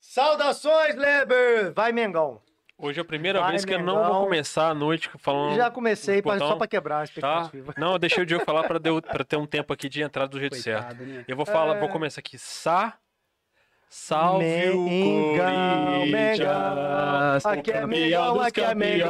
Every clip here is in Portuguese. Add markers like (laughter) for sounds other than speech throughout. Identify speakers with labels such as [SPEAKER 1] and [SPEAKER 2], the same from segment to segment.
[SPEAKER 1] Saudações, Leber! Vai, Mengão.
[SPEAKER 2] Hoje é a primeira
[SPEAKER 1] Vai,
[SPEAKER 2] vez que eu não
[SPEAKER 1] Mengão.
[SPEAKER 2] vou começar a noite falando.
[SPEAKER 1] Já comecei pra-
[SPEAKER 2] Hum, Botão.
[SPEAKER 1] só pra quebrar a
[SPEAKER 2] Tá?
[SPEAKER 1] expectativa.
[SPEAKER 2] Não, eu deixei o Diogo falar pra, deu- pra ter um tempo aqui de entrar do jeito certo.
[SPEAKER 3] Coitado, né?
[SPEAKER 2] Eu vou falar,
[SPEAKER 1] É.
[SPEAKER 2] vou começar aqui. Sa. Salve
[SPEAKER 1] Mengão,
[SPEAKER 2] o
[SPEAKER 1] Mengão.
[SPEAKER 2] Corinthians! o
[SPEAKER 1] Aqui é
[SPEAKER 2] campeão
[SPEAKER 1] Mengão,
[SPEAKER 2] dos
[SPEAKER 1] aqui é Mengão.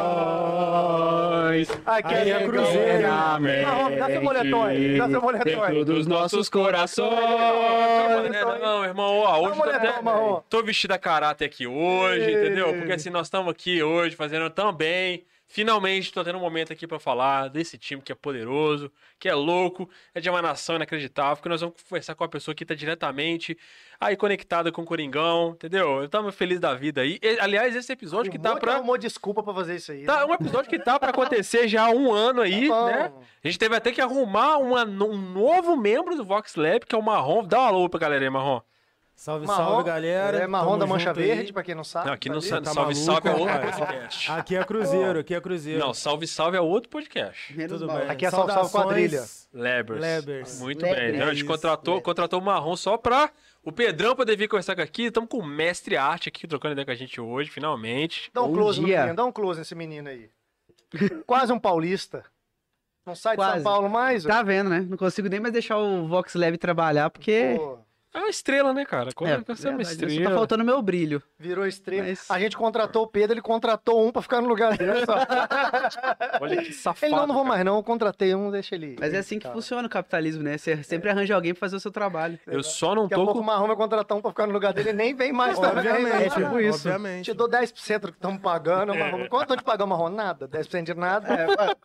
[SPEAKER 2] campeões.
[SPEAKER 1] Aqui
[SPEAKER 2] Aí
[SPEAKER 1] é
[SPEAKER 2] é
[SPEAKER 1] Cruzeiro.
[SPEAKER 2] Cruzeiro,
[SPEAKER 1] Marrom, Tá, dá seu moletom aí. Dá seu moletom
[SPEAKER 3] Dentro
[SPEAKER 1] aí.
[SPEAKER 3] dos nossos corações.
[SPEAKER 2] Não,
[SPEAKER 1] então,
[SPEAKER 2] não,
[SPEAKER 1] hein?
[SPEAKER 2] não, irmão, ó, hoje eu tô,
[SPEAKER 1] moletom,
[SPEAKER 2] até-
[SPEAKER 1] Marrom.
[SPEAKER 2] tô vestido a caráter aqui hoje,
[SPEAKER 1] Ei.
[SPEAKER 2] entendeu? Porque assim, nós estamos aqui hoje fazendo tão bem. Finalmente tô tendo um momento aqui pra falar desse time que é poderoso, que é louco, é de uma nação inacreditável, que nós vamos conversar com a pessoa que tá diretamente aí conectada com o Coringão, entendeu? Eu tava feliz da vida aí. E, aliás, esse episódio que
[SPEAKER 1] O
[SPEAKER 2] tá
[SPEAKER 1] Mota
[SPEAKER 2] pra...
[SPEAKER 1] arrumou um desculpa pra fazer isso aí. né?
[SPEAKER 2] Tá, um episódio que tá pra acontecer já há um ano aí,
[SPEAKER 1] Bom,
[SPEAKER 2] né? A gente teve até que arrumar uma no- um novo membro do Vox Lab, que é o Marrom. Dá um alô pra galera aí, Marrom.
[SPEAKER 4] Salve,
[SPEAKER 1] marrom,
[SPEAKER 4] salve, galera.
[SPEAKER 1] É marrom
[SPEAKER 4] Tamo
[SPEAKER 1] da mancha
[SPEAKER 4] junto aí.
[SPEAKER 1] verde, pra quem não sabe.
[SPEAKER 2] Não, aqui não
[SPEAKER 1] Ah, Valeu.
[SPEAKER 2] sabe.
[SPEAKER 4] tá
[SPEAKER 2] salve,
[SPEAKER 4] maluco,
[SPEAKER 2] salve é outro
[SPEAKER 4] rapaz?
[SPEAKER 2] podcast.
[SPEAKER 4] Aqui é Cruzeiro, aqui é Cruzeiro.
[SPEAKER 2] Não, salve, salve é outro podcast.
[SPEAKER 3] Menos
[SPEAKER 4] tudo
[SPEAKER 3] mal.
[SPEAKER 4] bem.
[SPEAKER 1] Aqui é salve, salve, quadrilha.
[SPEAKER 2] Lebers.
[SPEAKER 4] Lebers.
[SPEAKER 2] Muito
[SPEAKER 3] Lebers.
[SPEAKER 2] bem. Então, a gente
[SPEAKER 3] Isso,
[SPEAKER 2] contratou,
[SPEAKER 3] Lebers.
[SPEAKER 2] contratou o Marrom só pra o Pedrão poder vir conversar com aqui. Estamos com o mestre arte aqui, trocando ideia com a gente hoje, finalmente.
[SPEAKER 1] Dá um
[SPEAKER 5] Bom
[SPEAKER 1] close no
[SPEAKER 5] dia.
[SPEAKER 1] menino, dá um close nesse menino aí. Quase um paulista. Não sai de São
[SPEAKER 5] Quase.
[SPEAKER 1] Paulo mais? ó.
[SPEAKER 5] Tá vendo, né? Não consigo nem mais deixar o Vox Lab trabalhar, porque.
[SPEAKER 1] Pô,
[SPEAKER 2] É uma estrela, né, cara? Como é, que você é uma
[SPEAKER 5] verdade, só
[SPEAKER 2] estrela?
[SPEAKER 5] Tá faltando meu brilho.
[SPEAKER 1] virou estrela.
[SPEAKER 5] Mas-
[SPEAKER 1] A gente contratou o Pedro, ele contratou um pra ficar no lugar dele. só.
[SPEAKER 2] Olha que
[SPEAKER 1] (laughs)
[SPEAKER 2] safado.
[SPEAKER 1] ele não, é não vou
[SPEAKER 2] cara.
[SPEAKER 1] mais não, eu contratei um, deixa ele ir.
[SPEAKER 5] Mas é assim que
[SPEAKER 1] Tá.
[SPEAKER 5] funciona o capitalismo, né? Você sempre arranja alguém pra fazer o seu trabalho.
[SPEAKER 2] Eu só não
[SPEAKER 1] né? Daqui a
[SPEAKER 2] tô
[SPEAKER 1] pouco o
[SPEAKER 2] com.
[SPEAKER 1] Marrom vai contratar um pra ficar no lugar dele, ele nem vem mais também.
[SPEAKER 4] Obviamente,
[SPEAKER 1] Vai lá.
[SPEAKER 5] tipo isso.
[SPEAKER 4] obviamente.
[SPEAKER 1] Te dou 10% do que estão pagando,
[SPEAKER 2] É.
[SPEAKER 1] Marrom. Quanto eu tô te pagando, Marrom? Nada. 10% de nada.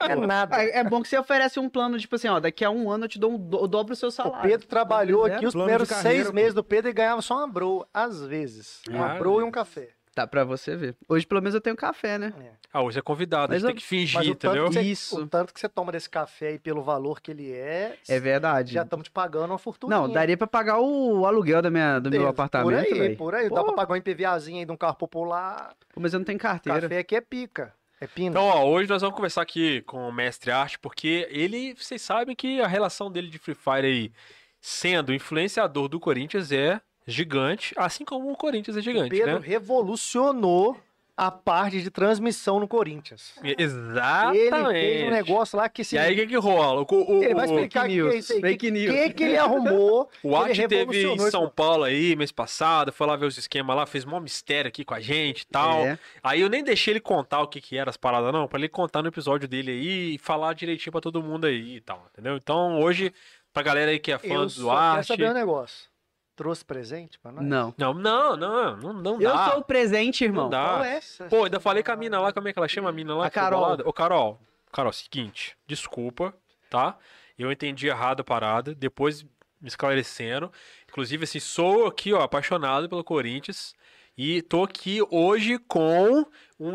[SPEAKER 1] É nada.
[SPEAKER 5] É é bom que você oferece um plano, tipo assim, ó, daqui a um ano eu te dou um do, eu dobro o seu
[SPEAKER 1] O
[SPEAKER 5] salário.
[SPEAKER 1] Pedro trabalhou
[SPEAKER 5] Pois é,
[SPEAKER 1] aqui os
[SPEAKER 4] plano
[SPEAKER 1] primeiros
[SPEAKER 4] de carreira,
[SPEAKER 1] seis
[SPEAKER 4] pô.
[SPEAKER 1] meses do Pedro e ganhava só uma broa, às vezes. Uma
[SPEAKER 2] Ah,
[SPEAKER 1] broa e um café.
[SPEAKER 5] Tá, pra você ver. Hoje, pelo menos, eu tenho café, né?
[SPEAKER 2] Ah, hoje é convidado, a
[SPEAKER 5] Mas
[SPEAKER 2] gente
[SPEAKER 5] eu-
[SPEAKER 2] tem que fingir,
[SPEAKER 1] Mas o tanto,
[SPEAKER 2] entendeu?
[SPEAKER 1] que você,
[SPEAKER 5] Isso.
[SPEAKER 1] o tanto que você toma desse café aí pelo valor que ele é,
[SPEAKER 5] É verdade.
[SPEAKER 1] já estamos te pagando uma fortuna.
[SPEAKER 5] Não, daria pra pagar o aluguel da minha, do meu
[SPEAKER 1] Por
[SPEAKER 5] apartamento,
[SPEAKER 1] aí,
[SPEAKER 5] velho.
[SPEAKER 1] por aí. Dá
[SPEAKER 5] Pô.
[SPEAKER 1] pra pagar um IPVAzinho aí de um carro popular.
[SPEAKER 5] Mas eu não tenho carteira.
[SPEAKER 1] Café aqui é pica. É pina.
[SPEAKER 2] Então, ó, hoje nós vamos conversar aqui com o Mestre Arte, porque ele, vocês sabem que a relação dele de Free Fire aí, sendo influenciador do Corinthians, é gigante, assim como o Corinthians é
[SPEAKER 1] O
[SPEAKER 2] gigante,
[SPEAKER 1] Pedro
[SPEAKER 2] né?
[SPEAKER 1] revolucionou a parte de transmissão no Corinthians. Ele
[SPEAKER 2] Exatamente.
[SPEAKER 1] fez um negócio lá que se.
[SPEAKER 2] E aí, o que que rola? O, o,
[SPEAKER 1] ele vai
[SPEAKER 2] o,
[SPEAKER 1] explicar o que é
[SPEAKER 5] news,
[SPEAKER 1] isso aí.
[SPEAKER 5] fake
[SPEAKER 1] que,
[SPEAKER 5] news.
[SPEAKER 1] que que
[SPEAKER 2] (laughs)
[SPEAKER 1] ele arrumou?
[SPEAKER 2] o Arte
[SPEAKER 1] ele
[SPEAKER 2] teve em
[SPEAKER 1] revolucionou
[SPEAKER 2] São
[SPEAKER 1] isso.
[SPEAKER 2] Paulo aí, mês passado, foi lá ver os esquemas lá, fez mó mistério aqui com a gente e tal.
[SPEAKER 5] É.
[SPEAKER 2] Aí eu nem deixei ele contar o que que era as paradas, não, pra ele contar no episódio dele aí e falar direitinho pra todo mundo aí e tal, entendeu? Então, hoje, pra galera aí que é fã
[SPEAKER 1] Eu
[SPEAKER 2] do
[SPEAKER 1] só quero
[SPEAKER 2] Arte...
[SPEAKER 5] é
[SPEAKER 1] saber um negócio. Trouxe presente pra nós?
[SPEAKER 5] Não.
[SPEAKER 2] Não, não, não, não, não
[SPEAKER 5] Eu
[SPEAKER 2] dá.
[SPEAKER 5] sou o presente, irmão.
[SPEAKER 2] Não dá.
[SPEAKER 5] Qual é?
[SPEAKER 2] Pô, ainda falei com a mina lá, como é que ela chama a mina lá?
[SPEAKER 5] A
[SPEAKER 2] que ficou
[SPEAKER 5] Carol.
[SPEAKER 2] bolada? Ô, Carol, Carol, seguinte, desculpa, tá? Eu entendi errado a parada, depois me esclarecendo. Inclusive, assim, sou aqui, ó, apaixonado pelo Corinthians. E tô aqui hoje com um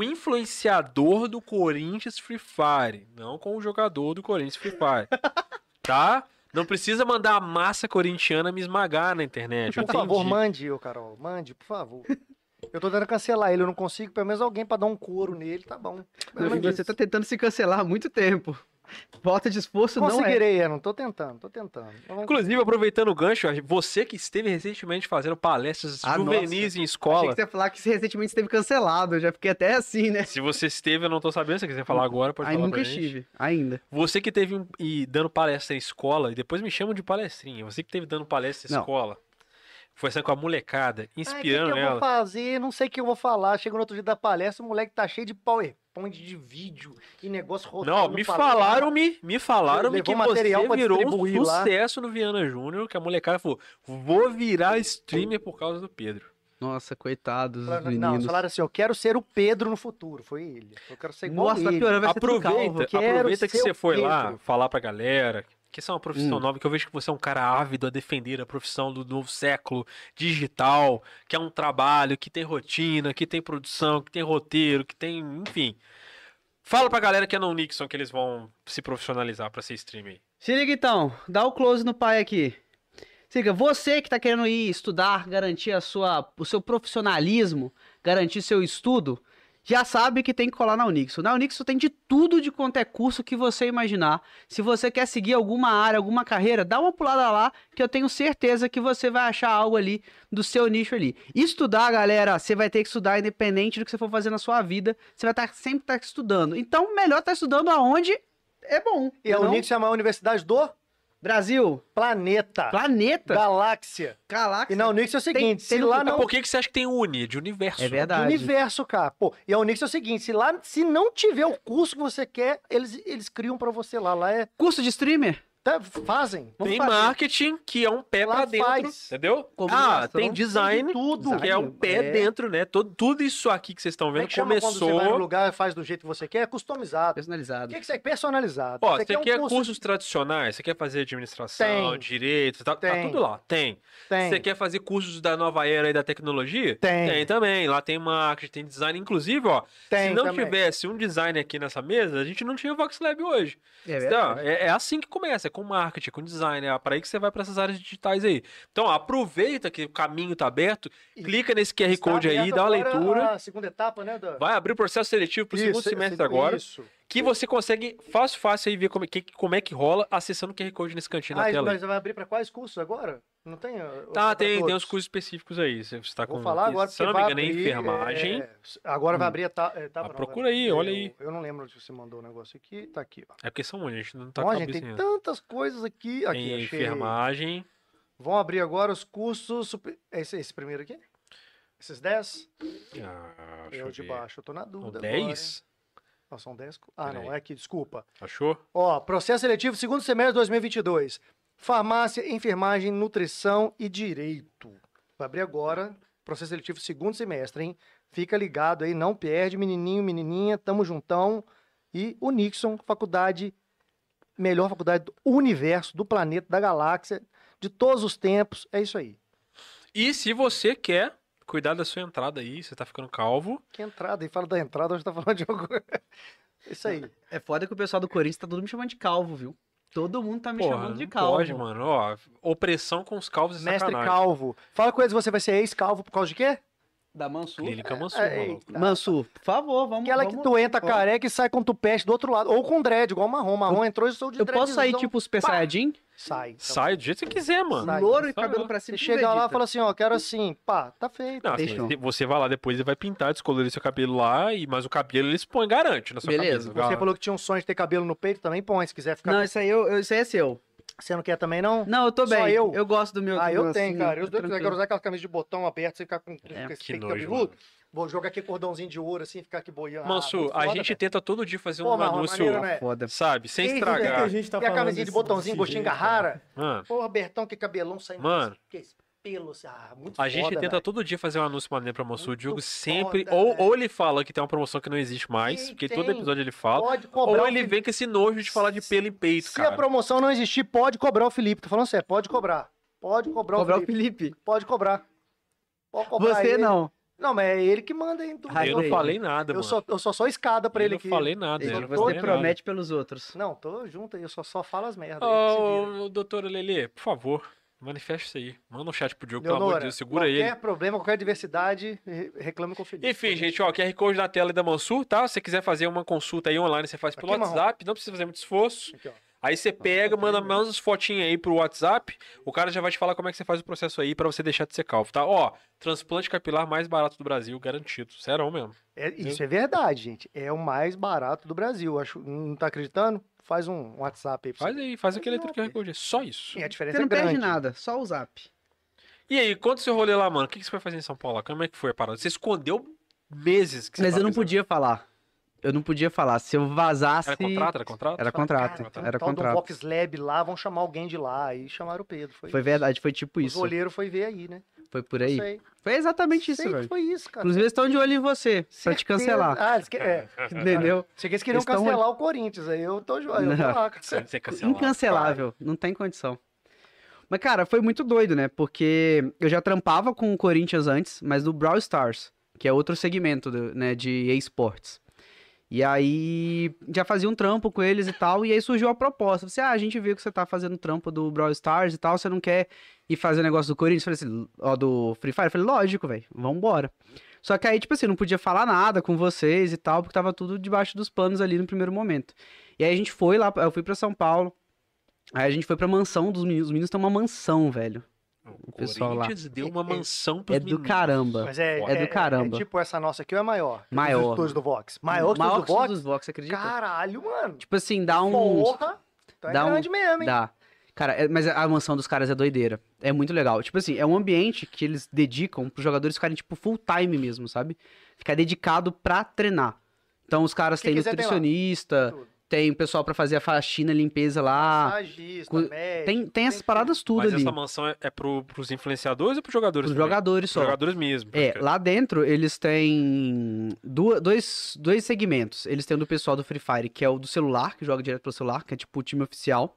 [SPEAKER 2] influenciador do Corinthians Free Fire, não com o jogador do Corinthians Free Fire, tá? Não precisa mandar a massa corintiana me esmagar na internet. eu
[SPEAKER 1] Por favor,
[SPEAKER 2] entendi.
[SPEAKER 1] mande, ô Carol. Mande, por favor. Eu tô tentando cancelar ele, eu não consigo, pelo menos alguém pra dar um couro nele, tá bom.
[SPEAKER 5] Meu
[SPEAKER 1] Pelo
[SPEAKER 5] filho,
[SPEAKER 1] menos
[SPEAKER 5] você
[SPEAKER 1] isso.
[SPEAKER 5] tá tentando se cancelar há muito tempo. Falta de esforço não é.
[SPEAKER 1] Conseguirei, eu não tô tentando, tô tentando. Então, vamos-
[SPEAKER 2] Inclusive, aproveitando o gancho, você que esteve recentemente fazendo palestras
[SPEAKER 5] Ah,
[SPEAKER 2] juvenis em
[SPEAKER 5] Achei
[SPEAKER 2] escola.
[SPEAKER 5] que você ia falar que recentemente esteve cancelado. Eu já fiquei até assim, né?
[SPEAKER 2] Se você esteve, eu não tô sabendo, se você quiser falar agora, pode
[SPEAKER 5] Aí
[SPEAKER 2] falar
[SPEAKER 5] nunca
[SPEAKER 2] pra gente.
[SPEAKER 5] estive, ainda.
[SPEAKER 2] Você que teve um- e dando palestra em escola, e depois me chamam de palestrinha. Você que teve dando palestra em
[SPEAKER 5] Não.
[SPEAKER 2] escola, conversando com a molecada,
[SPEAKER 1] Ai, Ah, que que
[SPEAKER 2] inspirando
[SPEAKER 1] eu
[SPEAKER 2] ela.
[SPEAKER 1] vou fazer, não sei o que eu vou falar. Chega no outro dia da palestra, o moleque tá cheio de PowerPoint de vídeo e negócio
[SPEAKER 2] Não,
[SPEAKER 1] rodando
[SPEAKER 2] me
[SPEAKER 1] pra-
[SPEAKER 2] falaram me, me falaram me
[SPEAKER 1] Levou
[SPEAKER 2] que
[SPEAKER 1] material
[SPEAKER 2] você
[SPEAKER 1] pra
[SPEAKER 2] virou um
[SPEAKER 1] distribuir lá.
[SPEAKER 2] sucesso no Viana Júnior, que a molecada falou: "Vou virar streamer por causa do Pedro".
[SPEAKER 5] Nossa, coitados dos
[SPEAKER 1] Falaram, Não,
[SPEAKER 5] meninos.
[SPEAKER 1] falaram assim, eu quero ser o Pedro no futuro. Foi ele. Eu quero ser igual
[SPEAKER 5] Nossa, tá
[SPEAKER 1] ele.
[SPEAKER 5] piorando, vai ser tudo
[SPEAKER 2] aproveita,
[SPEAKER 5] calvo. é
[SPEAKER 1] Quero
[SPEAKER 2] aproveita que
[SPEAKER 1] ser
[SPEAKER 2] você
[SPEAKER 1] o
[SPEAKER 2] foi lá
[SPEAKER 1] Pedro.
[SPEAKER 2] falar pra galera que essa é uma profissão
[SPEAKER 5] Hum.
[SPEAKER 2] nova, que eu vejo que você é um cara ávido a defender a profissão do novo século digital, que é um trabalho, que tem rotina, que tem produção, que tem roteiro, que tem, enfim. Fala pra galera que é no Nixon que eles vão se profissionalizar pra ser streamer.
[SPEAKER 5] Se liga então, dá o close no pai aqui. Se liga, você que tá querendo ir estudar, garantir a sua, o seu profissionalismo, garantir seu estudo, já sabe que tem que colar na Unixo. Na Unixo tem de tudo de quanto é curso que você imaginar. Se você quer seguir alguma área, alguma carreira, dá uma pulada lá, que eu tenho certeza que você vai achar algo ali do seu nicho ali. Estudar, galera, você vai ter que estudar independente do que você for fazer na sua vida. Você vai estar sempre estar estudando. Então, melhor estar estudando aonde é bom.
[SPEAKER 1] E a
[SPEAKER 5] não?
[SPEAKER 1] Unix é a maior universidade do
[SPEAKER 5] Brasil,
[SPEAKER 1] planeta,
[SPEAKER 5] planeta,
[SPEAKER 1] galáxia.
[SPEAKER 5] galáxia.
[SPEAKER 1] E na Unix é o seguinte, se
[SPEAKER 5] tem no-
[SPEAKER 1] lá
[SPEAKER 5] Ah,
[SPEAKER 2] Mas
[SPEAKER 1] não...
[SPEAKER 2] por que, que você acha que tem Uni, de universo?
[SPEAKER 5] É
[SPEAKER 1] do
[SPEAKER 5] verdade.
[SPEAKER 1] universo, cara. Pô, e a Unix é o seguinte, se lá se não tiver o curso que você quer, eles, eles criam pra você lá. Lá é...
[SPEAKER 5] Curso de streamer?
[SPEAKER 1] tá, fazem.
[SPEAKER 5] Vamos
[SPEAKER 2] tem
[SPEAKER 5] fazer.
[SPEAKER 2] marketing, que é um pé
[SPEAKER 1] Lá
[SPEAKER 2] pra dentro,
[SPEAKER 1] faz.
[SPEAKER 2] entendeu? ah,
[SPEAKER 1] Comunicação,
[SPEAKER 2] tem design,
[SPEAKER 1] tem tudo.
[SPEAKER 2] que é um
[SPEAKER 5] Design,
[SPEAKER 2] pé
[SPEAKER 5] é.
[SPEAKER 2] dentro, né? Todo, tudo isso aqui que vocês estão
[SPEAKER 1] Como é
[SPEAKER 2] tá vendo
[SPEAKER 1] que chama quando você vai no
[SPEAKER 2] começou...
[SPEAKER 1] lugar e faz do jeito que você quer? É customizado. O
[SPEAKER 5] Personalizado.
[SPEAKER 1] que, que você é personalizado?
[SPEAKER 2] Ó, você
[SPEAKER 1] um
[SPEAKER 2] quer
[SPEAKER 1] curso-
[SPEAKER 2] cursos tradicionais? Você quer fazer administração,
[SPEAKER 1] Tem.
[SPEAKER 2] direito, tá, tá
[SPEAKER 1] Tem.
[SPEAKER 2] tudo lá, tem.
[SPEAKER 1] Tem.
[SPEAKER 2] Você quer fazer cursos da nova era e da tecnologia?
[SPEAKER 1] Tem.
[SPEAKER 2] Tem também, lá tem marketing, tem design, inclusive, ó,
[SPEAKER 1] Tem
[SPEAKER 2] se não
[SPEAKER 1] também.
[SPEAKER 2] tivesse um design aqui nessa mesa, a gente não tinha o Vox Lab hoje.
[SPEAKER 5] É
[SPEAKER 2] Então, é, é assim que começa, é com marketing, com design, é para aí que você vai para essas áreas digitais aí. Então, aproveita que o caminho tá aberto,
[SPEAKER 1] E
[SPEAKER 2] clica nesse QR
[SPEAKER 1] Está
[SPEAKER 2] Code aí,
[SPEAKER 1] aberto
[SPEAKER 2] dá uma
[SPEAKER 1] agora
[SPEAKER 2] leitura,
[SPEAKER 1] A segunda etapa, né? Da...
[SPEAKER 2] vai abrir o processo seletivo pro
[SPEAKER 1] Isso,
[SPEAKER 2] segundo
[SPEAKER 1] esse-
[SPEAKER 2] semestre agora,
[SPEAKER 1] Isso.
[SPEAKER 2] que você consegue fácil, fácil aí ver como, é que, como é que rola acessando o QR Code nesse cantinho
[SPEAKER 1] Ah,
[SPEAKER 2] da tela. aí.
[SPEAKER 1] mas vai abrir pra quais cursos agora? Não tem? ah, ou
[SPEAKER 2] Tá,
[SPEAKER 1] pra
[SPEAKER 2] tem, tem
[SPEAKER 1] todos?
[SPEAKER 2] uns cursos específicos aí, você está com...
[SPEAKER 1] Vou falar agora
[SPEAKER 2] Se eu
[SPEAKER 1] porque
[SPEAKER 2] não
[SPEAKER 1] vai
[SPEAKER 2] me engano,
[SPEAKER 1] abrir,
[SPEAKER 2] é enfermagem...
[SPEAKER 1] é, agora vai
[SPEAKER 2] Hum.
[SPEAKER 1] abrir a etapa. etapa
[SPEAKER 2] Ah,
[SPEAKER 1] não,
[SPEAKER 2] procura
[SPEAKER 1] vai-
[SPEAKER 2] aí, olha
[SPEAKER 1] eu-
[SPEAKER 2] aí.
[SPEAKER 1] Eu não lembro onde você mandou o negócio aqui. Tá aqui, ó.
[SPEAKER 2] É porque são muitos, a gente não tá
[SPEAKER 1] Ó,
[SPEAKER 2] com a
[SPEAKER 1] gente,
[SPEAKER 2] cabeça
[SPEAKER 1] tem
[SPEAKER 2] ainda.
[SPEAKER 1] tantas coisas aqui. Aqui,
[SPEAKER 2] Tem
[SPEAKER 1] achei.
[SPEAKER 2] enfermagem...
[SPEAKER 1] Vão abrir agora os cursos. super- Esse, esse primeiro aqui? Esses 10?
[SPEAKER 2] Ah,
[SPEAKER 1] É
[SPEAKER 2] deixa
[SPEAKER 1] o
[SPEAKER 2] eu
[SPEAKER 1] de
[SPEAKER 2] ver.
[SPEAKER 1] baixo, eu tô na
[SPEAKER 2] São
[SPEAKER 1] dúvida. agora, hein?
[SPEAKER 2] 10?
[SPEAKER 1] Não, são 10. cu- Ah, não,
[SPEAKER 2] Peraí.
[SPEAKER 1] é aqui, desculpa.
[SPEAKER 2] Achou?
[SPEAKER 1] Ó, processo seletivo, segundo semestre de 2022. Farmácia, enfermagem, nutrição e direito. Vai abrir agora, processo seletivo, segundo semestre, hein? Fica ligado aí, não perde, menininho, menininha, tamo juntão. E o Nixon, faculdade, melhor faculdade do universo, do planeta, da galáxia, de todos os tempos, é isso aí.
[SPEAKER 2] E se você quer cuidar da sua entrada aí, você tá ficando calvo.
[SPEAKER 1] Que entrada, e fala da entrada, hoje tá falando de algo. (laughs) isso aí.
[SPEAKER 5] É foda que o pessoal do Corinthians tá todo me chamando de calvo, viu? Todo mundo tá me
[SPEAKER 2] Porra,
[SPEAKER 5] chamando de
[SPEAKER 2] não
[SPEAKER 5] calvo.
[SPEAKER 2] pode, mano. Ó, opressão com os calvos é
[SPEAKER 1] Mestre
[SPEAKER 2] sacanagem.
[SPEAKER 1] Calvo. Fala com eles, você vai ser ex-calvo por causa de quê?
[SPEAKER 5] Da Mansur.
[SPEAKER 2] Clínica Mansur,
[SPEAKER 1] É,
[SPEAKER 2] maluco.
[SPEAKER 1] eita.
[SPEAKER 5] Mansur, por favor, vamos.
[SPEAKER 1] Aquela que
[SPEAKER 5] vamos...
[SPEAKER 1] tu entra
[SPEAKER 5] vamos.
[SPEAKER 1] careca e sai com tupeste do outro lado. Ou com dread, igual marrom. Marrom entrou e sou de
[SPEAKER 5] Eu
[SPEAKER 1] dreadzão.
[SPEAKER 5] posso sair tipo Super
[SPEAKER 1] Pá!
[SPEAKER 5] Saiyajin?
[SPEAKER 1] Sai. então.
[SPEAKER 2] Sai do jeito que você quiser, mano.
[SPEAKER 1] Sai.
[SPEAKER 5] Louro e
[SPEAKER 2] Sai
[SPEAKER 5] cabelo
[SPEAKER 2] lá.
[SPEAKER 5] pra cima.
[SPEAKER 1] Você chega lá e
[SPEAKER 5] tipo, acredita.
[SPEAKER 1] fala assim, ó, quero assim. Pá, tá feito.
[SPEAKER 2] Não, assim,
[SPEAKER 5] Deixa eu.
[SPEAKER 2] se- você vai lá depois e vai pintar, descolorir seu cabelo lá, e, mas o cabelo ele expõe, garante na sua
[SPEAKER 5] Beleza.
[SPEAKER 2] cabeça.
[SPEAKER 1] Você falou que tinha um sonho de ter cabelo no peito, também põe. Se quiser ficar...
[SPEAKER 5] Não, isso aí, eu, eu- isso aí é seu.
[SPEAKER 1] Você não quer também, não?
[SPEAKER 5] Não, eu tô
[SPEAKER 1] Só
[SPEAKER 5] bem.
[SPEAKER 1] eu?
[SPEAKER 5] gosto do meu.
[SPEAKER 1] ah, eu
[SPEAKER 5] meu
[SPEAKER 1] tenho,
[SPEAKER 5] assim,
[SPEAKER 1] cara. Eu,
[SPEAKER 5] tá
[SPEAKER 1] se eu quero
[SPEAKER 5] tranquilo.
[SPEAKER 1] usar aquela camisa de botão aberto, você ficar com,
[SPEAKER 2] É,
[SPEAKER 1] com esse
[SPEAKER 2] que
[SPEAKER 1] peito
[SPEAKER 2] nojo,
[SPEAKER 1] cabeludo.
[SPEAKER 2] mano.
[SPEAKER 1] Vou jogar aqui cordãozinho de ouro, assim, ficar aqui boiando.
[SPEAKER 2] Mansur,
[SPEAKER 1] Ah,
[SPEAKER 2] a
[SPEAKER 1] foda,
[SPEAKER 2] gente
[SPEAKER 1] velho.
[SPEAKER 2] tenta todo dia fazer um
[SPEAKER 1] Pô, mas uma
[SPEAKER 2] anúncio,
[SPEAKER 1] maneira, né?
[SPEAKER 5] Tá Foda.
[SPEAKER 2] sabe? Sem
[SPEAKER 1] Isso, né,
[SPEAKER 4] Por que
[SPEAKER 2] estragar. Ah,
[SPEAKER 4] a gente tá
[SPEAKER 1] E a
[SPEAKER 4] falando
[SPEAKER 1] camisinha de
[SPEAKER 4] desse-
[SPEAKER 1] botãozinho,
[SPEAKER 4] desse
[SPEAKER 1] gostinho
[SPEAKER 4] jeito,
[SPEAKER 1] Garrara.
[SPEAKER 2] Mano,
[SPEAKER 1] Porra, Bertão, que cabelão saindo.
[SPEAKER 2] Mano.
[SPEAKER 1] Que esse pelo, assim, ah, muito
[SPEAKER 2] A gente
[SPEAKER 1] foda,
[SPEAKER 2] tenta
[SPEAKER 1] velho.
[SPEAKER 2] todo dia fazer um anúncio maneiro pra Mansur. O
[SPEAKER 1] Muito
[SPEAKER 2] Diogo sempre.
[SPEAKER 1] foda,
[SPEAKER 2] ou,
[SPEAKER 1] velho.
[SPEAKER 2] ou ele fala que tem uma promoção que não existe mais,
[SPEAKER 1] Sim,
[SPEAKER 2] porque todo
[SPEAKER 1] tem.
[SPEAKER 2] episódio ele fala.
[SPEAKER 1] Pode cobrar
[SPEAKER 2] Ou
[SPEAKER 1] o
[SPEAKER 2] ele
[SPEAKER 1] que-
[SPEAKER 2] vem com esse nojo de falar de pelo em peito,
[SPEAKER 1] Se
[SPEAKER 2] cara.
[SPEAKER 1] a promoção não existir, pode cobrar o Felipe. Tô falando sério, pode cobrar. Pode cobrar,
[SPEAKER 5] Cobrar
[SPEAKER 1] o
[SPEAKER 5] o
[SPEAKER 1] Felipe.
[SPEAKER 5] Felipe.
[SPEAKER 1] Pode cobrar. Pode cobrar
[SPEAKER 5] Você
[SPEAKER 1] ele.
[SPEAKER 5] não.
[SPEAKER 1] Não, mas é ele que manda, hein? tudo.
[SPEAKER 2] Ah,
[SPEAKER 5] Ai,
[SPEAKER 2] eu
[SPEAKER 1] eu,
[SPEAKER 2] não
[SPEAKER 5] velho.
[SPEAKER 2] falei nada, mano.
[SPEAKER 1] só, eu só só escada pra
[SPEAKER 2] eu
[SPEAKER 1] ele
[SPEAKER 2] não
[SPEAKER 1] aqui.
[SPEAKER 2] falei nada.
[SPEAKER 1] Ele não
[SPEAKER 2] eu não
[SPEAKER 1] foi
[SPEAKER 2] falei
[SPEAKER 5] Você
[SPEAKER 1] nada.
[SPEAKER 5] promete pelos outros.
[SPEAKER 1] Não, tô junto aí, eu só, só falo as merdas.
[SPEAKER 2] nada. Ô, ô, doutora Lelê, por favor, manifeste isso aí. Manda um chat pro Diogo, pelo amor de Deus, segura
[SPEAKER 1] qualquer
[SPEAKER 2] ele.
[SPEAKER 1] problema, qualquer diversidade, re- reclame com o Felipe.
[SPEAKER 2] Enfim, gente, ó, QR Code na tela aí da Mansur, tá? Se você quiser fazer uma consulta aí online, você faz pelo
[SPEAKER 1] Aqui, Marrom.
[SPEAKER 2] WhatsApp, não precisa fazer muito esforço.
[SPEAKER 1] Aqui, ó.
[SPEAKER 2] Aí você pega, manda mais umas fotinhas aí pro WhatsApp, o cara já vai te falar como é que você faz o processo aí pra você deixar de ser calvo, tá? Ó, transplante capilar mais barato do Brasil, garantido. Serão mesmo.
[SPEAKER 1] É- isso é verdade, gente. É o mais barato do Brasil. Acho, não tá acreditando? Faz um WhatsApp aí pra
[SPEAKER 2] Faz
[SPEAKER 1] você.
[SPEAKER 2] aí, faz aquele
[SPEAKER 1] Exato.
[SPEAKER 2] letra QR Code, é só isso.
[SPEAKER 1] Sim, a diferença
[SPEAKER 5] Você não
[SPEAKER 1] é grande.
[SPEAKER 5] perde nada, só o zap.
[SPEAKER 2] E aí, conta o seu rolê lá, mano. O que que você foi fazer em São Paulo? Como é que foi a parada? Você escondeu meses que você
[SPEAKER 5] Mas
[SPEAKER 2] tava
[SPEAKER 5] eu não
[SPEAKER 2] pensando.
[SPEAKER 5] podia falar. Eu não podia falar. Se eu vazasse.
[SPEAKER 2] Era contrato? Era contrato?
[SPEAKER 5] Era contrato.
[SPEAKER 1] Cara, tem um
[SPEAKER 5] Era
[SPEAKER 1] tal do
[SPEAKER 5] contrato.
[SPEAKER 1] Vox Lab lá, vão chamar alguém de lá. Aí chamaram o Pedro. Foi,
[SPEAKER 5] Foi verdade, foi tipo
[SPEAKER 1] isso.
[SPEAKER 5] isso.
[SPEAKER 1] O goleiro foi ver aí, né?
[SPEAKER 5] Foi por
[SPEAKER 1] Não
[SPEAKER 5] aí.
[SPEAKER 1] Sei.
[SPEAKER 5] Foi exatamente isso,
[SPEAKER 1] Sei que
[SPEAKER 5] velho.
[SPEAKER 1] foi isso, cara.
[SPEAKER 5] Inclusive, eles estão de olho em você, pra te
[SPEAKER 1] Certeza.
[SPEAKER 2] (laughs)
[SPEAKER 5] cancelar.
[SPEAKER 1] Ah, eles que... é.
[SPEAKER 5] Entendeu?
[SPEAKER 1] Você que eles queriam
[SPEAKER 5] Eles tão-
[SPEAKER 1] cancelar o Corinthians. Aí eu tô joia. Eu tô
[SPEAKER 5] Não.
[SPEAKER 1] lá, cara.
[SPEAKER 2] Sem ser cancelado,
[SPEAKER 5] Incancelável, não tem condição. Mas, cara, foi muito doido, né? Porque eu já trampava com o Corinthians antes, mas do Brawl Stars, que é outro segmento do- né, de esportes. E aí já fazia um trampo com eles e tal, e aí surgiu a proposta. Você, ah, a gente viu que você tá fazendo trampo do Brawl Stars e tal, você não quer ir fazer o negócio do Corinthians? Eu falei assim, ó, do Free Fire? Eu falei, lógico, velho, vambora. Só que aí, tipo assim, não podia falar nada com vocês e tal, porque tava tudo debaixo dos panos ali no primeiro momento. E aí a gente foi lá, eu fui pra São Paulo, aí a gente foi pra mansão dos meninos. Os meninos têm uma mansão, velho.
[SPEAKER 2] O
[SPEAKER 5] pessoal lá.
[SPEAKER 2] Corinthians deu uma mansão pros
[SPEAKER 5] É do
[SPEAKER 2] meninos.
[SPEAKER 5] caramba.
[SPEAKER 1] Mas é,
[SPEAKER 2] É
[SPEAKER 5] do caramba.
[SPEAKER 1] tipo, essa nossa aqui ou é maior? Que
[SPEAKER 5] Maior.
[SPEAKER 1] Os estúdios do Vox. Maior que
[SPEAKER 5] Maior
[SPEAKER 1] os do Vox?
[SPEAKER 5] dos Vox, acredita?
[SPEAKER 1] Caralho, mano.
[SPEAKER 5] Tipo assim, dá um...
[SPEAKER 1] Porra. Então
[SPEAKER 5] dá
[SPEAKER 1] é
[SPEAKER 5] um-
[SPEAKER 1] grande mesmo, hein?
[SPEAKER 5] Dá. Cara, é- mas a mansão dos caras é doideira. É muito legal. Tipo assim, é um ambiente que eles dedicam pros jogadores ficarem, tipo, full time mesmo, sabe? Ficar dedicado pra treinar. Então os caras
[SPEAKER 1] O que
[SPEAKER 5] têm
[SPEAKER 1] quiser tem lá.
[SPEAKER 5] nutricionista,
[SPEAKER 1] Tudo.
[SPEAKER 5] tem, pessoal pra fazer a faxina, limpeza
[SPEAKER 1] Ah,
[SPEAKER 5] lá.
[SPEAKER 1] Massagista,
[SPEAKER 5] Ah, cu-
[SPEAKER 1] médico,
[SPEAKER 5] Tem, tem essas
[SPEAKER 1] tudo.
[SPEAKER 5] paradas tudo
[SPEAKER 2] Mas
[SPEAKER 5] ali.
[SPEAKER 2] essa mansão é, é pro, pros influenciadores ou pros jogadores?
[SPEAKER 5] Os
[SPEAKER 2] também?
[SPEAKER 5] jogadores
[SPEAKER 2] Pros
[SPEAKER 5] só.
[SPEAKER 2] jogadores mesmo.
[SPEAKER 5] É,
[SPEAKER 2] porque-
[SPEAKER 5] lá dentro eles têm duas, dois, dois segmentos. Eles têm o do pessoal do Free Fire, que é o do celular, que joga direto pelo celular, que é tipo o time oficial.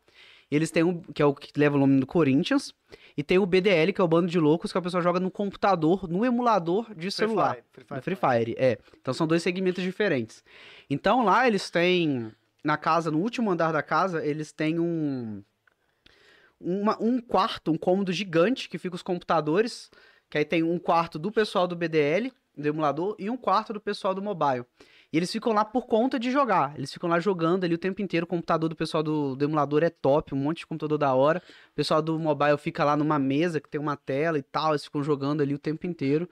[SPEAKER 5] Eles têm um, que é o que leva o nome do Corinthians. E tem o BDL, que é o bando de loucos, que a pessoa joga no computador, no emulador de
[SPEAKER 1] Free
[SPEAKER 5] celular.
[SPEAKER 1] Fire, Free
[SPEAKER 5] Do Free Fire, é. Então são dois segmentos diferentes. Então lá eles têm, na casa, no último andar da casa, eles têm um. uma- um quarto, um cômodo gigante que fica os computadores. Que aí tem um quarto do pessoal do BDL, do emulador, e um quarto do pessoal do mobile. E eles ficam lá por conta de jogar. Eles ficam lá jogando ali o tempo inteiro. O computador do pessoal do, do emulador é top, um monte de computador da hora. O pessoal do mobile fica lá numa mesa que tem uma tela e tal. Eles ficam jogando ali o tempo inteiro.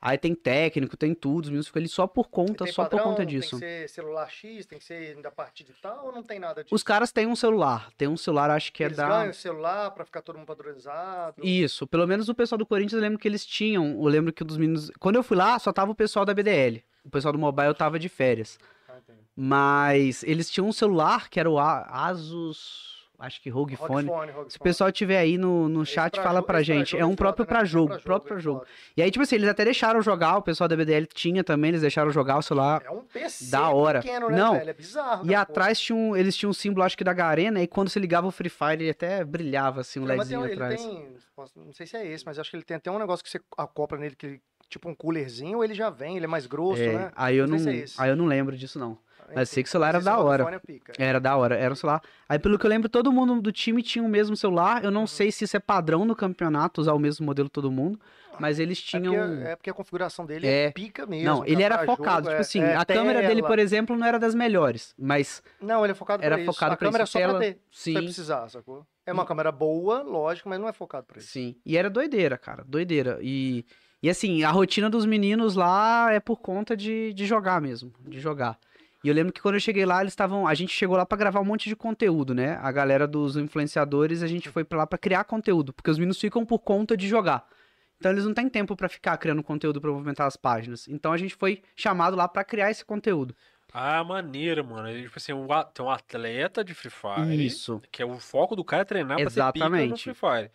[SPEAKER 5] Aí tem técnico, tem tudo, os meninos ficam ali só por conta,
[SPEAKER 1] Tem
[SPEAKER 5] só por
[SPEAKER 1] padrão? Tem
[SPEAKER 5] conta disso.
[SPEAKER 1] que ser celular X, tem que ser da partida e tal, ou não tem nada disso?
[SPEAKER 5] Os caras têm um celular, tem um celular, acho que é
[SPEAKER 1] Eles
[SPEAKER 5] da.
[SPEAKER 1] ganham o celular pra ficar todo mundo padronizado.
[SPEAKER 5] Isso, pelo menos o pessoal do Corinthians eu lembro que eles tinham. Eu lembro que um dos meninos. Quando eu fui lá, só tava o pessoal da BDL. O pessoal do mobile tava de férias.
[SPEAKER 1] Ah, entendi.
[SPEAKER 5] Mas eles tinham um celular que era o A- Asus. Acho que Rogue
[SPEAKER 1] Rogue
[SPEAKER 5] Phone.
[SPEAKER 1] Phone, Rogue
[SPEAKER 5] Se o
[SPEAKER 1] Phone.
[SPEAKER 5] pessoal tiver aí no, no
[SPEAKER 1] Esse
[SPEAKER 5] chat, fala
[SPEAKER 1] jo-
[SPEAKER 5] pra
[SPEAKER 1] esse
[SPEAKER 5] gente. É
[SPEAKER 1] jogo
[SPEAKER 5] um
[SPEAKER 1] é
[SPEAKER 5] próprio
[SPEAKER 1] foda, né?
[SPEAKER 5] pra
[SPEAKER 1] É
[SPEAKER 5] jogo, próprio pra
[SPEAKER 1] é
[SPEAKER 5] jogo.
[SPEAKER 1] foda.
[SPEAKER 5] E aí, tipo assim, eles até deixaram jogar, o pessoal da BDL tinha também, eles deixaram jogar o celular.
[SPEAKER 1] É um PC
[SPEAKER 5] Ah, Da hora.
[SPEAKER 1] pequeno, né,
[SPEAKER 5] Não.
[SPEAKER 1] velho? É bizarro.
[SPEAKER 5] E
[SPEAKER 1] da
[SPEAKER 5] atrás tinha um, eles tinham um símbolo, acho que da Garena, e quando você ligava o Free Fire, ele até brilhava assim, um
[SPEAKER 1] porra. Mas tem-
[SPEAKER 5] LEDzinho
[SPEAKER 1] ele
[SPEAKER 5] atrás.
[SPEAKER 1] tem- não sei se é esse, mas acho que ele tem até um negócio que você acopla nele, que tipo um coolerzinho, ou ele já vem, ele é mais grosso,
[SPEAKER 5] É,
[SPEAKER 1] né?
[SPEAKER 5] aí eu não,
[SPEAKER 1] não sei se é esse.
[SPEAKER 5] aí eu não lembro disso não. Mas sei que o celular era
[SPEAKER 1] Esse
[SPEAKER 5] da
[SPEAKER 1] Rogue
[SPEAKER 5] hora.
[SPEAKER 1] Phone é pica.
[SPEAKER 5] Era da hora, era um celular. Aí pelo que eu lembro, todo mundo do time tinha o mesmo celular. Eu não
[SPEAKER 1] Uhum.
[SPEAKER 5] sei se isso é padrão no campeonato usar o mesmo modelo todo mundo, mas eles
[SPEAKER 1] É
[SPEAKER 5] tinham
[SPEAKER 1] porque, é porque a configuração dele
[SPEAKER 5] um É.
[SPEAKER 1] é pica mesmo.
[SPEAKER 5] Não, ele
[SPEAKER 1] tá
[SPEAKER 5] era
[SPEAKER 1] pra
[SPEAKER 5] focado,
[SPEAKER 1] jogo,
[SPEAKER 5] tipo
[SPEAKER 1] é-
[SPEAKER 5] assim,
[SPEAKER 1] é
[SPEAKER 5] a câmera dele,
[SPEAKER 1] tela.
[SPEAKER 5] por exemplo, não era das melhores, mas
[SPEAKER 1] Não, ele é focado
[SPEAKER 5] era
[SPEAKER 1] pra isso.
[SPEAKER 5] focado
[SPEAKER 1] a
[SPEAKER 5] pra
[SPEAKER 1] câmera
[SPEAKER 5] isso,
[SPEAKER 1] é só
[SPEAKER 5] tela-
[SPEAKER 1] pra ter, se você
[SPEAKER 5] sim.
[SPEAKER 1] precisar, sacou? É uma câmera boa, lógico, mas não é focado pra isso.
[SPEAKER 5] Sim. E era doideira, cara. Doideira. E, e assim, a rotina dos meninos lá é por conta de, de jogar mesmo. De jogar. E eu lembro que quando eu cheguei lá, eles estavam. A gente chegou lá pra gravar um monte de conteúdo, né? A galera dos influenciadores, a gente foi pra lá pra criar conteúdo. Porque os meninos ficam por conta de jogar. Então eles não têm tempo pra ficar criando conteúdo pra movimentar as páginas. Então a gente foi chamado lá pra criar esse conteúdo.
[SPEAKER 2] Ah, maneiro, mano. Ele, Tipo assim, um a- tem um atleta de Free Fire.
[SPEAKER 5] Isso.
[SPEAKER 2] Que é o foco do cara é treinar pra ser pica no
[SPEAKER 5] Exatamente.
[SPEAKER 2] Free Fire.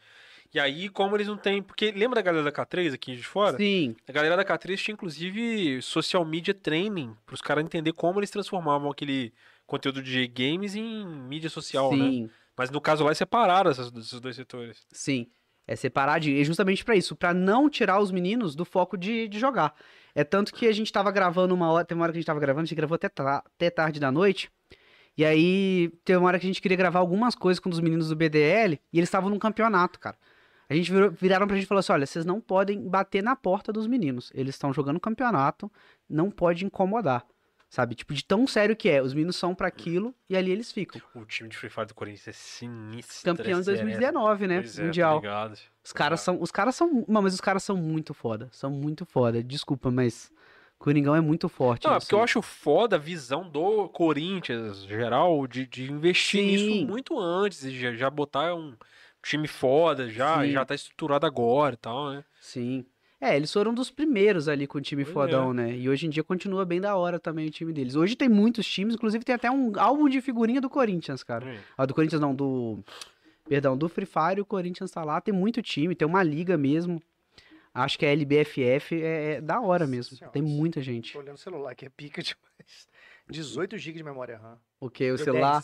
[SPEAKER 2] E aí, como eles não têm... Porque lembra da galera da K3 aqui de fora?
[SPEAKER 5] Sim.
[SPEAKER 2] A galera da K3 tinha, inclusive, social media training. Pros caras entender como eles transformavam aquele conteúdo de games em mídia social, né?
[SPEAKER 5] sim.
[SPEAKER 2] Mas no caso lá, eles separaram essas- esses dois setores.
[SPEAKER 5] Sim. É separadinho. E justamente pra isso, pra não tirar os meninos do foco de, de jogar. É tanto que a gente tava gravando uma hora, tem uma hora que a gente tava gravando, a gente gravou até, tra- até tarde da noite. E aí, tem uma hora que a gente queria gravar algumas coisas com os meninos do BDL, e eles estavam num campeonato, cara. A gente virou, viraram pra gente e falou assim: olha, vocês não podem bater na porta dos meninos. Eles estão jogando campeonato, não pode incomodar. Sabe? Tipo, de tão sério que é. Os meninos são pra aquilo e ali eles ficam.
[SPEAKER 2] O time de Free Fire do Corinthians é sinistro.
[SPEAKER 5] Campeão de
[SPEAKER 2] é sério.
[SPEAKER 5] 2019, né?
[SPEAKER 2] Pois é, tá
[SPEAKER 5] Mundial.
[SPEAKER 2] ligado?
[SPEAKER 5] Os caras
[SPEAKER 2] Exato.
[SPEAKER 5] são. Os caras são. Mano, mas os caras são muito foda. São muito foda. Desculpa, mas. Coringão é muito forte.
[SPEAKER 2] Não, é
[SPEAKER 5] nisso.
[SPEAKER 2] porque eu acho foda a visão do Corinthians geral de, de investir
[SPEAKER 5] Sim.
[SPEAKER 2] nisso muito antes e já, já botar um time foda, já,
[SPEAKER 5] Sim.
[SPEAKER 2] já tá estruturado agora e tal, né?
[SPEAKER 5] Sim. É, eles foram dos primeiros ali com o time
[SPEAKER 2] Pois é.
[SPEAKER 5] fodão, né? E hoje em dia continua bem da hora também o time deles. Hoje tem muitos times, inclusive tem até um álbum de figurinha do Corinthians, cara.
[SPEAKER 2] Hum.
[SPEAKER 5] Ah, do Corinthians não, do. Perdão, do Free Fire, o Corinthians tá lá, tem muito time, tem uma liga mesmo. Acho que a LBFF é, é da hora
[SPEAKER 1] Nossa
[SPEAKER 5] mesmo.
[SPEAKER 1] Senhora.
[SPEAKER 5] Tem muita gente.
[SPEAKER 1] Tô olhando o (laughs) celular, que é pica demais. 18 GB de memória RAM.
[SPEAKER 5] O que? O
[SPEAKER 1] DDR5.
[SPEAKER 5] celular?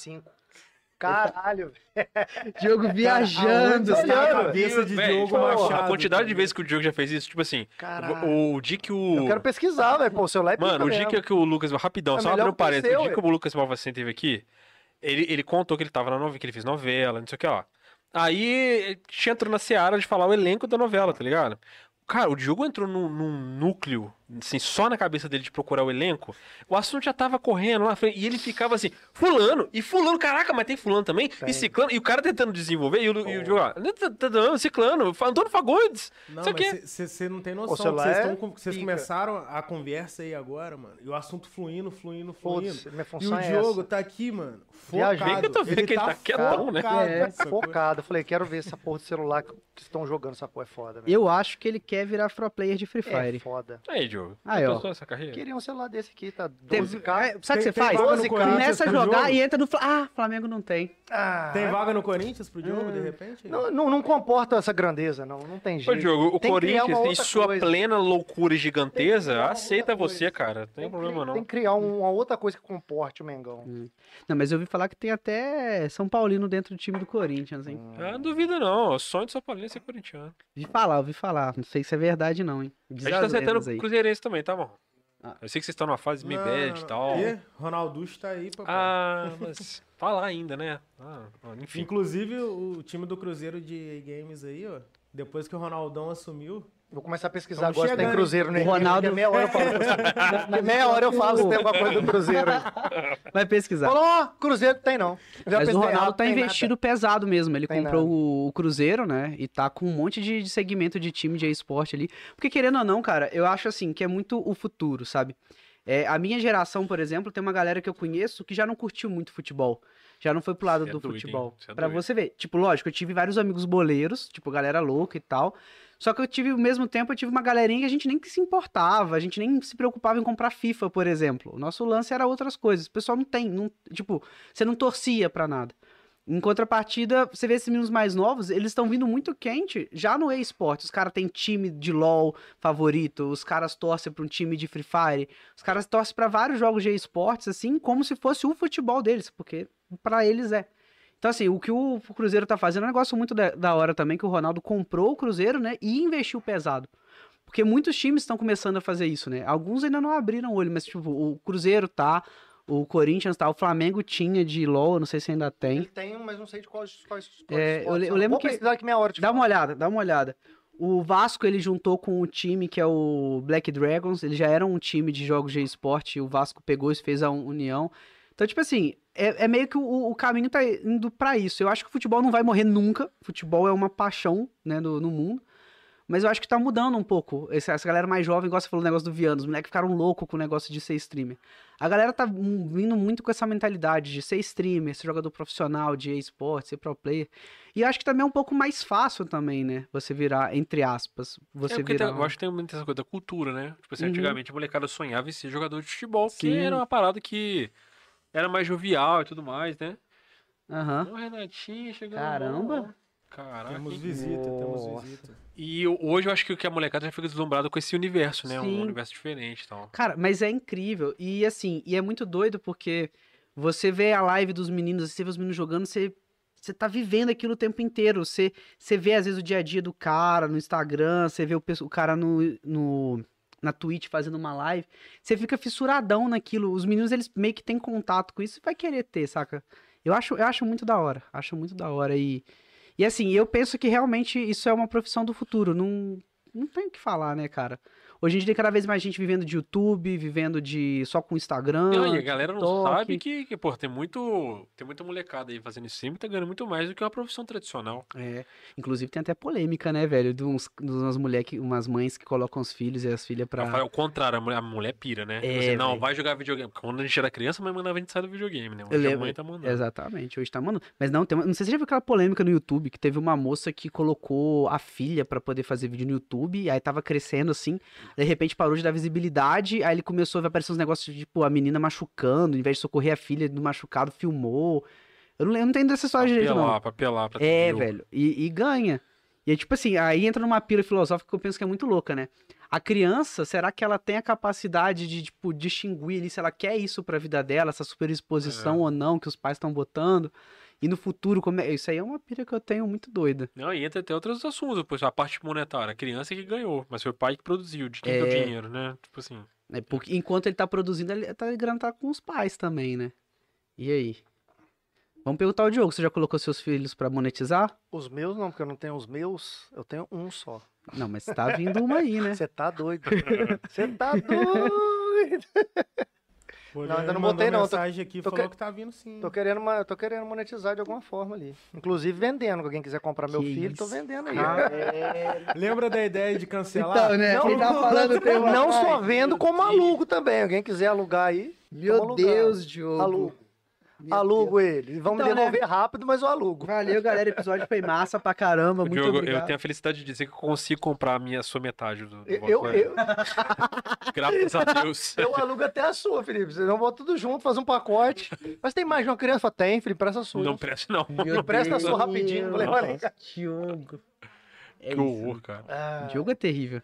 [SPEAKER 1] Caralho, velho.
[SPEAKER 2] (laughs)
[SPEAKER 5] Diogo
[SPEAKER 1] Cara, aonde
[SPEAKER 4] Está
[SPEAKER 5] viajando. tá?
[SPEAKER 4] a
[SPEAKER 1] Olhando,
[SPEAKER 4] cabeça de
[SPEAKER 2] Véi,
[SPEAKER 4] Diogo
[SPEAKER 2] tipo,
[SPEAKER 4] Machado.
[SPEAKER 2] A quantidade de vezes que o Diogo já fez isso, tipo assim,
[SPEAKER 1] Caralho.
[SPEAKER 2] o, o dia que o.
[SPEAKER 1] Eu quero pesquisar, velho. Pô, o celular é
[SPEAKER 2] Mano, o dia que, que o Lucas. Rapidão,
[SPEAKER 1] É
[SPEAKER 2] só
[SPEAKER 1] melhor
[SPEAKER 2] abriu um
[SPEAKER 1] que o
[SPEAKER 2] parênteses.
[SPEAKER 1] seu,
[SPEAKER 2] O dia que o Lucas Malvacen teve aqui, ele, ele contou que ele tava na novela, que ele fez novela, não sei o que, ó. Aí ele entrou na seara de falar o elenco da novela, tá ligado? Cara, o Diogo entrou num, num núcleo, assim, só na cabeça dele de procurar o elenco. O assunto já tava correndo lá na frente. E ele ficava assim, fulano, e fulano, caraca, mas tem fulano também? E ciclano, e o cara tentando desenvolver, e o, e o Diogo, ó, "Tá- tá- tá- ciclano, Antônio Fagundes.
[SPEAKER 4] Não,
[SPEAKER 2] Só que-
[SPEAKER 4] mas você não tem
[SPEAKER 1] O
[SPEAKER 4] noção.
[SPEAKER 1] celular
[SPEAKER 4] Vocês
[SPEAKER 1] é
[SPEAKER 4] tão com- vocês
[SPEAKER 1] pica.
[SPEAKER 4] começaram a conversa aí agora, mano. E o assunto fluindo, fluindo, fluindo.
[SPEAKER 1] Foda-se, minha
[SPEAKER 4] E o
[SPEAKER 1] função é
[SPEAKER 4] Diogo
[SPEAKER 1] essa.
[SPEAKER 4] tá aqui, mano.
[SPEAKER 1] Viajei.
[SPEAKER 4] Focado.
[SPEAKER 1] Bem
[SPEAKER 2] que eu tô vendo que ele tá quietão, né?
[SPEAKER 4] focado,
[SPEAKER 5] É,
[SPEAKER 4] sacou?
[SPEAKER 1] Focado. Eu Falei, quero ver essa porra de celular que estão jogando. Essa porra é foda, velho.
[SPEAKER 5] Eu acho que ele quer virar pro player de Free Fire.
[SPEAKER 1] É foda.
[SPEAKER 2] Aí, Diogo,
[SPEAKER 5] Aí, ó.
[SPEAKER 2] pensou nessa carreira?
[SPEAKER 1] Queria um celular desse aqui, tá?
[SPEAKER 5] Tem-
[SPEAKER 1] 12k.
[SPEAKER 5] é, sabe o que você
[SPEAKER 4] Tem- tem
[SPEAKER 5] faz?
[SPEAKER 4] vaga no Corinthians
[SPEAKER 5] Começa a
[SPEAKER 4] pro
[SPEAKER 5] jogar
[SPEAKER 4] jogo?
[SPEAKER 5] e entra no. Fla- Ah, Flamengo não tem.
[SPEAKER 1] Ah,
[SPEAKER 4] Tem vaga no Corinthians pro Diogo, de repente?
[SPEAKER 1] não, não, não comporta essa grandeza, não. Não tem
[SPEAKER 2] Ô,
[SPEAKER 1] jeito.
[SPEAKER 2] Diogo, o
[SPEAKER 1] Tem que criar uma
[SPEAKER 2] Corinthians, em
[SPEAKER 1] outra
[SPEAKER 2] sua
[SPEAKER 1] coisa.
[SPEAKER 2] plena loucura e
[SPEAKER 1] Tem que criar
[SPEAKER 2] giganteza,
[SPEAKER 1] uma
[SPEAKER 2] aceita
[SPEAKER 1] outra coisa.
[SPEAKER 2] você, cara. Não tem,
[SPEAKER 1] que-
[SPEAKER 2] problema, não.
[SPEAKER 1] Tem que criar um- uma outra coisa que comporte o Mengão.
[SPEAKER 5] Não, mas eu ouvi falar que tem até São Paulino dentro do time do Corinthians, hein?
[SPEAKER 1] Hum.
[SPEAKER 2] Ah, não duvida, não. O sonho de São Paulo é ser corintiano.
[SPEAKER 5] Ouvi falar, ouvi falar. Não sei se é verdade, não, hein? Diz
[SPEAKER 2] a gente tá
[SPEAKER 5] as
[SPEAKER 2] acertando
[SPEAKER 5] lendas aí.
[SPEAKER 2] o Cruzeirense também, tá bom?
[SPEAKER 5] Ah.
[SPEAKER 2] Eu sei que vocês estão numa fase meio bad e tal.
[SPEAKER 4] E Ah, Ronaldo está aí, papai.
[SPEAKER 2] Ah, mas tá lá ainda, né? Ah, enfim.
[SPEAKER 4] Inclusive, o time do Cruzeiro de games aí, ó. Depois que o Ronaldão assumiu,
[SPEAKER 1] Vou começar a pesquisar
[SPEAKER 4] Tamo
[SPEAKER 1] agora se tem
[SPEAKER 4] chegando,
[SPEAKER 1] Cruzeiro no
[SPEAKER 5] O
[SPEAKER 1] Henrique,
[SPEAKER 5] Ronaldo-
[SPEAKER 1] porque Meia hora eu falo, (laughs) porque meia hora eu falo se tem alguma coisa do Cruzeiro. aí.
[SPEAKER 5] Vai pesquisar.
[SPEAKER 1] Falou, ó, Cruzeiro tem não. Já
[SPEAKER 5] Mas
[SPEAKER 1] pensei
[SPEAKER 5] o Ronaldo
[SPEAKER 1] errado,
[SPEAKER 5] tá
[SPEAKER 1] tem nada.
[SPEAKER 5] investido pesado mesmo. Ele
[SPEAKER 1] Tem
[SPEAKER 5] comprou
[SPEAKER 1] nada.
[SPEAKER 5] o, o Cruzeiro, né? E tá com um monte de, de segmento de time de esporte ali. Porque, querendo ou não, cara, eu acho assim que é muito o futuro, sabe? É, a minha geração, por exemplo, tem uma galera que eu conheço que já não curtiu muito futebol. Já não foi pro lado
[SPEAKER 2] Cê é
[SPEAKER 5] do
[SPEAKER 2] doido, hein?
[SPEAKER 5] futebol.
[SPEAKER 2] Cê é
[SPEAKER 5] pra
[SPEAKER 2] doido.
[SPEAKER 5] você ver. Tipo, lógico, eu tive vários amigos boleiros, tipo, galera louca e tal. Só que eu tive, ao mesmo tempo, eu tive uma galerinha que a gente nem se importava, a gente nem se preocupava em comprar FIFA, por exemplo. O nosso lance era outras coisas. O pessoal não tem, não- tipo, você não torcia pra nada. Em contrapartida, você vê esses meninos mais novos, eles estão vindo muito quente já no e-sport. Os caras têm time de LoL favorito, os caras torcem pra um time de Free Fire, os caras torcem pra vários jogos de esportes, assim, como se fosse o futebol deles, porque pra eles é. Então, assim, o que o Cruzeiro tá fazendo é um negócio muito da, da hora também, que o Ronaldo comprou o Cruzeiro, né, e investiu pesado. Porque muitos times estão começando a fazer isso, né? Alguns ainda não abriram o olho, mas, tipo, o Cruzeiro tá, o Corinthians tá, o Flamengo tinha de LoL, eu não sei se ainda tem.
[SPEAKER 1] Ele tem, mas não sei de quais quais.
[SPEAKER 5] É,
[SPEAKER 1] quais
[SPEAKER 5] eu le- eu
[SPEAKER 1] são.
[SPEAKER 5] lembro
[SPEAKER 1] Vou
[SPEAKER 5] que-
[SPEAKER 1] pesquisar aqui meia hora. tipo, te
[SPEAKER 5] Dá um-
[SPEAKER 1] falo.
[SPEAKER 5] uma olhada, dá uma olhada. O Vasco ele juntou com o time que é o Black Dragons, ele já era um time de jogos de esporte, o Vasco pegou e fez a un- união. Então, tipo assim, é, é meio que o, o caminho tá indo pra isso. Eu acho que o futebol não vai morrer nunca. Futebol é uma paixão, né, no, no mundo. Mas eu acho que tá mudando um pouco. Esse- essa galera mais jovem, gosta você falou o negócio do Vianos, os moleques ficaram loucos com o negócio de ser streamer. A galera tá hum, vindo muito com essa mentalidade de ser streamer, ser jogador profissional, de esporte, ser pro player. E eu acho que também é um pouco mais fácil também, né? Você virar, entre aspas,
[SPEAKER 2] É
[SPEAKER 5] você
[SPEAKER 2] porque
[SPEAKER 5] virar... um-
[SPEAKER 2] tem- eu acho que tem muita essa coisa da cultura, né? Tipo assim,
[SPEAKER 5] Uhum.
[SPEAKER 2] antigamente a molecada sonhava em ser jogador de futebol, porque
[SPEAKER 5] Sim.
[SPEAKER 2] era uma parada que era mais jovial e tudo mais, né?
[SPEAKER 5] Aham.
[SPEAKER 2] Ô, Renatinho, chegou.
[SPEAKER 5] Caramba.
[SPEAKER 2] Caraca.
[SPEAKER 4] temos visita, temos
[SPEAKER 1] Nossa.
[SPEAKER 4] visita.
[SPEAKER 2] E eu- hoje eu acho que- que a molecada já fica deslumbrada com esse universo, né?
[SPEAKER 5] Sim.
[SPEAKER 2] Um universo diferente e tal.
[SPEAKER 5] Cara, mas é incrível. E assim, e é muito doido porque você vê a live dos meninos, você vê os meninos jogando, você, você tá vivendo aquilo o tempo inteiro. Você, você vê, às vezes, o dia a dia do cara no Instagram, você vê o, pesso- o cara no, no, na Twitch fazendo uma live. Você fica fissuradão naquilo. Os meninos, eles meio que têm contato com isso e vai querer ter, saca? Eu acho, eu acho muito da hora. Acho muito da hora. E, e assim, eu penso que realmente isso é uma profissão do futuro. Não, não tem o que falar, né, cara? Hoje em dia tem cada vez mais gente vivendo de YouTube, vivendo de só com Instagram.
[SPEAKER 2] Não, e é a galera não
[SPEAKER 5] TikTok.
[SPEAKER 2] sabe que, que, pô, tem muito. Tem muita molecada aí fazendo isso sempre, tá ganhando muito mais do que uma profissão tradicional.
[SPEAKER 5] É. Inclusive tem até polêmica, né, velho? De, uns, de umas mulher que, umas mães que colocam os filhos e as filhas pra.
[SPEAKER 2] Ao contrário, a mulher, a mulher pira, né? Tipo
[SPEAKER 5] É,
[SPEAKER 2] assim, não,
[SPEAKER 5] véi.
[SPEAKER 2] vai jogar videogame. Porque Quando a gente era criança, a mãe mandava a gente sair do videogame, né? Hoje
[SPEAKER 5] Eu
[SPEAKER 2] a
[SPEAKER 5] lembro.
[SPEAKER 2] mãe tá mandando.
[SPEAKER 5] Exatamente, hoje tá mandando. Mas não, tem uma- não sei se você já viu aquela polêmica no YouTube, que teve uma moça que colocou a filha pra poder fazer vídeo no YouTube, e aí tava crescendo assim, de repente parou de dar visibilidade, aí ele começou a aparecer uns negócios, tipo, a menina machucando, ao invés de socorrer a filha do machucado, filmou. Eu não, lembro- eu não entendo essa história direito, não.
[SPEAKER 2] Apelar, pra apelar, pra
[SPEAKER 5] É,
[SPEAKER 2] ter o-
[SPEAKER 5] velho. E, e ganha. E é tipo assim, aí entra numa pira filosófica que eu penso que é muito louca, né? A criança, será que ela tem a capacidade de, tipo,
[SPEAKER 1] É.
[SPEAKER 5] distinguir ali se ela quer isso pra vida dela, essa superexposição ou não que os pais estão botando? E no futuro, como é... isso aí é uma pira que eu tenho muito doida.
[SPEAKER 2] Não, e entra até outros assuntos, pois a parte monetária. A criança é que ganhou, mas foi o pai que produziu, de quem deu
[SPEAKER 5] É.
[SPEAKER 2] dinheiro, né? Tipo assim.
[SPEAKER 5] né? Porque enquanto ele tá produzindo, ele tá, a grana tá com os pais também, né? E aí? Vamos perguntar ao Diogo, você já colocou seus filhos pra monetizar?
[SPEAKER 1] Os meus não, porque eu não tenho os meus, eu tenho um só.
[SPEAKER 5] Não, mas tá vindo uma aí, né?
[SPEAKER 1] Você tá doido. Você tá doido.
[SPEAKER 4] Pô,
[SPEAKER 1] Não,
[SPEAKER 4] ele
[SPEAKER 1] ainda não
[SPEAKER 4] mandou
[SPEAKER 1] botei, não. Tô-
[SPEAKER 4] mensagem aqui,
[SPEAKER 1] tô
[SPEAKER 4] falou
[SPEAKER 1] que-
[SPEAKER 4] que tá vindo sim.
[SPEAKER 1] Tô querendo, ma- tô querendo monetizar de alguma forma ali. Inclusive vendendo. Quem quiser comprar meu
[SPEAKER 5] Que
[SPEAKER 1] filho, tô
[SPEAKER 5] isso, Ah,
[SPEAKER 1] vendendo aí.
[SPEAKER 4] Ah, Lembra da ideia de cancelar?
[SPEAKER 5] Então, né?
[SPEAKER 1] Não,
[SPEAKER 5] Quem
[SPEAKER 1] (laughs)
[SPEAKER 5] tá falando tem uma
[SPEAKER 1] não só
[SPEAKER 5] paz.
[SPEAKER 1] vendo, como alugo também. Alguém quiser alugar aí,
[SPEAKER 5] (laughs) Meu
[SPEAKER 1] Toma lugar.
[SPEAKER 5] Deus, Diogo.
[SPEAKER 1] alugo.
[SPEAKER 5] Meu
[SPEAKER 1] Alugo ele. Vão me
[SPEAKER 5] Então, né?
[SPEAKER 1] devolver rápido, mas eu
[SPEAKER 5] Deus.
[SPEAKER 1] alugo.
[SPEAKER 5] Valeu, galera. O episódio foi massa pra caramba. Muito
[SPEAKER 2] Diogo, eu
[SPEAKER 5] obrigado.
[SPEAKER 2] tenho a felicidade de dizer que eu consigo comprar a minha sua metade do, do
[SPEAKER 1] Eu, eu,
[SPEAKER 2] Valkyrie.
[SPEAKER 1] eu,
[SPEAKER 2] Graças a Deus.
[SPEAKER 5] É um
[SPEAKER 1] eu alugo até a sua, Felipe. Vocês vão botar tudo junto, fazer um pacote. Mas tem mais de uma criança? Fala, Tem, Felipe, presta a sua.
[SPEAKER 2] Não presta, não.
[SPEAKER 5] Meu
[SPEAKER 1] Presta
[SPEAKER 5] Deus,
[SPEAKER 1] só rapidinho, falei, olha aí, cara.
[SPEAKER 5] Diogo. É
[SPEAKER 2] Que horror, cara.
[SPEAKER 1] Ah,
[SPEAKER 5] Diogo é terrível.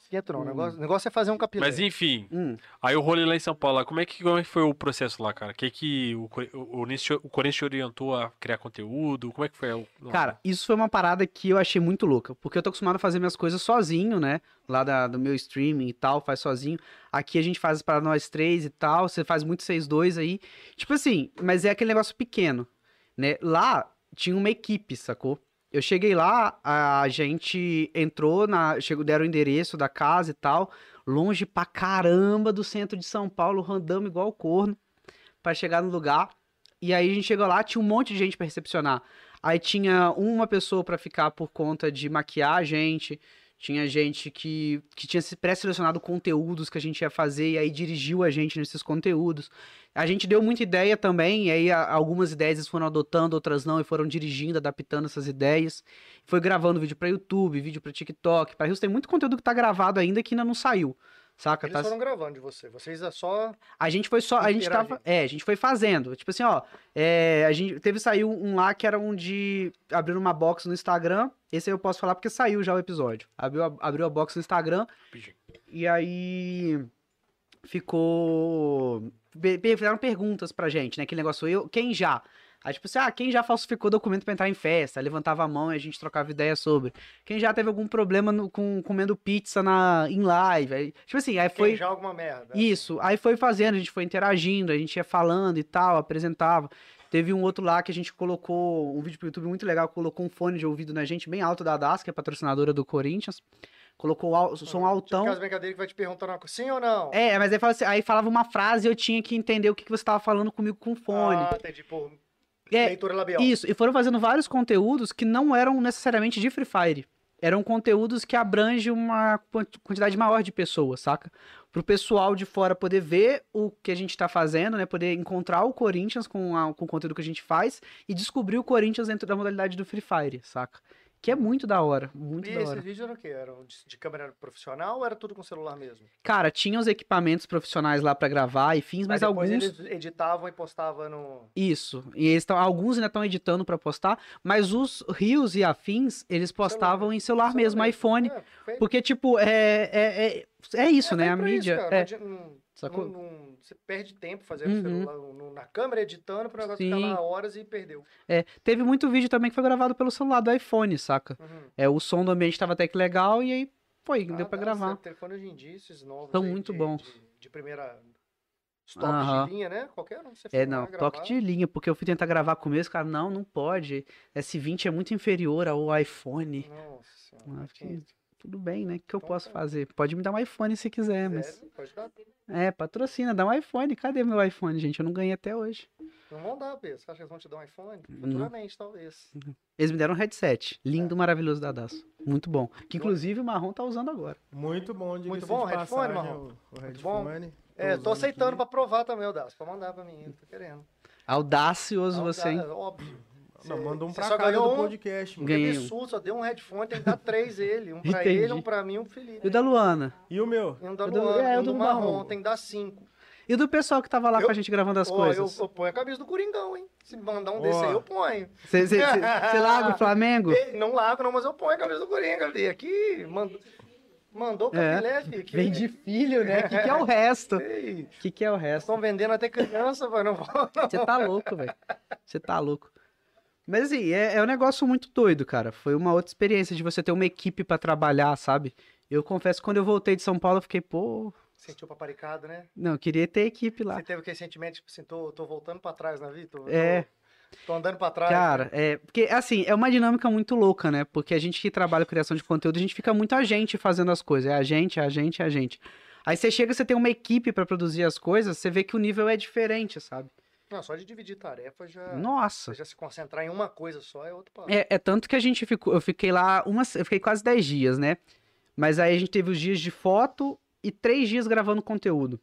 [SPEAKER 1] esquenta não. O negócio, o negócio é fazer um capilé.
[SPEAKER 2] Mas enfim,
[SPEAKER 5] Hum.
[SPEAKER 2] aí o rolê lá em São Paulo, lá, como é que, como é que foi o processo lá, cara? O que que o, Cor- o, o, Corinthians te- o Corinthians te orientou a criar conteúdo? Como é que foi? o-
[SPEAKER 5] Cara, isso foi uma parada que eu achei muito louca, porque eu tô acostumado a fazer minhas coisas sozinho, né? Lá da- do meu streaming e tal, faz sozinho. Aqui a gente faz para nós três e tal, você faz muito vocês dois aí. Tipo assim, mas é aquele negócio pequeno, né? Lá tinha uma equipe, sacou? Eu cheguei lá, a gente entrou na, chegou, deram o endereço da casa e tal, longe pra caramba do centro de São Paulo, randamos igual o corno, pra chegar no lugar. E aí a gente chegou lá, tinha um monte de gente pra recepcionar. Aí tinha uma pessoa pra ficar por conta de maquiar a gente. Tinha gente que, que tinha se pré-selecionado conteúdos que a gente ia fazer e aí dirigiu a gente nesses conteúdos. A gente deu muita ideia também, e aí a- algumas ideias eles foram adotando, outras não, e foram dirigindo, adaptando essas ideias. Foi gravando vídeo pra YouTube, vídeo pra TikTok, pra Rios. Tem muito conteúdo que tá gravado ainda que ainda não saiu, saca?
[SPEAKER 1] Eles
[SPEAKER 5] Tá-
[SPEAKER 1] foram gravando de você. Vocês é só.
[SPEAKER 5] a gente foi só. A gente
[SPEAKER 1] Interagindo.
[SPEAKER 5] tava. É, a gente foi fazendo. Tipo assim, ó. é, a gente teve saiu um lá que era um de. Abrindo uma box no Instagram. Esse aí eu posso falar porque saiu já o episódio. Abriu a, abriu a box no Instagram.
[SPEAKER 2] Rapidinho.
[SPEAKER 5] E aí. Ficou. pe- pe- Fizeram perguntas pra gente, né? Aquele negócio, eu, quem já? Aí, tipo assim, ah, quem já falsificou documento pra entrar em festa? Aí Levantava a mão e a gente trocava ideia sobre. Quem já teve algum problema no- com, comendo pizza na, em live? Aí, tipo assim, aí foi.
[SPEAKER 1] Foi já alguma merda.
[SPEAKER 5] Isso, aí foi fazendo, a gente foi interagindo, a gente ia falando e tal, apresentava. Teve um outro lá que a gente colocou, um vídeo pro YouTube muito legal, colocou um fone de ouvido na gente, bem alto da DAS, que é patrocinadora do Corinthians. Colocou o som altão.
[SPEAKER 1] Tipo, Aquelas brincadeiras que vai te perguntando uma coisa, sim ou não?
[SPEAKER 5] É, mas aí, fala assim- aí falava uma frase e eu tinha que entender o que, que você tava falando comigo com o fone.
[SPEAKER 1] Ah, tem tipo.
[SPEAKER 5] é,
[SPEAKER 1] leitura labial.
[SPEAKER 5] isso, e foram fazendo vários conteúdos que não eram necessariamente de Free Fire. Eram conteúdos que abrangem uma quanti- quantidade maior de pessoas, saca? Pro pessoal de fora poder ver o que a gente tá fazendo, né? Poder encontrar o Corinthians com, a- com o conteúdo que a gente faz e descobrir o Corinthians dentro da modalidade do Free Fire, saca? Que é muito da hora, muito
[SPEAKER 1] E
[SPEAKER 5] da
[SPEAKER 1] esses
[SPEAKER 5] hora.
[SPEAKER 1] vídeos eram o quê? Eram de, de câmera profissional ou era tudo com celular mesmo?
[SPEAKER 5] Cara, tinha os equipamentos profissionais lá pra gravar e fins, mas
[SPEAKER 1] Aí depois
[SPEAKER 5] alguns...
[SPEAKER 1] eles editavam e postavam no.
[SPEAKER 5] Isso. E eles tão, alguns ainda estão editando pra postar, mas os rios e afins, eles postavam em celular mesmo, iPhone.
[SPEAKER 1] É, foi-
[SPEAKER 5] Porque, tipo, é, é, é, é isso,
[SPEAKER 1] é,
[SPEAKER 5] né?
[SPEAKER 1] foi
[SPEAKER 5] A
[SPEAKER 1] pra
[SPEAKER 5] mídia.
[SPEAKER 1] isso, cara.
[SPEAKER 5] é,
[SPEAKER 1] Não adi- não-
[SPEAKER 5] sacou?
[SPEAKER 1] não- não- você perde tempo fazendo
[SPEAKER 5] Uhum.
[SPEAKER 1] celular, no- na câmera editando pro negócio
[SPEAKER 5] Sim.
[SPEAKER 1] ficar lá horas e perdeu.
[SPEAKER 5] É, Teve muito vídeo também que foi gravado pelo celular do iPhone, saca?
[SPEAKER 1] Uhum.
[SPEAKER 5] É, o som do ambiente tava até que legal e aí foi,
[SPEAKER 1] Ah,
[SPEAKER 5] deu pra
[SPEAKER 1] tá,
[SPEAKER 5] gravar.
[SPEAKER 1] esse telefone hoje em dia, esses novos.
[SPEAKER 5] Tão
[SPEAKER 1] aí
[SPEAKER 5] muito
[SPEAKER 1] de,
[SPEAKER 5] bons.
[SPEAKER 1] De, de primeira. Stop
[SPEAKER 5] Aham.
[SPEAKER 1] de linha, né? Qualquer um. Você
[SPEAKER 5] É,
[SPEAKER 1] filmar,
[SPEAKER 5] não,
[SPEAKER 1] gravar.
[SPEAKER 5] toque de linha, porque eu fui tentar gravar com o mesmo, cara, não, não pode. S20 é muito inferior ao iPhone.
[SPEAKER 1] Nossa senhora.
[SPEAKER 5] Ah,
[SPEAKER 1] mas
[SPEAKER 5] que-
[SPEAKER 1] tinha isso.
[SPEAKER 5] Tudo bem, né? O que eu
[SPEAKER 1] Então
[SPEAKER 5] posso
[SPEAKER 1] tá.
[SPEAKER 5] fazer? Pode me dar um iPhone se quiser, mas.
[SPEAKER 1] Sério, pode dar.
[SPEAKER 5] É, patrocina, dá um iPhone. Cadê meu iPhone, gente? Eu não ganhei até hoje.
[SPEAKER 1] Não vão dar, Pedro. Você acha que eles vão te dar um iPhone? Futuramente, talvez.
[SPEAKER 5] Eles me deram um headset. Lindo, maravilhoso da DAS. Muito bom. Que inclusive o Marrom tá usando agora.
[SPEAKER 4] Muito bom, diga-se
[SPEAKER 1] Muito
[SPEAKER 4] de
[SPEAKER 1] bom o headphone,
[SPEAKER 4] passagem,
[SPEAKER 1] Marrom?
[SPEAKER 4] o- O
[SPEAKER 1] Muito bom?
[SPEAKER 4] headphone.
[SPEAKER 1] É, tô
[SPEAKER 4] usando
[SPEAKER 1] aceitando
[SPEAKER 4] aqui.
[SPEAKER 1] pra provar também o DAS. Pra mandar pra mim, eu tô querendo.
[SPEAKER 5] Audacioso
[SPEAKER 1] Ah, o
[SPEAKER 5] você, hein?
[SPEAKER 1] DAS, Óbvio.
[SPEAKER 4] Não,
[SPEAKER 1] Cê-
[SPEAKER 4] manda um
[SPEAKER 1] cê
[SPEAKER 4] pra
[SPEAKER 1] só
[SPEAKER 4] cada
[SPEAKER 1] ganhou
[SPEAKER 4] do
[SPEAKER 1] um?
[SPEAKER 4] podcast, mano.
[SPEAKER 5] Ganhei.
[SPEAKER 1] Que
[SPEAKER 5] Ganhei um.
[SPEAKER 1] absurdo, só deu um headphone, tem que dar três ele. Um pra ele,
[SPEAKER 5] (laughs) Entendi.
[SPEAKER 1] um pra mim um pro Felipe.
[SPEAKER 5] E o da Luana.
[SPEAKER 4] E o meu?
[SPEAKER 1] E um da
[SPEAKER 5] Eu dou-
[SPEAKER 1] Luana,
[SPEAKER 5] é, eu
[SPEAKER 1] um do
[SPEAKER 5] dou um
[SPEAKER 1] marrom.
[SPEAKER 5] marrom.
[SPEAKER 1] tem que dar cinco.
[SPEAKER 5] E do pessoal que tava lá
[SPEAKER 1] Eu-
[SPEAKER 5] com a gente gravando as
[SPEAKER 1] Ó, eu,
[SPEAKER 5] coisas.
[SPEAKER 1] eu ponho a camisa do Coringão, hein? Se mandar um
[SPEAKER 4] Ó.
[SPEAKER 1] desse aí, eu ponho.
[SPEAKER 5] Você larga o Flamengo?
[SPEAKER 1] Ei, Não largo, não, mas eu ponho a camisa do Coringa ali. Aqui, mando... Mandou o
[SPEAKER 5] É.
[SPEAKER 1] capilé, filho. que-
[SPEAKER 5] Vem de filho, né? O que, que é o resto? O
[SPEAKER 1] Ei,
[SPEAKER 5] que, que é o resto?
[SPEAKER 1] Estão vendendo até criança, vai, não vou. (laughs)
[SPEAKER 5] Você tá louco, velho. Você tá louco. Mas assim, é, é um negócio muito doido, cara. Foi uma outra experiência de você ter uma equipe pra trabalhar, sabe? Eu confesso que quando eu voltei de São Paulo, eu fiquei, pô,
[SPEAKER 1] Sentiu paparicado, né?
[SPEAKER 5] não, eu queria ter equipe lá.
[SPEAKER 1] Você teve aquele sentimento, tipo assim, tô, tô voltando pra trás na vida? Tô,
[SPEAKER 5] É.
[SPEAKER 1] Tô, tô andando pra trás.
[SPEAKER 5] Cara, é. Porque, assim, é uma dinâmica muito louca, né? Porque a gente que trabalha com criação de conteúdo, a gente fica muito a gente fazendo as coisas. É a gente, é a gente, é a gente. Aí você chega, você tem uma equipe pra produzir as coisas, você vê que o nível é diferente, sabe?
[SPEAKER 1] Não, só de dividir tarefa já...
[SPEAKER 5] Nossa.
[SPEAKER 1] Você já se concentrar em uma coisa só é outro papo.
[SPEAKER 5] É, é tanto que a gente ficou. Eu fiquei lá umas. Eu fiquei quase 10 dias, né? Mas aí a gente teve os dias de foto e três dias gravando conteúdo.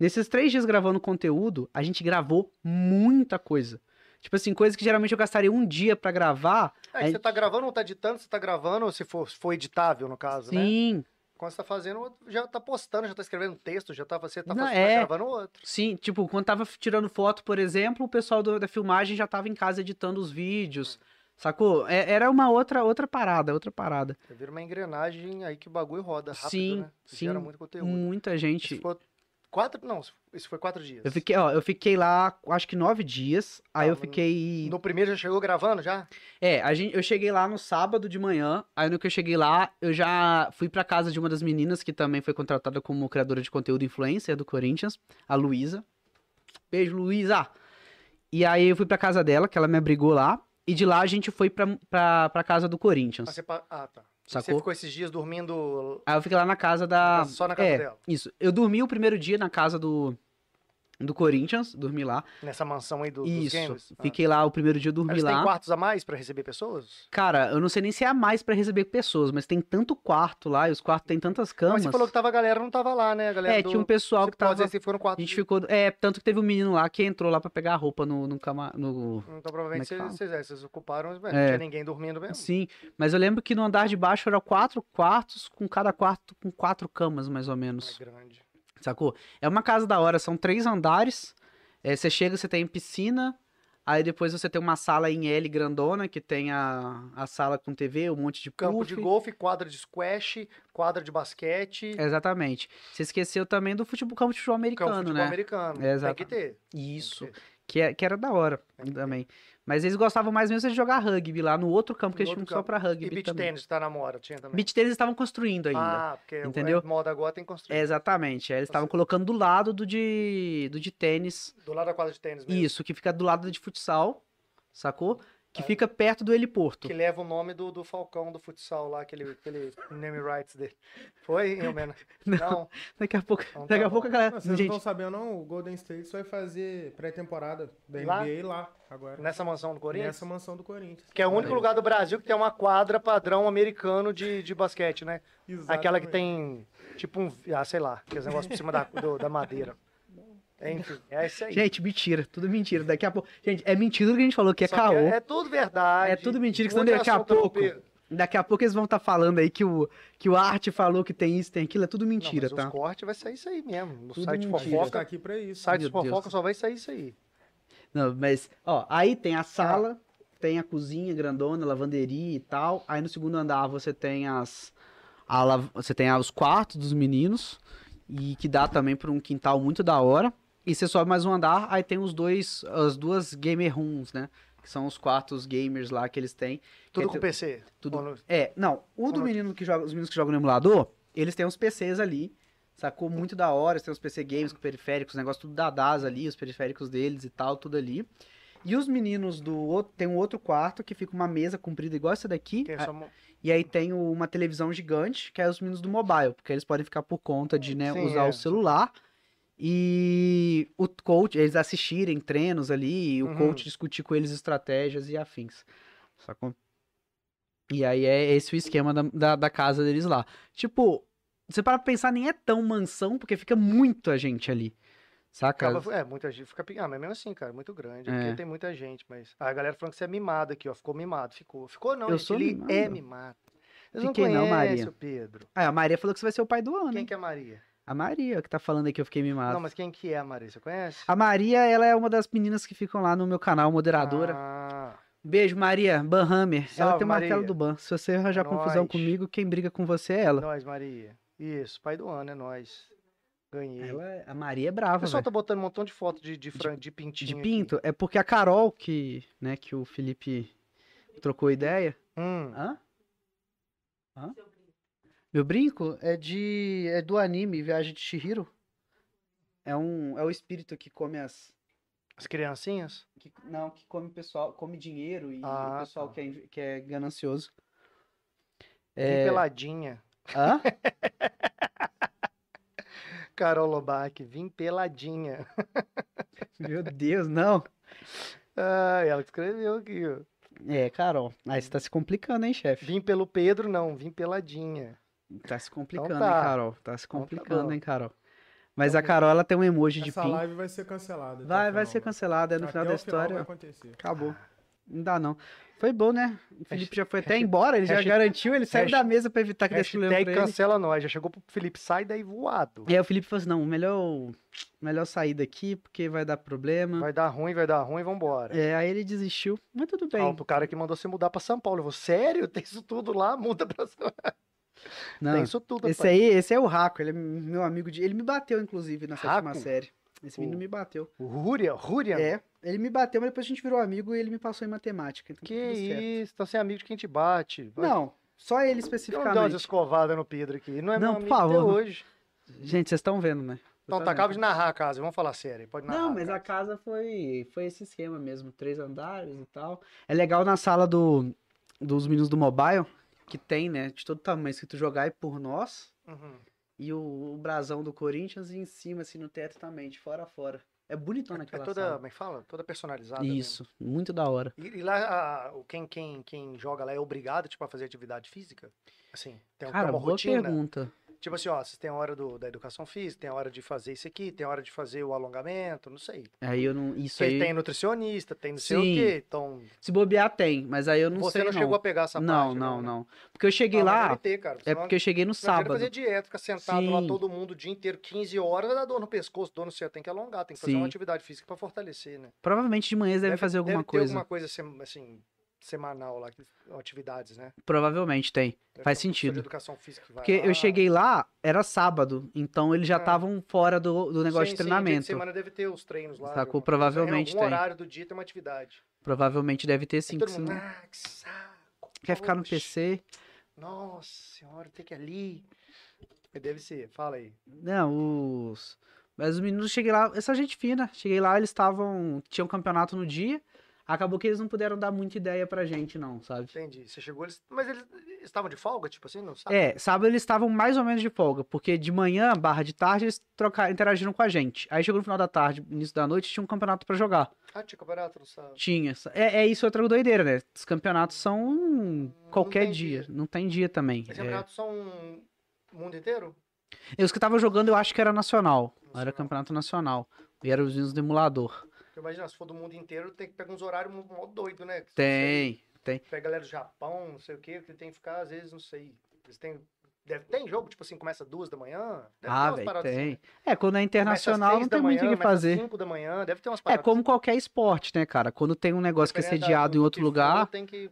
[SPEAKER 5] Nesses três dias gravando conteúdo, a gente gravou muita coisa. Tipo assim, coisa que geralmente eu gastaria um dia pra gravar.
[SPEAKER 1] Aí
[SPEAKER 5] aí-
[SPEAKER 1] você tá gravando ou tá editando, você tá gravando, se for, se for editável, no caso, né?
[SPEAKER 5] Sim.
[SPEAKER 1] Quando você tá fazendo, já tá postando, já tá escrevendo texto, já tá, você tá,
[SPEAKER 5] Não,
[SPEAKER 1] fazendo,
[SPEAKER 5] é.
[SPEAKER 1] tá gravando outro.
[SPEAKER 5] Sim, tipo, quando tava tirando foto, por exemplo, o pessoal do- da filmagem já tava em casa editando os vídeos, sacou? É- era uma outra outra parada, outra parada.
[SPEAKER 1] Você Vira uma engrenagem aí que o bagulho roda rápido,
[SPEAKER 5] Sim,
[SPEAKER 1] né?
[SPEAKER 5] sim.
[SPEAKER 1] Gera muito conteúdo.
[SPEAKER 5] Muita gente.
[SPEAKER 1] Isso ficou quatro, não, isso foi quatro dias.
[SPEAKER 5] Eu fiquei, ó, eu fiquei lá, acho que nove dias,
[SPEAKER 1] Ah,
[SPEAKER 5] aí eu
[SPEAKER 1] mas
[SPEAKER 5] fiquei...
[SPEAKER 1] No primeiro já chegou gravando já?
[SPEAKER 5] É, a gente, eu cheguei lá no sábado de manhã, aí no que eu cheguei lá, eu já fui pra casa de uma das meninas que também foi contratada como criadora de conteúdo influencer do Corinthians, a Luísa. Beijo, Luísa! E aí eu fui pra casa dela, que ela me abrigou lá, e de lá a gente foi pra, pra, pra casa do
[SPEAKER 1] Ah,
[SPEAKER 5] Corinthians,
[SPEAKER 1] você pa- ah, tá. Você
[SPEAKER 5] sacou?
[SPEAKER 1] ficou esses dias dormindo
[SPEAKER 5] Aí eu fiquei lá na casa da...
[SPEAKER 1] Ah, só na casa
[SPEAKER 5] é,
[SPEAKER 1] dela,
[SPEAKER 5] Isso, eu dormi o primeiro dia na casa do, do Corinthians, dormi lá.
[SPEAKER 1] nessa mansão aí do, dos
[SPEAKER 5] isso,
[SPEAKER 1] games? Ah.
[SPEAKER 5] fiquei lá o primeiro dia, dormi
[SPEAKER 1] Eles
[SPEAKER 5] lá.
[SPEAKER 1] têm quartos a mais pra receber pessoas?
[SPEAKER 5] Cara, eu não sei nem se é a mais pra receber pessoas, mas tem tanto quarto lá, e os quartos têm tantas
[SPEAKER 1] Mas
[SPEAKER 5] camas.
[SPEAKER 1] você falou que tava a galera, não tava lá, né? A galera
[SPEAKER 5] é,
[SPEAKER 1] do...
[SPEAKER 5] tinha um pessoal
[SPEAKER 1] Você
[SPEAKER 5] que tava.
[SPEAKER 1] pode dizer que foram
[SPEAKER 5] A
[SPEAKER 1] quatro
[SPEAKER 5] gente
[SPEAKER 1] dias.
[SPEAKER 5] ficou. É, tanto que teve um menino lá que entrou lá pra pegar a roupa no, no cama. No...
[SPEAKER 1] Então provavelmente
[SPEAKER 5] Como é que
[SPEAKER 1] vocês, vocês, é, vocês ocuparam, mas,
[SPEAKER 5] É. Assim,
[SPEAKER 1] não tinha ninguém dormindo mesmo.
[SPEAKER 5] Sim. Mas eu lembro que no andar de baixo eram quatro quartos, com cada quarto com quatro camas, mais ou
[SPEAKER 1] É
[SPEAKER 5] menos.
[SPEAKER 1] grande.
[SPEAKER 5] Sacou? É uma casa da hora, são três andares. é, você chega, você tem piscina. Aí depois você tem uma sala em L grandona, que tem a, a sala com TV, um monte de
[SPEAKER 1] Campo
[SPEAKER 5] puff.
[SPEAKER 1] de golfe, quadra de squash, quadra de basquete,
[SPEAKER 5] Exatamente. Você esqueceu também do futebol, campo de futebol
[SPEAKER 1] campo
[SPEAKER 5] americano,
[SPEAKER 1] de futebol
[SPEAKER 5] né?
[SPEAKER 1] americano.
[SPEAKER 5] É,
[SPEAKER 1] Tem que
[SPEAKER 5] exatamente.
[SPEAKER 1] ter.
[SPEAKER 5] Isso.
[SPEAKER 1] Tem que ter.
[SPEAKER 5] Que, é- que era da hora
[SPEAKER 1] Tem que ter.
[SPEAKER 5] também. Mas eles gostavam mais mesmo de jogar rugby lá no outro campo,
[SPEAKER 1] No
[SPEAKER 5] que eles tinham
[SPEAKER 1] outro
[SPEAKER 5] só
[SPEAKER 1] campo.
[SPEAKER 5] pra
[SPEAKER 1] E
[SPEAKER 5] rugby
[SPEAKER 1] beach
[SPEAKER 5] também.
[SPEAKER 1] tennis tá na moda, tinha também.
[SPEAKER 5] Beach tênis eles estavam construindo ainda.
[SPEAKER 1] Ah, porque
[SPEAKER 5] entendeu? É.
[SPEAKER 1] a moda agora tem que construir.
[SPEAKER 5] Exatamente. Aí eles
[SPEAKER 1] Tá
[SPEAKER 5] estavam
[SPEAKER 1] certo.
[SPEAKER 5] colocando do lado do de, do de tênis.
[SPEAKER 1] Do lado da quadra de tênis mesmo.
[SPEAKER 5] Isso, que fica do lado de futsal, sacou? Que
[SPEAKER 1] Aí.
[SPEAKER 5] fica perto do heliporto. (laughs)
[SPEAKER 1] Que leva o nome do, do Falcão do futsal lá, aquele, aquele name rights dele. Foi, hein, Romena?
[SPEAKER 5] (laughs)
[SPEAKER 1] Não.
[SPEAKER 5] Daqui a pouco,
[SPEAKER 1] Então tá
[SPEAKER 5] daqui a
[SPEAKER 1] bom.
[SPEAKER 5] pouco a galera.
[SPEAKER 4] Não, vocês não estão
[SPEAKER 5] gente,
[SPEAKER 4] sabendo, não. O Golden State só vai fazer pré-temporada da
[SPEAKER 1] Lá?
[SPEAKER 4] NBA lá, agora.
[SPEAKER 1] Nessa mansão do Corinthians?
[SPEAKER 4] Nessa mansão do Corinthians.
[SPEAKER 1] Que é o único
[SPEAKER 5] Aí.
[SPEAKER 1] lugar do Brasil que tem uma quadra padrão americano de, de basquete, né? Aquela que tem, tipo, um... Ah, sei lá, aqueles negócios por cima da, do- da madeira. Enfim, é isso aí.
[SPEAKER 5] gente, mentira. Tudo mentira. Daqui a pouco. Gente, é mentira o que a gente falou, que é
[SPEAKER 1] Só
[SPEAKER 5] caô.
[SPEAKER 1] É, é tudo verdade.
[SPEAKER 5] É tudo mentira, que senão
[SPEAKER 1] Muito
[SPEAKER 5] daqui a
[SPEAKER 1] assunto no
[SPEAKER 5] pouco-
[SPEAKER 1] pe- Não,
[SPEAKER 5] Daqui a pouco eles vão estar falando aí que o, que o Arte falou que tem isso, tem aquilo. É tudo
[SPEAKER 1] mas
[SPEAKER 5] mentira,
[SPEAKER 1] Os
[SPEAKER 5] tá?
[SPEAKER 1] cortes vai sair isso aí mesmo. No
[SPEAKER 5] Tudo
[SPEAKER 1] site
[SPEAKER 5] mentira.
[SPEAKER 4] Fofoca tá
[SPEAKER 1] fofoca,
[SPEAKER 4] aqui pra isso.
[SPEAKER 1] site de
[SPEAKER 5] Meu Deus.
[SPEAKER 1] fofoca só vai sair isso aí.
[SPEAKER 5] Não, mas, ó, aí tem a sala,
[SPEAKER 1] Ah.
[SPEAKER 5] tem a cozinha grandona, lavanderia e tal. Aí no segundo andar você tem as. a lav- você tem os quartos dos meninos, e que dá também pra um quintal muito da hora. E você sobe mais um andar, aí tem os dois, as duas gamer rooms, né? Que são os quartos gamers lá que eles têm.
[SPEAKER 1] Tudo
[SPEAKER 5] Quer
[SPEAKER 1] com
[SPEAKER 5] dizer,
[SPEAKER 1] PC.
[SPEAKER 5] tudo-
[SPEAKER 1] Ou no-
[SPEAKER 5] É, não, o do
[SPEAKER 1] Como-
[SPEAKER 5] menino que joga, os meninos que jogam no emulador, eles têm uns PCs ali, sacou muito da hora, eles têm uns PC games com periféricos, os negócios tudo da DAS ali, os periféricos deles e tal, tudo ali. E os meninos do outro, tem um outro quarto que fica uma mesa comprida igual essa daqui,
[SPEAKER 1] Tem
[SPEAKER 5] a-
[SPEAKER 1] é só mo-
[SPEAKER 5] e aí tem o- uma televisão gigante, que é os meninos do mobile, porque eles podem ficar por conta de, né,
[SPEAKER 1] Sim,
[SPEAKER 5] usar
[SPEAKER 1] é.
[SPEAKER 5] o celular. E o coach, eles assistirem treinos ali, e o
[SPEAKER 1] Uhum.
[SPEAKER 5] coach discutir com eles estratégias e afins. Sacou? E aí é esse o esquema da, da, da casa deles lá. Tipo, você para pra pensar, nem é tão mansão, porque fica muita gente ali. Saca?
[SPEAKER 1] Acaba, é, muita gente fica. pe- Ah, mas mesmo assim, cara, muito grande.
[SPEAKER 5] É.
[SPEAKER 1] Porque tem muita gente, mas. Ah, a galera falando que você é mimado aqui, ó. Ficou mimado. Ficou. Ficou não,
[SPEAKER 5] Eu
[SPEAKER 1] gente.
[SPEAKER 5] sou
[SPEAKER 1] Ele é
[SPEAKER 5] mimado.
[SPEAKER 1] mimado. Vocês não
[SPEAKER 5] Fiquei
[SPEAKER 1] conhecem
[SPEAKER 5] não, Maria.
[SPEAKER 1] o Pedro.
[SPEAKER 5] Ah, a Maria falou que você vai ser o pai do ano,
[SPEAKER 1] Quem
[SPEAKER 5] hein?
[SPEAKER 1] que é a Maria?
[SPEAKER 5] A Maria que tá falando aí que eu fiquei mimado.
[SPEAKER 1] Não, mas quem que é a Maria? Você conhece?
[SPEAKER 5] A Maria, ela é uma das meninas que ficam lá no meu canal, moderadora.
[SPEAKER 1] Ah,
[SPEAKER 5] Beijo, Maria. Banhammer. Ela
[SPEAKER 1] Salve,
[SPEAKER 5] tem o martelo
[SPEAKER 1] Maria.
[SPEAKER 5] do Ban. Se você arranjar
[SPEAKER 1] É
[SPEAKER 5] confusão
[SPEAKER 1] nóis.
[SPEAKER 5] comigo, quem briga com você é ela.
[SPEAKER 1] nós, Maria. Isso, pai do ano, é nós. Ganhei.
[SPEAKER 5] Ela- a Maria é
[SPEAKER 1] O
[SPEAKER 5] brava,
[SPEAKER 1] pessoal
[SPEAKER 5] velho.
[SPEAKER 1] tá botando um montão de foto de, de, fran... de, pintinho.
[SPEAKER 5] De
[SPEAKER 1] aqui.
[SPEAKER 5] pinto, é porque a Carol, que, né, que o Felipe trocou ideia.
[SPEAKER 1] Hum.
[SPEAKER 5] Hã? Hã? Meu brinco é de. é do anime Viagem de Shihiro. É um. É o espírito que come as.
[SPEAKER 1] As criancinhas?
[SPEAKER 5] que- não, que come pessoal, come dinheiro e
[SPEAKER 1] Ah,
[SPEAKER 5] o pessoal
[SPEAKER 1] tá.
[SPEAKER 5] que, é, inv- que é ganancioso.
[SPEAKER 1] Que
[SPEAKER 5] É,
[SPEAKER 1] peladinha. (laughs)
[SPEAKER 5] hã?
[SPEAKER 1] Carol Lobac, vim peladinha. (laughs)
[SPEAKER 5] Meu Deus, não.
[SPEAKER 1] Ah, ela que escreveu aqui, ó.
[SPEAKER 5] É, Carol. Aí você tá se complicando, hein, chefe?
[SPEAKER 1] Vim pelo Pedro, não, vim peladinha.
[SPEAKER 5] Tá se complicando,
[SPEAKER 1] tá.
[SPEAKER 5] hein, Carol? Tá se
[SPEAKER 1] Então tá
[SPEAKER 5] complicando,
[SPEAKER 1] bom.
[SPEAKER 5] hein, Carol? Mas
[SPEAKER 1] Então
[SPEAKER 5] a Carol, ela tem um emoji de
[SPEAKER 4] Essa
[SPEAKER 5] pinto.
[SPEAKER 4] live vai ser cancelada. então, até o
[SPEAKER 5] Vai, vai
[SPEAKER 4] final,
[SPEAKER 5] ser
[SPEAKER 4] mano.
[SPEAKER 5] cancelada é no final
[SPEAKER 4] Até
[SPEAKER 5] da
[SPEAKER 4] o
[SPEAKER 5] história.
[SPEAKER 4] vai acontecer.
[SPEAKER 5] Acabou. Não dá, não. Foi bom, né? O Felipe já foi até
[SPEAKER 1] hashtag-
[SPEAKER 5] embora, ele já
[SPEAKER 1] hashtag-
[SPEAKER 5] garantiu, ele saiu
[SPEAKER 1] hashtag-
[SPEAKER 5] da mesa pra evitar que desse problema
[SPEAKER 1] Hashtag
[SPEAKER 5] pra ele.
[SPEAKER 1] cancela nós. Já chegou pro Felipe, sai daí voado.
[SPEAKER 5] E aí o Felipe falou assim, não, melhor, melhor sair daqui, porque vai dar problema.
[SPEAKER 1] Vai dar ruim, vai dar ruim, vambora.
[SPEAKER 5] É, aí ele desistiu, mas tudo bem.
[SPEAKER 1] Ah, pro cara que mandou você mudar pra São Paulo. Eu vou, sério? Tem isso tudo lá? Muda pra São Paulo.
[SPEAKER 5] Não,
[SPEAKER 1] Tem isso tudo,
[SPEAKER 5] esse
[SPEAKER 1] rapaz.
[SPEAKER 5] aí, esse é o Raco, ele é meu amigo de... Ele me bateu, inclusive, na sétima
[SPEAKER 1] Raco?
[SPEAKER 5] série. Esse
[SPEAKER 1] O-
[SPEAKER 5] menino me bateu.
[SPEAKER 1] O Rúria, Rúria?
[SPEAKER 5] É, ele me bateu, mas depois a gente virou amigo e ele me passou em matemática. Então tá
[SPEAKER 1] Que
[SPEAKER 5] tudo certo.
[SPEAKER 1] isso, tá sem amigo de quem te bate. Vai-
[SPEAKER 5] Não, só
[SPEAKER 1] Não
[SPEAKER 5] ele
[SPEAKER 1] dá umas
[SPEAKER 5] especificamente.
[SPEAKER 1] escovadas no Pedro aqui. Ele Não é
[SPEAKER 5] Não,
[SPEAKER 1] meu amigo
[SPEAKER 5] por
[SPEAKER 1] até
[SPEAKER 5] favor.
[SPEAKER 1] hoje.
[SPEAKER 5] Gente, vocês estão vendo, né?
[SPEAKER 1] Então, tá,
[SPEAKER 5] Totalmente.
[SPEAKER 1] acaba de narrar a casa. Vamos falar sério. Pode narrar.
[SPEAKER 5] Não, mas a
[SPEAKER 1] cara.
[SPEAKER 5] casa foi, foi esse esquema mesmo, três andares e tal. É legal na sala do, dos meninos do mobile, que tem, né, de todo tamanho, escrito jogar e por nós,
[SPEAKER 1] Uhum.
[SPEAKER 5] e o, o brasão do Corinthians e em cima, assim, no teto também, de fora a fora. É bonitona
[SPEAKER 1] É
[SPEAKER 5] aquela
[SPEAKER 1] toda,
[SPEAKER 5] sala.
[SPEAKER 1] como é que fala? Toda personalizada. mesmo.
[SPEAKER 5] Isso, muito da hora.
[SPEAKER 1] E, e lá, a- o- quem, quem, quem joga lá é obrigado, tipo, a fazer atividade física? Assim, tem,
[SPEAKER 5] Cara,
[SPEAKER 1] tem uma
[SPEAKER 5] boa
[SPEAKER 1] rotina?
[SPEAKER 5] pergunta.
[SPEAKER 1] Tipo assim, ó, vocês têm a hora do- da educação física, tem a hora de fazer isso aqui, tem a hora de fazer o alongamento, não sei.
[SPEAKER 5] Aí É, eu não, isso
[SPEAKER 1] Porque
[SPEAKER 5] aí,
[SPEAKER 1] tem nutricionista, tem não sei o
[SPEAKER 5] Sim.
[SPEAKER 1] quê, então...
[SPEAKER 5] se bobear tem, mas aí eu não
[SPEAKER 1] você
[SPEAKER 5] sei
[SPEAKER 1] não chegou a pegar essa
[SPEAKER 5] não,
[SPEAKER 1] parte,
[SPEAKER 5] não, não. Porque eu cheguei
[SPEAKER 1] Ah, mas
[SPEAKER 5] lá,
[SPEAKER 1] deve ter, cara,
[SPEAKER 5] é
[SPEAKER 1] senão-
[SPEAKER 5] porque eu cheguei no
[SPEAKER 1] Não adianta
[SPEAKER 5] sábado.
[SPEAKER 1] fazer dieta, ficar sentado lá
[SPEAKER 5] Sim.
[SPEAKER 1] todo mundo o dia inteiro, 15 horas, dá dor no pescoço, dor no céu, tem que alongar, tem que fazer
[SPEAKER 5] Sim.
[SPEAKER 1] uma atividade física pra fortalecer, né?
[SPEAKER 5] Provavelmente de manhã eles devem fazer alguma
[SPEAKER 1] deve ter
[SPEAKER 5] coisa.
[SPEAKER 1] alguma coisa, sem- assim, semanal lá, que- atividades, né?
[SPEAKER 5] Provavelmente tem.
[SPEAKER 1] Deve
[SPEAKER 5] Faz
[SPEAKER 1] ter um professor de
[SPEAKER 5] sentido.
[SPEAKER 1] educação física que vai
[SPEAKER 5] Porque
[SPEAKER 1] lá.
[SPEAKER 5] eu cheguei lá, era sábado, então eles já
[SPEAKER 1] Ah.
[SPEAKER 5] estavam fora do, do negócio
[SPEAKER 1] Sim,
[SPEAKER 5] de
[SPEAKER 1] sim, dia
[SPEAKER 5] treinamento.
[SPEAKER 1] semana deve ter os treinos lá. de
[SPEAKER 5] Sacou?
[SPEAKER 1] alguma coisa.
[SPEAKER 5] Provavelmente
[SPEAKER 1] Em algum
[SPEAKER 5] tem.
[SPEAKER 1] horário do dia tem uma atividade.
[SPEAKER 5] Provavelmente deve ter
[SPEAKER 1] Aí
[SPEAKER 5] sim.
[SPEAKER 1] todo
[SPEAKER 5] que
[SPEAKER 1] mundo,
[SPEAKER 5] você não-
[SPEAKER 1] ah, que saco.
[SPEAKER 5] Quer ficar no
[SPEAKER 1] poxa,
[SPEAKER 5] PC?
[SPEAKER 1] Nossa senhora, tem que ir ali. Deve ser, fala aí.
[SPEAKER 5] Não, os. Mas os meninos, eu cheguei lá, essa gente fina. Cheguei lá, eles estavam. Tinha um campeonato no dia. Acabou que eles não puderam dar muita ideia pra gente, não, sabe?
[SPEAKER 1] Entendi. Você chegou, eles... mas eles estavam de folga, tipo assim, não sabe?
[SPEAKER 5] É, sábado eles estavam mais ou menos de folga, porque de manhã, barra de tarde, eles trocaram, interagiram com a gente. Aí chegou no final da tarde, início da noite, tinha um campeonato pra jogar.
[SPEAKER 1] Ah, tinha campeonato, não sabe?
[SPEAKER 5] Tinha. É, é isso outra doideira, né? Os campeonatos são qualquer
[SPEAKER 1] tem
[SPEAKER 5] dia.
[SPEAKER 1] dia.
[SPEAKER 5] Não tem dia também.
[SPEAKER 1] Esses
[SPEAKER 5] É.
[SPEAKER 1] campeonatos são o mundo inteiro?
[SPEAKER 5] E Os que estavam jogando, eu acho que era nacional. Era
[SPEAKER 1] Nacional.
[SPEAKER 5] campeonato nacional. E era os meninos do emulador.
[SPEAKER 1] Porque imagina, se for do mundo inteiro, tem que pegar uns horários mó- mó doido, né? Que
[SPEAKER 5] Tem. Tem.
[SPEAKER 1] Pega a galera do Japão, não sei o quê, que tem que ficar, às vezes, não sei. Eles têm. Deve, tem jogo, tipo assim, começa duas da manhã? Deve
[SPEAKER 5] Ah,
[SPEAKER 1] ter umas
[SPEAKER 5] velho,
[SPEAKER 1] paradas assim, né?
[SPEAKER 5] tem. É, quando é
[SPEAKER 1] Começa às
[SPEAKER 5] internacional,
[SPEAKER 1] seis
[SPEAKER 5] não
[SPEAKER 1] da
[SPEAKER 5] tem muito
[SPEAKER 1] manhã,
[SPEAKER 5] o que
[SPEAKER 1] começa às
[SPEAKER 5] fazer.
[SPEAKER 1] cinco da manhã, deve ter umas
[SPEAKER 5] É
[SPEAKER 1] paradas. assim,
[SPEAKER 5] como qualquer esporte, né, cara? Quando tem um negócio que é
[SPEAKER 1] diferente,
[SPEAKER 5] sediado em
[SPEAKER 1] do
[SPEAKER 5] outro
[SPEAKER 1] que for,
[SPEAKER 5] lugar.
[SPEAKER 1] Tem que...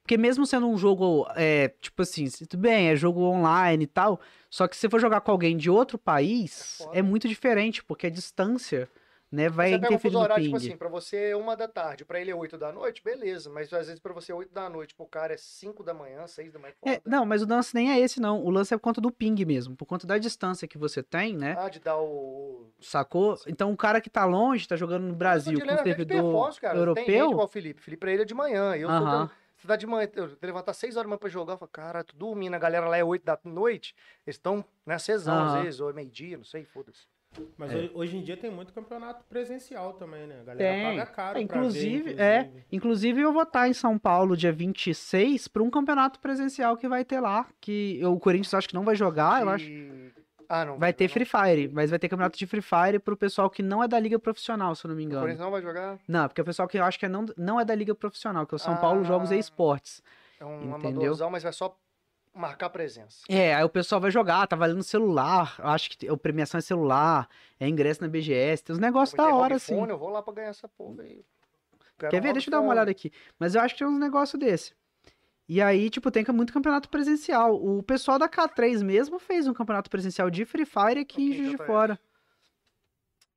[SPEAKER 5] Porque mesmo sendo um jogo, é, tipo assim, se- tudo bem, é jogo online e tal. Só que se você for jogar com alguém de outro país,
[SPEAKER 1] É foda.
[SPEAKER 5] é, muito diferente, porque a distância, né, vai
[SPEAKER 1] você pega um
[SPEAKER 5] interferir
[SPEAKER 1] fuso
[SPEAKER 5] no
[SPEAKER 1] horário,
[SPEAKER 5] ping.
[SPEAKER 1] tipo assim, pra você é uma da tarde, pra ele é oito da noite, beleza. Mas às vezes pra você é oito da noite, pro cara é cinco da manhã, seis da manhã.
[SPEAKER 5] É,
[SPEAKER 1] foda.
[SPEAKER 5] não, mas o lance nem é esse, não. O lance é por conta do ping mesmo, por conta da distância que você tem, né?
[SPEAKER 1] Ah, de dar o.
[SPEAKER 5] Sacou? Então o cara que tá longe, tá jogando no Brasil com
[SPEAKER 1] Ele
[SPEAKER 5] o
[SPEAKER 1] é de
[SPEAKER 5] servidor
[SPEAKER 1] performance, cara. Tem gente
[SPEAKER 5] europeu.
[SPEAKER 1] igual o Felipe. Felipe pra ele é de manhã. Eu sou
[SPEAKER 5] Aham.
[SPEAKER 1] da- Você tá de manhã, eu tenho que levantar seis horas da manhã pra jogar, eu falo, cara, tu dormindo, a galera lá é oito da noite, eles estão, né, cesão
[SPEAKER 5] Aham.
[SPEAKER 1] às vezes, ou é meio-dia, não sei, foda-se.
[SPEAKER 4] Mas
[SPEAKER 5] É.
[SPEAKER 4] ho- hoje em dia tem muito campeonato presencial também, né? A galera
[SPEAKER 5] Tem.
[SPEAKER 4] paga caro.
[SPEAKER 5] É,
[SPEAKER 4] pra ver,
[SPEAKER 5] inclusive, é.
[SPEAKER 4] inclusive.
[SPEAKER 5] Inclusive, eu vou estar em São Paulo dia 26 pra um campeonato presencial que vai ter lá. Que eu- o Corinthians acho que não vai jogar, eu acho.
[SPEAKER 1] E- Ah, não.
[SPEAKER 5] Vai ter
[SPEAKER 1] não.
[SPEAKER 5] Free Fire, mas vai ter campeonato de Free Fire pro pessoal que não é da liga profissional, se eu não me
[SPEAKER 1] O
[SPEAKER 5] engano.
[SPEAKER 1] Corinthians não vai jogar.
[SPEAKER 5] Não, porque o pessoal que eu acho que é não, não é da liga profissional, que é o São Paulo Jogos e
[SPEAKER 1] Ah.
[SPEAKER 5] Esportes.
[SPEAKER 1] É um
[SPEAKER 5] Entendeu?
[SPEAKER 1] amadorzão, mas vai só marcar presença.
[SPEAKER 5] É, aí o pessoal vai jogar, tá valendo celular, eu acho que te- a premiação é celular, é ingresso na BGS, tem uns negócios
[SPEAKER 1] Vou
[SPEAKER 5] da
[SPEAKER 1] ter
[SPEAKER 5] hora,
[SPEAKER 1] home
[SPEAKER 5] assim.
[SPEAKER 1] Fone, eu vou lá pra ganhar essa porra aí. Quero
[SPEAKER 5] Quer
[SPEAKER 1] um
[SPEAKER 5] ver?
[SPEAKER 1] home
[SPEAKER 5] Deixa eu dar uma
[SPEAKER 1] fone.
[SPEAKER 5] olhada aqui. Mas eu acho que tem uns negócios desse. E aí, tipo, tem muito campeonato presencial. O pessoal da K3 mesmo fez um campeonato presencial de Free Fire aqui em
[SPEAKER 1] Ok,
[SPEAKER 5] Juiz de
[SPEAKER 1] já tá
[SPEAKER 5] Fora.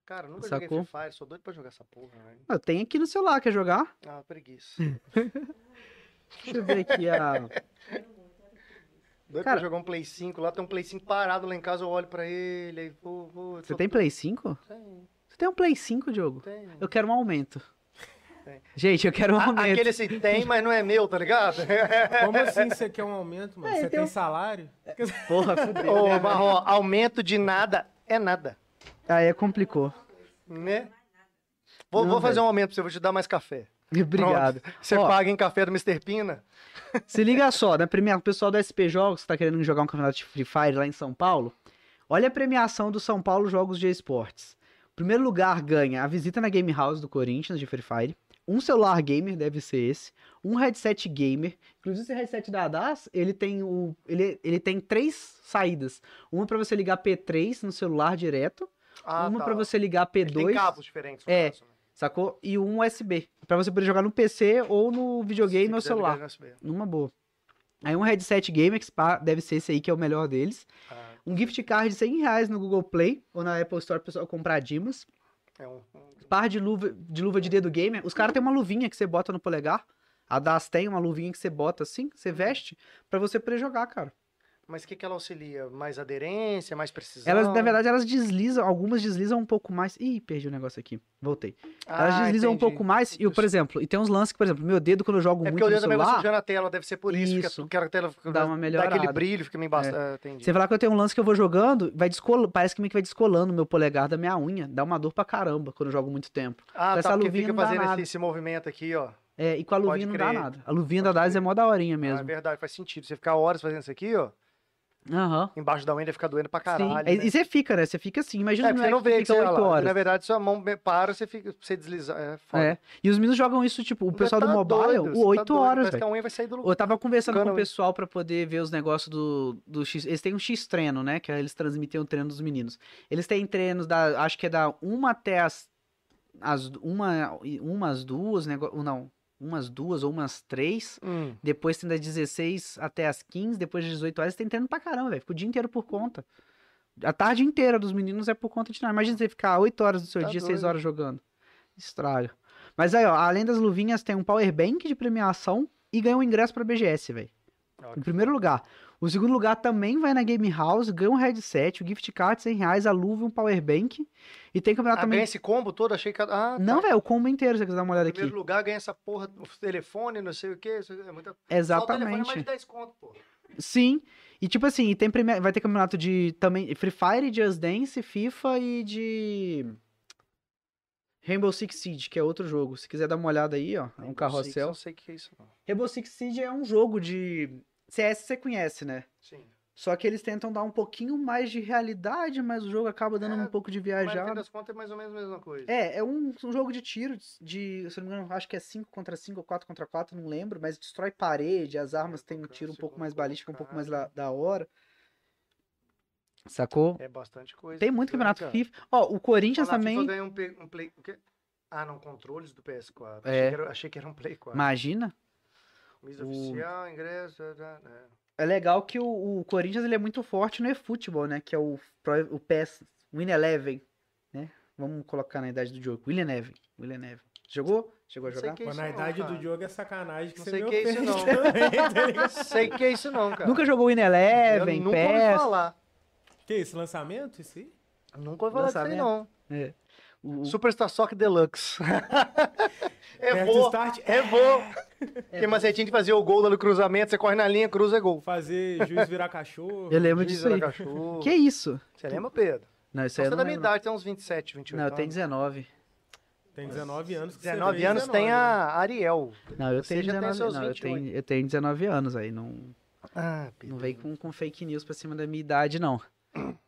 [SPEAKER 1] Cara, eu nunca
[SPEAKER 5] Sacou?
[SPEAKER 1] joguei Free Fire, sou doido pra jogar essa porra, velho.
[SPEAKER 5] Eu tenho aqui no celular, quer jogar?
[SPEAKER 1] Ah, preguiça.
[SPEAKER 5] Deixa eu ver aqui a...
[SPEAKER 1] (laughs) Doido
[SPEAKER 5] Cara-
[SPEAKER 1] pra jogar um Play 5 lá, tem um Play 5 parado lá em casa, eu olho pra ele, aí, pô, pô,
[SPEAKER 5] Você tem Play 5?
[SPEAKER 1] Tem,
[SPEAKER 5] Você tem um Play 5, Diogo?
[SPEAKER 1] tem.
[SPEAKER 5] Eu quero um aumento.
[SPEAKER 1] Tem.
[SPEAKER 5] Gente, eu quero um
[SPEAKER 1] É. A-
[SPEAKER 5] aumento.
[SPEAKER 1] Aquele assim, tem, mas não é meu, tá
[SPEAKER 5] (laughs)
[SPEAKER 1] ligado?
[SPEAKER 4] Como assim você quer um aumento, mano?
[SPEAKER 5] É,
[SPEAKER 4] você
[SPEAKER 5] tem
[SPEAKER 4] tem,
[SPEAKER 5] um-
[SPEAKER 4] salário?
[SPEAKER 5] Porra, fudeu.
[SPEAKER 1] (laughs) Ô, Barro, aumento de nada é nada,
[SPEAKER 5] Aí é complicou. (laughs)
[SPEAKER 1] né? Vou,
[SPEAKER 5] Não,
[SPEAKER 1] vou fazer um aumento pra você, vou te dar mais café.
[SPEAKER 5] Obrigado.
[SPEAKER 1] Pronto. Você
[SPEAKER 5] Ó.
[SPEAKER 1] paga em café do Mr. Pina?
[SPEAKER 5] Se liga só, né? Primeiro, o pessoal do SP Jogos que tá querendo jogar um campeonato de Free Fire lá em São Paulo. Olha a premiação do São Paulo Jogos de Esportes. Primeiro lugar ganha a visita na Game House do Corinthians de Free Fire. Um celular gamer, deve ser esse. Um headset gamer. Inclusive, esse headset da ADAS, ele tem, o, ele, ele tem três saídas. Uma pra você ligar P3 no celular direto.
[SPEAKER 1] Ah,
[SPEAKER 5] uma
[SPEAKER 1] tá.
[SPEAKER 5] pra você ligar
[SPEAKER 1] Ele
[SPEAKER 5] P2.
[SPEAKER 1] Tem cabos diferentes. no
[SPEAKER 5] É,
[SPEAKER 1] caso, né?
[SPEAKER 5] sacou? E um USB. Pra você poder jogar no PC ou no
[SPEAKER 1] Se
[SPEAKER 5] videogame ou
[SPEAKER 1] quiser
[SPEAKER 5] celular.
[SPEAKER 1] ligar né? no USB.
[SPEAKER 5] Numa boa. Aí um headset gamer, que pá, deve ser esse aí que é o melhor deles.
[SPEAKER 1] Ah,
[SPEAKER 5] Um gift card de 100 reais no Google Play ou na Apple Store pro pessoal comprar Dimas.
[SPEAKER 1] é um- um-
[SPEAKER 5] Par de luva de, luva de dedo gamer. Os caras têm uma luvinha que você bota no polegar. A DAS tem uma luvinha que você bota assim, que você veste, pra você poder jogar, cara.
[SPEAKER 1] Mas o que, que ela auxilia? Mais aderência, mais precisão?
[SPEAKER 5] Elas, na verdade, elas deslizam, algumas deslizam um pouco mais. Ih, perdi o negócio aqui. Voltei. Elas
[SPEAKER 1] Ah,
[SPEAKER 5] deslizam
[SPEAKER 1] entendi.
[SPEAKER 5] um pouco mais. E, por exemplo, e tem uns lances que, por exemplo, meu dedo quando eu jogo
[SPEAKER 1] É porque
[SPEAKER 5] muito
[SPEAKER 1] o
[SPEAKER 5] no
[SPEAKER 1] dedo também vai
[SPEAKER 5] celular.
[SPEAKER 1] sujando a tela, deve ser por isso. que a-
[SPEAKER 5] Isso.
[SPEAKER 1] Que a tela fica,
[SPEAKER 5] Dá uma
[SPEAKER 1] Dá aquele
[SPEAKER 5] melhorada. É.
[SPEAKER 1] brilho, fica meio embaçado. Ah, entendi.
[SPEAKER 5] Você falar que eu tenho um lance que eu vou jogando, vai descol... parece que meio que vai descolando o meu polegar da minha unha. Dá uma dor pra caramba quando eu jogo muito tempo.
[SPEAKER 1] Ah, tá,
[SPEAKER 5] essa
[SPEAKER 1] porque
[SPEAKER 5] luvinha
[SPEAKER 1] fica
[SPEAKER 5] não dá
[SPEAKER 1] fazendo
[SPEAKER 5] nada.
[SPEAKER 1] esse, esse movimento aqui, ó.
[SPEAKER 5] É, e com a
[SPEAKER 1] Pode
[SPEAKER 5] luvinha não dá
[SPEAKER 1] crer.
[SPEAKER 5] nada. A luvinha
[SPEAKER 1] Pode
[SPEAKER 5] da DAS é
[SPEAKER 1] crer.
[SPEAKER 5] mó daorinha
[SPEAKER 1] Ah, é
[SPEAKER 5] mesmo.
[SPEAKER 1] verdade, faz sentido. Você ficar horas fazendo isso aqui, ó.
[SPEAKER 5] Aham.
[SPEAKER 1] Embaixo da unha deve ficar doendo pra
[SPEAKER 5] Sim.
[SPEAKER 1] caralho.
[SPEAKER 5] E-
[SPEAKER 1] né?
[SPEAKER 5] E você fica, né? Você fica assim. Imagina
[SPEAKER 1] É,
[SPEAKER 5] os
[SPEAKER 1] porque você não
[SPEAKER 5] moleques
[SPEAKER 1] vê
[SPEAKER 5] que
[SPEAKER 1] que você
[SPEAKER 5] ficam
[SPEAKER 1] lá.
[SPEAKER 5] 8
[SPEAKER 1] porque, Na
[SPEAKER 5] horas.
[SPEAKER 1] verdade, sua mão me- para, você, fica, você desliza. É, foda.
[SPEAKER 5] É. E os meninos jogam isso, tipo, o
[SPEAKER 1] Mas
[SPEAKER 5] pessoal
[SPEAKER 1] tá
[SPEAKER 5] do mobile,
[SPEAKER 1] doido, você
[SPEAKER 5] o
[SPEAKER 1] tá
[SPEAKER 5] 8
[SPEAKER 1] doido,
[SPEAKER 5] horas,
[SPEAKER 1] Parece que
[SPEAKER 5] velho.
[SPEAKER 1] a unha vai sair do lugar.
[SPEAKER 5] Eu tava conversando com
[SPEAKER 1] Cara,
[SPEAKER 5] o
[SPEAKER 1] eu-
[SPEAKER 5] pessoal pra poder ver os negócios do, do X. Eles têm um X-treino, né? Que eles transmitem o treino dos meninos. Eles têm treinos da. Acho que é da uma até as. as uma, umas duas, nego- ou não. Umas duas ou umas três.
[SPEAKER 1] Hum.
[SPEAKER 5] Depois tem das 16 até as 15. Depois das 18 horas, tem treino pra caramba, velho. Fica o dia inteiro por conta. A tarde inteira dos meninos é por conta de nada. Imagina você ficar 8 horas do seu
[SPEAKER 1] Tá
[SPEAKER 5] dia, 6
[SPEAKER 1] doido.
[SPEAKER 5] horas jogando. Estraga. Mas aí, ó, além das luvinhas, tem um power bank de premiação e ganha um ingresso pra BGS, velho.
[SPEAKER 1] Ó,
[SPEAKER 5] Em primeiro lugar. O segundo lugar também vai na Game House, ganha um headset, o gift card, 100 reais, a luva e um power bank. E tem
[SPEAKER 1] Ah,
[SPEAKER 5] campeonato também.
[SPEAKER 1] ganha esse combo todo, achei que. Ah, tá.
[SPEAKER 5] Não, velho, o combo inteiro, se você quiser dar uma olhada
[SPEAKER 1] Em primeiro
[SPEAKER 5] aqui.
[SPEAKER 1] lugar, ganha essa porra do telefone, não sei o quê. isso É muita... Só o telefone é mais de
[SPEAKER 5] Exatamente.
[SPEAKER 1] 10 conto, pô.
[SPEAKER 5] Sim. E tipo assim, e tem prime- vai ter campeonato de também Free Fire, Just Dance, FIFA e de Rainbow Six Siege, que é outro jogo. Se quiser dar uma olhada aí, ó, é um
[SPEAKER 1] Eu
[SPEAKER 5] carrossel.
[SPEAKER 1] não sei o que é isso, não.
[SPEAKER 5] Rainbow Six Siege é um jogo de CS você conhece, né?
[SPEAKER 1] Sim.
[SPEAKER 5] Só que eles tentam dar um pouquinho mais de realidade, mas o jogo acaba dando um
[SPEAKER 1] É,
[SPEAKER 5] pouco de
[SPEAKER 1] Mas no fim
[SPEAKER 5] viajada.
[SPEAKER 1] das contas é mais ou menos a mesma coisa.
[SPEAKER 5] É, é um, um jogo de tiro, de, se eu não me engano, acho que é 5 contra 5 ou 4 contra 4, não lembro, mas destrói parede, as armas têm um tiro um pouco mais balístico, um pouco mais la- da hora. Sacou?
[SPEAKER 1] É bastante coisa.
[SPEAKER 5] Tem muito
[SPEAKER 1] viu, hein,
[SPEAKER 5] campeonato
[SPEAKER 1] cara?
[SPEAKER 5] FIFA. Ó, o Corinthians
[SPEAKER 1] Falar
[SPEAKER 5] também,
[SPEAKER 1] FIFA ganha um, P- um Play... o quê? Ah, não, controles do PS4.
[SPEAKER 5] É.
[SPEAKER 1] Achei, que era, achei que era um Play 4.
[SPEAKER 5] imagina.
[SPEAKER 1] Misa
[SPEAKER 5] o-
[SPEAKER 1] oficial, ingresso... ah, ah, é.
[SPEAKER 5] É legal que o, o Corinthians ele é muito forte no eFootball, né? Que é o, pro- o PES, Win Eleven, né? Vamos colocar na idade do jogo. Win Eleven, Win Eleven. Jogou? Chegou a
[SPEAKER 1] Não sei
[SPEAKER 5] jogar?
[SPEAKER 1] que é
[SPEAKER 4] Pô,
[SPEAKER 1] isso
[SPEAKER 4] na
[SPEAKER 1] não,
[SPEAKER 4] idade do
[SPEAKER 1] cara. (laughs)
[SPEAKER 4] Diogo é sacanagem que
[SPEAKER 1] Não
[SPEAKER 4] você
[SPEAKER 1] sei
[SPEAKER 4] me
[SPEAKER 1] que é isso,
[SPEAKER 4] (laughs) ofende
[SPEAKER 1] não.
[SPEAKER 4] também, tá ligado?
[SPEAKER 1] Sei que é isso não, cara.
[SPEAKER 5] Nunca jogou Win
[SPEAKER 1] Eu
[SPEAKER 5] Eleven,
[SPEAKER 1] Nunca ouvi
[SPEAKER 5] PES?
[SPEAKER 1] falar.
[SPEAKER 4] Que isso, lançamento? Isso aí?
[SPEAKER 1] Nunca ouvi falar disso aí,
[SPEAKER 5] Lançamento.
[SPEAKER 1] não.
[SPEAKER 5] O-
[SPEAKER 1] Superstar Soccer
[SPEAKER 4] (laughs)
[SPEAKER 1] Deluxe. é
[SPEAKER 4] Aperta o
[SPEAKER 1] boa.
[SPEAKER 4] start,
[SPEAKER 1] É vou.
[SPEAKER 5] É
[SPEAKER 1] Porque Macetinho de fazer o gol lá no cruzamento, você corre na linha, cruza é gol.
[SPEAKER 4] fazer juiz virar
[SPEAKER 5] (laughs)
[SPEAKER 4] cachorro.
[SPEAKER 5] Eu lembro
[SPEAKER 1] Juiz
[SPEAKER 5] disso
[SPEAKER 1] era
[SPEAKER 5] aí.
[SPEAKER 1] cachorro.
[SPEAKER 5] Que isso?
[SPEAKER 1] Você lembra, Pedro?
[SPEAKER 5] Não, isso
[SPEAKER 1] Você
[SPEAKER 5] aí
[SPEAKER 1] é
[SPEAKER 5] eu
[SPEAKER 1] da
[SPEAKER 5] não
[SPEAKER 1] minha
[SPEAKER 5] lembro. não.
[SPEAKER 1] idade, então. tem uns 27, 28
[SPEAKER 5] Não, eu
[SPEAKER 1] anos.
[SPEAKER 5] tenho 19.
[SPEAKER 4] Tem 19 anos. que você
[SPEAKER 1] 19
[SPEAKER 4] vem,
[SPEAKER 1] anos tem
[SPEAKER 4] 19, né?
[SPEAKER 1] a Ariel.
[SPEAKER 5] Não, eu
[SPEAKER 1] Você
[SPEAKER 5] tenho
[SPEAKER 1] já tem
[SPEAKER 5] 19.
[SPEAKER 1] seus
[SPEAKER 5] não, eu
[SPEAKER 1] 28.
[SPEAKER 5] tenho, eu tenho 19 anos aí. Não,
[SPEAKER 1] Ah, (clears throat)
[SPEAKER 5] não vem com, com fake news pra cima da minha idade, não.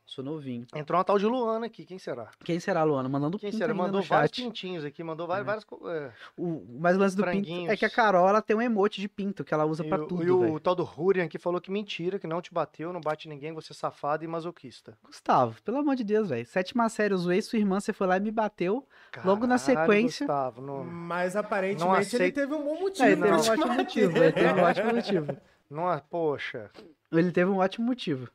[SPEAKER 5] Sou novinho.
[SPEAKER 1] Entrou uma tal de Luana aqui, quem será?
[SPEAKER 5] Quem será, Luana? Mandando
[SPEAKER 1] Quem
[SPEAKER 5] pinto
[SPEAKER 1] será?
[SPEAKER 5] ainda
[SPEAKER 1] Mandou
[SPEAKER 5] no
[SPEAKER 1] vários
[SPEAKER 5] chat.
[SPEAKER 1] pintinhos aqui, mandou várias.
[SPEAKER 5] É.
[SPEAKER 1] várias co- é.
[SPEAKER 5] O, mas o lance do pinto é
[SPEAKER 1] Franguinhos.
[SPEAKER 5] que a Carol ela tem um emote de pinto que ela usa
[SPEAKER 1] E
[SPEAKER 5] pra
[SPEAKER 1] o-
[SPEAKER 5] tudo,
[SPEAKER 1] e o
[SPEAKER 5] velho.
[SPEAKER 1] tal do Hurian que falou que mentira, que não te bateu, não bate ninguém, você é safado e masoquista.
[SPEAKER 5] Gustavo, pelo amor de Deus, velho. Sétima série, eu zoei sua irmã, você foi lá e me bateu. Logo
[SPEAKER 1] Caralho,
[SPEAKER 5] na sequência-
[SPEAKER 1] Gustavo, não,
[SPEAKER 4] Mas aparentemente
[SPEAKER 1] Não
[SPEAKER 4] ele
[SPEAKER 1] aceito.
[SPEAKER 4] teve um bom motivo.
[SPEAKER 5] Aí, ele
[SPEAKER 4] pra
[SPEAKER 5] teve
[SPEAKER 1] não.
[SPEAKER 5] um
[SPEAKER 4] te
[SPEAKER 5] ótimo
[SPEAKER 4] bater.
[SPEAKER 5] motivo, ele teve um ótimo motivo.
[SPEAKER 1] não, é, poxa.
[SPEAKER 5] Ele teve um ótimo motivo.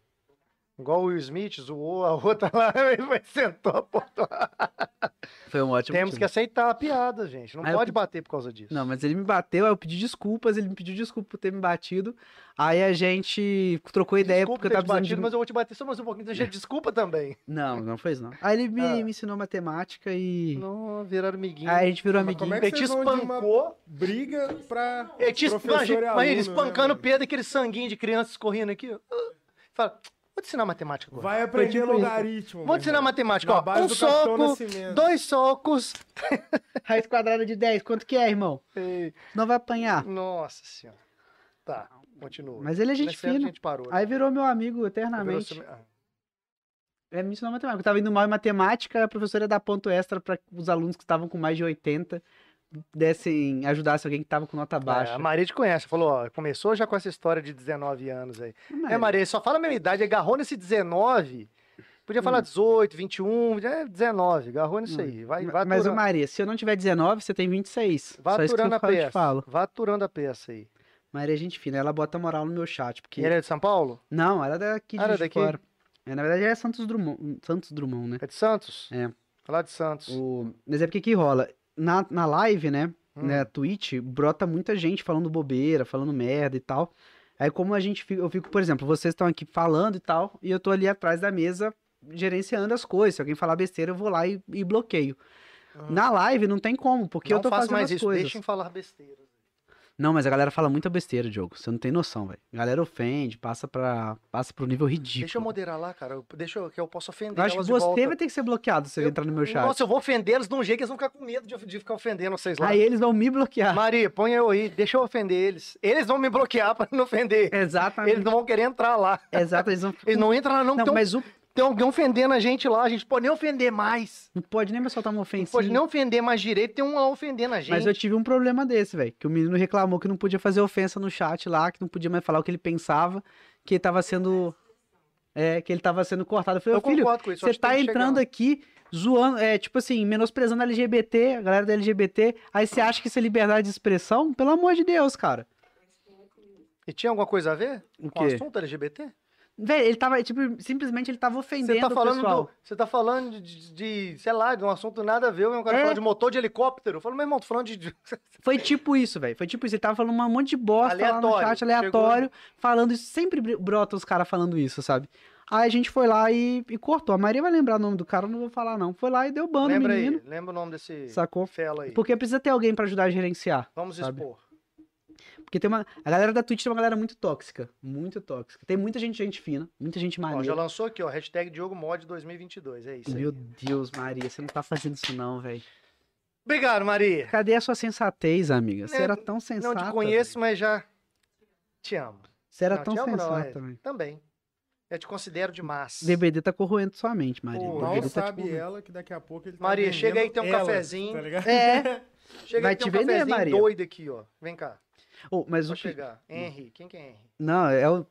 [SPEAKER 1] Igual o Will Smith zoou a outra lá, (laughs) ele vai sentou a porta.
[SPEAKER 5] Foi um ótimo
[SPEAKER 1] Temos que
[SPEAKER 5] motivo.
[SPEAKER 1] aceitar a piada, gente. Não
[SPEAKER 5] Aí eu
[SPEAKER 1] pode
[SPEAKER 5] pedi-
[SPEAKER 1] bater por causa disso.
[SPEAKER 5] Não, mas ele me bateu, aí eu pedi desculpas, ele me pediu desculpa por ter me batido. Aí a gente trocou ideia é
[SPEAKER 1] Desculpa
[SPEAKER 5] porque eu
[SPEAKER 1] ter
[SPEAKER 5] tava
[SPEAKER 1] te
[SPEAKER 5] precisando
[SPEAKER 1] batido,
[SPEAKER 5] de...
[SPEAKER 1] mas eu vou te bater só mais um pouquinho. Então,
[SPEAKER 5] (laughs)
[SPEAKER 1] gente, desculpa também.
[SPEAKER 5] Não, não foi isso não. Aí ele me,
[SPEAKER 1] Ah.
[SPEAKER 5] me ensinou matemática e...
[SPEAKER 1] Não, viraram amiguinho.
[SPEAKER 5] Aí a gente virou
[SPEAKER 4] Mas
[SPEAKER 5] amiguinho.
[SPEAKER 4] como é que
[SPEAKER 1] ele te
[SPEAKER 4] vocês vão de uma-
[SPEAKER 1] espancou.
[SPEAKER 4] (laughs) Briga pra.
[SPEAKER 1] Ele te
[SPEAKER 4] professor
[SPEAKER 1] espan-
[SPEAKER 4] e
[SPEAKER 1] Mas ele
[SPEAKER 4] aluno, né,
[SPEAKER 1] espancando o
[SPEAKER 4] mano?
[SPEAKER 1] Pedro, aquele sanguinho de criança escorrendo aqui. ó. Fala, vou te ensinar matemática agora.
[SPEAKER 4] Vai aprender
[SPEAKER 5] tipo isso.
[SPEAKER 4] logaritmo.
[SPEAKER 1] Vou te ensinar matemática,
[SPEAKER 4] Na
[SPEAKER 1] ó.
[SPEAKER 4] base
[SPEAKER 1] Um
[SPEAKER 4] do Capitão
[SPEAKER 1] soco,
[SPEAKER 4] Nascimento.
[SPEAKER 1] dois socos.
[SPEAKER 5] (laughs) Raiz quadrada de 10, quanto que é, irmão?
[SPEAKER 1] Ei,
[SPEAKER 5] Não vai apanhar.
[SPEAKER 1] Nossa senhora. Tá, continua.
[SPEAKER 5] Ah. Mas ele é gente
[SPEAKER 1] Nessa época
[SPEAKER 5] fina.
[SPEAKER 1] A gente parou.
[SPEAKER 5] Aí
[SPEAKER 1] né?
[SPEAKER 5] virou meu amigo
[SPEAKER 1] Virou
[SPEAKER 5] eternamente.
[SPEAKER 1] semi- ah,
[SPEAKER 5] É, me ensinou matemática. Eu tava indo mal em matemática, a professora ia dar ponto extra para os alunos que estavam com mais de 80 dessem, ajudasse alguém que tava com nota
[SPEAKER 1] É,
[SPEAKER 5] baixa.
[SPEAKER 1] a Maria te conhece, falou, ó, começou já com essa história de 19 anos aí.
[SPEAKER 5] Mas-
[SPEAKER 1] É, Maria, só fala a minha idade, agarrou nesse 19, podia falar 18, 21, é 19, agarrou nisso
[SPEAKER 5] Hum.
[SPEAKER 1] aí, vai,
[SPEAKER 5] Ma-
[SPEAKER 1] vai
[SPEAKER 5] Mas, ô,
[SPEAKER 1] aturando,
[SPEAKER 5] Maria, se eu não tiver 19, você tem 26.
[SPEAKER 1] vai
[SPEAKER 5] Só isso que eu
[SPEAKER 1] aturando a
[SPEAKER 5] falo,
[SPEAKER 1] peça,
[SPEAKER 5] te falo.
[SPEAKER 1] vai aturando a peça aí.
[SPEAKER 5] Maria é gente fina, ela bota moral no meu chat, porque...
[SPEAKER 1] E Ele é de São Paulo?
[SPEAKER 5] Não, ela é daqui de
[SPEAKER 1] Era
[SPEAKER 5] Juiz
[SPEAKER 1] daqui?
[SPEAKER 5] de Fora. É, na verdade, ela é Santos Drummond, Santos Drummond, né?
[SPEAKER 1] É de Santos?
[SPEAKER 5] É.
[SPEAKER 1] Lá de Santos.
[SPEAKER 5] O- Mas é porque que rola? Na, na live, né?
[SPEAKER 1] Hum.
[SPEAKER 5] né, Twitch, brota muita gente falando bobeira, falando merda e tal. Aí como a gente fica, eu fico, por exemplo, vocês estão aqui falando e tal, e eu tô ali atrás da mesa gerenciando as coisas. Se alguém falar besteira, eu vou lá e, e bloqueio. Na live não tem como, porque
[SPEAKER 1] Não
[SPEAKER 5] eu tô
[SPEAKER 1] faço
[SPEAKER 5] fazendo
[SPEAKER 1] mais
[SPEAKER 5] as
[SPEAKER 1] isso,
[SPEAKER 5] coisas.
[SPEAKER 1] deixem falar besteira.
[SPEAKER 5] Não, mas a galera fala muita besteira, Diogo. Você não tem noção, velho. A galera ofende, passa para passa pro nível ridículo.
[SPEAKER 1] Deixa eu moderar lá, cara, eu- deixa eu, que eu posso ofender
[SPEAKER 5] Eu acho que
[SPEAKER 1] elas de
[SPEAKER 5] você
[SPEAKER 1] volta.
[SPEAKER 5] vai ter que ser bloqueado se eu
[SPEAKER 1] Eu-
[SPEAKER 5] entrar no meu chat.
[SPEAKER 1] Nossa, eu vou ofendê-los de um jeito que eles vão ficar com medo de, of- de ficar ofendendo vocês lá.
[SPEAKER 5] Aí eles vão me bloquear. (laughs)
[SPEAKER 1] Maria, põe eu aí, deixa eu ofender eles. Eles vão me bloquear (laughs) pra não ofender.
[SPEAKER 5] É, Exatamente.
[SPEAKER 1] Eles não vão querer entrar lá.
[SPEAKER 5] Exato, eles vão.
[SPEAKER 1] Eles não entram lá, não.
[SPEAKER 5] Não,
[SPEAKER 1] tem, um-
[SPEAKER 5] mas o...
[SPEAKER 1] tem alguém ofendendo a gente lá. A gente pode nem ofender mais.
[SPEAKER 5] não pode nem me soltar uma
[SPEAKER 1] Não
[SPEAKER 5] ofensinha.
[SPEAKER 1] pode nem ofender mais direito. Tem um lá ofendendo a gente.
[SPEAKER 5] Mas eu tive um problema desse, velho. Que o menino reclamou que não podia fazer ofensa no chat lá, que não podia mais falar o que ele pensava, que ele tava sendo. É, que ele tava sendo cortado. Eu falei,
[SPEAKER 1] Eu
[SPEAKER 5] ô filho,
[SPEAKER 1] concordo com isso. eu
[SPEAKER 5] você
[SPEAKER 1] acho que
[SPEAKER 5] tá
[SPEAKER 1] tem que chegar
[SPEAKER 5] entrando
[SPEAKER 1] lá.
[SPEAKER 5] aqui zoando, é, tipo assim, menosprezando a LGBT, a galera da LGBT. Aí você acha que isso é liberdade de expressão? Pelo amor de Deus, cara.
[SPEAKER 1] E tinha alguma coisa a ver
[SPEAKER 5] O
[SPEAKER 1] com o
[SPEAKER 5] quê?
[SPEAKER 1] assunto LGBT?
[SPEAKER 5] Velho, ele tava, tipo, simplesmente ele tava ofendendo
[SPEAKER 1] Você tá
[SPEAKER 5] o
[SPEAKER 1] falando,
[SPEAKER 5] pessoal.
[SPEAKER 1] do, você tá falando de, de- sei lá, de um assunto nada a ver. O cara
[SPEAKER 5] É.
[SPEAKER 1] fala de motor de helicóptero. Eu falo, meu irmão, tô falando de- de.
[SPEAKER 5] Foi tipo isso, velho. Foi tipo isso. Ele tava falando um monte de bosta lá no
[SPEAKER 1] Aleatório.
[SPEAKER 5] chat, aleatório, falando isso. Sempre br- brota os caras falando isso, sabe? Aí a gente foi lá e, e cortou. A Maria vai lembrar o nome do cara, eu não vou falar, não. Foi lá e deu ban no
[SPEAKER 1] lembra
[SPEAKER 5] menino.
[SPEAKER 1] aí, lembra o nome desse
[SPEAKER 5] Sacou?
[SPEAKER 1] fela aí.
[SPEAKER 5] Porque precisa ter alguém pra ajudar a gerenciar.
[SPEAKER 1] Vamos
[SPEAKER 5] sabe?
[SPEAKER 1] expor.
[SPEAKER 5] Porque tem uma. A galera da Twitch tem uma galera muito tóxica. Muito tóxica. Tem muita gente, gente fina, muita gente
[SPEAKER 1] Ó, já
[SPEAKER 5] maneira.
[SPEAKER 1] lançou aqui, ó. Hashtag Diogo Mod 2022. É isso aí.
[SPEAKER 5] Meu Deus, Maria, você não tá fazendo isso, não, velho.
[SPEAKER 1] Obrigado, Maria.
[SPEAKER 5] Cadê a sua sensatez, amiga? Você
[SPEAKER 1] Né,
[SPEAKER 5] era tão sensata.
[SPEAKER 1] É. Não te conheço, mas já te amo.
[SPEAKER 5] Você era
[SPEAKER 1] Não,
[SPEAKER 5] tão
[SPEAKER 1] te amo não, é.
[SPEAKER 5] sensata, velho.
[SPEAKER 1] Também. Eu te considero demais.
[SPEAKER 5] DBD tá corroendo sua mente, Maria.
[SPEAKER 1] Pô,
[SPEAKER 5] O
[SPEAKER 1] mal
[SPEAKER 5] DBD
[SPEAKER 4] Mal
[SPEAKER 5] tá te
[SPEAKER 4] sabe
[SPEAKER 5] corroendo.
[SPEAKER 4] ela que daqui a pouco ele tá
[SPEAKER 1] Maria,
[SPEAKER 4] vendendo
[SPEAKER 1] chega aí, tem um
[SPEAKER 4] elas,
[SPEAKER 1] cafezinho.
[SPEAKER 4] Tá ligado?
[SPEAKER 5] É.
[SPEAKER 1] (laughs) Chega
[SPEAKER 5] vai
[SPEAKER 1] aí, tem um
[SPEAKER 5] te vender,
[SPEAKER 1] cafezinho
[SPEAKER 5] Maria.
[SPEAKER 1] doido aqui, ó. Vem cá.
[SPEAKER 5] Ô, mas
[SPEAKER 1] Vou
[SPEAKER 5] o. Pi-
[SPEAKER 1] chegar. Henry. Quem que é Henry?
[SPEAKER 5] Não, é o.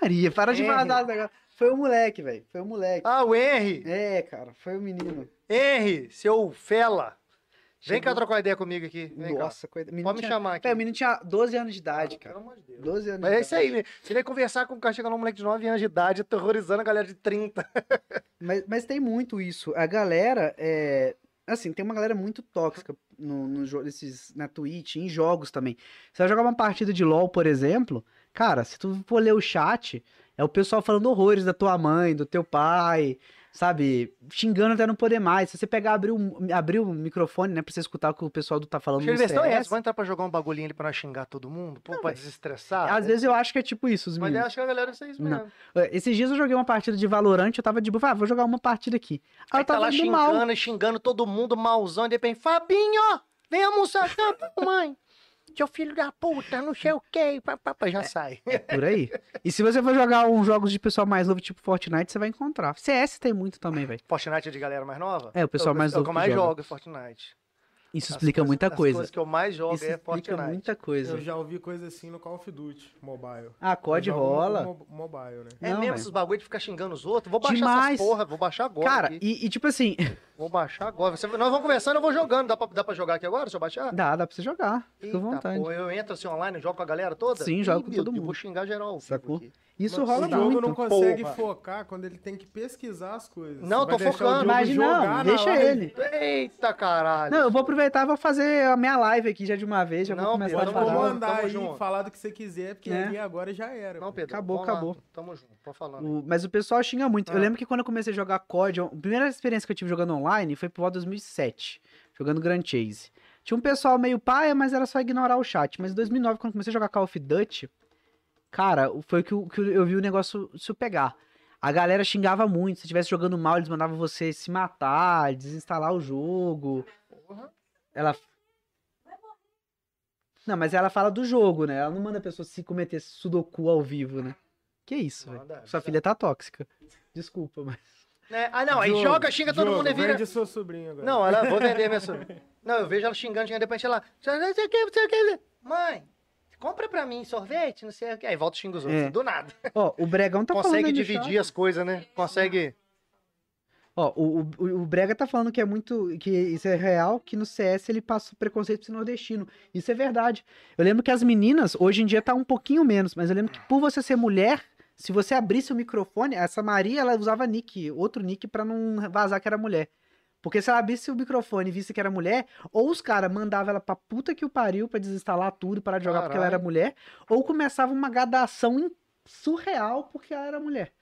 [SPEAKER 5] Maria, para de
[SPEAKER 1] É,
[SPEAKER 5] mandar esse negócio. Foi o moleque, velho. Foi o moleque.
[SPEAKER 1] Ah, o Henry.
[SPEAKER 5] É, cara, foi o menino.
[SPEAKER 1] Henry, seu fela. Vem
[SPEAKER 5] Chegou-
[SPEAKER 1] cá trocar uma ideia comigo aqui. Vem
[SPEAKER 5] Nossa, coisa.
[SPEAKER 1] cá.
[SPEAKER 5] Menino
[SPEAKER 1] Pode me
[SPEAKER 5] tinha...
[SPEAKER 1] chamar aqui.
[SPEAKER 5] Pera, o menino tinha 12 anos de idade, cara.
[SPEAKER 1] Pelo amor de Deus.
[SPEAKER 5] 12 anos
[SPEAKER 1] Mas
[SPEAKER 5] de
[SPEAKER 1] é isso
[SPEAKER 5] idade.
[SPEAKER 1] aí, né? Você vai conversar com um cara chegando um moleque de 9 anos de idade, aterrorizando a galera de 30.
[SPEAKER 5] Mas, mas tem muito isso. A galera é. Assim, tem uma galera muito tóxica no, no, jo- nesses- na Twitch, em jogos também. Você vai jogar uma partida de LOL, por exemplo, cara, se tu for ler o chat, é o pessoal falando horrores da tua mãe, do teu pai, sabe? Xingando até não poder mais. Se você pegar, abrir o, abrir o microfone, né, pra você escutar o que o pessoal do- tá falando no
[SPEAKER 1] A questão é
[SPEAKER 5] CS,
[SPEAKER 1] essa. Vamos entrar pra jogar um bagulhinho ali pra nós xingar todo mundo? Pô,
[SPEAKER 5] Não,
[SPEAKER 1] pra
[SPEAKER 5] mas-
[SPEAKER 1] desestressar?
[SPEAKER 5] Às vezes eu acho que é tipo isso, os
[SPEAKER 1] Mas eu
[SPEAKER 5] meninos.
[SPEAKER 1] acho que a galera é isso
[SPEAKER 5] Não.
[SPEAKER 1] mesmo.
[SPEAKER 5] Esses dias eu joguei uma partida de Valorant, eu tava de boa, ah, vou jogar uma partida aqui. Aí eu
[SPEAKER 1] Aí tá
[SPEAKER 5] tava
[SPEAKER 1] lá
[SPEAKER 5] indo
[SPEAKER 1] xingando,
[SPEAKER 5] mal.
[SPEAKER 1] xingando todo mundo, malzão, e de repente, Fabinho, vem almoçar, tá, (laughs) mãe. seu filho da puta, não sei o quê, papapá,
[SPEAKER 5] É.
[SPEAKER 1] já sai. (laughs)
[SPEAKER 5] Por aí. E se você for jogar uns jogos de pessoal mais novo, tipo Fortnite, você vai encontrar. CS tem muito também, velho.
[SPEAKER 1] Fortnite é de galera mais nova?
[SPEAKER 5] É, o pessoal mais
[SPEAKER 1] é o
[SPEAKER 5] novo
[SPEAKER 1] que eu
[SPEAKER 5] que
[SPEAKER 1] mais
[SPEAKER 5] joga.
[SPEAKER 1] jogo é Fortnite.
[SPEAKER 5] Isso
[SPEAKER 1] As
[SPEAKER 5] explica
[SPEAKER 1] coisas-
[SPEAKER 5] muita
[SPEAKER 1] as
[SPEAKER 5] coisa.
[SPEAKER 1] coisas que eu mais jogo
[SPEAKER 5] Isso
[SPEAKER 1] é
[SPEAKER 5] explica
[SPEAKER 1] Fortnite.
[SPEAKER 5] muita
[SPEAKER 4] Eu
[SPEAKER 5] coisa.
[SPEAKER 4] já ouvi coisa assim no Call of Duty Mobile.
[SPEAKER 5] Ah, COD
[SPEAKER 4] Eu jogo no
[SPEAKER 5] rola.
[SPEAKER 4] mo- Mobile, né?
[SPEAKER 1] É mesmo
[SPEAKER 5] Não, velho.
[SPEAKER 1] esses bagulho de ficar xingando os outros? Vou baixar
[SPEAKER 5] Demais.
[SPEAKER 1] essas porra, vou baixar agora.
[SPEAKER 5] Cara,
[SPEAKER 1] aqui.
[SPEAKER 5] e, e tipo assim, (laughs)
[SPEAKER 1] Vou baixar agora. Você- Nós vamos conversando, eu vou jogando. Dá pra, dá pra jogar aqui agora, se eu baixar?
[SPEAKER 5] dá, dá pra você jogar. Fica à
[SPEAKER 1] Eita,
[SPEAKER 5] vontade.
[SPEAKER 1] pô, eu entro assim online, jogo com a galera toda?
[SPEAKER 5] Sim, jogo com
[SPEAKER 1] meu
[SPEAKER 5] todo
[SPEAKER 1] Deus,
[SPEAKER 5] mundo.
[SPEAKER 1] Vou xingar geral. ao vivo
[SPEAKER 5] Sacou?
[SPEAKER 1] aqui.
[SPEAKER 5] Isso
[SPEAKER 1] Mas
[SPEAKER 5] rola
[SPEAKER 4] o jogo
[SPEAKER 5] muito.
[SPEAKER 4] não consegue
[SPEAKER 1] Porra.
[SPEAKER 4] focar quando ele tem que pesquisar as coisas.
[SPEAKER 1] Não,
[SPEAKER 4] Vai
[SPEAKER 1] tô
[SPEAKER 4] deixar o
[SPEAKER 1] focando.
[SPEAKER 4] jogo
[SPEAKER 5] Imagina,
[SPEAKER 4] jogar
[SPEAKER 5] não,
[SPEAKER 4] na
[SPEAKER 5] deixa
[SPEAKER 4] live.
[SPEAKER 5] ele.
[SPEAKER 1] Eita caralho.
[SPEAKER 5] Não, eu vou aproveitar e vou fazer a minha live aqui já de uma vez. Já
[SPEAKER 1] Não,
[SPEAKER 5] vou começar
[SPEAKER 1] Pedro,
[SPEAKER 5] a
[SPEAKER 1] Tamo
[SPEAKER 4] Pode
[SPEAKER 5] falar.
[SPEAKER 1] junto,
[SPEAKER 4] comandar
[SPEAKER 1] tamo
[SPEAKER 4] aí,
[SPEAKER 1] junto.
[SPEAKER 4] falar do que você quiser, porque
[SPEAKER 5] É.
[SPEAKER 4] ali agora já era.
[SPEAKER 1] Não, Pedro.
[SPEAKER 5] Acabou,
[SPEAKER 1] vamos lá.
[SPEAKER 5] acabou.
[SPEAKER 1] Tamo junto, tô falando.
[SPEAKER 5] O- mas o pessoal xinga muito.
[SPEAKER 1] Ah.
[SPEAKER 5] Eu lembro que quando eu comecei a jogar COD, a primeira experiência que eu tive jogando online foi por volta de 2007, jogando Grand Chase. Tinha um pessoal meio paia, mas era só ignorar o chat. Mas em 2009, quando eu comecei a jogar Call of Duty, cara, o- foi que, o- que eu vi o negócio se pegar. A galera xingava muito. Se estivesse jogando mal, eles mandavam você se matar, desinstalar o jogo.
[SPEAKER 1] Porra.
[SPEAKER 5] Ela. Não, mas ela fala do jogo, né? Ela não manda a pessoa se cometer sudoku ao vivo, né? Que isso, velho.
[SPEAKER 1] Manda, é.
[SPEAKER 5] Sua
[SPEAKER 1] manda.
[SPEAKER 5] filha tá tóxica. Desculpa, mas.
[SPEAKER 1] É, ah, não, aí
[SPEAKER 4] Jogo,
[SPEAKER 1] joga, xinga todo
[SPEAKER 4] jogo,
[SPEAKER 1] mundo e vira.
[SPEAKER 4] Vende seu sobrinho agora.
[SPEAKER 1] Não, ela, vou vender minha sobrinha. Não, eu vejo ela xingando, xingando, de repente ela. Não sei o que, não sei o que. Mãe, compra pra mim sorvete, não sei o que. Aí volta e xinga os outros.
[SPEAKER 5] É.
[SPEAKER 1] Do nada.
[SPEAKER 5] Ó, o Bregão tá falando.
[SPEAKER 1] Consegue
[SPEAKER 5] aí no
[SPEAKER 1] dividir
[SPEAKER 5] chat.
[SPEAKER 1] as coisas, né? Consegue.
[SPEAKER 5] Ó, o, o, o Brega tá falando que é muito. que isso é real, que no CS ele passa preconceito pro nordestino. Isso é verdade. Eu lembro que as meninas, hoje em dia tá um pouquinho menos, mas eu lembro que por você ser mulher, se você abrisse o microfone, essa Maria, ela usava nick, outro nick pra não vazar que era mulher. Porque se ela abrisse o microfone e visse que era mulher, ou os caras mandavam ela pra puta que o pariu pra desinstalar tudo, parar de jogar porque ela era
[SPEAKER 1] Caralho.
[SPEAKER 5] mulher, ou começava uma gradação in- surreal porque ela era mulher.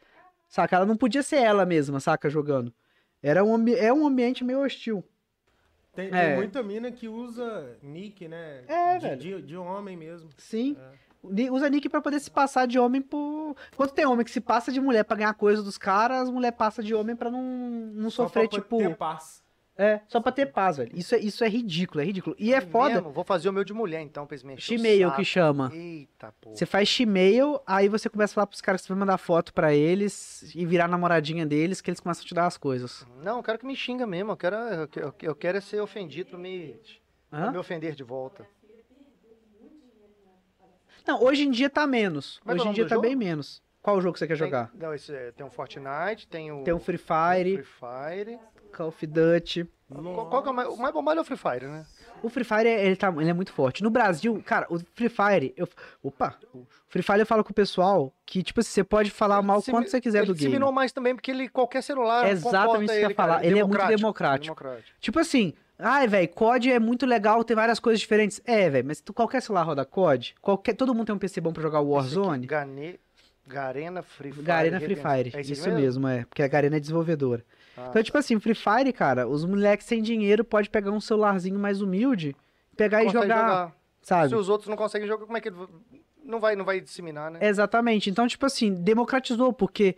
[SPEAKER 5] Saca? Ela não podia ser ela mesma, saca? Jogando. Era um, ambi- é um ambiente meio hostil.
[SPEAKER 4] Tem,
[SPEAKER 5] É.
[SPEAKER 4] tem muita mina que usa nick, né?
[SPEAKER 5] É,
[SPEAKER 4] de, De, de homem mesmo.
[SPEAKER 5] Sim.
[SPEAKER 4] É.
[SPEAKER 5] Ni- Usa nick pra poder se passar de homem por. Quando tem homem que se passa de mulher pra ganhar coisa dos caras, as mulher passa de homem pra não, não
[SPEAKER 4] Só
[SPEAKER 5] sofrer,
[SPEAKER 4] pra
[SPEAKER 5] tipo.
[SPEAKER 4] Ter paz.
[SPEAKER 5] É, só pra ter paz, velho. Isso é, isso é ridículo, é ridículo. E é
[SPEAKER 1] Ai,
[SPEAKER 5] foda.
[SPEAKER 1] mesmo? Vou fazer o meu de mulher, então, pra eles me encher o
[SPEAKER 5] Shemale que
[SPEAKER 1] saco.
[SPEAKER 5] chama.
[SPEAKER 1] Eita, porra.
[SPEAKER 5] Você faz shemale, aí você começa a falar pros caras que você vai mandar foto pra eles e virar namoradinha deles, que eles começam a te dar as coisas.
[SPEAKER 1] Não, eu quero que me xinga mesmo. Eu quero, eu quero- eu quero é ser ofendido pra me, pra
[SPEAKER 5] Hã?
[SPEAKER 1] me ofender de volta.
[SPEAKER 5] Não, hoje em dia tá menos.
[SPEAKER 1] Como é que é o
[SPEAKER 5] hoje em
[SPEAKER 1] nome
[SPEAKER 5] dia
[SPEAKER 1] do
[SPEAKER 5] tá
[SPEAKER 1] jogo?
[SPEAKER 5] bem menos. Qual jogo você quer
[SPEAKER 1] Tem-
[SPEAKER 5] jogar?
[SPEAKER 1] não, esse é- tem um Fortnite, tem o.
[SPEAKER 5] Tem o Free Fire,
[SPEAKER 1] Free Fire.
[SPEAKER 5] Call of Duty.
[SPEAKER 1] Qual, qual que é o mais, o mais bombado é o Free Fire, né?
[SPEAKER 5] O Free Fire, ele, tá, ele é muito forte. No Brasil, cara, o Free Fire, eu. Opa! O Free Fire eu falo com o pessoal que, tipo assim, você pode falar mal
[SPEAKER 1] Dissemi-
[SPEAKER 5] quanto você quiser
[SPEAKER 1] ele
[SPEAKER 5] do game.
[SPEAKER 1] disseminou mais também, porque ele, qualquer celular.
[SPEAKER 5] É exatamente
[SPEAKER 1] comporta
[SPEAKER 5] isso que eu ia
[SPEAKER 1] cara,
[SPEAKER 5] falar. Ele é muito democrático.
[SPEAKER 1] democrático.
[SPEAKER 5] Tipo assim, ai, velho, COD é muito legal, tem várias coisas diferentes. É, velho, mas tu, qualquer celular roda COD, qualquer, todo mundo tem um PC bom pra jogar Warzone.
[SPEAKER 1] Gane, Garena é Free Fire.
[SPEAKER 5] Garena Free
[SPEAKER 1] Redenção.
[SPEAKER 5] Fire,
[SPEAKER 1] É esse
[SPEAKER 5] isso mesmo, é, porque a Garena é desenvolvedora.
[SPEAKER 1] Ah,
[SPEAKER 5] Então, tipo assim, Free Fire, cara, os moleques sem dinheiro pode pegar um celularzinho mais humilde, pegar e
[SPEAKER 1] consegue
[SPEAKER 5] jogar,
[SPEAKER 1] Se
[SPEAKER 5] sabe?
[SPEAKER 1] os outros não conseguem jogar, como é que ele. Não vai, não vai disseminar, né?
[SPEAKER 5] Exatamente. Então, tipo assim, democratizou, porque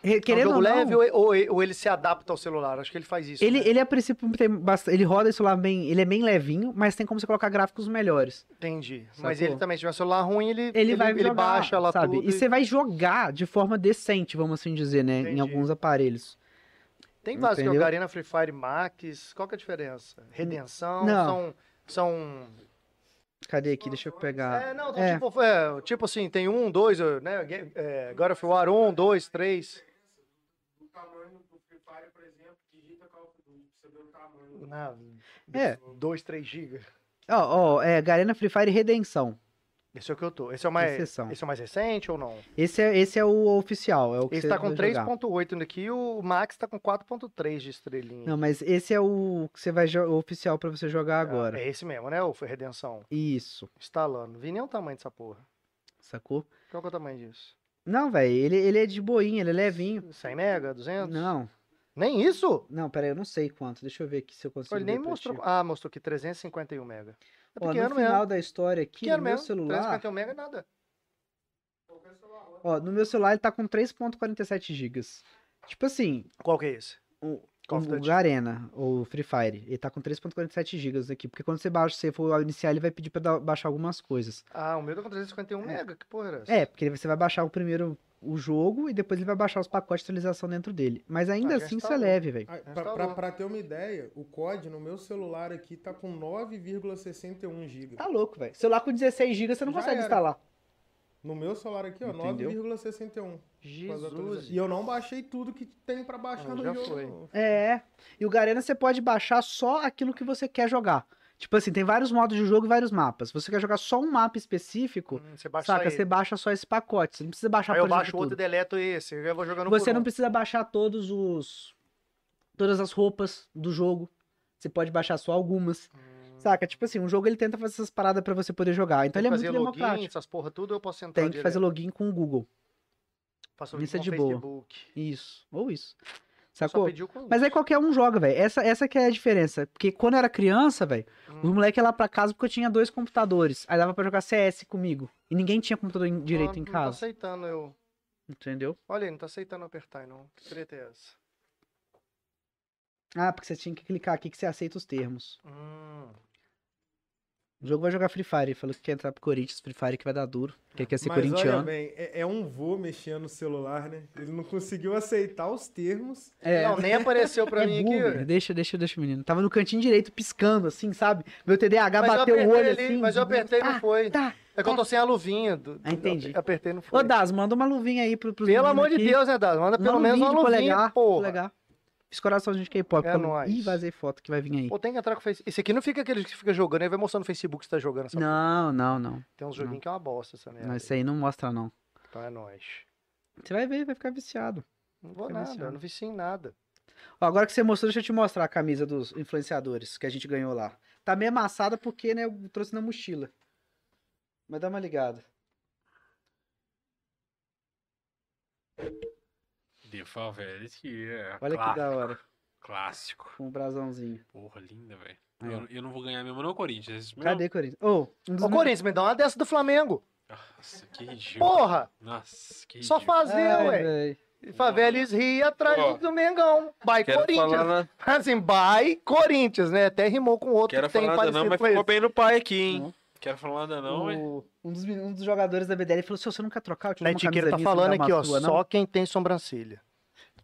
[SPEAKER 5] re-
[SPEAKER 1] É um
[SPEAKER 5] querendo
[SPEAKER 1] jogo
[SPEAKER 5] ou não,
[SPEAKER 1] leve ou, ou- ou ele se adapta ao celular? Acho que ele faz isso.
[SPEAKER 5] ele,
[SPEAKER 1] né?
[SPEAKER 5] ele a princípio tem bastante, ele roda esse celular bem, ele é bem levinho, mas tem como você colocar gráficos melhores.
[SPEAKER 1] Entendi. Mas
[SPEAKER 5] Sacou?
[SPEAKER 1] ele também, se tiver um celular ruim, ele,
[SPEAKER 5] ele vai
[SPEAKER 1] ele
[SPEAKER 5] jogar,
[SPEAKER 1] baixa lá
[SPEAKER 5] sabe?
[SPEAKER 1] tudo.
[SPEAKER 5] E
[SPEAKER 1] e-
[SPEAKER 5] você vai jogar de forma decente, vamos assim dizer, né? Em
[SPEAKER 1] Entendi.
[SPEAKER 5] alguns aparelhos.
[SPEAKER 1] Tem vários que é o
[SPEAKER 5] Entendeu?
[SPEAKER 1] Garena, Free Fire, Max. Qual que é a diferença? Redenção?
[SPEAKER 5] Não.
[SPEAKER 1] São.
[SPEAKER 5] Cadê aqui? Deixa eu
[SPEAKER 1] são...
[SPEAKER 5] pegar.
[SPEAKER 1] É, não,
[SPEAKER 5] É.
[SPEAKER 1] Tipo, é, tipo assim, tem um, dois, né? Ga- É, God of War, um, dois, três. Na,
[SPEAKER 5] É.
[SPEAKER 1] Dois, três gigas.
[SPEAKER 5] Ó, ó, é Garena Free Fire Redenção.
[SPEAKER 1] Esse é o que eu tô. Esse é o mais,
[SPEAKER 5] Exceção.
[SPEAKER 1] esse é o mais recente ou não?
[SPEAKER 5] Esse é, esse é o oficial, é o que
[SPEAKER 1] Esse
[SPEAKER 5] você
[SPEAKER 1] tá com
[SPEAKER 5] vai jogar.
[SPEAKER 1] 3.8 aqui o Max tá com 4.3 de estrelinha.
[SPEAKER 5] Não, mas esse é o que você vai jo- o oficial pra você jogar agora.
[SPEAKER 1] É esse mesmo, né? O Redenção.
[SPEAKER 5] Isso,
[SPEAKER 1] Instalando. Não vi nem o tamanho dessa porra.
[SPEAKER 5] sacou?
[SPEAKER 1] Qual que é o tamanho disso?
[SPEAKER 5] Não, velho, ele, ele é de boinha, ele é levinho.
[SPEAKER 1] 100 mega? 200?
[SPEAKER 5] Não,
[SPEAKER 1] Nem isso?
[SPEAKER 5] não, peraí, eu não sei quanto. Deixa eu ver aqui se eu consigo.
[SPEAKER 1] Ele nem
[SPEAKER 5] ver pra
[SPEAKER 1] mostrou.
[SPEAKER 5] ti.
[SPEAKER 1] Ah, mostrou aqui 351 mega. É
[SPEAKER 5] Ó, no
[SPEAKER 1] pequeno
[SPEAKER 5] final
[SPEAKER 1] mesmo.
[SPEAKER 5] da história aqui,
[SPEAKER 1] Pequeno
[SPEAKER 5] no meu
[SPEAKER 1] mesmo.
[SPEAKER 5] celular.
[SPEAKER 1] 351 mega é nada. um.
[SPEAKER 5] Ó, no meu celular ele tá com 3.47 GB. Tipo assim,
[SPEAKER 1] Qual que é esse?
[SPEAKER 5] o-
[SPEAKER 1] Call of
[SPEAKER 5] o
[SPEAKER 1] Duty.
[SPEAKER 5] Garena, ou Free Fire, ele tá com 3.47 GB aqui, porque quando você baixa, você for iniciar, ele vai pedir pra dar- baixar algumas coisas.
[SPEAKER 1] Ah, o meu tá com 351 mega, que porra era essa?
[SPEAKER 5] É, porque você vai baixar o primeiro o jogo e depois ele vai baixar os pacotes de atualização dentro dele. Mas ainda
[SPEAKER 1] Ah, já
[SPEAKER 5] assim isso é
[SPEAKER 1] instalou.
[SPEAKER 5] leve, velho.
[SPEAKER 4] Ah, Pra,
[SPEAKER 1] Instalou.
[SPEAKER 4] pra- pra ter uma ideia, o COD no meu celular aqui tá com 9,61
[SPEAKER 1] Ah,
[SPEAKER 4] GB.
[SPEAKER 5] Tá louco, velho. Celular com 16 GB você não
[SPEAKER 4] Já
[SPEAKER 5] consegue
[SPEAKER 4] era.
[SPEAKER 5] instalar.
[SPEAKER 4] No meu celular aqui, ó,
[SPEAKER 5] Entendeu?
[SPEAKER 4] 9,61.
[SPEAKER 1] Jesus.
[SPEAKER 4] E eu não baixei tudo que tem pra baixar
[SPEAKER 1] Ah,
[SPEAKER 4] no
[SPEAKER 1] já
[SPEAKER 4] jogo.
[SPEAKER 1] foi.
[SPEAKER 4] não.
[SPEAKER 5] É. E o Garena você pode baixar só aquilo que você quer jogar. Tipo assim, tem vários modos de jogo e vários mapas. Se você quer jogar só um mapa específico,
[SPEAKER 1] Hum, Você baixa
[SPEAKER 5] saca?
[SPEAKER 1] ele.
[SPEAKER 5] Você baixa só esse pacote. Você não precisa baixar
[SPEAKER 1] Aí eu
[SPEAKER 5] por exemplo,
[SPEAKER 1] baixo o outro e
[SPEAKER 5] tudo.
[SPEAKER 1] deleto esse. Eu vou jogando
[SPEAKER 5] Você
[SPEAKER 1] por
[SPEAKER 5] não
[SPEAKER 1] um.
[SPEAKER 5] precisa baixar todos os. Todas as roupas do jogo. Você pode baixar só algumas. Saca? Tipo assim, um jogo ele tenta fazer essas paradas pra você poder jogar. Então
[SPEAKER 1] Hum. Tem que
[SPEAKER 5] ele é muito
[SPEAKER 1] fazer login,
[SPEAKER 5] democrático.
[SPEAKER 1] essas porra tudo, eu posso entrar
[SPEAKER 5] Tem que fazer login com o Google.
[SPEAKER 1] Faço
[SPEAKER 5] Isso é
[SPEAKER 1] login com
[SPEAKER 5] de
[SPEAKER 1] o
[SPEAKER 5] boa.
[SPEAKER 1] Facebook.
[SPEAKER 5] Isso. Ou isso.
[SPEAKER 1] Só
[SPEAKER 5] Sacou?
[SPEAKER 1] pedi o convite.
[SPEAKER 5] Mas aí qualquer um joga, velho. Essa, essa que é a diferença. Porque quando eu era criança, velho,
[SPEAKER 1] Hum.
[SPEAKER 5] os moleques iam lá pra casa porque eu tinha dois computadores. Aí dava pra jogar CS comigo. E ninguém tinha computador em- é direito
[SPEAKER 1] Não,
[SPEAKER 5] em
[SPEAKER 1] Não tá
[SPEAKER 5] casa.
[SPEAKER 1] aceitando eu.
[SPEAKER 5] Entendeu?
[SPEAKER 1] Olha aí, não tá aceitando apertar aí, não. Que treta é essa?
[SPEAKER 5] Ah, porque você tinha que clicar aqui que você aceita os termos.
[SPEAKER 1] Hum.
[SPEAKER 5] O jogo vai jogar Free Fire. Ele falou que quer entrar pro Corinthians, Free Fire que vai dar duro. Que ele quer ser
[SPEAKER 4] Mas olha
[SPEAKER 5] corintiano.
[SPEAKER 4] bem, é, é um vô mexendo no celular, né? Ele não conseguiu aceitar os termos.
[SPEAKER 5] é,
[SPEAKER 1] Não, nem apareceu pra
[SPEAKER 5] (laughs) é
[SPEAKER 1] mim
[SPEAKER 5] boomer.
[SPEAKER 1] aqui.
[SPEAKER 5] Deixa, deixa, deixa o menino. Tava no cantinho direito piscando, assim, sabe? Meu TDAH
[SPEAKER 1] Mas eu
[SPEAKER 5] bateu o
[SPEAKER 1] apertei
[SPEAKER 5] olho
[SPEAKER 1] ali,
[SPEAKER 5] assim.
[SPEAKER 1] mas eu apertei e não
[SPEAKER 5] tá,
[SPEAKER 1] foi.
[SPEAKER 5] Tá.
[SPEAKER 1] É que eu tô sem a luvinha. Do,
[SPEAKER 5] Ah, entendi.
[SPEAKER 1] eu Apertei e não foi.
[SPEAKER 5] Ô, Das, manda uma luvinha aí pro, pros
[SPEAKER 1] Pelo
[SPEAKER 5] meninos
[SPEAKER 1] amor de
[SPEAKER 5] aqui.
[SPEAKER 1] Deus, né, Dado? Manda pelo menos uma
[SPEAKER 5] de
[SPEAKER 1] luvinha,
[SPEAKER 5] polegar,
[SPEAKER 1] porra.
[SPEAKER 5] polegar. Fiz coraçãozinho de K-pop.
[SPEAKER 1] É
[SPEAKER 5] pra não-
[SPEAKER 1] nóis.
[SPEAKER 5] Ih, vazei foto que vai vir aí.
[SPEAKER 1] Pô, tem que entrar com o Facebook. Esse aqui não fica aquele que fica jogando, aí vai mostrando no Facebook que você tá jogando. Essa
[SPEAKER 5] Não, não, não.
[SPEAKER 1] Tem uns joguinhos que é uma bosta essa merda.
[SPEAKER 5] Não, Isso aí não mostra, não.
[SPEAKER 1] Então é nóis.
[SPEAKER 5] Você vai ver, vai ficar viciado.
[SPEAKER 1] Não vou
[SPEAKER 5] Fica
[SPEAKER 1] nada, eu
[SPEAKER 5] é viciado.
[SPEAKER 1] não vi sim nada.
[SPEAKER 5] Ó, agora que você mostrou, deixa eu te mostrar a camisa dos influenciadores que a gente ganhou lá. Tá meio amassada porque, né, eu trouxe na mochila. Mas dá uma ligada.
[SPEAKER 2] De Favelis, yeah.
[SPEAKER 5] Olha
[SPEAKER 2] é Clá-
[SPEAKER 5] que da hora.
[SPEAKER 2] Clássico.
[SPEAKER 5] Com o brasãozinho.
[SPEAKER 2] Porra, linda, velho.
[SPEAKER 5] Aí,
[SPEAKER 2] Eu, eu não vou ganhar mesmo, não, Corinthians. Isso mesmo.
[SPEAKER 5] Ah. Cadê, Corinthians? Ô, um dos
[SPEAKER 1] Ô, Corinthians, me dá uma dessa do Flamengo.
[SPEAKER 2] Nossa, que ridículo.
[SPEAKER 1] Porra!
[SPEAKER 2] Nossa, que
[SPEAKER 1] Só
[SPEAKER 2] ridículo.
[SPEAKER 1] fazer,
[SPEAKER 5] Ai,
[SPEAKER 1] ué.
[SPEAKER 5] véi.
[SPEAKER 1] Favelis ri atrás
[SPEAKER 2] Ó.
[SPEAKER 1] do Mengão. By
[SPEAKER 2] Quero
[SPEAKER 1] Corinthians.
[SPEAKER 2] falar na...
[SPEAKER 1] (laughs) Assim, by Corinthians, né? Até rimou com outro
[SPEAKER 2] Quero
[SPEAKER 1] que tem
[SPEAKER 2] falar nada
[SPEAKER 1] parecido
[SPEAKER 2] não, mas
[SPEAKER 1] com
[SPEAKER 2] ficou
[SPEAKER 1] esse.
[SPEAKER 2] bem no pai aqui, hein?
[SPEAKER 5] Não.
[SPEAKER 2] Quero falar nada não, mas...
[SPEAKER 5] O- um, dos, men- um dos jogadores da BDL falou: se você não quer trocar, eu te dou
[SPEAKER 1] Na
[SPEAKER 5] uma
[SPEAKER 1] etiqueta
[SPEAKER 5] camisa
[SPEAKER 1] tá
[SPEAKER 5] minha, você me dá
[SPEAKER 1] falando
[SPEAKER 5] uma
[SPEAKER 1] aqui, ó,
[SPEAKER 5] sua, não?"
[SPEAKER 1] só quem tem sobrancelha.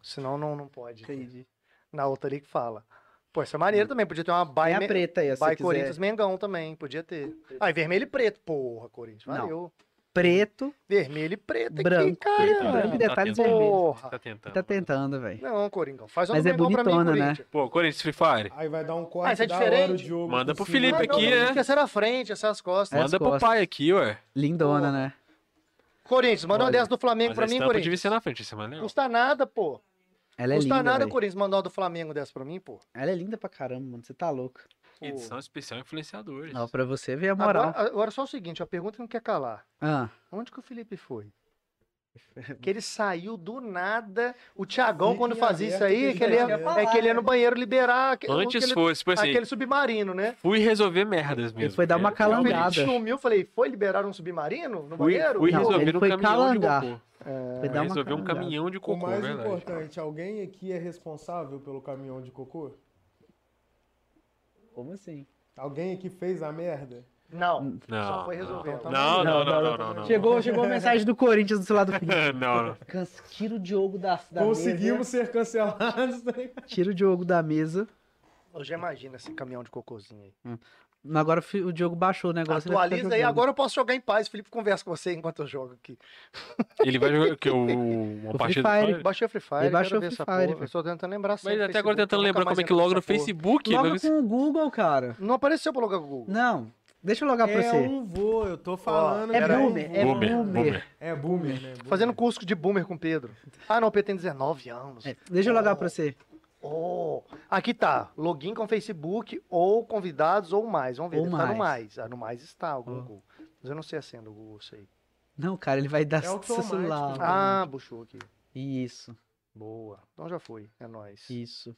[SPEAKER 1] Senão não, não pode.
[SPEAKER 5] Entendi.
[SPEAKER 1] Na outra ali que fala. Pô, isso é maneiro também, podia ter uma by,
[SPEAKER 5] Tem a
[SPEAKER 1] Me-
[SPEAKER 5] preta aí, ó, se
[SPEAKER 1] by
[SPEAKER 5] você quiser.
[SPEAKER 1] Corinthians Mengão também, podia ter. Ah, e vermelho e preto, porra, Corinthians,
[SPEAKER 5] Não.
[SPEAKER 1] valeu.
[SPEAKER 5] Preto,
[SPEAKER 1] Vermelho e preto aqui,
[SPEAKER 5] Branco,
[SPEAKER 1] cara.
[SPEAKER 2] Tá
[SPEAKER 5] branco e detalhes
[SPEAKER 2] tentando.
[SPEAKER 5] vermelhos.
[SPEAKER 1] Porra.
[SPEAKER 2] Tá tentando.
[SPEAKER 5] tá tentando, velho.
[SPEAKER 1] Não, Coringão, faz uma
[SPEAKER 5] Mas é
[SPEAKER 1] Mengão pra mim,
[SPEAKER 5] bonitona, né?
[SPEAKER 1] Corinthians.
[SPEAKER 2] Pô, Corinthians Free Fire.
[SPEAKER 4] Aí vai dar um
[SPEAKER 1] Ah,
[SPEAKER 4] corte
[SPEAKER 1] isso é
[SPEAKER 4] da hora o
[SPEAKER 1] diferente?
[SPEAKER 4] jogo.
[SPEAKER 2] Manda
[SPEAKER 4] por
[SPEAKER 2] pro Felipe
[SPEAKER 4] cima.
[SPEAKER 1] Ah, não,
[SPEAKER 2] aqui,
[SPEAKER 1] não,
[SPEAKER 2] né?
[SPEAKER 1] fica Essa era a frente, essa é as costas.
[SPEAKER 5] É.
[SPEAKER 2] Manda pro
[SPEAKER 5] costas.
[SPEAKER 2] pai aqui, ué.
[SPEAKER 5] Lindona,
[SPEAKER 1] Pô.
[SPEAKER 5] né?
[SPEAKER 1] Corinthians, manda uma
[SPEAKER 5] Olha,
[SPEAKER 1] dessa do Flamengo
[SPEAKER 2] É. Mas
[SPEAKER 1] pra
[SPEAKER 2] a
[SPEAKER 1] mim,
[SPEAKER 2] estampa devia
[SPEAKER 1] Corinthians.
[SPEAKER 2] ser na frente, isso é mais legal.
[SPEAKER 1] Custa nada, pô.
[SPEAKER 5] Ela é
[SPEAKER 1] Custa
[SPEAKER 5] linda.
[SPEAKER 1] nada,
[SPEAKER 5] véi.
[SPEAKER 1] Corinthians, mandar uma do Flamengo dessa pra mim, pô.
[SPEAKER 5] Ela é linda pra caramba, mano. Você tá louco.
[SPEAKER 1] Pô.
[SPEAKER 2] Edição especial influenciadores.
[SPEAKER 5] Não, pra você ver a moral.
[SPEAKER 1] Agora, agora só o seguinte, a pergunta que não quer calar.
[SPEAKER 5] Ah,
[SPEAKER 1] Onde que o Felipe foi? Que ele saiu do nada. O Thiagão,
[SPEAKER 4] Fique
[SPEAKER 1] quando
[SPEAKER 4] em
[SPEAKER 1] fazia isso
[SPEAKER 4] aberto,
[SPEAKER 1] aí,
[SPEAKER 4] que
[SPEAKER 1] que ele
[SPEAKER 4] a gente
[SPEAKER 1] ia,
[SPEAKER 4] ia
[SPEAKER 1] é que ele
[SPEAKER 5] né?
[SPEAKER 1] ia no banheiro liberar aque-
[SPEAKER 2] Antes
[SPEAKER 1] aquele,
[SPEAKER 2] foi, tipo assim,
[SPEAKER 1] aquele submarino, né?
[SPEAKER 2] fui resolver merdas mesmo.
[SPEAKER 5] foi dar uma
[SPEAKER 2] porque
[SPEAKER 1] Eu
[SPEAKER 5] calangada.
[SPEAKER 2] realmente
[SPEAKER 1] ele sumiu, falei, foi liberar um submarino no
[SPEAKER 2] Fui,
[SPEAKER 1] banheiro?
[SPEAKER 2] fui
[SPEAKER 5] Não,
[SPEAKER 2] resolver
[SPEAKER 5] ele
[SPEAKER 2] um
[SPEAKER 5] foi
[SPEAKER 2] caminhão
[SPEAKER 5] calangar.
[SPEAKER 2] de cocô.
[SPEAKER 5] vai
[SPEAKER 2] Fui
[SPEAKER 5] dar uma
[SPEAKER 2] resolver um
[SPEAKER 5] caralhada.
[SPEAKER 2] caminhão de
[SPEAKER 4] O
[SPEAKER 2] cocô,
[SPEAKER 4] mais
[SPEAKER 2] verdade.
[SPEAKER 4] importante, alguém aqui é responsável pelo caminhão de cocô?
[SPEAKER 5] Como assim?
[SPEAKER 4] Alguém aqui fez a merda?
[SPEAKER 1] Não, só
[SPEAKER 2] Não,
[SPEAKER 1] foi resolver.
[SPEAKER 4] Então tá
[SPEAKER 2] Não, não, não, não, não, não.
[SPEAKER 5] Chegou, chegou a mensagem do Corinthians do seu lado.
[SPEAKER 2] (laughs) Não, não.
[SPEAKER 5] Cans- Tira o Diogo da, da
[SPEAKER 4] Conseguimos ser cancelados, né?
[SPEAKER 5] mesa. Tira o Diogo da mesa.
[SPEAKER 1] Eu já imagino esse caminhão de cocôzinho aí.
[SPEAKER 5] Mas Agora o fi- o Diogo baixou o negócio. ele vai ficar
[SPEAKER 1] Atualiza aí,
[SPEAKER 5] jogando.
[SPEAKER 1] agora eu posso jogar em paz. Felipe conversa com você enquanto eu jogo aqui.
[SPEAKER 2] Ele vai jogar o
[SPEAKER 5] (laughs)
[SPEAKER 2] quê? O- uma
[SPEAKER 5] Free
[SPEAKER 2] partida do
[SPEAKER 5] Fire.
[SPEAKER 2] Fire?
[SPEAKER 1] Baixei o Free Fire,
[SPEAKER 5] Ele
[SPEAKER 1] quero
[SPEAKER 5] baixou
[SPEAKER 1] ver
[SPEAKER 5] o Free
[SPEAKER 1] essa
[SPEAKER 5] Fire,
[SPEAKER 1] porra.
[SPEAKER 5] velho.
[SPEAKER 1] Eu tô tentando lembrar se
[SPEAKER 2] É. Mas
[SPEAKER 1] tem no
[SPEAKER 2] até agora
[SPEAKER 1] Facebook,
[SPEAKER 2] tentando
[SPEAKER 1] eu nunca
[SPEAKER 2] lembrar
[SPEAKER 1] mais
[SPEAKER 2] como é que
[SPEAKER 1] entro
[SPEAKER 2] logo no
[SPEAKER 1] nessa porra.
[SPEAKER 2] Facebook. né?
[SPEAKER 5] Loga
[SPEAKER 2] mas-
[SPEAKER 5] com o Google, cara.
[SPEAKER 1] Não apareceu pra logar Google.
[SPEAKER 5] Não, deixa eu logar pra
[SPEAKER 4] É
[SPEAKER 5] você.
[SPEAKER 4] um vô, eu tô falando.
[SPEAKER 5] é
[SPEAKER 4] que um
[SPEAKER 5] boomer,
[SPEAKER 4] vô.
[SPEAKER 5] é
[SPEAKER 2] Boomer,
[SPEAKER 5] boomer.
[SPEAKER 2] boomer.
[SPEAKER 4] É boomer, né? Boomer.
[SPEAKER 1] Fazendo curso de boomer com o Pedro. Ah, não, o Pedro tem 19 anos.
[SPEAKER 5] É, deixa eu logar pra você.
[SPEAKER 1] Oh, aqui tá. Login com Facebook ou convidados ou mais. Vamos ver.
[SPEAKER 5] Ou
[SPEAKER 1] Deve estar no
[SPEAKER 5] mais.
[SPEAKER 1] mais. Ah, no mais está o
[SPEAKER 5] Ó.
[SPEAKER 1] Google. Mas eu não sei a senha do Google, sei.
[SPEAKER 5] Não, cara, ele vai dar
[SPEAKER 4] É
[SPEAKER 5] seu
[SPEAKER 4] automático.
[SPEAKER 5] celular.
[SPEAKER 1] Ah, buchou aqui.
[SPEAKER 5] Isso,
[SPEAKER 1] Boa. Então já foi. É nóis.
[SPEAKER 5] isso.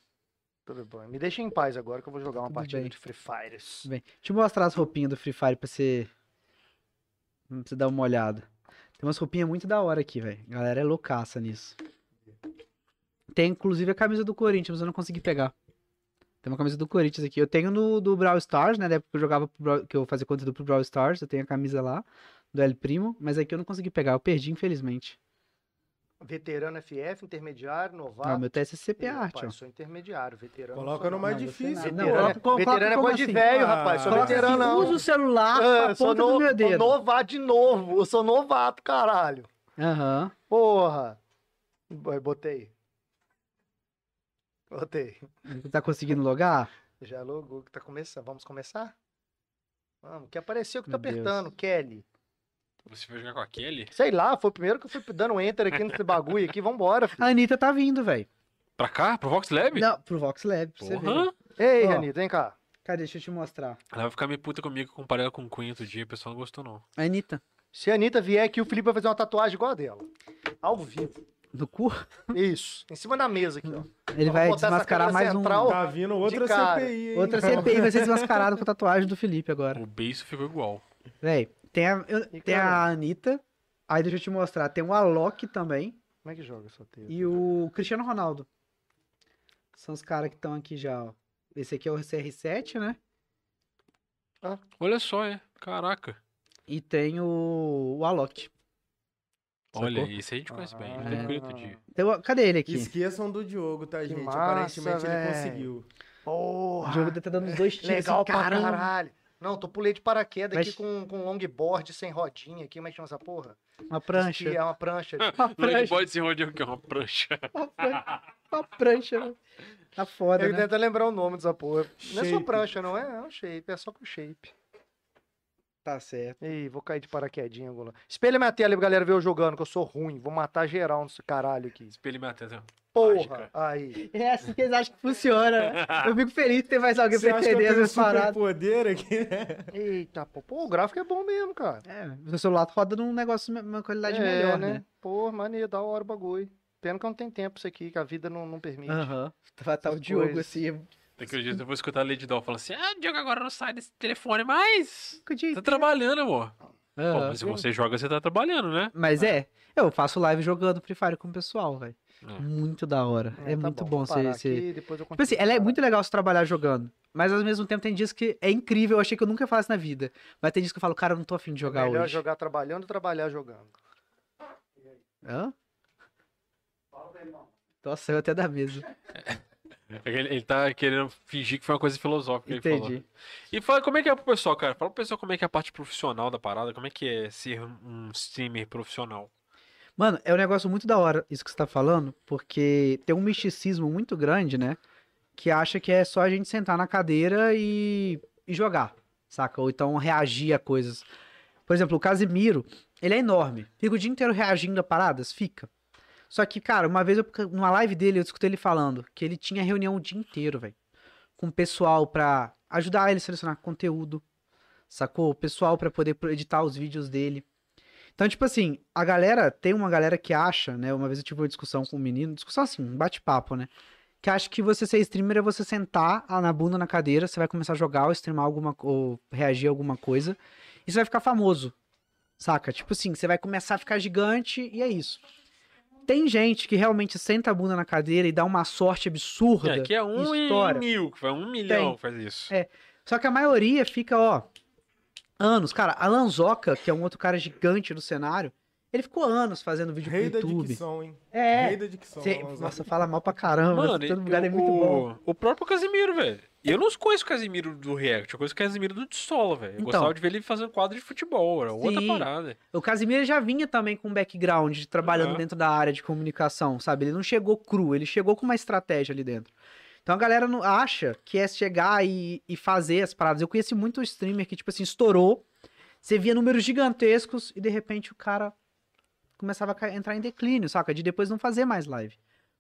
[SPEAKER 1] Tudo bem. Me deixa em paz agora que eu vou jogar uma
[SPEAKER 5] Tudo
[SPEAKER 1] partida
[SPEAKER 5] bem.
[SPEAKER 1] de Free Fires.
[SPEAKER 5] Bem, deixa eu mostrar as roupinhas do Free Fire pra você. Pra você dar uma olhada. Tem umas roupinhas muito da hora aqui, velho. A galera é loucaça nisso. Tem inclusive a camisa do Corinthians, mas eu não consegui pegar. Tem uma camisa do Corinthians aqui. Eu tenho no do Brawl Stars, né? Da época que eu jogava, pro Brawl- que eu fazia conteúdo pro Brawl Stars, eu tenho a camisa lá, do El Primo, mas aqui eu não consegui pegar, eu perdi, infelizmente.
[SPEAKER 1] Veterano FF, intermediário, novato.
[SPEAKER 5] Ah, o meu TSCP
[SPEAKER 1] Ih,
[SPEAKER 5] é arte,
[SPEAKER 1] rapaz,
[SPEAKER 5] ó.
[SPEAKER 1] sou intermediário, veterano.
[SPEAKER 4] Coloca no
[SPEAKER 1] sou
[SPEAKER 4] mais
[SPEAKER 5] Não, você
[SPEAKER 4] difícil,
[SPEAKER 1] Não,
[SPEAKER 4] pô.
[SPEAKER 5] não.
[SPEAKER 1] veterano,
[SPEAKER 5] coloca- coloca-
[SPEAKER 1] veterano é
[SPEAKER 5] coloca
[SPEAKER 1] coisa de
[SPEAKER 5] assim.
[SPEAKER 1] velho, rapaz. Sou
[SPEAKER 4] Coloca
[SPEAKER 1] veterano,
[SPEAKER 5] assim,
[SPEAKER 1] não.
[SPEAKER 5] usa o celular com
[SPEAKER 1] Ah,
[SPEAKER 5] a
[SPEAKER 1] sou
[SPEAKER 5] ponta do
[SPEAKER 1] no-
[SPEAKER 5] meu
[SPEAKER 1] sou
[SPEAKER 5] dedo.
[SPEAKER 1] novato de novo. Eu sou novato, caralho.
[SPEAKER 5] Aham.
[SPEAKER 1] Porra. Bo- Botei. Botei.
[SPEAKER 5] Tá conseguindo logar?
[SPEAKER 1] Já logou que tá começando. Vamos começar? Vamos, que apareceu que tá
[SPEAKER 5] Meu Deus.
[SPEAKER 1] apertando, Kelly.
[SPEAKER 2] Você vai jogar com aquele?
[SPEAKER 1] Sei lá, foi o primeiro que eu fui dando enter aqui nesse bagulho aqui. Vambora. filho.
[SPEAKER 5] A Anitta tá vindo, velho.
[SPEAKER 2] Pra cá? Pro Vox Lab?
[SPEAKER 5] Não, pro Vox Lab, pra você ver.
[SPEAKER 2] Porra.
[SPEAKER 1] Ei,
[SPEAKER 5] Ó.
[SPEAKER 1] Anitta, vem cá.
[SPEAKER 5] Cadê? Deixa eu te mostrar.
[SPEAKER 2] Ela vai ficar meio puta comigo que eu comparei ela com o Queen outro dia. O pessoal não gostou, não.
[SPEAKER 5] A Anitta.
[SPEAKER 1] Se a Anitta vier aqui, o Felipe vai fazer uma tatuagem igual a dela. Ao vivo.
[SPEAKER 5] No cu?
[SPEAKER 1] Isso. Em cima da mesa aqui, ó.
[SPEAKER 5] Ele
[SPEAKER 1] Vou
[SPEAKER 5] vai
[SPEAKER 1] botar essa
[SPEAKER 5] desmascarar
[SPEAKER 1] câmera
[SPEAKER 5] mais
[SPEAKER 1] central.
[SPEAKER 5] um.
[SPEAKER 4] Tá vindo outra
[SPEAKER 1] De cara.
[SPEAKER 4] CPI, hein?
[SPEAKER 5] Outra CPI vai ser desmascarado com a tatuagem do Felipe agora.
[SPEAKER 2] O beijo ficou igual.
[SPEAKER 5] Véi, tem a, eu-
[SPEAKER 1] E
[SPEAKER 5] tem a
[SPEAKER 1] cara?
[SPEAKER 5] Anitta. Aí deixa eu te mostrar. Tem o Alok também.
[SPEAKER 1] Como é que joga essa tela?
[SPEAKER 5] E o Cristiano Ronaldo. São os caras que estão aqui já, ó. Esse aqui é o CR7, né?
[SPEAKER 2] Olha só, é. Caraca.
[SPEAKER 5] E tem o, o Alok. Sacou?
[SPEAKER 2] Olha, esse aí a gente conhece bem. Eu tenho
[SPEAKER 5] é.
[SPEAKER 2] com ele outro dia.
[SPEAKER 5] Então, ó, cadê ele aqui?
[SPEAKER 4] Esqueçam do Diogo, tá,
[SPEAKER 1] Que
[SPEAKER 4] gente?
[SPEAKER 1] massa,
[SPEAKER 4] Aparentemente
[SPEAKER 1] véi.
[SPEAKER 4] ele conseguiu.
[SPEAKER 5] O
[SPEAKER 1] Porra.
[SPEAKER 5] jogo deve tá dando uns dois tiros.
[SPEAKER 1] Legal
[SPEAKER 5] assim,
[SPEAKER 1] pra
[SPEAKER 5] caramba.
[SPEAKER 1] caralho. Não, tô pulei de paraquedas
[SPEAKER 5] Mas-
[SPEAKER 1] aqui com, com longboard sem rodinha aqui. Como é que chama essa porra?
[SPEAKER 5] Uma
[SPEAKER 1] Diz que
[SPEAKER 5] prancha.
[SPEAKER 1] É uma prancha.
[SPEAKER 5] Uma
[SPEAKER 2] Não
[SPEAKER 5] prancha.
[SPEAKER 2] pode ser rodeio que é uma prancha. (laughs)
[SPEAKER 5] Uma prancha. Uma Tá prancha. né? Tá foda,
[SPEAKER 1] Eu
[SPEAKER 5] né?
[SPEAKER 1] tento lembrar o nome dessa porra. Não é só
[SPEAKER 4] Shape.
[SPEAKER 1] prancha, não. É, é um shape. É só com shape.
[SPEAKER 5] Tá certo.
[SPEAKER 1] Ei, vou cair de paraquedinha. Golan. Espelha minha tela aí pra galera ver eu jogando, que eu sou ruim. Vou matar geral nesse caralho aqui.
[SPEAKER 2] Espelho minha testa.
[SPEAKER 1] Porra.
[SPEAKER 2] Mágica.
[SPEAKER 1] Aí.
[SPEAKER 5] É assim que eles acham que funciona. né? Eu fico feliz de ter mais (laughs) alguém
[SPEAKER 4] Você
[SPEAKER 5] pra
[SPEAKER 4] acha que eu
[SPEAKER 5] entender
[SPEAKER 4] tenho
[SPEAKER 5] essas paradas.
[SPEAKER 4] superpoder
[SPEAKER 5] (laughs)
[SPEAKER 4] aqui, né?
[SPEAKER 1] Eita, pô. Pô, o gráfico é bom mesmo, cara.
[SPEAKER 5] É, o seu celular roda num negócio, uma qualidade
[SPEAKER 1] É,
[SPEAKER 5] melhor, né?
[SPEAKER 1] Pô, maneiro, da hora o bagulho. Pena que eu não tenho tempo isso aqui, que a vida não, não permite.
[SPEAKER 5] Aham. Tá, tá o
[SPEAKER 1] Essas
[SPEAKER 5] Diogo
[SPEAKER 1] coisas.
[SPEAKER 5] assim.
[SPEAKER 2] Daquele dia eu vou escutar a Lady Doll falando assim: Ah, Diogo agora não sai desse telefone mais.
[SPEAKER 5] Aham.
[SPEAKER 2] Tá trabalhando, amor. tá- Pô,
[SPEAKER 5] É.
[SPEAKER 2] mas se você joga, você tá trabalhando, né?
[SPEAKER 5] Mas é, eu faço live jogando Free Fire com o pessoal, velho.
[SPEAKER 2] É.
[SPEAKER 5] Muito da hora. É,
[SPEAKER 1] tá
[SPEAKER 5] muito
[SPEAKER 1] vou
[SPEAKER 5] bom
[SPEAKER 1] parar
[SPEAKER 5] você. você-
[SPEAKER 1] aqui, depois eu
[SPEAKER 5] Tipo assim,
[SPEAKER 1] continuo,
[SPEAKER 5] ela é
[SPEAKER 1] cara.
[SPEAKER 5] muito legal se trabalhar jogando. Mas ao mesmo tempo tem dias que é incrível, eu achei que eu nunca faço na vida. Mas tem dias que eu falo, cara, eu não tô afim de jogar
[SPEAKER 1] Melhor
[SPEAKER 5] hoje.
[SPEAKER 1] jogar trabalhando ou trabalhar
[SPEAKER 5] (laughs)
[SPEAKER 1] jogando.
[SPEAKER 5] Hã? Nossa, eu até da mesa.
[SPEAKER 2] É que Ele, ele tá querendo fingir que foi uma coisa filosófica. que Ele falou.
[SPEAKER 5] Entendi.
[SPEAKER 2] E fala como é que é pro pessoal, cara. Fala pro pessoal como é que é a parte profissional da parada, como é que é ser um streamer profissional.
[SPEAKER 5] Mano, é um negócio muito da hora isso que você tá falando, porque tem um misticismo muito grande, né? Que acha que é só a gente sentar na cadeira e, e jogar, saca? Ou então reagir a coisas. Por exemplo, o Casimiro, ele é enorme. Fica o dia inteiro reagindo a paradas? Fica. Só que, cara, uma vez, eu, numa live dele, eu escutei ele falando que ele tinha reunião o dia inteiro, velho. Com o pessoal pra ajudar ele a selecionar conteúdo, sacou? O pessoal pra poder editar os vídeos dele. Então, tipo assim, a galera, tem uma galera que acha, né? Uma vez eu tive uma discussão com um menino, discussão assim, um bate-papo, né? Que acha que você ser streamer é você sentar a- na bunda na cadeira, você vai começar a jogar ou streamar alguma co- ou reagir a alguma coisa, e você vai ficar famoso, saca? Tipo assim, você vai começar a ficar gigante e é isso. Tem gente que realmente senta a bunda na cadeira e dá uma sorte absurda.
[SPEAKER 2] É, aqui é um em
[SPEAKER 5] História.
[SPEAKER 2] mil, que faz um milhão que faz isso.
[SPEAKER 5] É. Só que a maioria fica, ó, anos. Cara, Alan Zoca, que é um outro cara gigante no cenário, ele ficou anos fazendo vídeo
[SPEAKER 4] Rei
[SPEAKER 5] pro
[SPEAKER 4] da
[SPEAKER 5] YouTube.
[SPEAKER 4] dicção, hein? Rei
[SPEAKER 5] É.
[SPEAKER 4] da dicção.
[SPEAKER 5] Cê-
[SPEAKER 4] Alonso.
[SPEAKER 5] nossa, fala mal pra caramba.
[SPEAKER 2] Mano,
[SPEAKER 5] todo lugar
[SPEAKER 2] eu-
[SPEAKER 5] é muito
[SPEAKER 2] o,
[SPEAKER 5] bom.
[SPEAKER 2] o próprio Casimiro, velho. Eu não conheço o Casimiro do React, eu conheço o Casimiro do Dissola, velho. Eu
[SPEAKER 5] Então.
[SPEAKER 2] gostava de ver ele fazendo quadro de futebol, era outra
[SPEAKER 5] Sim.
[SPEAKER 2] parada.
[SPEAKER 5] O Casimiro já vinha também com um background de trabalhando
[SPEAKER 2] Aham.
[SPEAKER 5] dentro da área de comunicação, sabe? Ele não chegou cru, ele chegou com uma estratégia ali dentro. Então a galera não acha que é chegar e, e fazer as paradas. Eu conheci muito streamer que, tipo assim, estourou. Você via números gigantescos e de repente o cara começava a ca- entrar em declínio, saca? De depois não fazer mais live.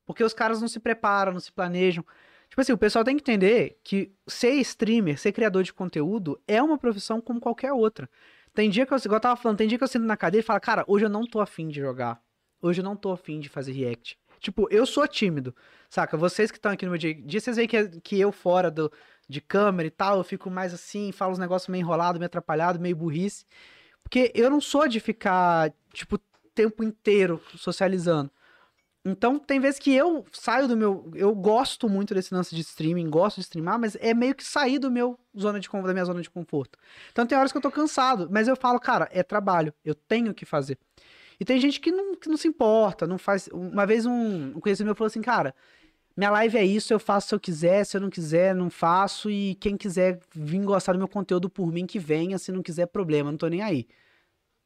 [SPEAKER 5] Porque os caras não se preparam, não se planejam. Tipo assim, o pessoal tem que entender que ser streamer, ser criador de conteúdo é uma profissão como qualquer outra. Tem dia que eu, igual eu tava falando, tem dia que eu sento na cadeira e falo, cara, hoje eu não tô afim de jogar. Hoje eu não tô afim de fazer react. Tipo, eu sou tímido, saca? Vocês que estão aqui no meu dia, dia vocês veem que, é, que eu fora do, de câmera e tal, eu fico mais assim, falo uns negócios meio enrolado, meio atrapalhado, meio burrice. Porque eu não sou de ficar, tipo, tempo inteiro socializando. Então, tem vezes que eu saio do meu. Eu gosto muito desse lance de streaming, gosto de streamar, mas é meio que sair do meu zona de con- da minha zona de conforto. Então tem horas que eu tô cansado, mas eu falo, cara, é trabalho, eu tenho que fazer. E tem gente que não, que não se importa, não faz. Uma vez um, um conhecido meu falou assim, cara, minha live é isso, eu faço se eu quiser, se eu não quiser, não faço. E quem quiser vir gostar do meu conteúdo por mim, que venha. Se não quiser, problema, não tô nem aí.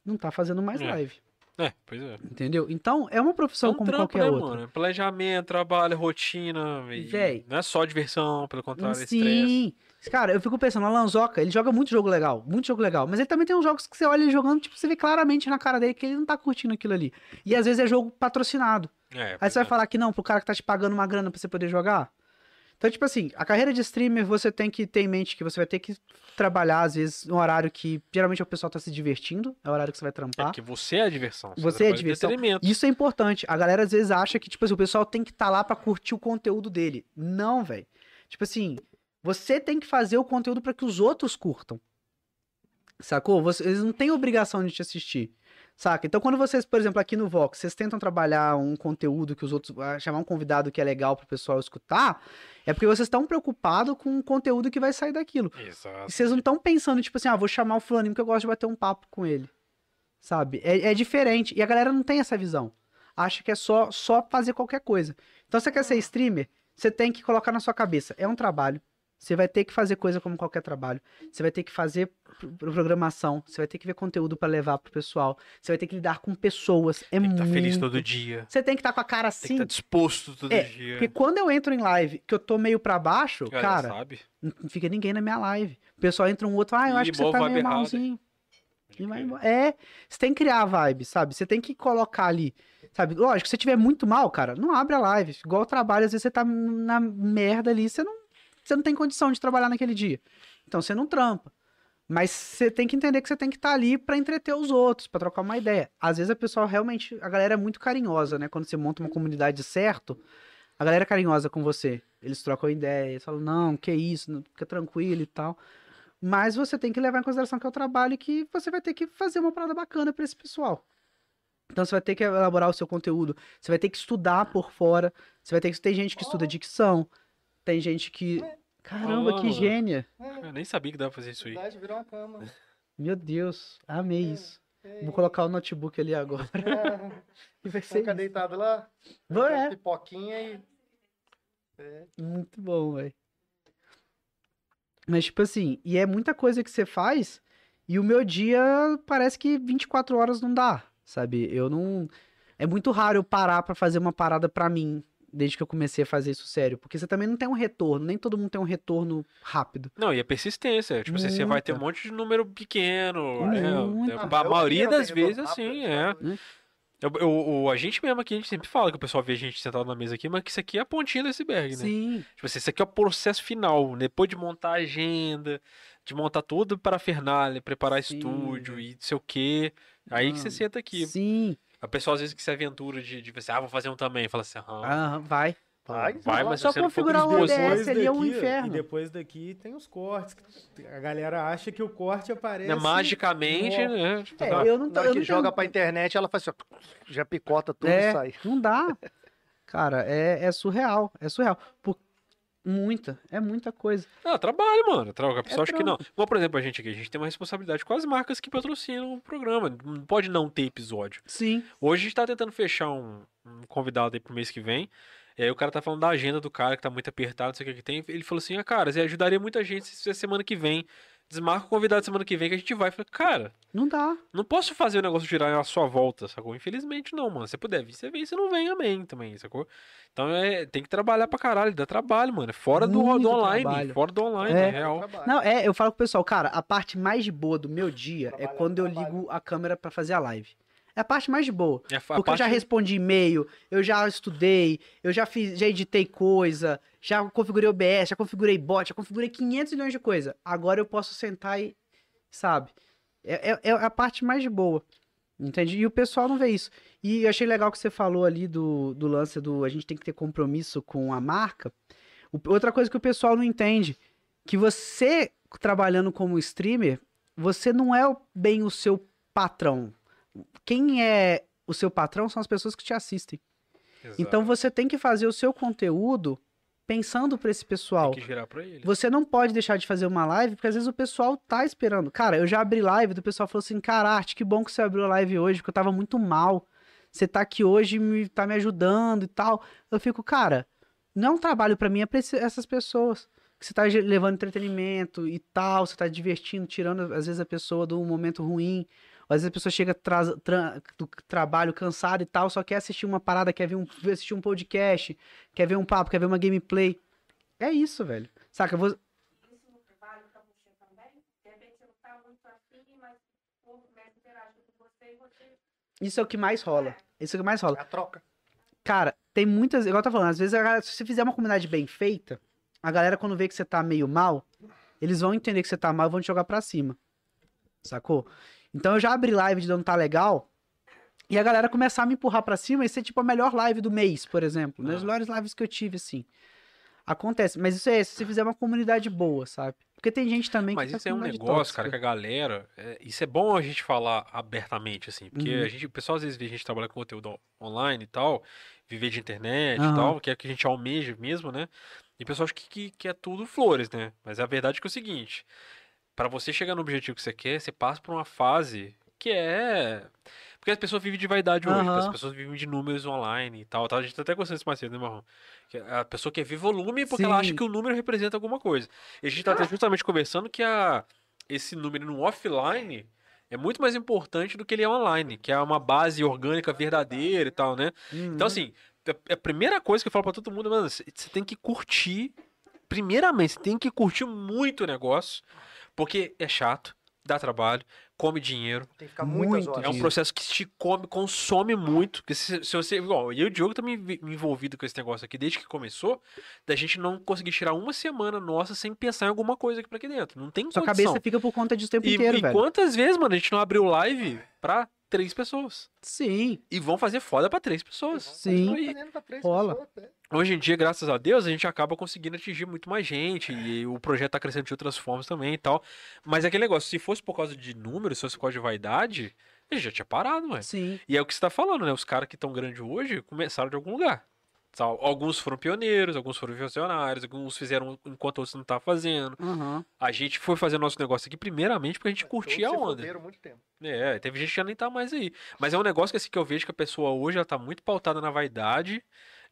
[SPEAKER 5] Não tá fazendo mais
[SPEAKER 2] É.
[SPEAKER 5] live,
[SPEAKER 2] É, pois é.
[SPEAKER 5] entendeu? Então, é uma profissão
[SPEAKER 2] É um
[SPEAKER 5] como
[SPEAKER 2] trampo,
[SPEAKER 5] qualquer
[SPEAKER 2] né,
[SPEAKER 5] outra.
[SPEAKER 2] mano? Planejamento, trabalho, rotina. e
[SPEAKER 5] Véi.
[SPEAKER 2] Não é só diversão, pelo contrário, é estresse.
[SPEAKER 5] Sim. Cara, eu fico pensando, a Lanzoca, ele joga muito jogo legal, muito jogo legal, mas ele também tem uns jogos que você olha ele jogando, tipo, você vê claramente na cara dele que ele não tá curtindo aquilo ali. E às vezes é jogo patrocinado.
[SPEAKER 2] É,
[SPEAKER 5] Aí
[SPEAKER 2] pois
[SPEAKER 5] você
[SPEAKER 2] é.
[SPEAKER 5] vai falar que não, pro cara que tá te pagando uma grana pra você poder jogar? Então, tipo assim, a carreira de streamer você tem que ter em mente que você vai ter que trabalhar, às vezes, no horário que geralmente o pessoal tá se divertindo, é o horário que você vai
[SPEAKER 2] É
[SPEAKER 5] trampar.
[SPEAKER 2] porque você é a diversão.
[SPEAKER 5] Você é
[SPEAKER 2] trabalha
[SPEAKER 5] a diversão.
[SPEAKER 2] entretenimento.
[SPEAKER 5] Isso é importante. A galera às vezes acha que, tipo assim, o pessoal tem que estar lá pra curtir o conteúdo dele. Não, velho. Tipo assim, você tem que fazer o conteúdo pra que os outros curtam. Sacou? Você- eles não têm obrigação de te assistir. Saca? Então, quando vocês, por exemplo, aqui no Vox, vocês tentam trabalhar um conteúdo que os outros. ah, chamar um convidado que é legal pro pessoal escutar, é porque vocês estão preocupados com o conteúdo que vai sair daquilo. E
[SPEAKER 2] Exato.
[SPEAKER 5] vocês não estão pensando, tipo assim, ah, vou chamar o fulaninho porque eu gosto de bater um papo com ele. Sabe? É, é diferente. E a galera não tem essa visão. Acha que é só, só fazer qualquer coisa. Então, você quer ser streamer? Você tem que colocar na sua cabeça. É um trabalho. Você vai ter que fazer coisa como qualquer trabalho. Você vai ter que fazer pro- programação. Você vai ter que ver conteúdo pra levar pro pessoal. Você vai ter que lidar com pessoas. É
[SPEAKER 2] Tem que
[SPEAKER 5] muito.
[SPEAKER 2] estar Tá feliz todo dia.
[SPEAKER 5] Você tem que estar com a
[SPEAKER 2] Tem
[SPEAKER 5] cara
[SPEAKER 2] que tá
[SPEAKER 5] assim.
[SPEAKER 2] estar disposto todo
[SPEAKER 5] É,
[SPEAKER 2] dia.
[SPEAKER 5] Porque quando eu entro em live que eu tô meio pra baixo,
[SPEAKER 2] Galera,
[SPEAKER 5] cara,
[SPEAKER 2] sabe?
[SPEAKER 5] não não fica ninguém na minha live. O pessoal entra um outro, ah, eu
[SPEAKER 2] Ih,
[SPEAKER 5] acho que você
[SPEAKER 2] boa
[SPEAKER 5] tá
[SPEAKER 2] vibe
[SPEAKER 5] meio
[SPEAKER 2] errada.
[SPEAKER 5] malzinho. E vai embora. É, você tem que criar a vibe, sabe? Você tem que colocar ali, sabe? Lógico, se você tiver muito mal, cara, não abre a live. Igual o trabalho, às vezes você tá na merda ali, você não, você não tem condição de trabalhar naquele dia. Então você não trampa. Mas você tem que entender que você tem que estar ali pra entreter os outros, pra trocar uma ideia. Às vezes a pessoa realmente, a galera é muito carinhosa, né? Quando você monta uma comunidade certo, a galera é carinhosa com você. Eles trocam ideia, eles falam, não, que isso, não- fica tranquilo e tal. Mas você tem que levar em consideração que é o trabalho e que você vai ter que fazer uma parada bacana pra esse pessoal. Então você vai ter que elaborar o seu conteúdo, você vai ter que estudar por fora, você vai ter que. Tem gente que estuda dicção, tem gente que. Caramba, que
[SPEAKER 2] Olá.
[SPEAKER 5] gênia!
[SPEAKER 2] Eu nem sabia que dava pra fazer isso aí.
[SPEAKER 1] virou uma cama.
[SPEAKER 5] Meu Deus, amei isso.
[SPEAKER 1] Ei,
[SPEAKER 5] Vou colocar o notebook ali agora. (laughs)
[SPEAKER 1] cara,
[SPEAKER 5] E vai
[SPEAKER 1] Fica
[SPEAKER 5] ser.
[SPEAKER 1] É, deitado lá,
[SPEAKER 5] Vou,
[SPEAKER 1] com
[SPEAKER 5] é.
[SPEAKER 1] pipoquinha e
[SPEAKER 5] Muito bom, velho. Mas, tipo assim, e é muita coisa que você faz, e o meu dia parece que 24 horas não dá, sabe? Eu não. É muito raro eu parar pra fazer uma parada pra mim, desde que eu comecei a fazer isso sério. Porque você também não tem um retorno, nem todo mundo tem um retorno rápido.
[SPEAKER 2] Não, e a persistência. Tipo assim, você vai ter um
[SPEAKER 5] Muita.
[SPEAKER 2] monte de número pequeno.
[SPEAKER 5] Muita.
[SPEAKER 2] Né?
[SPEAKER 1] Ah,
[SPEAKER 2] A
[SPEAKER 1] eu
[SPEAKER 2] maioria
[SPEAKER 1] quero
[SPEAKER 2] das
[SPEAKER 1] ter retorno
[SPEAKER 2] vezes,
[SPEAKER 1] rápido, né?
[SPEAKER 2] assim,
[SPEAKER 1] eu
[SPEAKER 2] é.
[SPEAKER 1] quero-
[SPEAKER 2] Eu, eu- o- a gente mesmo aqui, a gente sempre fala que o pessoal vê a gente sentado na mesa aqui, mas que isso aqui é a pontinha do iceberg, né?
[SPEAKER 5] Sim.
[SPEAKER 2] Tipo assim, isso aqui é o processo final. né? Depois de montar a agenda, de montar tudo para a fernália, preparar
[SPEAKER 5] Sim,
[SPEAKER 2] estúdio
[SPEAKER 5] velho.
[SPEAKER 2] e não sei o quê. Aí que você
[SPEAKER 5] Mano,
[SPEAKER 2] senta aqui.
[SPEAKER 5] Sim.
[SPEAKER 2] A pessoa às vezes que se aventura de, de pensar, ah, vou fazer um também. Fala assim, aham.
[SPEAKER 5] Aham, vai.
[SPEAKER 1] Vai,
[SPEAKER 2] vai, mas
[SPEAKER 5] só
[SPEAKER 2] você não for com
[SPEAKER 5] configurar o
[SPEAKER 2] disposto, né?
[SPEAKER 5] OBS. ali é um
[SPEAKER 4] daqui-
[SPEAKER 5] inferno.
[SPEAKER 4] E depois daqui tem os cortes. que A galera acha que o corte aparece.
[SPEAKER 2] Né, Magicamente,
[SPEAKER 4] Ó.
[SPEAKER 2] né? Tipo,
[SPEAKER 5] É,
[SPEAKER 2] tá.
[SPEAKER 5] eu não tô.
[SPEAKER 1] Na hora
[SPEAKER 5] eu
[SPEAKER 1] que
[SPEAKER 5] não
[SPEAKER 1] joga
[SPEAKER 5] tenho-
[SPEAKER 1] pra internet, ela faz assim, ó, já picota tudo
[SPEAKER 5] É.
[SPEAKER 1] e sai.
[SPEAKER 5] Não dá. Cara, é, é surreal. É surreal. Por... Muita, é muita coisa.
[SPEAKER 2] Ah, trabalho, mano.
[SPEAKER 5] É
[SPEAKER 2] Trabalho. A pessoa acha que não.
[SPEAKER 5] trampo.
[SPEAKER 2] Igual, por exemplo, a gente aqui, a gente tem uma responsabilidade com as marcas que patrocinam o programa. Não pode não ter episódio.
[SPEAKER 5] Sim.
[SPEAKER 2] Hoje a gente tá tentando fechar um, um convidado aí pro mês que vem. E aí o cara tá falando da agenda do cara, que tá muito apertado, não sei o que que tem. Ele falou assim, ah, cara, você ajudaria muita gente se fizer semana que vem. Desmarca o convidado semana que vem que a gente vai. Eu falei, cara,
[SPEAKER 5] Não dá.
[SPEAKER 2] não posso fazer o negócio girar à sua volta, sacou? Infelizmente não, mano. Se você puder vir, você vem. Se não vem, amém também, sacou? Então é, tem que trabalhar pra caralho. Dá trabalho, mano. É Fora do,
[SPEAKER 5] Muito
[SPEAKER 2] do online.
[SPEAKER 5] trabalho.
[SPEAKER 2] Fora do online,
[SPEAKER 5] É.
[SPEAKER 2] é real.
[SPEAKER 1] Trabalho.
[SPEAKER 5] Não, é, eu falo pro pessoal, cara, a parte mais de boa do meu dia é
[SPEAKER 1] Trabalhar,
[SPEAKER 5] quando eu
[SPEAKER 1] trabalho.
[SPEAKER 5] ligo a câmera pra fazer a live. É a parte mais de boa.
[SPEAKER 2] É a fa- a
[SPEAKER 5] Porque eu já
[SPEAKER 2] parte-
[SPEAKER 5] respondi e-mail, eu já estudei, eu já fiz, já editei coisa, já configurei OBS, já configurei bot, já configurei 500 milhões de coisa. Agora eu posso sentar e, sabe? É, é- é a parte mais de boa. Entende? E o pessoal não vê isso. E eu achei legal que você falou ali do, do lance do a gente tem que ter compromisso com a marca. O- outra coisa que o pessoal não entende, que você trabalhando como streamer, você não é o- bem o seu patrão. Quem é o seu patrão são as pessoas que te assistem.
[SPEAKER 2] Exato.
[SPEAKER 5] Então você tem que fazer o seu conteúdo pensando pra esse pessoal.
[SPEAKER 2] Tem que girar pra ele.
[SPEAKER 5] Você não pode deixar de fazer uma live, porque às vezes o pessoal tá esperando. Cara, eu já abri live, do pessoal falou assim: Cara, Arte, que bom que você abriu a live hoje, porque eu tava muito mal. Você tá aqui hoje, me, tá me ajudando e tal. Eu fico, cara, não é um trabalho pra mim, é pra esse- essas pessoas. Que você tá ge- levando entretenimento e tal, você tá divertindo, tirando, às vezes, a pessoa do momento ruim. Às vezes a pessoa chega tra- tra- do trabalho cansada e tal, só quer assistir uma parada, quer ver um, assistir um podcast, quer ver um papo, quer ver uma gameplay. É isso, velho. Saca, vo-
[SPEAKER 3] Isso não vale pra você também? De repente você não tá muito afim, mas o povo começa a interagir com você e você.
[SPEAKER 5] isso é o que mais rola. Isso é o que mais rola.
[SPEAKER 1] A troca.
[SPEAKER 5] Cara, tem muitas. Igual eu tô falando, às vezes, a galera- se você fizer uma comunidade bem feita, a galera, quando vê que você tá meio mal, eles vão entender que você tá mal e vão te jogar pra cima. Sacou? Então eu já abri live de não tá legal. E a galera começar a me empurrar pra cima e ser tipo a melhor live do mês, por exemplo. Uma das
[SPEAKER 2] Ah.
[SPEAKER 5] melhores lives que eu tive, assim. Acontece. Mas isso é se você fizer uma comunidade boa, sabe? Porque tem gente também que
[SPEAKER 2] Mas
[SPEAKER 5] faz
[SPEAKER 2] isso é um
[SPEAKER 5] comunidade
[SPEAKER 2] negócio,
[SPEAKER 5] tóxica.
[SPEAKER 2] cara, que a galera. é, isso é bom a gente falar abertamente, assim. Porque
[SPEAKER 5] Uhum.
[SPEAKER 2] a gente, o pessoal às vezes vê a gente trabalhar com conteúdo on- online e tal, viver de internet
[SPEAKER 5] Aham.
[SPEAKER 2] e tal, que é o que a gente almeja mesmo, né? E o pessoal acha que, que, que é tudo flores, né? Mas a verdade é que é o seguinte: pra você chegar no objetivo que você quer, você passa por uma fase que é. Porque as pessoas vivem de vaidade hoje,
[SPEAKER 5] Aham.
[SPEAKER 2] as pessoas vivem de números online e tal, tal. A gente tá até conversando isso mais cedo, né, Marrom? Que A pessoa quer ver volume porque ela acha
[SPEAKER 5] Sim. Ah.
[SPEAKER 2] que o número representa alguma coisa. E a gente tá até justamente conversando que a, esse número no offline é muito mais importante do que ele é online, que é uma base orgânica verdadeira e tal, né?
[SPEAKER 5] Uhum.
[SPEAKER 2] Então, assim, a- a primeira coisa que eu falo pra todo mundo, mano, você tem que curtir. Primeiramente, você tem que curtir muito o negócio, porque é chato, dá trabalho, come dinheiro.
[SPEAKER 1] Tem que ficar muitas
[SPEAKER 5] Muito
[SPEAKER 1] horas.
[SPEAKER 2] É um
[SPEAKER 5] Sim.
[SPEAKER 2] processo
[SPEAKER 5] processo
[SPEAKER 2] que te come, consome muito. Porque se, se você. Igual, eu e o Diogo também vi- envolvido com esse negócio aqui desde que começou, da gente não conseguir tirar uma semana nossa sem pensar em alguma coisa aqui pra aqui dentro. Não tem
[SPEAKER 5] Sua
[SPEAKER 2] condição.
[SPEAKER 5] cabeça fica por conta disso o tempo
[SPEAKER 2] E,
[SPEAKER 5] inteiro,
[SPEAKER 2] e
[SPEAKER 5] velho.
[SPEAKER 2] quantas vezes, mano, a gente não abriu live pra três pessoas?
[SPEAKER 5] Sim.
[SPEAKER 2] E vão fazer foda pra três pessoas.
[SPEAKER 5] Sim.
[SPEAKER 2] E
[SPEAKER 1] Fazendo pra três
[SPEAKER 5] Rola.
[SPEAKER 1] pessoas, né?
[SPEAKER 2] hoje em dia, graças a Deus, a gente acaba conseguindo atingir muito mais gente. E o projeto tá crescendo de outras formas também e tal. Mas é aquele negócio, se fosse por causa de números, se fosse por causa de vaidade, a gente já tinha parado, mano.
[SPEAKER 5] Sim.
[SPEAKER 2] E é o que você tá falando, né? Os caras que estão grandes hoje começaram de algum lugar. Tal- Alguns foram pioneiros, alguns foram visionários, alguns fizeram um, enquanto outros não estavam fazendo.
[SPEAKER 5] Aham.
[SPEAKER 2] A gente foi fazer nosso negócio aqui primeiramente porque a gente curtia a
[SPEAKER 1] Todos se
[SPEAKER 2] onda.
[SPEAKER 1] fuderam muito tempo.
[SPEAKER 2] É, teve gente que já nem tá mais aí. Mas é um negócio que, assim, que eu vejo que a pessoa hoje ela tá muito pautada na vaidade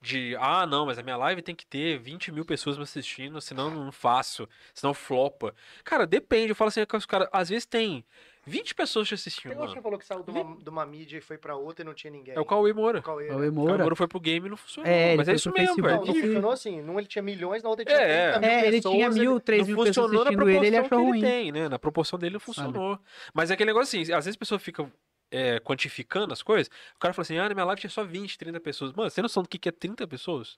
[SPEAKER 2] de, ah, não, mas a minha live tem que ter 20 mil pessoas me assistindo, senão eu não faço, senão flopa. Cara, depende. Eu falo assim, que os caras, às vezes tem 20 pessoas te assistindo,
[SPEAKER 1] Tem um que
[SPEAKER 2] mano.
[SPEAKER 1] falou que saiu de uma, de uma mídia e foi pra outra e não tinha ninguém.
[SPEAKER 2] É o Cauê Moura.
[SPEAKER 1] O Cauê,
[SPEAKER 5] É
[SPEAKER 1] né?
[SPEAKER 5] o
[SPEAKER 2] O Cauê
[SPEAKER 5] Emora.
[SPEAKER 2] Moura foi pro game e não funcionou.
[SPEAKER 5] É, ele
[SPEAKER 2] mas é
[SPEAKER 5] foi
[SPEAKER 2] isso
[SPEAKER 5] pro
[SPEAKER 2] mesmo,
[SPEAKER 5] Facebook.
[SPEAKER 2] velho.
[SPEAKER 1] Não,
[SPEAKER 5] Ele-
[SPEAKER 1] não funcionou assim. Num ele tinha milhões, na outra ele tinha
[SPEAKER 2] É.
[SPEAKER 1] 30 mil
[SPEAKER 5] É, ele
[SPEAKER 1] pessoas,
[SPEAKER 5] tinha mil, três
[SPEAKER 2] não
[SPEAKER 5] mil pessoas
[SPEAKER 2] funcionou na
[SPEAKER 5] assistindo ele, ele achou
[SPEAKER 2] proporção que
[SPEAKER 5] ruim.
[SPEAKER 2] ele tem, né? Na proporção dele não funcionou. Mas é aquele negócio assim, às vezes a pessoa fica é, quantificando as coisas, o cara fala assim, ah, na minha live tinha só 20, 30 pessoas. Mano, você tem noção do que que é 30 pessoas?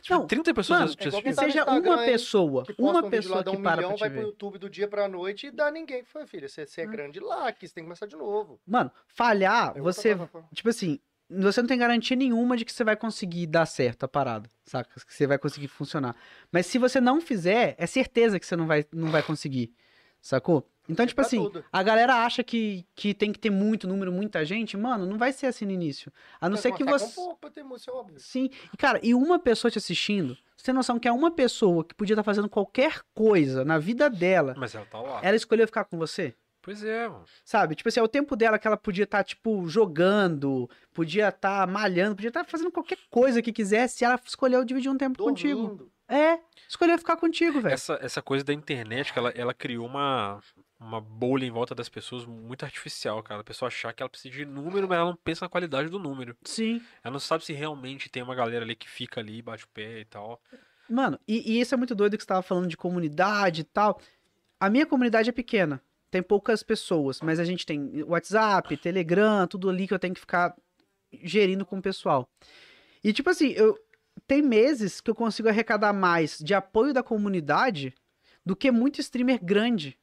[SPEAKER 2] Tipo,
[SPEAKER 5] Não,
[SPEAKER 2] 30 pessoas
[SPEAKER 5] mano,
[SPEAKER 2] te
[SPEAKER 1] é igual
[SPEAKER 5] Que
[SPEAKER 1] quem
[SPEAKER 2] assistindo.
[SPEAKER 1] tá no
[SPEAKER 5] seja
[SPEAKER 1] Instagram,
[SPEAKER 5] uma
[SPEAKER 1] hein,
[SPEAKER 5] pessoa,
[SPEAKER 1] que posta
[SPEAKER 5] uma
[SPEAKER 1] um vídeo lá,
[SPEAKER 5] pessoa
[SPEAKER 1] dá
[SPEAKER 5] que
[SPEAKER 1] um
[SPEAKER 5] para pra
[SPEAKER 1] milhão,
[SPEAKER 5] te
[SPEAKER 1] vai pro
[SPEAKER 5] ver.
[SPEAKER 1] YouTube do dia pra noite e dá ninguém. Foi, filho, você, você é grande lá, que você tem que começar de novo.
[SPEAKER 5] Mano, falhar,
[SPEAKER 1] É outra
[SPEAKER 5] você,
[SPEAKER 1] plataforma.
[SPEAKER 5] tipo assim, você não tem garantia nenhuma de que você vai conseguir dar certo a parada, saca? Que você vai conseguir funcionar. Mas se você não fizer, é certeza que você não vai, não vai conseguir, sacou? Então,
[SPEAKER 1] É
[SPEAKER 5] tipo
[SPEAKER 1] pra
[SPEAKER 5] assim,
[SPEAKER 1] tudo.
[SPEAKER 5] a galera acha que, que tem que ter muito número, muita gente. Mano, não vai ser assim no início. A não
[SPEAKER 1] Mas
[SPEAKER 5] ser que
[SPEAKER 1] ataca um
[SPEAKER 5] você...
[SPEAKER 1] pouco pra ter música, é óbvio.
[SPEAKER 5] Sim, e cara, e uma pessoa te assistindo, você tem noção que é uma pessoa que podia estar fazendo qualquer coisa na vida dela,
[SPEAKER 2] Mas ela tá lá.
[SPEAKER 5] ela escolheu ficar com você?
[SPEAKER 2] Pois é, mano.
[SPEAKER 5] Sabe? Tipo assim, é o tempo dela que ela podia estar, tipo, jogando, podia estar malhando, podia estar fazendo qualquer coisa que quisesse, e ela escolheu dividir um tempo contigo.
[SPEAKER 1] Dormindo.
[SPEAKER 5] É, escolheu ficar contigo, velho.
[SPEAKER 2] Essa, essa coisa da internet, que ela, ela criou uma, uma bolha em volta das pessoas muito artificial, cara. A pessoa achar que ela precisa de número, mas ela não pensa na qualidade do número.
[SPEAKER 5] Sim.
[SPEAKER 2] Ela não sabe se realmente tem uma galera ali que fica ali, bate o pé e tal.
[SPEAKER 5] Mano, e, e isso é muito doido que você tava falando de comunidade e tal. A minha comunidade é pequena. Tem poucas pessoas, mas a gente tem WhatsApp, Telegram, tudo ali que eu tenho que ficar gerindo com o pessoal. E tipo assim, eu tem meses que eu consigo arrecadar mais de apoio da comunidade do que muito streamer grande.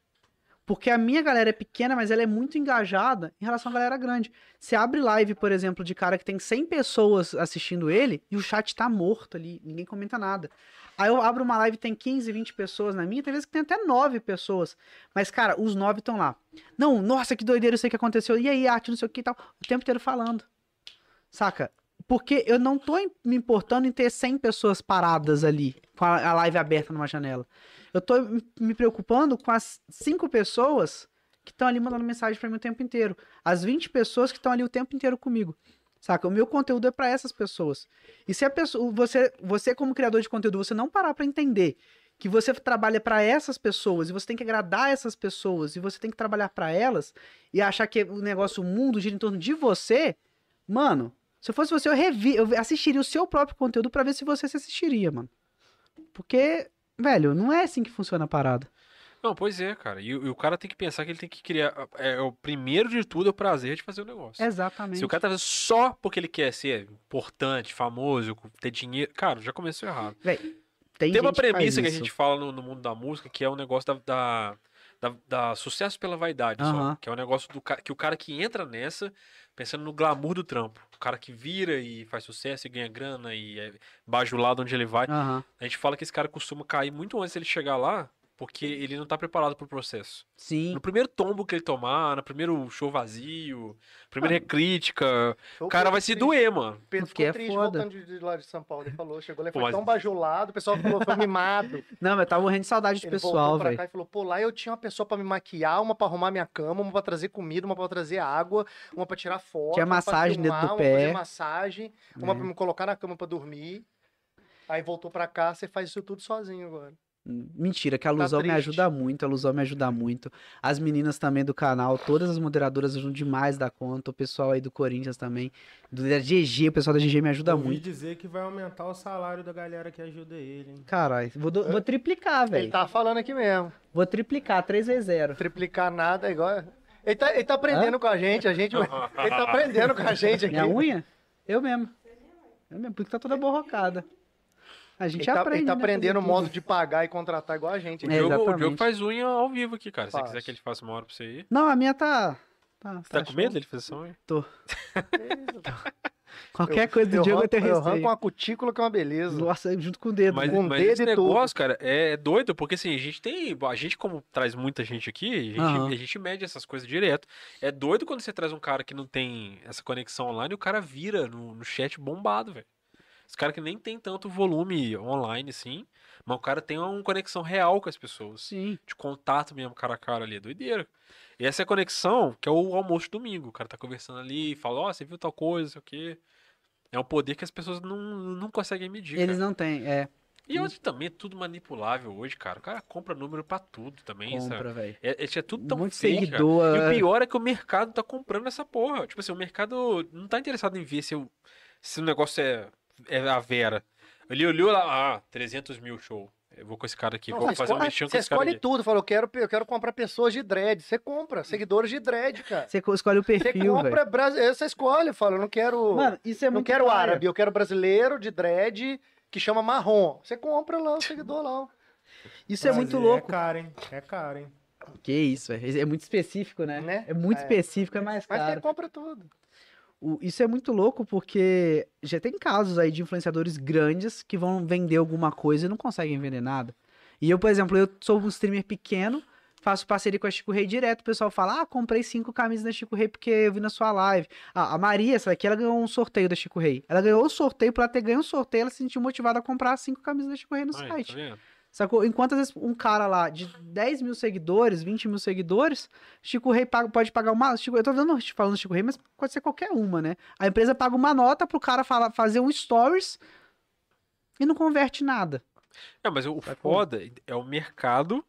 [SPEAKER 5] Porque a minha galera é pequena, mas ela é muito engajada em relação à galera grande. Você abre live, por exemplo, de cara que tem 100 pessoas assistindo ele e o chat tá morto ali, ninguém comenta nada. Aí eu abro uma live tem 15, 20 pessoas na minha, tem vezes que tem até 9 pessoas. Mas, cara, os 9 estão lá. Não, nossa, que doideira isso aí que aconteceu. E aí, arte, não sei o que e tal. O tempo inteiro falando. Saca? Porque eu não tô im- me importando em ter 100 pessoas paradas ali, com a a live aberta numa janela. Eu tô m- me preocupando com as 5 pessoas que estão ali mandando mensagem pra mim o tempo inteiro. As 20 pessoas que estão ali o tempo inteiro comigo. Saca? O meu conteúdo é pra essas pessoas. E se a pessoa, você, você como criador de conteúdo, você não parar pra entender que você trabalha pra essas pessoas e você tem que agradar essas pessoas e você tem que trabalhar pra elas e achar que o negócio, o mundo gira em torno de você, mano, se eu fosse você, eu, revi, eu assistiria o seu próprio conteúdo pra ver se você se assistiria, mano. Porque, velho, não é assim que funciona a parada.
[SPEAKER 2] Não, pois é, cara. E, o e o cara tem que pensar que ele tem que criar. É, é o primeiro de tudo é o prazer de fazer o negócio.
[SPEAKER 5] Exatamente.
[SPEAKER 2] Se o cara tá fazendo só porque ele quer ser importante, famoso, ter dinheiro. Cara, já começou errado. Tem, uma
[SPEAKER 5] gente faz
[SPEAKER 2] premissa que a
[SPEAKER 5] isso.
[SPEAKER 2] gente fala no, no mundo da música, que é o negócio da, da, da- da sucesso pela vaidade,
[SPEAKER 5] Aham.
[SPEAKER 2] só, que é o negócio do ca- que o cara que entra nessa, pensando no glamour do trampo. O cara que vira e faz sucesso e ganha grana e é bajulado onde ele vai.
[SPEAKER 5] Aham,
[SPEAKER 2] A gente fala que esse cara costuma cair muito antes dele chegar lá, porque ele não tá preparado pro processo.
[SPEAKER 5] Sim.
[SPEAKER 2] No primeiro tombo que ele tomar, no primeiro show vazio,
[SPEAKER 1] Ah,
[SPEAKER 2] primeira crítica, o cara vai se doer, mano.
[SPEAKER 1] O Pedro
[SPEAKER 5] Porque
[SPEAKER 1] ficou
[SPEAKER 5] é
[SPEAKER 1] triste
[SPEAKER 5] foda.
[SPEAKER 1] voltando de, de lá de São Paulo. Ele falou, chegou lá e
[SPEAKER 2] Pô,
[SPEAKER 1] foi
[SPEAKER 2] mas-
[SPEAKER 1] tão bajulado, o pessoal falou, foi mimado.
[SPEAKER 5] Não, mas eu tava morrendo de saudade do
[SPEAKER 1] Ele
[SPEAKER 5] pessoal,
[SPEAKER 1] voltou pra
[SPEAKER 5] velho.
[SPEAKER 1] cá e falou, pô, lá eu tinha uma pessoa pra me maquiar, uma pra arrumar minha cama, uma pra trazer comida, uma pra trazer água, uma pra tirar foto,
[SPEAKER 5] Tinha
[SPEAKER 1] uma pra
[SPEAKER 5] massagem dentro do
[SPEAKER 1] filmar, uma pra
[SPEAKER 5] pé.
[SPEAKER 1] fazer massagem, uma
[SPEAKER 5] É.
[SPEAKER 1] pra me colocar na cama pra dormir. Aí voltou pra cá, você faz isso tudo sozinho agora.
[SPEAKER 5] Mentira, que a Luzão me
[SPEAKER 1] Tá triste.
[SPEAKER 5] ajuda muito, a Luzão me ajuda muito. As meninas também do canal, todas as moderadoras ajudam demais da conta, o pessoal aí do Corinthians também, do da GG, o pessoal da GG me ajuda
[SPEAKER 4] Ouvi
[SPEAKER 5] muito.
[SPEAKER 4] dizer que vai aumentar o salário da galera que ajuda ele, hein?
[SPEAKER 5] Caralho, vou, do- vou triplicar,
[SPEAKER 1] Ele
[SPEAKER 5] velho.
[SPEAKER 1] tá falando aqui mesmo.
[SPEAKER 5] Vou triplicar, 3 vezes 0.
[SPEAKER 1] Triplicar nada é igual. Ele tá, ele tá aprendendo com a gente, a
[SPEAKER 2] (laughs)
[SPEAKER 1] gente. Ele tá aprendendo com a gente aqui.
[SPEAKER 5] Minha unha? Eu mesmo. Eu mesmo, porque tá toda borrocada. A gente
[SPEAKER 1] Ele tá,
[SPEAKER 5] aprende.
[SPEAKER 1] ele tá
[SPEAKER 5] né,
[SPEAKER 1] aprendendo o
[SPEAKER 5] fazer tudo.
[SPEAKER 1] modo de pagar e contratar igual a gente.
[SPEAKER 2] O
[SPEAKER 5] É,
[SPEAKER 2] Diogo, o Diogo
[SPEAKER 5] exatamente.
[SPEAKER 2] faz unha ao vivo aqui, cara. Se você
[SPEAKER 1] Faz.
[SPEAKER 2] quiser que ele faça uma hora pra você ir.
[SPEAKER 5] Não, a minha tá. Tá,
[SPEAKER 2] Você tá
[SPEAKER 5] show.
[SPEAKER 2] com medo dele fazer essa unha?
[SPEAKER 5] Qualquer coisa do
[SPEAKER 1] eu,
[SPEAKER 5] Diogo eu
[SPEAKER 1] arranco,
[SPEAKER 5] tenho
[SPEAKER 1] eu arranco
[SPEAKER 5] receio.
[SPEAKER 1] uma cutícula que é uma beleza.
[SPEAKER 5] Nossa, junto com o dedo.
[SPEAKER 2] Mas,
[SPEAKER 5] né?
[SPEAKER 1] com
[SPEAKER 2] mas
[SPEAKER 1] dedo
[SPEAKER 2] esse
[SPEAKER 1] e tudo.
[SPEAKER 2] negócio, cara, é doido, porque assim, a gente tem. A gente, como traz muita gente aqui, a gente,
[SPEAKER 5] Aham.
[SPEAKER 2] a gente mede essas coisas direto. É doido quando você traz um cara que não tem essa conexão online e o cara vira no, no chat bombado, velho. Esse cara que nem tem tanto volume online, assim, mas o cara tem uma conexão real com as pessoas.
[SPEAKER 5] Sim.
[SPEAKER 2] De contato mesmo, cara a cara ali, é doideira. E essa é a conexão, que é o almoço de domingo. O cara tá conversando ali, fala, ó, você viu tal coisa, sei o quê. É um poder que as pessoas não, não conseguem medir. cara.
[SPEAKER 5] Eles não têm. É,
[SPEAKER 2] E hoje também é tudo manipulável hoje, cara. O cara compra número pra tudo também, sabe?
[SPEAKER 5] compra, velho.
[SPEAKER 2] É, é, é tudo tão
[SPEAKER 5] Muito
[SPEAKER 2] feio, cara.
[SPEAKER 5] seguidor.
[SPEAKER 2] E o pior é que o mercado tá comprando essa porra. Tipo assim, o mercado não tá interessado em ver se o, se o negócio é, é a Vera. Ele olhou lá, ah, 300 mil show. Eu vou com esse cara aqui,
[SPEAKER 1] Não,
[SPEAKER 2] vou
[SPEAKER 1] você
[SPEAKER 2] fazer um
[SPEAKER 1] escolhe,
[SPEAKER 2] mexão com
[SPEAKER 1] você
[SPEAKER 2] esse cara
[SPEAKER 1] escolhe
[SPEAKER 2] aqui.
[SPEAKER 1] tudo. Fala, eu quero, eu quero comprar pessoas de dread. Você compra, seguidores de dread,
[SPEAKER 5] (laughs)
[SPEAKER 1] cara.
[SPEAKER 5] Você co- escolhe o
[SPEAKER 1] Você
[SPEAKER 5] perfil, velho.
[SPEAKER 1] compra brasileiro. Você escolhe, fala, eu não quero.
[SPEAKER 5] Mano, isso é
[SPEAKER 1] não
[SPEAKER 5] muito
[SPEAKER 1] quero
[SPEAKER 5] paia.
[SPEAKER 1] árabe, eu quero brasileiro de dread que chama marrom. Você compra lá o
[SPEAKER 5] (laughs)
[SPEAKER 1] seguidor lá. ó.
[SPEAKER 5] Isso é
[SPEAKER 4] Mas
[SPEAKER 5] muito louco.
[SPEAKER 4] É caro, hein? É caro, hein?
[SPEAKER 5] Que isso, velho. É muito específico, né?
[SPEAKER 1] Né?
[SPEAKER 5] É muito
[SPEAKER 1] É.
[SPEAKER 5] específico, é mais
[SPEAKER 1] Mas
[SPEAKER 5] caro.
[SPEAKER 1] você compra tudo.
[SPEAKER 5] O- isso é muito louco porque já tem casos aí de influenciadores grandes que vão vender alguma coisa e não conseguem vender nada. E eu, por exemplo, eu sou um streamer pequeno, faço parceria com a Chico Rei direto, o pessoal fala, ah, comprei cinco camisas da Chico Rei porque eu vi na sua live. Ah, a Maria, essa daqui, ela ganhou um sorteio da Chico Rei. Ela ganhou o sorteio, pra ela ter ganho o sorteio, ela se sentiu motivada a comprar cinco camisas da Chico Rei no
[SPEAKER 2] Aí, tá
[SPEAKER 5] site.
[SPEAKER 2] vendo?
[SPEAKER 5] Sacou? Enquanto às vezes um cara lá de 10 mil seguidores, 20 mil seguidores, Chico Rei paga- pode pagar uma. Chico, eu tô dando, falando Chico Rei, mas pode ser qualquer uma, né? A empresa paga uma nota pro cara fala- fazer um stories e não converte nada.
[SPEAKER 2] É, mas o
[SPEAKER 5] Sacou?
[SPEAKER 2] foda é o mercado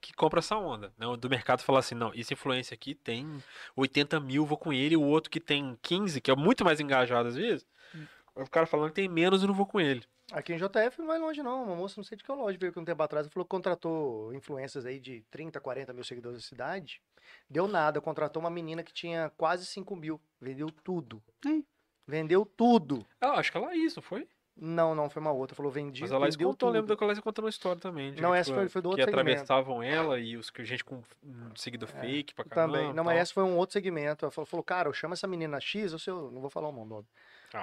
[SPEAKER 2] que compra essa onda. Né? O Do mercado falar assim, não, esse influencer aqui tem 80 mil, vou com ele, o outro que tem 15, que é muito mais engajado às vezes,
[SPEAKER 1] Hum.
[SPEAKER 2] o cara falando tem menos, eu não vou com ele.
[SPEAKER 1] Aqui em JF não vai longe, não. Uma moça, não sei de que loja, veio aqui um tempo atrás e falou que contratou influencers aí de 30, 40 mil seguidores da cidade. Deu nada, contratou uma menina que tinha quase 5 mil. Vendeu tudo.
[SPEAKER 5] Aí.
[SPEAKER 1] Vendeu tudo.
[SPEAKER 2] Ah, acho que ela é isso, não foi?
[SPEAKER 1] Não, não, foi uma outra. Falou, vendi.
[SPEAKER 2] Mas a Laís
[SPEAKER 1] vendeu
[SPEAKER 2] contou, eu lembro
[SPEAKER 1] tudo.
[SPEAKER 2] da que a Laís contou uma história também. de
[SPEAKER 1] Não,
[SPEAKER 2] que,
[SPEAKER 1] essa
[SPEAKER 2] tipo,
[SPEAKER 1] foi- foi do outro
[SPEAKER 2] Que
[SPEAKER 1] segmento. É,
[SPEAKER 2] atravessavam ela e os que gente com um seguidor fake pra caramba.
[SPEAKER 1] Também. Não,
[SPEAKER 2] tal.
[SPEAKER 1] mas essa foi um outro segmento. Ela falou, falou, cara, eu chamo essa menina X, eu sei, eu não vou falar o nome. óbvio.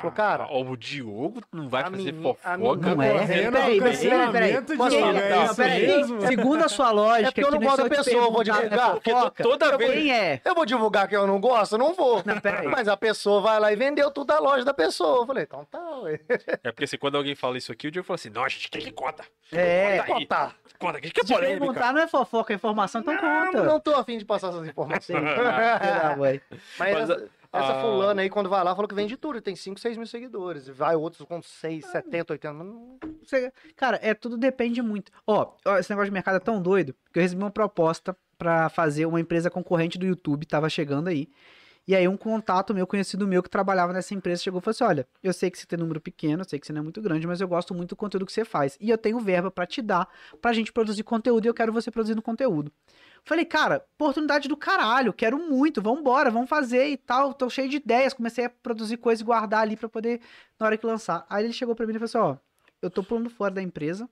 [SPEAKER 1] Pô, cara,
[SPEAKER 2] ó, Ah, o Diogo não vai
[SPEAKER 1] a
[SPEAKER 2] fazer
[SPEAKER 1] meni- a
[SPEAKER 2] fofoca.
[SPEAKER 1] menina-
[SPEAKER 5] Não é?
[SPEAKER 4] correndo
[SPEAKER 5] Peraí, peraí,
[SPEAKER 4] ao
[SPEAKER 5] peraí, peraí.
[SPEAKER 4] cancelamento de
[SPEAKER 5] Posso
[SPEAKER 1] jogar,
[SPEAKER 5] falar?
[SPEAKER 1] é
[SPEAKER 5] Não,
[SPEAKER 1] isso
[SPEAKER 5] peraí.
[SPEAKER 4] mesmo?
[SPEAKER 5] Segundo a sua lógica,
[SPEAKER 1] É porque eu não
[SPEAKER 5] que nem
[SPEAKER 1] gosto
[SPEAKER 5] se
[SPEAKER 1] da
[SPEAKER 5] te
[SPEAKER 1] pessoa, vou
[SPEAKER 5] perguntar
[SPEAKER 1] divulgar,
[SPEAKER 5] da
[SPEAKER 1] porque
[SPEAKER 2] to-
[SPEAKER 5] fofoca,
[SPEAKER 2] toda vez-
[SPEAKER 5] Quem é?
[SPEAKER 1] Eu vou divulgar que eu não gosto? Não vou.
[SPEAKER 5] Não, é
[SPEAKER 1] (laughs)
[SPEAKER 5] peraí.
[SPEAKER 1] Mas a pessoa vai lá e vendeu tudo da loja da pessoa. Eu falei, então tá, ué.
[SPEAKER 2] É porque assim, quando alguém fala isso aqui, o Diogo fala assim: não, gente, quem que conta?
[SPEAKER 5] É.
[SPEAKER 2] Conta aí.
[SPEAKER 1] Tá.
[SPEAKER 2] Conta, que que é
[SPEAKER 5] Se
[SPEAKER 2] polêmica?
[SPEAKER 5] perguntar não é fofoca, é informação, então
[SPEAKER 1] Eu
[SPEAKER 5] conta. Ah,
[SPEAKER 1] não tô afim de passar essas informações.
[SPEAKER 5] Será, mãe?
[SPEAKER 1] Mas
[SPEAKER 2] Mas,
[SPEAKER 1] essa, essa
[SPEAKER 2] ah,
[SPEAKER 1] fulana aí, quando vai lá, falou que vende tudo. e Tem 5, 6 mil seguidores. E vai outros com 6, 70, 80. mas não-
[SPEAKER 5] Você- Cara, é tudo depende muito. Ó, ó, esse negócio de mercado é tão doido que eu recebi uma proposta pra fazer uma empresa concorrente do YouTube, tava chegando aí. E aí um contato meu, conhecido meu, que trabalhava nessa empresa, chegou e falou assim: olha, eu sei que você tem número pequeno, eu sei que você não é muito grande, mas eu gosto muito do conteúdo que você faz. E eu tenho verba pra te dar pra gente produzir conteúdo e eu quero você produzindo conteúdo. Falei, cara, oportunidade do caralho, quero muito, vambora, vamos fazer e tal. Tô cheio de ideias, comecei a produzir coisa e guardar ali pra poder, na hora que lançar. Aí ele chegou pra mim e falou assim: ó, eu tô pulando fora da empresa,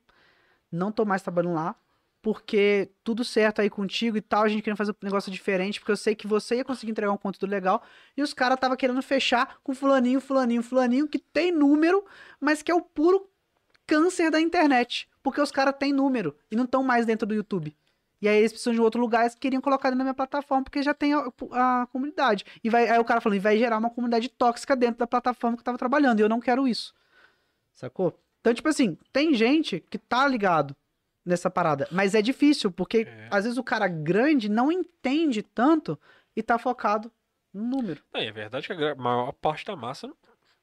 [SPEAKER 5] não tô mais trabalhando lá, porque tudo certo aí contigo e tal, a gente queria fazer um negócio diferente, porque eu sei que você ia conseguir entregar um conteúdo legal, e os caras tava querendo fechar com fulaninho, fulaninho, fulaninho, que tem número, mas que é o puro câncer da internet, porque os caras têm número e não estão mais dentro do YouTube. E aí eles precisam de um outro lugar, eles queriam colocar ele na minha plataforma, porque já tem a, a comunidade. E vai, aí o cara falou, e vai gerar uma comunidade tóxica dentro da plataforma que eu tava trabalhando, e eu não quero isso. Sacou? Então, tipo assim, tem gente que tá ligado nessa parada, mas é difícil, porque
[SPEAKER 2] É.
[SPEAKER 5] às vezes o cara grande não entende tanto e tá focado no número.
[SPEAKER 2] Não, e é verdade que a gra- maior parte da massa não-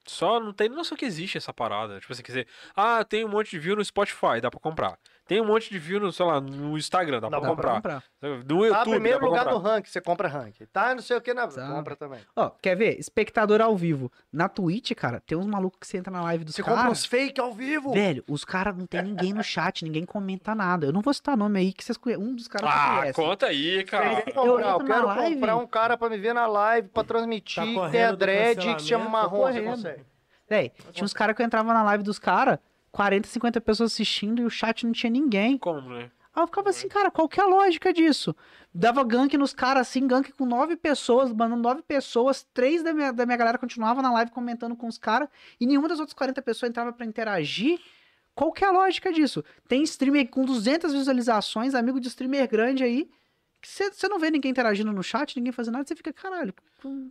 [SPEAKER 2] só não tem noção que existe essa parada. Tipo assim, quer dizer, ah, tem um monte de view no Spotify, dá pra comprar. Tem um monte de view no, sei lá, no Instagram, dá,
[SPEAKER 1] Dá
[SPEAKER 2] pra,
[SPEAKER 1] pra
[SPEAKER 2] comprar. No
[SPEAKER 1] Tá
[SPEAKER 2] YouTube,
[SPEAKER 1] em
[SPEAKER 2] dá
[SPEAKER 1] primeiro
[SPEAKER 2] pra
[SPEAKER 1] lugar no
[SPEAKER 2] comprar.
[SPEAKER 1] ranking, você compra ranking. Tá, não sei o que, na...
[SPEAKER 5] Sabe.
[SPEAKER 1] compra também.
[SPEAKER 5] Ó, quer ver? Espectador ao vivo. Na Twitch, cara, tem uns malucos que você entra na live dos
[SPEAKER 1] Você compra uns
[SPEAKER 5] caras.
[SPEAKER 1] fake ao vivo.
[SPEAKER 5] Velho, os caras não tem ninguém no chat, ninguém comenta nada. Eu não vou citar nome aí que vocês conhecem. Um dos caras que
[SPEAKER 2] Ah,
[SPEAKER 5] conhece.
[SPEAKER 2] conta aí, cara.
[SPEAKER 1] Quero comprar, eu
[SPEAKER 5] entro na
[SPEAKER 1] quero
[SPEAKER 5] live.
[SPEAKER 1] comprar um cara pra me ver na live, pra transmitir,
[SPEAKER 4] Tá
[SPEAKER 1] que
[SPEAKER 4] correndo
[SPEAKER 1] tem a
[SPEAKER 4] do
[SPEAKER 1] dread, que se chama
[SPEAKER 4] cancelamento,
[SPEAKER 1] marrom,
[SPEAKER 5] tá
[SPEAKER 1] você
[SPEAKER 5] correndo.
[SPEAKER 1] consegue.
[SPEAKER 5] Véi, tinha uns caras que eu entrava na live dos caras, 40, 50 pessoas assistindo e o chat não tinha ninguém.
[SPEAKER 2] Como, né?
[SPEAKER 5] Aí eu ficava assim, cara, qual que é a lógica disso? Dava gank nos caras, assim, gank com nove pessoas, mandando nove pessoas, três da minha, da minha galera continuava na live comentando com os caras, e nenhuma das outras 40 pessoas entrava pra interagir. Qual que é a lógica disso? Tem streamer com 200 visualizações, amigo de streamer grande aí, que você não vê ninguém interagindo no chat, ninguém fazendo nada, você fica, caralho. com-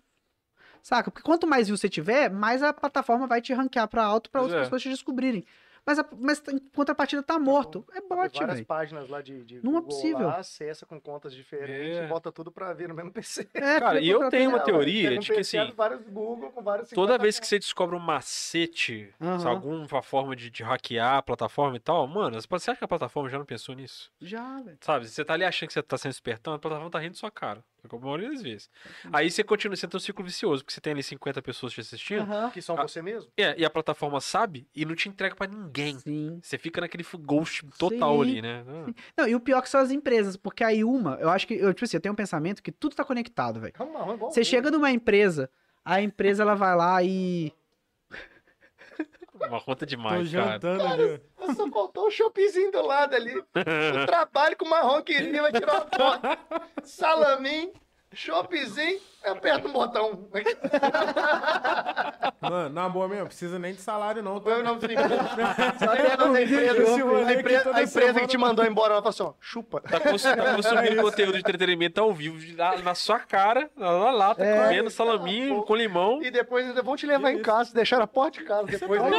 [SPEAKER 5] Saca? Porque quanto mais views você tiver, mais a plataforma vai te ranquear pra alto pra
[SPEAKER 2] Pois
[SPEAKER 5] outras
[SPEAKER 2] é.
[SPEAKER 5] pessoas te descobrirem. Mas, a, mas em contrapartida tá morto. É bot,
[SPEAKER 1] Tem várias
[SPEAKER 5] velho.
[SPEAKER 1] páginas lá de, de
[SPEAKER 5] Não é
[SPEAKER 1] Google
[SPEAKER 5] possível.
[SPEAKER 1] lá, acessa com contas diferentes,
[SPEAKER 2] É.
[SPEAKER 1] e bota tudo pra vir no mesmo PC.
[SPEAKER 5] É,
[SPEAKER 2] Cara,
[SPEAKER 5] filha
[SPEAKER 2] e eu
[SPEAKER 5] contratada.
[SPEAKER 2] tenho uma
[SPEAKER 1] (laughs) Não,
[SPEAKER 2] teoria
[SPEAKER 1] pega um
[SPEAKER 2] de que,
[SPEAKER 1] PC
[SPEAKER 2] assim,
[SPEAKER 1] vários Google, com vários
[SPEAKER 2] Toda
[SPEAKER 1] 50
[SPEAKER 2] vez que você descobre um macete,
[SPEAKER 5] Aham.
[SPEAKER 2] se alguma forma de, de hackear a plataforma e tal, mano, você acha que a plataforma já não pensou nisso?
[SPEAKER 5] Já, velho.
[SPEAKER 2] Sabe, você tá ali achando que você tá sendo espertão, a plataforma tá rindo da sua cara. É como a maioria das vezes.
[SPEAKER 1] Uhum.
[SPEAKER 2] Aí você continua, você entra um ciclo vicioso, porque você tem ali 50 pessoas te assistindo,
[SPEAKER 5] Aham.
[SPEAKER 1] que são
[SPEAKER 2] Ah.
[SPEAKER 1] você mesmo?
[SPEAKER 2] é, e a plataforma sabe e não te entrega pra ninguém.
[SPEAKER 5] Sim.
[SPEAKER 2] Você fica naquele f- ghost total
[SPEAKER 5] Sim.
[SPEAKER 2] ali, né?
[SPEAKER 5] Não, e o pior é que são as empresas, porque aí uma, eu acho que, eu, tipo assim, eu tenho um pensamento que tudo tá conectado, velho.
[SPEAKER 1] É um marrom igual
[SPEAKER 5] Você
[SPEAKER 1] eu.
[SPEAKER 5] chega numa empresa, a empresa ela vai lá e.
[SPEAKER 2] Ah, Uma conta
[SPEAKER 4] Tô
[SPEAKER 2] demais, cara.
[SPEAKER 4] jantando ali.
[SPEAKER 1] Só faltou o shoppingzinho do lado ali. (laughs) O trabalho que o marrom queria, vai tirar uma foto. Salamim, shoppingzinho, aperta um botão.
[SPEAKER 4] Mano, na boa mesmo, precisa nem de salário não.
[SPEAKER 1] Foi o
[SPEAKER 4] Tá?
[SPEAKER 1] nome da
[SPEAKER 4] (laughs)
[SPEAKER 1] empresa. Só que é o nome da empresa.
[SPEAKER 4] Esse moleque
[SPEAKER 1] A empresa,
[SPEAKER 4] toda
[SPEAKER 1] a empresa que te
[SPEAKER 4] semana-
[SPEAKER 1] mandou embora, ela falou assim: ó, chupa.
[SPEAKER 2] Tá
[SPEAKER 1] (laughs)
[SPEAKER 2] cons-
[SPEAKER 1] É
[SPEAKER 2] tá consumindo conteúdo de entretenimento ao vivo, de- na, na sua cara, na, na lata, comendo salaminho com limão.
[SPEAKER 1] É. E depois ainda vão te levar em
[SPEAKER 4] Isso.
[SPEAKER 1] casa, deixar a porta de casa depois. né?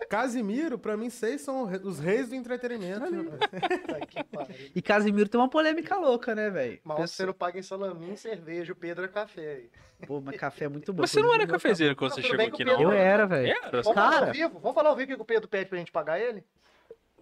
[SPEAKER 4] é, Casimiro, pra mim, vocês são re- os reis do entretenimento. né, rapaz.
[SPEAKER 1] Puta que pariu.
[SPEAKER 5] E Casimiro tem uma polêmica louca, né, velho?
[SPEAKER 1] Mal você
[SPEAKER 5] Pessoa-
[SPEAKER 1] não paga em salamim, cerveja, o Pedro é café. aí.
[SPEAKER 5] Pô, mas café é muito bom.
[SPEAKER 2] Mas você não era
[SPEAKER 5] Inclusive,
[SPEAKER 2] cafezeiro quando
[SPEAKER 1] Não,
[SPEAKER 2] você
[SPEAKER 1] tudo
[SPEAKER 2] chegou
[SPEAKER 1] bem que
[SPEAKER 2] aqui,
[SPEAKER 1] o
[SPEAKER 2] não?
[SPEAKER 5] Eu era, velho.
[SPEAKER 2] Era?
[SPEAKER 1] Vamos falar
[SPEAKER 5] Cara.
[SPEAKER 1] ao vivo? Vamos falar ao vivo o que que o Pedro pede pra gente pagar ele?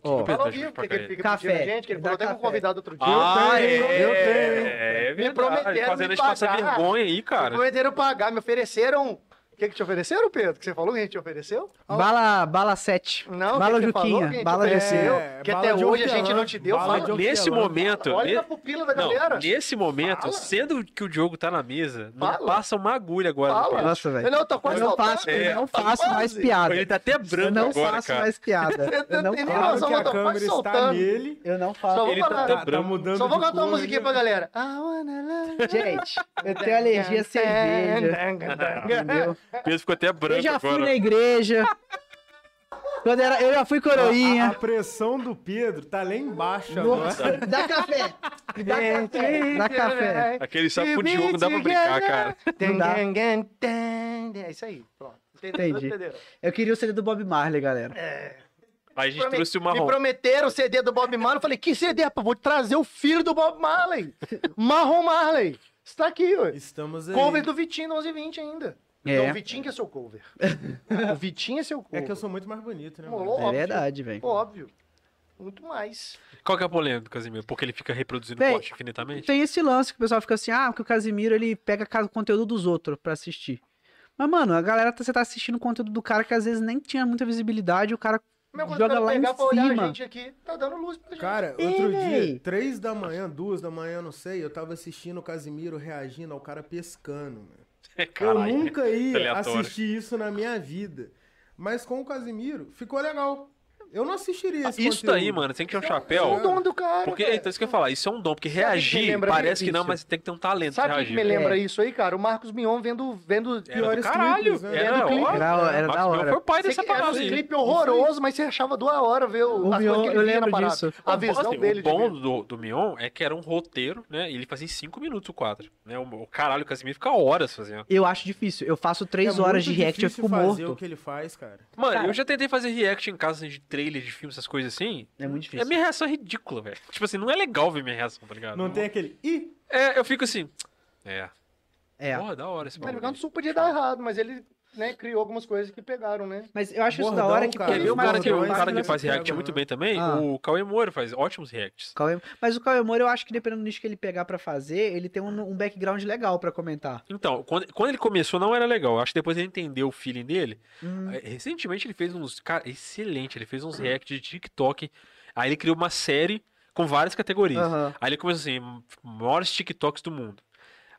[SPEAKER 5] Ó,
[SPEAKER 2] Pedro
[SPEAKER 1] Fala ao
[SPEAKER 2] pede
[SPEAKER 1] vivo
[SPEAKER 2] pra
[SPEAKER 1] porque que ele
[SPEAKER 2] pagar
[SPEAKER 1] fica pedindo a
[SPEAKER 5] ele? Café.
[SPEAKER 1] gente, que ele
[SPEAKER 5] Me
[SPEAKER 1] falou
[SPEAKER 5] dá
[SPEAKER 1] até com um
[SPEAKER 5] café.
[SPEAKER 1] convidado outro dia.
[SPEAKER 2] tá Ah,
[SPEAKER 4] tenho,
[SPEAKER 2] é,
[SPEAKER 4] eu tenho.
[SPEAKER 2] é
[SPEAKER 1] Me
[SPEAKER 2] verdade.
[SPEAKER 1] prometeram
[SPEAKER 2] Fazendo
[SPEAKER 1] me
[SPEAKER 2] a gente passar
[SPEAKER 1] pagar.
[SPEAKER 2] vergonha aí,
[SPEAKER 1] Me
[SPEAKER 2] cara.
[SPEAKER 1] prometeram pagar, me ofereceram. um." O que, que te ofereceram, Pedro? Que você falou que a gente te ofereceu?
[SPEAKER 5] Bala, bala 7.
[SPEAKER 1] Não,
[SPEAKER 5] bala
[SPEAKER 1] que você falou que a
[SPEAKER 5] Juquinha.
[SPEAKER 1] gente
[SPEAKER 5] Bala
[SPEAKER 1] ofereceu.
[SPEAKER 5] GC.
[SPEAKER 1] É, que até
[SPEAKER 4] bala de
[SPEAKER 1] hoje a
[SPEAKER 4] hortelã,
[SPEAKER 1] gente não te deu,
[SPEAKER 4] bala
[SPEAKER 1] fala.
[SPEAKER 4] de
[SPEAKER 2] Nesse
[SPEAKER 4] hortelã.
[SPEAKER 2] momento...
[SPEAKER 1] é Olha
[SPEAKER 2] ne-
[SPEAKER 1] na pupila da
[SPEAKER 2] Não,
[SPEAKER 1] galera.
[SPEAKER 2] nesse momento,
[SPEAKER 1] Fala.
[SPEAKER 2] sendo que o Diogo tá na mesa, não
[SPEAKER 1] Fala.
[SPEAKER 2] passa uma agulha agora. no
[SPEAKER 1] Fala.
[SPEAKER 2] papo.
[SPEAKER 5] Nossa, velho.
[SPEAKER 1] Não, tá
[SPEAKER 5] Eu
[SPEAKER 1] quase
[SPEAKER 5] não
[SPEAKER 1] faltando.
[SPEAKER 5] faço, eu
[SPEAKER 2] É,
[SPEAKER 5] não
[SPEAKER 1] tá
[SPEAKER 5] faço
[SPEAKER 1] quase.
[SPEAKER 5] mais piada.
[SPEAKER 2] Ele tá até
[SPEAKER 5] Eu
[SPEAKER 2] branco
[SPEAKER 5] não
[SPEAKER 2] agora,
[SPEAKER 5] faço
[SPEAKER 2] cara.
[SPEAKER 5] mais piada. Eu não
[SPEAKER 1] Tem nem
[SPEAKER 5] faço.
[SPEAKER 1] razão.
[SPEAKER 4] Claro que
[SPEAKER 1] Nós
[SPEAKER 4] a
[SPEAKER 1] vamos
[SPEAKER 4] câmera está
[SPEAKER 1] soltando.
[SPEAKER 4] nele.
[SPEAKER 5] Eu não
[SPEAKER 1] Só
[SPEAKER 5] faço.
[SPEAKER 1] vou
[SPEAKER 2] Ele tá
[SPEAKER 1] parar.
[SPEAKER 2] até
[SPEAKER 4] Tá, tá
[SPEAKER 2] branco.
[SPEAKER 4] mudando
[SPEAKER 1] Só vou
[SPEAKER 4] de
[SPEAKER 1] cantar uma
[SPEAKER 4] cor,
[SPEAKER 1] musiquinha
[SPEAKER 4] né?
[SPEAKER 1] pra galera. I wanna love
[SPEAKER 5] Gente, eu tenho alergia a cerveja. Entendeu?
[SPEAKER 2] Pedro ficou até
[SPEAKER 5] Eu
[SPEAKER 2] branco
[SPEAKER 5] já fui
[SPEAKER 2] agora.
[SPEAKER 5] na igreja. Quando era, eu já fui
[SPEAKER 4] A, a (laughs)
[SPEAKER 5] coroinha.
[SPEAKER 4] pressão do Pedro tá lá embaixo
[SPEAKER 5] Nossa,
[SPEAKER 4] agora.
[SPEAKER 5] dá café. Dá café. Dá café.
[SPEAKER 2] Aquele sapo com o Diogo não dá pra brincar, cara.
[SPEAKER 5] Não dá.
[SPEAKER 1] É isso aí. Pronto. Entendeu?
[SPEAKER 5] Entendi.
[SPEAKER 1] Entenderam?
[SPEAKER 5] Eu queria o CD do Bob Marley, galera.
[SPEAKER 2] Aí a gente
[SPEAKER 1] Prome-
[SPEAKER 2] trouxe o
[SPEAKER 1] Me
[SPEAKER 2] marrom.
[SPEAKER 1] prometeram o CD do Bob Marley. Eu falei, que CD? Rapaz, vou trazer o filho do Bob Marley. Marrom Marley. Está aqui, ué.
[SPEAKER 4] Estamos aí.
[SPEAKER 1] Cover do Vitinho no 1120 ainda. Então,
[SPEAKER 5] É.
[SPEAKER 1] o Vitinho que é seu cover. o Vitinho é seu
[SPEAKER 4] É
[SPEAKER 1] cover.
[SPEAKER 4] que eu sou muito mais bonito, né?
[SPEAKER 1] Pô,
[SPEAKER 4] mano?
[SPEAKER 1] louco.
[SPEAKER 5] É verdade, velho.
[SPEAKER 1] Óbvio. Muito mais.
[SPEAKER 2] Qual que é a polêmica do Casimiro? Porque ele fica reproduzindo
[SPEAKER 5] Bem,
[SPEAKER 2] o poste infinitamente?
[SPEAKER 5] Tem esse lance que o pessoal fica assim, ah, porque o Casimiro ele pega ca- conteúdo dos outros pra assistir. Mas, mano, a galera, tá- você tá assistindo conteúdo do cara que às vezes nem tinha muita visibilidade, o cara.
[SPEAKER 1] Mesma coisa
[SPEAKER 5] Joga
[SPEAKER 1] que eu
[SPEAKER 5] lá em
[SPEAKER 1] pegar pra olhar
[SPEAKER 5] cima.
[SPEAKER 1] a gente aqui, tá dando luz pra gente.
[SPEAKER 4] Cara,
[SPEAKER 5] Ih,
[SPEAKER 4] outro
[SPEAKER 5] véi.
[SPEAKER 4] dia, três da manhã, duas da manhã, não sei, eu tava assistindo o Casimiro reagindo ao cara pescando, mano.
[SPEAKER 2] (laughs) Caralho.
[SPEAKER 4] eu nunca ia
[SPEAKER 2] aleatório.
[SPEAKER 4] assistir isso na minha vida. Mas com o Casimiro, ficou legal. Eu não assistiria esse
[SPEAKER 2] Ah, Isso
[SPEAKER 4] conteúdo.
[SPEAKER 2] daí, mano, tem que ter um
[SPEAKER 1] é o
[SPEAKER 2] chapéu.
[SPEAKER 1] dom do cara.
[SPEAKER 2] Porque,
[SPEAKER 1] cara.
[SPEAKER 2] então, isso que eu ia falar, isso é um dom, porque
[SPEAKER 1] Sabe o que me
[SPEAKER 2] reagir
[SPEAKER 1] lembra
[SPEAKER 2] parece que
[SPEAKER 1] difícil?
[SPEAKER 2] não, mas tem que ter um talento pra
[SPEAKER 1] Sabe o que que
[SPEAKER 2] reagir.
[SPEAKER 1] me
[SPEAKER 2] velho.
[SPEAKER 1] lembra
[SPEAKER 5] É.
[SPEAKER 1] isso aí, cara? O Marcos Mion vendo, vendo
[SPEAKER 2] Era do
[SPEAKER 1] piores
[SPEAKER 2] caralho,
[SPEAKER 1] clipes, né?
[SPEAKER 2] era
[SPEAKER 1] do clipe.
[SPEAKER 2] ótimo.
[SPEAKER 5] Era, era
[SPEAKER 2] Max
[SPEAKER 5] da
[SPEAKER 2] Mel
[SPEAKER 5] hora.
[SPEAKER 2] foi o pai
[SPEAKER 1] Você
[SPEAKER 2] dessa
[SPEAKER 1] que- era
[SPEAKER 2] parada
[SPEAKER 1] um
[SPEAKER 2] aí.
[SPEAKER 1] clipe horroroso, mas você achava duas horas ver o,
[SPEAKER 5] O
[SPEAKER 1] as coisas
[SPEAKER 5] Mion-
[SPEAKER 1] que ele via
[SPEAKER 5] eu
[SPEAKER 1] na
[SPEAKER 5] lembro
[SPEAKER 1] parada.
[SPEAKER 5] disso.
[SPEAKER 1] A
[SPEAKER 2] O bom,
[SPEAKER 1] visão
[SPEAKER 2] assim,
[SPEAKER 1] dele de
[SPEAKER 2] o bom
[SPEAKER 1] ver.
[SPEAKER 2] do, do Mion é que era um roteiro, né? E ele fazia em 5 minutos o quadro. Né? O, o caralho, o Casimiro fica horas fazendo.
[SPEAKER 5] Eu acho difícil. Eu faço
[SPEAKER 4] É
[SPEAKER 5] três horas de
[SPEAKER 4] muito
[SPEAKER 5] react, eu
[SPEAKER 4] difícil
[SPEAKER 5] fico
[SPEAKER 4] fazer o
[SPEAKER 5] morto.
[SPEAKER 4] que ele faz, cara.
[SPEAKER 2] Mano,
[SPEAKER 5] Cara.
[SPEAKER 2] eu já tentei fazer react em casa assim, de trailer, de filme, essas coisas assim.
[SPEAKER 5] É muito
[SPEAKER 2] A
[SPEAKER 5] difícil.
[SPEAKER 2] minha reação é ridícula, velho. Tipo assim, não é legal ver minha reação, tá ligado?
[SPEAKER 4] Não tem aquele. Ih!
[SPEAKER 2] É, eu fico assim. É.
[SPEAKER 5] É.
[SPEAKER 2] Porra, da hora esse
[SPEAKER 1] Tá
[SPEAKER 2] bagulho. é
[SPEAKER 1] ligado? Super podia dar errado, mas ele né, criou algumas coisas que pegaram, né?
[SPEAKER 5] Mas eu acho isso da
[SPEAKER 4] Bordão,
[SPEAKER 5] hora um que.
[SPEAKER 4] cara.
[SPEAKER 2] Quer
[SPEAKER 5] quando
[SPEAKER 2] ver o
[SPEAKER 5] faz-
[SPEAKER 2] um cara que, é o
[SPEAKER 4] Mas
[SPEAKER 2] cara
[SPEAKER 4] não
[SPEAKER 2] que faz
[SPEAKER 4] se
[SPEAKER 2] react
[SPEAKER 4] pega,
[SPEAKER 2] muito
[SPEAKER 4] né?
[SPEAKER 2] bem também?
[SPEAKER 5] Ah.
[SPEAKER 2] O Cauê Moura faz ótimos reacts.
[SPEAKER 5] Cauê- Mas o Cauê Moura, eu acho que dependendo do nicho que ele pegar pra fazer, ele tem um, um background legal pra comentar.
[SPEAKER 2] Então, quando, quando ele começou não era legal. Eu Acho que depois ele entendeu o feeling dele.
[SPEAKER 5] Hum.
[SPEAKER 2] Eh, Recentemente ele fez uns. Cara, excelente. Ele fez uns reacts de TikTok. Aí ele criou uma série com várias categorias.
[SPEAKER 5] Aham.
[SPEAKER 2] Aí ele começou assim: maiores TikToks do mundo.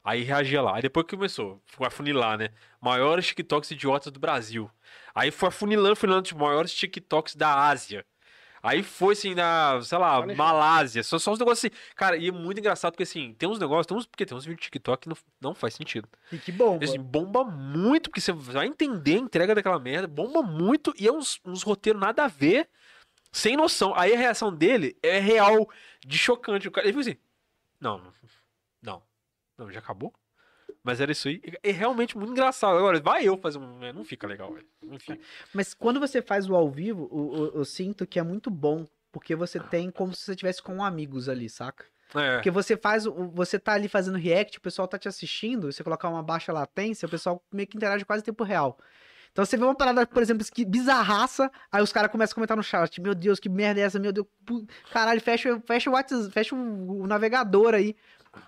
[SPEAKER 2] Aí reagia lá. Aí depois que começou, foi afunilar, né? Maiores TikToks idiotas do Brasil. Aí foi afunilando, afunilando, tipo, maiores TikToks da Ásia. Aí foi assim, na, sei lá,
[SPEAKER 1] Olha,
[SPEAKER 2] Malásia. Só, só uns negócios assim. Cara, e é muito engraçado, porque assim, tem uns negócios, tem uns, porque tem uns vídeos de TikTok que não, não faz sentido.
[SPEAKER 5] E que bom.
[SPEAKER 2] Assim, bomba muito, porque você vai entender a entrega daquela merda, bomba muito, e é uns, uns roteiros nada a ver, sem noção. Aí a reação dele é real, de chocante. O cara, ele falou assim, não, não, não, não, já acabou? Mas era isso aí. É realmente muito engraçado. Agora, vai eu fazer um... é, Não fica legal, velho. Não fica.
[SPEAKER 5] Mas quando você faz o ao vivo, o- o- eu sinto que é muito bom. Porque você tem como se você tivesse com amigos ali, saca?
[SPEAKER 2] É.
[SPEAKER 5] Porque você faz. o- Você tá ali fazendo react, o pessoal tá te assistindo, você colocar uma baixa latência, o pessoal meio que interage quase em tempo real. Então você vê uma parada, por exemplo, que bizarraça, aí os caras começam a comentar no chat, meu Deus, que merda é essa, meu Deus, pu- caralho, fecha, fecha, o, WhatsApp, fecha o, o navegador aí.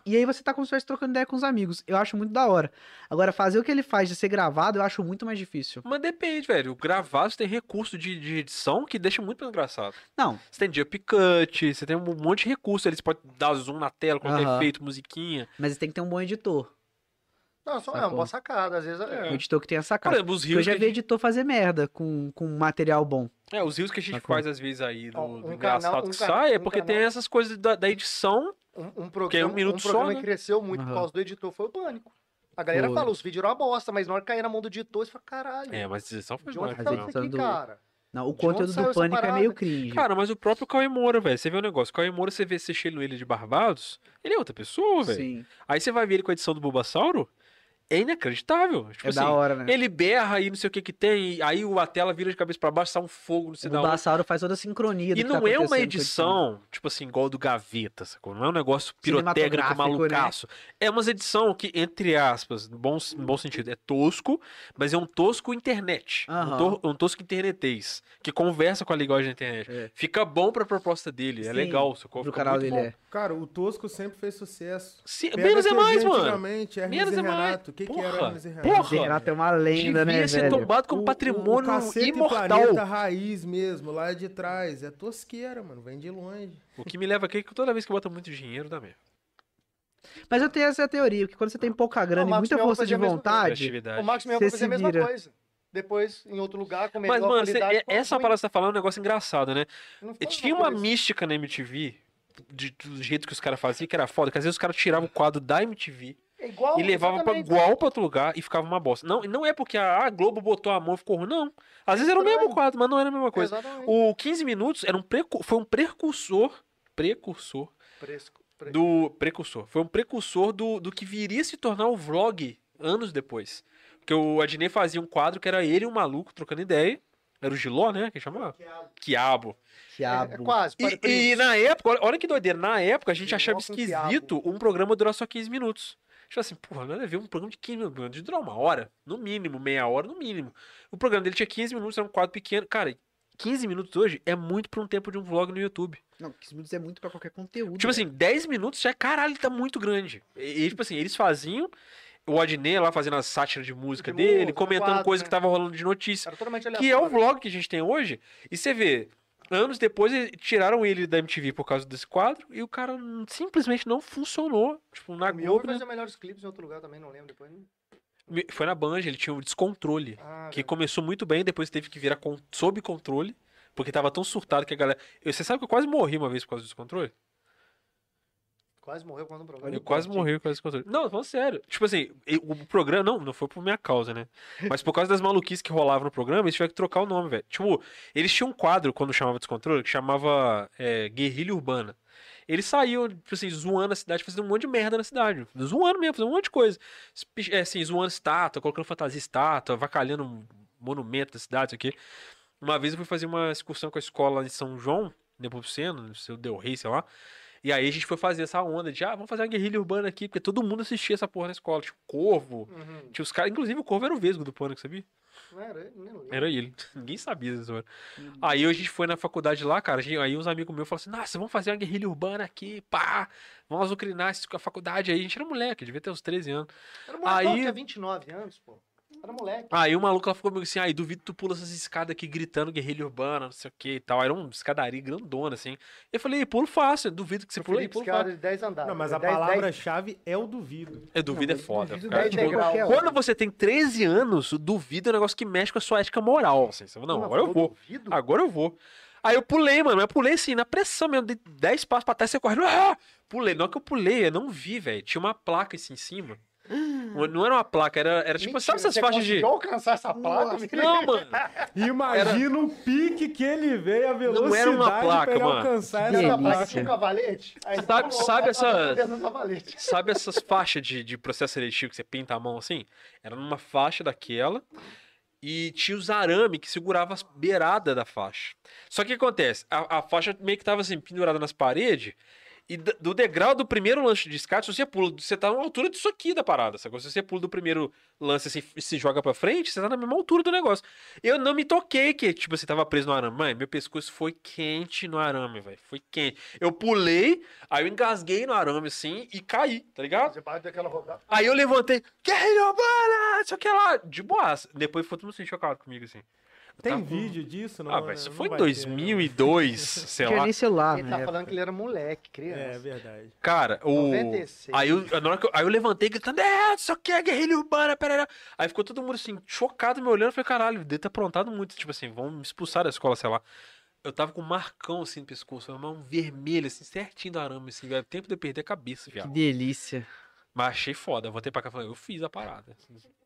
[SPEAKER 5] E aí você tá como se estivesse trocando ideia com os amigos. Eu acho muito da hora. Agora, fazer o que ele faz de ser gravado, eu acho muito mais difícil.
[SPEAKER 2] Mas depende, velho. Gravar, você tem recurso de, de edição que deixa muito mais engraçado.
[SPEAKER 5] Não,
[SPEAKER 2] Você tem jump cut, você tem um monte de recurso. Eles podem dar zoom na tela, colocar
[SPEAKER 5] Aham.
[SPEAKER 2] efeito, musiquinha.
[SPEAKER 5] mas tem que ter um bom editor.
[SPEAKER 1] Não, só é uma
[SPEAKER 5] Sacou.
[SPEAKER 1] boa sacada. Às vezes é.
[SPEAKER 5] Um editor que tenha
[SPEAKER 2] Por
[SPEAKER 5] sacado.
[SPEAKER 2] exemplo, os
[SPEAKER 5] Eu
[SPEAKER 2] rios
[SPEAKER 5] já
[SPEAKER 2] que a
[SPEAKER 5] vi editor fazer merda com, com material bom.
[SPEAKER 2] É, os rios que a gente
[SPEAKER 5] Sacou?
[SPEAKER 2] faz às vezes aí do,
[SPEAKER 1] Ó,
[SPEAKER 2] do
[SPEAKER 1] um
[SPEAKER 2] engraçado
[SPEAKER 1] canal-
[SPEAKER 2] que
[SPEAKER 1] um canal-
[SPEAKER 2] sai é
[SPEAKER 1] um
[SPEAKER 2] porque tem
[SPEAKER 1] canal.
[SPEAKER 2] essas coisas da, da edição.
[SPEAKER 1] Um, um
[SPEAKER 2] Que é
[SPEAKER 1] programa,
[SPEAKER 2] um minuto
[SPEAKER 1] um programa
[SPEAKER 2] só,
[SPEAKER 1] que
[SPEAKER 2] né?
[SPEAKER 1] cresceu muito
[SPEAKER 5] Aham.
[SPEAKER 1] por causa do editor foi o Pânico. A galera
[SPEAKER 5] Foi.
[SPEAKER 1] fala, os vídeos eram uma bosta, mas na hora que cair na mão do editor, você fala, caralho,
[SPEAKER 2] É, mas a edição foi
[SPEAKER 1] de onde
[SPEAKER 2] demais.
[SPEAKER 5] mas
[SPEAKER 1] que tá
[SPEAKER 5] ele
[SPEAKER 2] Né?
[SPEAKER 1] isso aqui,
[SPEAKER 5] do-
[SPEAKER 1] cara?
[SPEAKER 5] Não, o
[SPEAKER 1] De onde
[SPEAKER 5] conteúdo
[SPEAKER 1] saiu
[SPEAKER 5] do
[SPEAKER 1] essa
[SPEAKER 5] pânico é
[SPEAKER 1] parada?
[SPEAKER 5] meio cringe.
[SPEAKER 2] Cara, mas o próprio Cauê Moura, velho. Você vê o negócio. Cauê Moura, você vê você cheio ele de Barbados, ele é outra pessoa, velho.
[SPEAKER 5] Sim,
[SPEAKER 2] Aí você vai ver ele com a edição do Bulbasauro, é inacreditável. Tipo
[SPEAKER 5] é
[SPEAKER 2] assim,
[SPEAKER 5] da hora, né?
[SPEAKER 2] ele berra e não sei o que que tem, e aí o- a tela vira de cabeça pra baixo, sai um fogo, não sei
[SPEAKER 5] O
[SPEAKER 2] da onde.
[SPEAKER 5] Bassauro faz toda a sincronia do
[SPEAKER 2] E
[SPEAKER 5] que tá
[SPEAKER 2] não é
[SPEAKER 5] acontecendo com
[SPEAKER 2] uma
[SPEAKER 5] a
[SPEAKER 2] edição, tipo assim, igual do Gaveta, sacou? Não é um negócio pirotécnico
[SPEAKER 5] Cinematográfico, né?
[SPEAKER 2] malucaço. É umas edição que, entre aspas, no bom, no bom sentido, é tosco, mas é um tosco internet.
[SPEAKER 5] Aham.
[SPEAKER 2] Um, to- um tosco internetês, que conversa com a linguagem da internet.
[SPEAKER 5] É.
[SPEAKER 2] Fica bom pra proposta dele, é
[SPEAKER 5] Sim,
[SPEAKER 2] legal, sacou?
[SPEAKER 5] Pro
[SPEAKER 2] Fica
[SPEAKER 5] canal
[SPEAKER 2] muito
[SPEAKER 5] dele
[SPEAKER 2] bom.
[SPEAKER 5] é.
[SPEAKER 4] Cara, o Tosco sempre fez sucesso.
[SPEAKER 2] Se-
[SPEAKER 4] Pega
[SPEAKER 2] menos é
[SPEAKER 4] que eu
[SPEAKER 2] mais,
[SPEAKER 4] vi
[SPEAKER 2] mano.
[SPEAKER 4] Antigamente, Hermes
[SPEAKER 2] Menos
[SPEAKER 4] e
[SPEAKER 2] é mais.
[SPEAKER 4] Renato. O que, que era
[SPEAKER 2] Porra.
[SPEAKER 4] Hermes e Renato? um
[SPEAKER 2] Porra.
[SPEAKER 5] Esse Renato é uma lenda, né,
[SPEAKER 2] Devia ser
[SPEAKER 5] velho?
[SPEAKER 2] tombado como
[SPEAKER 4] O-
[SPEAKER 2] patrimônio
[SPEAKER 4] o, o Caceta e
[SPEAKER 2] imortal.
[SPEAKER 4] Planeta raiz mesmo, lá de trás. É tosqueira, mano. Vem de longe.
[SPEAKER 2] O que me leva aqui é que toda vez que bota muito dinheiro, dá merda.
[SPEAKER 5] Mas eu tenho essa teoria, que quando você tem pouca grana
[SPEAKER 1] Não,
[SPEAKER 5] e
[SPEAKER 1] Marcos
[SPEAKER 5] muita
[SPEAKER 1] Mion
[SPEAKER 5] força de
[SPEAKER 1] fazia a mesma
[SPEAKER 5] vontade,
[SPEAKER 2] Criatividade.
[SPEAKER 1] O Max Mel vai
[SPEAKER 5] Você
[SPEAKER 1] fazer
[SPEAKER 5] se
[SPEAKER 1] a mesma
[SPEAKER 5] vira.
[SPEAKER 1] coisa. Depois, em outro lugar, com melhor
[SPEAKER 2] Mas, mano, cê-
[SPEAKER 1] qualidade.
[SPEAKER 2] é- essa parada que você tá falando é um negócio engraçado, né?
[SPEAKER 1] Não
[SPEAKER 2] E
[SPEAKER 1] ficou a
[SPEAKER 2] tinha
[SPEAKER 1] mesma
[SPEAKER 2] uma
[SPEAKER 1] coisa.
[SPEAKER 2] mística na MTV, de- do jeito que os caras faziam, que era foda, que às vezes os caras tiravam o quadro da MTV
[SPEAKER 1] É igual,
[SPEAKER 2] e levava pra
[SPEAKER 1] exatamente.
[SPEAKER 2] igual pra outro lugar e ficava uma bosta. Não, não é porque a, a Globo botou a mão e ficou ruim, não. Às vezes era o mesmo
[SPEAKER 1] Exatamente.
[SPEAKER 2] quadro, mas não era a mesma coisa.
[SPEAKER 1] Exatamente.
[SPEAKER 2] O 15 minutos era um precu- foi um precursor, precursor
[SPEAKER 1] Fresco, fresco.
[SPEAKER 2] do precursor. Foi um precursor do, do que viria a se tornar o vlog anos depois. Porque o Adnei fazia um quadro que era ele e um maluco trocando ideia. Era o Giló, né? Que chamava? Quiabo.
[SPEAKER 1] É, é quase.
[SPEAKER 2] E-
[SPEAKER 1] pare-
[SPEAKER 2] E, na época, olha, olha que doideira, na época a gente
[SPEAKER 1] Giló
[SPEAKER 2] achava
[SPEAKER 1] com
[SPEAKER 2] esquisito um programa durar só 15 minutos. Tipo assim, porra, nada a ver um programa de 15 minutos, de durar uma hora, no mínimo, meia hora, no mínimo. O programa dele tinha 15 minutos, era um quadro pequeno. Cara, 15 minutos hoje é muito pra um tempo de um vlog no YouTube.
[SPEAKER 6] Não, 15 minutos é muito pra qualquer conteúdo.
[SPEAKER 2] Tipo assim, 10 minutos já é caralho, tá muito grande. E, e, tipo assim, eles faziam. O Adnê lá fazendo as sátiras de música
[SPEAKER 1] De
[SPEAKER 2] dele,
[SPEAKER 1] música,
[SPEAKER 2] comentando
[SPEAKER 1] quadro,
[SPEAKER 2] coisa
[SPEAKER 1] né?
[SPEAKER 2] que tava rolando de notícia.
[SPEAKER 1] Era totalmente
[SPEAKER 2] Que é o
[SPEAKER 1] aleatório.
[SPEAKER 2] vlog que a gente tem hoje. E você vê, anos depois eles tiraram ele da MTV por causa desse quadro e o cara n- simplesmente não funcionou. Tipo, na
[SPEAKER 1] O Miojo
[SPEAKER 2] Globo. né?
[SPEAKER 1] fazia melhores clipes em outro lugar também, não lembro depois. né?
[SPEAKER 2] Me- Foi na Band, ele tinha um descontrole.
[SPEAKER 1] Ah,
[SPEAKER 2] Que começou muito bem, depois teve que virar con- sob controle. Porque tava tão surtado que a galera. Eu- Você sabe que eu quase morri uma vez por causa do descontrole?
[SPEAKER 1] quase morreu quando um problema.
[SPEAKER 2] Eu quase morri com esse controle. Não, falando sério. Tipo assim, eu- o programa, não, não foi por minha causa, (laughs) né? Mas por causa das maluquices que rolavam no programa, eles tiveram que trocar o nome, velho. Tipo, eles tinham um quadro quando chamava descontrole que chamava é, Guerrilha Urbana. Eles saíam, tipo assim, zoando a cidade, fazendo um monte de merda na cidade. Zoando mesmo, fazendo um monte de coisa. Espi- é, Assim, zoando estátua, colocando fantasia estátua, avacalhando um monumento da cidade, isso aqui. Uma vez eu fui fazer uma excursão com a escola em São João, Nepomuceno, seu Del Rey, sei lá. E aí a gente foi fazer essa onda de, ah, vamos fazer uma guerrilha urbana aqui, porque todo mundo assistia essa porra na escola. Tinha o Corvo,
[SPEAKER 1] Uhum.
[SPEAKER 2] tinha os caras, inclusive o Corvo era o Vesgo do Pânico, sabia?
[SPEAKER 1] Não era, um nem lembro.
[SPEAKER 2] Era ele, (laughs) ninguém sabia disso. mano. Aí a gente foi na faculdade lá, cara, a gente- aí uns amigos meus falaram assim, nossa, vamos fazer uma guerrilha urbana aqui, pá, vamos azucrinar esse- a faculdade aí. A gente era moleque, devia ter uns 13 anos.
[SPEAKER 1] Era moleque,
[SPEAKER 2] Aí-
[SPEAKER 1] tinha 29 anos, pô. Era moleque.
[SPEAKER 2] Aí o maluco lá ficou comigo assim, aí duvido tu pula essas escadas aqui gritando guerrilha urbana, não sei o que e tal. Era uma escadaria grandona, assim. Eu falei, pulo fácil, duvido que você pula aí,
[SPEAKER 1] Felipe
[SPEAKER 2] pulo
[SPEAKER 1] Scarra
[SPEAKER 2] fácil.
[SPEAKER 1] de 10 andares.
[SPEAKER 4] Não, mas
[SPEAKER 1] É
[SPEAKER 4] a
[SPEAKER 1] 10, 10,
[SPEAKER 4] palavra-chave é o duvido.
[SPEAKER 2] Eu
[SPEAKER 6] Não,
[SPEAKER 2] duvido é
[SPEAKER 6] mas
[SPEAKER 2] foda.
[SPEAKER 6] duvido
[SPEAKER 2] Cara,
[SPEAKER 6] dez
[SPEAKER 2] tipo,
[SPEAKER 1] degraus.
[SPEAKER 6] qualquer hora.
[SPEAKER 2] Quando você tem 13 anos, o duvido é um negócio que mexe com a sua ética moral. Assim, você fala, não,
[SPEAKER 1] Pô,
[SPEAKER 2] agora eu
[SPEAKER 1] falou
[SPEAKER 2] vou.
[SPEAKER 1] duvido?
[SPEAKER 2] Agora eu vou. Aí eu pulei, mano. Eu pulei assim, na pressão mesmo. Dei 10 passos pra trás, você correndo. Ah! Pulei. Na hora que eu pulei, eu não vi, velho. Tinha uma placa assim em cima. Não era uma placa, era, era tipo,
[SPEAKER 1] Ah. Mentira,
[SPEAKER 2] sabe essas
[SPEAKER 1] você um
[SPEAKER 2] faixas de.
[SPEAKER 1] conseguiu alcançar essa placa?
[SPEAKER 6] Nossa.
[SPEAKER 1] Felipe?
[SPEAKER 2] Não, mano.
[SPEAKER 4] (laughs)
[SPEAKER 1] (laughs)
[SPEAKER 4] Imagina o pique que ele veio, a velocidade
[SPEAKER 2] Não era uma placa,
[SPEAKER 4] pra ele
[SPEAKER 2] mano.
[SPEAKER 4] alcançar
[SPEAKER 6] Que
[SPEAKER 4] essa
[SPEAKER 1] Essa
[SPEAKER 6] delícia.
[SPEAKER 1] placa
[SPEAKER 4] placa.
[SPEAKER 1] tinha um cavalete? Aí "É, você
[SPEAKER 2] Sabe-
[SPEAKER 1] pulou,
[SPEAKER 2] sabe
[SPEAKER 1] aí
[SPEAKER 2] essa-
[SPEAKER 1] bateu dentro do tá um cavalete.
[SPEAKER 2] Sabe essas faixas de, de processo seletivo que você pinta a mão assim? Era numa faixa daquela e tinha os arame que segurava as beiradas da faixa. Só que o que acontece? A, a faixa meio que tava assim, pendurada nas paredes e d- do degrau do primeiro lance de escada, se você pula, você tá numa altura disso aqui da parada, sacou? Se você pula do primeiro lance assim, e se joga pra frente, você tá na mesma altura do negócio. Eu não me toquei que, tipo, você tava preso no arame. Mãe, meu pescoço foi quente no arame, velho. Foi quente. Eu pulei, Aí eu engasguei no arame assim e caí, tá ligado?
[SPEAKER 1] Você bateu aquela rodada.
[SPEAKER 2] Aí eu levantei, guerreiro urbana, não sei o que lá, de boas. Depois foi todo mundo assim, chocado comigo assim. Eu
[SPEAKER 4] Tem
[SPEAKER 2] tava com-
[SPEAKER 4] vídeo disso? Não,
[SPEAKER 2] Ah, velho,
[SPEAKER 4] né?
[SPEAKER 2] isso
[SPEAKER 4] Não
[SPEAKER 2] foi em
[SPEAKER 4] vai ter,
[SPEAKER 2] 2002, sei
[SPEAKER 5] Não
[SPEAKER 2] lá.
[SPEAKER 5] tinha nem celular,
[SPEAKER 1] Ele tá
[SPEAKER 5] né?
[SPEAKER 1] falando que ele era moleque,
[SPEAKER 4] né? É, é
[SPEAKER 1] criança.
[SPEAKER 4] verdade.
[SPEAKER 2] Cara, o.
[SPEAKER 1] 96.
[SPEAKER 2] Aí eu, na hora que eu, aí eu levantei gritando, é, não sei o que, é guerrilha urbana, pererá. Aí ficou todo mundo assim, chocado, me olhando. Eu falei, caralho, deve ter aprontado muito. Tipo assim, vão me expulsar da escola, sei lá. Eu tava com um marcão assim no pescoço, uma mão vermelha, assim, certinho do arame, assim, velho. Tempo de eu perder a cabeça,
[SPEAKER 5] Que
[SPEAKER 2] viado.
[SPEAKER 5] delícia.
[SPEAKER 2] Mas achei foda. Eu voltei pra cá e falei, eu fiz a parada.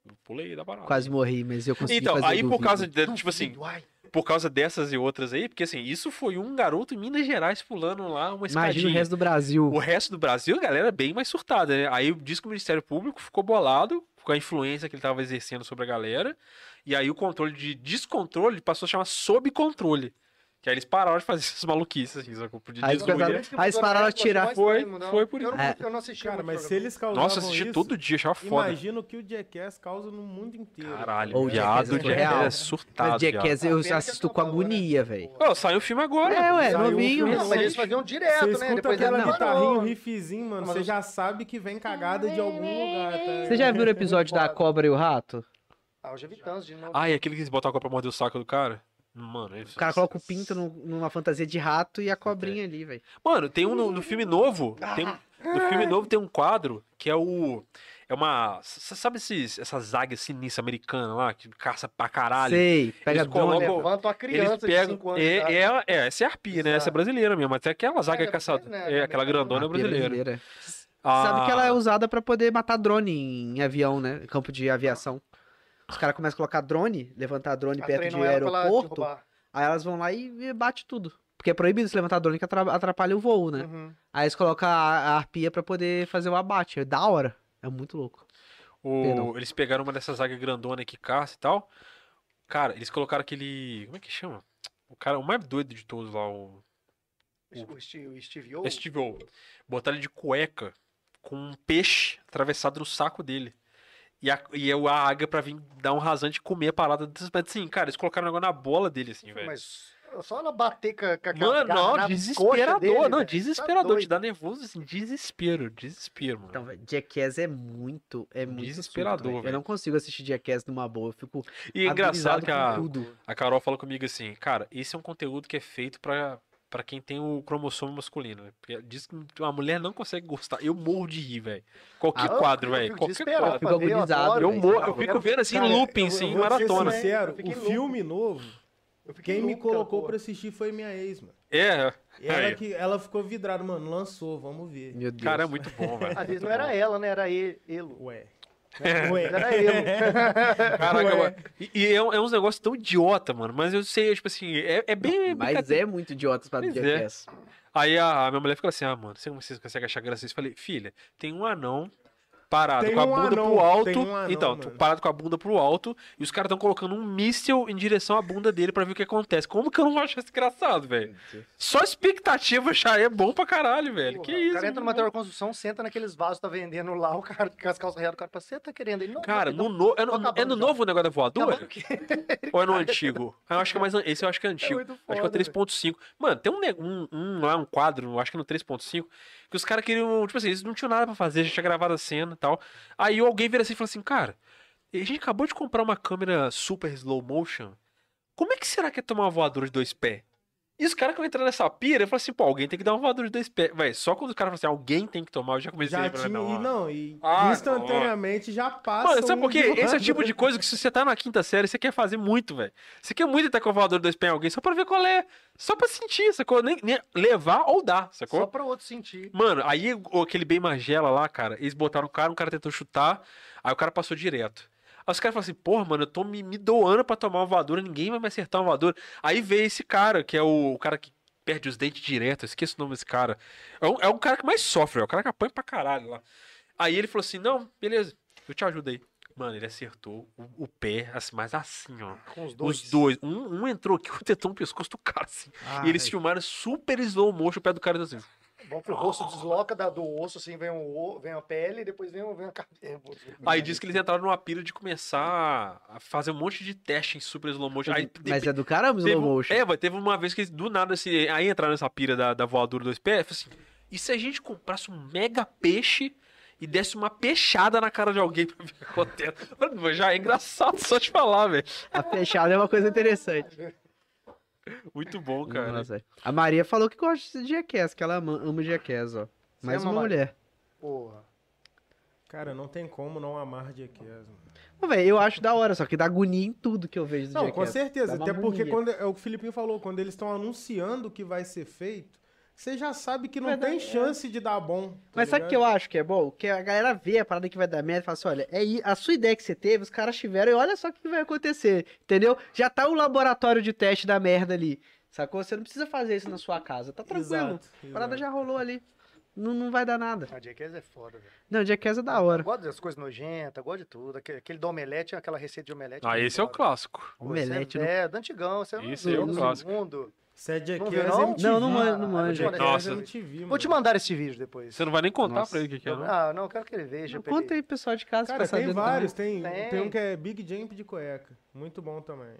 [SPEAKER 2] Eu pulei da parada.
[SPEAKER 5] Quase morri, mas eu consegui
[SPEAKER 2] Então,
[SPEAKER 5] fazer né? o
[SPEAKER 2] aí por
[SPEAKER 5] duvido.
[SPEAKER 2] causa de, tipo assim,
[SPEAKER 1] Duvido, ai.
[SPEAKER 2] por causa dessas e outras aí, porque assim, isso foi um garoto em Minas Gerais pulando lá uma
[SPEAKER 5] Imagina
[SPEAKER 2] escadinha.
[SPEAKER 5] o resto do Brasil.
[SPEAKER 2] O resto do Brasil, a galera é bem mais surtada, né? Aí diz que o Ministério Público ficou bolado com a influência que ele tava exercendo sobre a galera. E aí o controle de descontrole passou a chamar sob controle. Que aí eles pararam de fazer (laughs) essas maluquices, assim, sacou? De
[SPEAKER 5] Aí eles
[SPEAKER 2] desgulhar.
[SPEAKER 5] começaram-
[SPEAKER 1] Por isso que
[SPEAKER 5] eles
[SPEAKER 1] mudou na
[SPEAKER 5] pararam a
[SPEAKER 1] época,
[SPEAKER 5] tirar.
[SPEAKER 1] mais
[SPEAKER 2] Foi-
[SPEAKER 1] extremo, não.
[SPEAKER 2] foi por
[SPEAKER 1] tá Eu não-
[SPEAKER 5] isso.
[SPEAKER 1] Eu não assisti
[SPEAKER 4] Cara,
[SPEAKER 1] muito
[SPEAKER 4] mas se
[SPEAKER 1] programa.
[SPEAKER 4] eles causavam
[SPEAKER 2] Nossa, assisti
[SPEAKER 4] isso,
[SPEAKER 2] todo dia, achava foda.
[SPEAKER 4] imagina o que o Jackass causa no mundo inteiro.
[SPEAKER 2] Caralho,
[SPEAKER 5] Ou
[SPEAKER 2] o
[SPEAKER 5] o Jackass
[SPEAKER 2] viado,
[SPEAKER 5] é
[SPEAKER 2] o Jackass
[SPEAKER 5] surreal.
[SPEAKER 2] é surtado,
[SPEAKER 5] Jack,
[SPEAKER 2] viado.
[SPEAKER 5] eu
[SPEAKER 1] Pena que
[SPEAKER 5] assisto
[SPEAKER 1] não
[SPEAKER 5] com
[SPEAKER 1] falou, né?
[SPEAKER 5] agonia, velho.
[SPEAKER 2] Ó, saiu o filme agora.
[SPEAKER 5] É, ué,
[SPEAKER 4] Saiu um
[SPEAKER 5] novinho.
[SPEAKER 4] filme
[SPEAKER 1] Não, mas eles faziam direto,
[SPEAKER 4] Você
[SPEAKER 1] né?
[SPEAKER 4] escuta
[SPEAKER 1] Depois
[SPEAKER 4] aquela
[SPEAKER 1] eles
[SPEAKER 4] guitarrinha, um
[SPEAKER 1] não,
[SPEAKER 4] riffzinho, mano,
[SPEAKER 1] Mas
[SPEAKER 4] você
[SPEAKER 1] eu-
[SPEAKER 4] já sabe que vem cagada de algum lugar, tá?
[SPEAKER 5] Você já viu o episódio da Cobra e o Rato?
[SPEAKER 1] Ah, eu já vi tantos de novo.
[SPEAKER 2] Ai, aquele que eles botam a copa pra morder o saco do cara? Mano, é ele...
[SPEAKER 5] O cara coloca o pinto num- numa fantasia de rato e a cobrinha ali, velho.
[SPEAKER 2] Mano, tem um no, no filme novo. Tem, um- no filme novo tem um quadro que é o. É uma. Você sabe esses, essa zaga sinistra americana lá, que caça pra caralho?
[SPEAKER 5] Sei, pega
[SPEAKER 2] Eles
[SPEAKER 5] drone.
[SPEAKER 2] colocam-
[SPEAKER 1] Levanta uma
[SPEAKER 2] Eles
[SPEAKER 1] criança de
[SPEAKER 2] pegam.
[SPEAKER 1] 5 anos.
[SPEAKER 2] É,
[SPEAKER 1] de idade.
[SPEAKER 2] é, é, essa é a arpia, né? Essa é
[SPEAKER 1] Exato.
[SPEAKER 2] brasileira mesmo. Até aquela zaga
[SPEAKER 1] Mas é
[SPEAKER 2] caça.
[SPEAKER 1] brasileira, né?
[SPEAKER 2] É, aquela
[SPEAKER 1] Americana.
[SPEAKER 2] grandona
[SPEAKER 5] Ah,
[SPEAKER 2] brasileira.
[SPEAKER 5] brasileira.
[SPEAKER 2] Ah,
[SPEAKER 5] Sabe que ela é usada pra poder matar drone em avião, né? Campo de aviação. Os caras começam a colocar drone, levantar drone perto de
[SPEAKER 1] Treinam ela pra ela
[SPEAKER 5] aeroporto.
[SPEAKER 1] derrubar.
[SPEAKER 5] Aí elas vão lá e e bate tudo. Porque é proibido se levantar drone que atra- atrapalha o voo, né?
[SPEAKER 1] Uhum.
[SPEAKER 5] Aí eles colocam a, a arpia pra poder fazer o abate. É da hora. É muito louco.
[SPEAKER 2] o-
[SPEAKER 5] Perdão.
[SPEAKER 2] Eles pegaram uma dessas águias grandona que caça e tal. Cara, eles colocaram aquele. Como é que chama? O cara, o mais doido de todos lá, o
[SPEAKER 1] O Steve, o Steve O.
[SPEAKER 2] é Steve O. Botaram ele de cueca com um peixe atravessado no saco dele. E, a, e eu- a águia pra vir dar um rasante e comer a parada. dessas- Mas assim, cara, eles colocaram agora na bola dele, assim, velho.
[SPEAKER 1] Mas só ela bater com a com aquela
[SPEAKER 2] Mano,
[SPEAKER 1] garra na
[SPEAKER 2] não,
[SPEAKER 1] coxa
[SPEAKER 2] desesperador,
[SPEAKER 1] dele,
[SPEAKER 2] não,
[SPEAKER 1] velho. Tá
[SPEAKER 2] desesperador,
[SPEAKER 1] doido.
[SPEAKER 2] te dá nervoso, assim, desespero, desespero, mano.
[SPEAKER 5] Então, velho, Jackass é muito, é muito
[SPEAKER 2] Desesperador,
[SPEAKER 5] assunto,
[SPEAKER 2] velho.
[SPEAKER 5] Eu não consigo assistir Jackass numa boa. Eu fico
[SPEAKER 2] e é engraçado
[SPEAKER 5] agonizado
[SPEAKER 2] que
[SPEAKER 5] com
[SPEAKER 2] a,
[SPEAKER 5] tudo.
[SPEAKER 2] a Carol falou comigo assim, cara, esse é um conteúdo que é feito pra, pra quem tem o cromossomo masculino, né? Porque diz que a mulher não consegue gostar, eu morro de rir, velho. Qualquer
[SPEAKER 1] Ah, eu
[SPEAKER 2] quadro,
[SPEAKER 1] fico
[SPEAKER 2] velho, qualquer
[SPEAKER 1] desesperado
[SPEAKER 2] quadro.
[SPEAKER 1] pra
[SPEAKER 5] Eu fico
[SPEAKER 1] ver,
[SPEAKER 5] agonizado,
[SPEAKER 1] adoro,
[SPEAKER 2] Eu,
[SPEAKER 1] velho.
[SPEAKER 2] morro,
[SPEAKER 1] Não,
[SPEAKER 2] eu fico vendo assim, em
[SPEAKER 4] Cara,
[SPEAKER 2] looping,
[SPEAKER 4] eu- eu
[SPEAKER 2] assim,
[SPEAKER 4] vou te ser
[SPEAKER 2] maratona.
[SPEAKER 4] sincero,
[SPEAKER 1] Eu fiquei
[SPEAKER 4] o
[SPEAKER 1] louco.
[SPEAKER 4] filme novo,
[SPEAKER 1] eu fiquei
[SPEAKER 4] quem me
[SPEAKER 1] louco com aquela
[SPEAKER 4] colocou
[SPEAKER 1] porra.
[SPEAKER 4] pra assistir foi minha ex, mano.
[SPEAKER 2] É,
[SPEAKER 4] E ela,
[SPEAKER 2] Aí.
[SPEAKER 4] que, ela ficou vidrada, mano, lançou, vamos ver.
[SPEAKER 5] Meu Deus.
[SPEAKER 2] cara, é muito bom, velho.
[SPEAKER 1] Às vezes
[SPEAKER 2] muito
[SPEAKER 1] não
[SPEAKER 2] bom.
[SPEAKER 1] era ela, né? Era e- Elo.
[SPEAKER 4] (laughs) Ué.
[SPEAKER 1] Mas Era
[SPEAKER 4] (laughs)
[SPEAKER 1] Elo.
[SPEAKER 2] Caraca,
[SPEAKER 4] Ué.
[SPEAKER 2] mano. E, e é, um- é uns negócios tão idiota, mano. Mas eu sei, tipo assim, é, é bem.
[SPEAKER 5] Mas é muito idiota para
[SPEAKER 2] Pois é.
[SPEAKER 5] Jackass.
[SPEAKER 2] Aí a, a minha mulher ficou assim, ah, mano, você não você consegue achar graça isso? Eu falei, filha, tem um anão parado
[SPEAKER 4] Tem
[SPEAKER 2] com a
[SPEAKER 4] um
[SPEAKER 2] bunda
[SPEAKER 4] anão,
[SPEAKER 2] pro alto.
[SPEAKER 4] tem um anão,
[SPEAKER 2] então,
[SPEAKER 4] mano.
[SPEAKER 2] parado com a bunda pro alto, e os caras estão colocando um míssil em direção à bunda dele pra ver o que acontece. Como que eu não vou achar isso engraçado, velho? Só expectativa já é bom pra caralho, (laughs) velho. Que
[SPEAKER 1] Porra,
[SPEAKER 2] isso?
[SPEAKER 1] O cara entra numa
[SPEAKER 2] mano?
[SPEAKER 1] teoria de construção, senta naqueles vasos que tá vendendo lá, o cara com as calças reais, o cara fala, você tá querendo aí? Não,
[SPEAKER 2] Cara,
[SPEAKER 1] não,
[SPEAKER 2] no no- é, no,
[SPEAKER 1] Tô acabando
[SPEAKER 2] é no
[SPEAKER 1] já.
[SPEAKER 2] novo o negócio da voadora?
[SPEAKER 1] Acabando que-
[SPEAKER 2] Ou é no antigo? Eu acho que é mais. an- Esse eu acho que é antigo.
[SPEAKER 1] muito
[SPEAKER 2] Acho que é o
[SPEAKER 1] foda, velho.
[SPEAKER 2] 3.5. Mano, tem um, ne- um, um lá, um quadro, acho que no 3.5, que os caras queriam, tipo assim, eles não tinham nada pra fazer, já tinha gravado a cena e tal. Aí alguém vira assim e fala assim, cara, a gente acabou de comprar uma câmera super slow motion. Como é que será que é tomar uma voadora de dois pés? E os caras que vão entrar nessa pira, eu falo assim, pô, alguém tem que dar uma voadora de dois pés. Véi, só quando os caras falam assim, alguém tem que tomar, eu já comecei
[SPEAKER 4] Já
[SPEAKER 2] a falar,
[SPEAKER 4] tinha,
[SPEAKER 2] não, ó.
[SPEAKER 4] e não, e
[SPEAKER 2] Ah,
[SPEAKER 4] instantaneamente já passa.
[SPEAKER 2] Mano, sabe
[SPEAKER 4] um
[SPEAKER 2] por quê?
[SPEAKER 4] do
[SPEAKER 2] Esse é o
[SPEAKER 4] lado. (laughs)
[SPEAKER 2] tipo de coisa que se você tá na quinta série, você quer fazer muito, velho. Você quer muito estar com o voador do espelho em alguém, só pra ver qual é. Só pra sentir, sacou? Nem, nem levar ou dar, sacou?
[SPEAKER 1] Só pra outro sentir.
[SPEAKER 2] Mano, aí o- aquele bem magela lá, cara, eles botaram o cara, um cara tentou chutar, aí o cara passou direto. Aí os caras falaram assim, porra, mano, eu tô me, me doando pra tomar uma voadora, ninguém vai me acertar uma voadora. Aí veio esse cara, que é o, o cara que perde os dentes direto, eu esqueço o nome desse cara. É um, é um cara que mais sofre, é o cara que apanha pra caralho lá. Aí ele falou assim, não, beleza, eu te ajudo aí. Mano, ele acertou o, o pé, assim, mas assim, ó.
[SPEAKER 1] Com os dois.
[SPEAKER 2] Os dois. Um, um entrou aqui, (laughs) o tentou no pescoço do cara, assim. e eles filmaram super slow motion o pé do cara assim.
[SPEAKER 1] Bom que o rosto desloca da- do osso, assim, vem, um, o- vem a pele e depois vem, um- vem a cabeça.
[SPEAKER 2] (laughs)
[SPEAKER 1] Uhum.
[SPEAKER 2] Aí diz que eles entraram numa pira de começar a fazer um monte de teste em super slow motion. Aí,
[SPEAKER 5] Mas é do caramba
[SPEAKER 2] teve,
[SPEAKER 5] slow
[SPEAKER 2] um-
[SPEAKER 5] motion.
[SPEAKER 2] é, mas teve uma vez que eles do nada assim, aí entraram nessa pira da, da voadora do SPF, assim, e se a gente comprasse um mega peixe e desse uma peixada na cara de alguém pra ver o que acontece? (laughs) Mano, já é engraçado só te falar, velho.
[SPEAKER 5] A fechada é uma coisa interessante.
[SPEAKER 2] Muito bom, cara.
[SPEAKER 5] Nossa, velho. a Maria falou que gosta de Jackass, que ela ama, ama Jackass, ó. Mais
[SPEAKER 1] ama,
[SPEAKER 5] uma
[SPEAKER 1] Maria?
[SPEAKER 5] mulher.
[SPEAKER 1] Porra.
[SPEAKER 4] Cara, não tem como não amar Jackass, mano.
[SPEAKER 5] Mas, velho, eu acho da hora, só que dá agonia em tudo que eu vejo do
[SPEAKER 4] Não,
[SPEAKER 5] Jackass.
[SPEAKER 4] com certeza.
[SPEAKER 5] Dá
[SPEAKER 4] Até
[SPEAKER 5] uma
[SPEAKER 4] porque
[SPEAKER 5] agonia.
[SPEAKER 4] quando é o que o Filipinho falou, quando eles estão anunciando o que vai ser feito, você já sabe que não
[SPEAKER 5] Verdade,
[SPEAKER 4] tem
[SPEAKER 5] é.
[SPEAKER 4] chance de dar bom. tá
[SPEAKER 5] Mas sabe o que
[SPEAKER 4] ligado?
[SPEAKER 5] eu acho que é bom? Que a galera vê a parada que vai dar merda e fala assim: olha, é i- a sua ideia que você teve, os caras tiveram e olha só o que vai acontecer, entendeu? Já tá o laboratório de teste da merda ali, sacou? Você não precisa fazer isso na sua casa, tá tranquilo.
[SPEAKER 4] Exato,
[SPEAKER 5] A parada
[SPEAKER 1] né?
[SPEAKER 4] exato.
[SPEAKER 5] já rolou ali. Não, não vai dar nada.
[SPEAKER 1] A Jackass é foda, velho.
[SPEAKER 5] Não, Jackass é da hora.
[SPEAKER 1] Gosto das coisas nojentas, gosto de tudo. Aquele, aquele do omelete, aquela receita de omelete.
[SPEAKER 2] Ah, esse é o
[SPEAKER 1] claro.
[SPEAKER 2] clássico.
[SPEAKER 5] Omelete. né?
[SPEAKER 1] é,
[SPEAKER 5] não-
[SPEAKER 1] é, do antigão. Você
[SPEAKER 2] Esse
[SPEAKER 1] não
[SPEAKER 2] é o
[SPEAKER 1] do
[SPEAKER 2] clássico.
[SPEAKER 1] Mundo.
[SPEAKER 4] Se é Jackass,
[SPEAKER 1] Não viu, não?
[SPEAKER 4] MTV,
[SPEAKER 5] Não, não manjo, não
[SPEAKER 4] mano.
[SPEAKER 5] manjo.
[SPEAKER 1] Jackass
[SPEAKER 2] Nossa.
[SPEAKER 4] MTV,
[SPEAKER 1] Vou te
[SPEAKER 4] mano.
[SPEAKER 1] mandar esse vídeo depois.
[SPEAKER 2] Você não vai nem contar
[SPEAKER 5] Nossa.
[SPEAKER 2] pra ele o que que é, não.
[SPEAKER 1] Ah, não, eu quero que ele veja.
[SPEAKER 5] não,
[SPEAKER 1] pra ele-
[SPEAKER 5] Conta aí, pro pessoal de casa, pra
[SPEAKER 4] Cara,
[SPEAKER 5] saber
[SPEAKER 4] tem
[SPEAKER 5] também.
[SPEAKER 4] vários. Tem,
[SPEAKER 1] Tem.
[SPEAKER 4] tem um que é Big Jump de cueca. Muito bom também.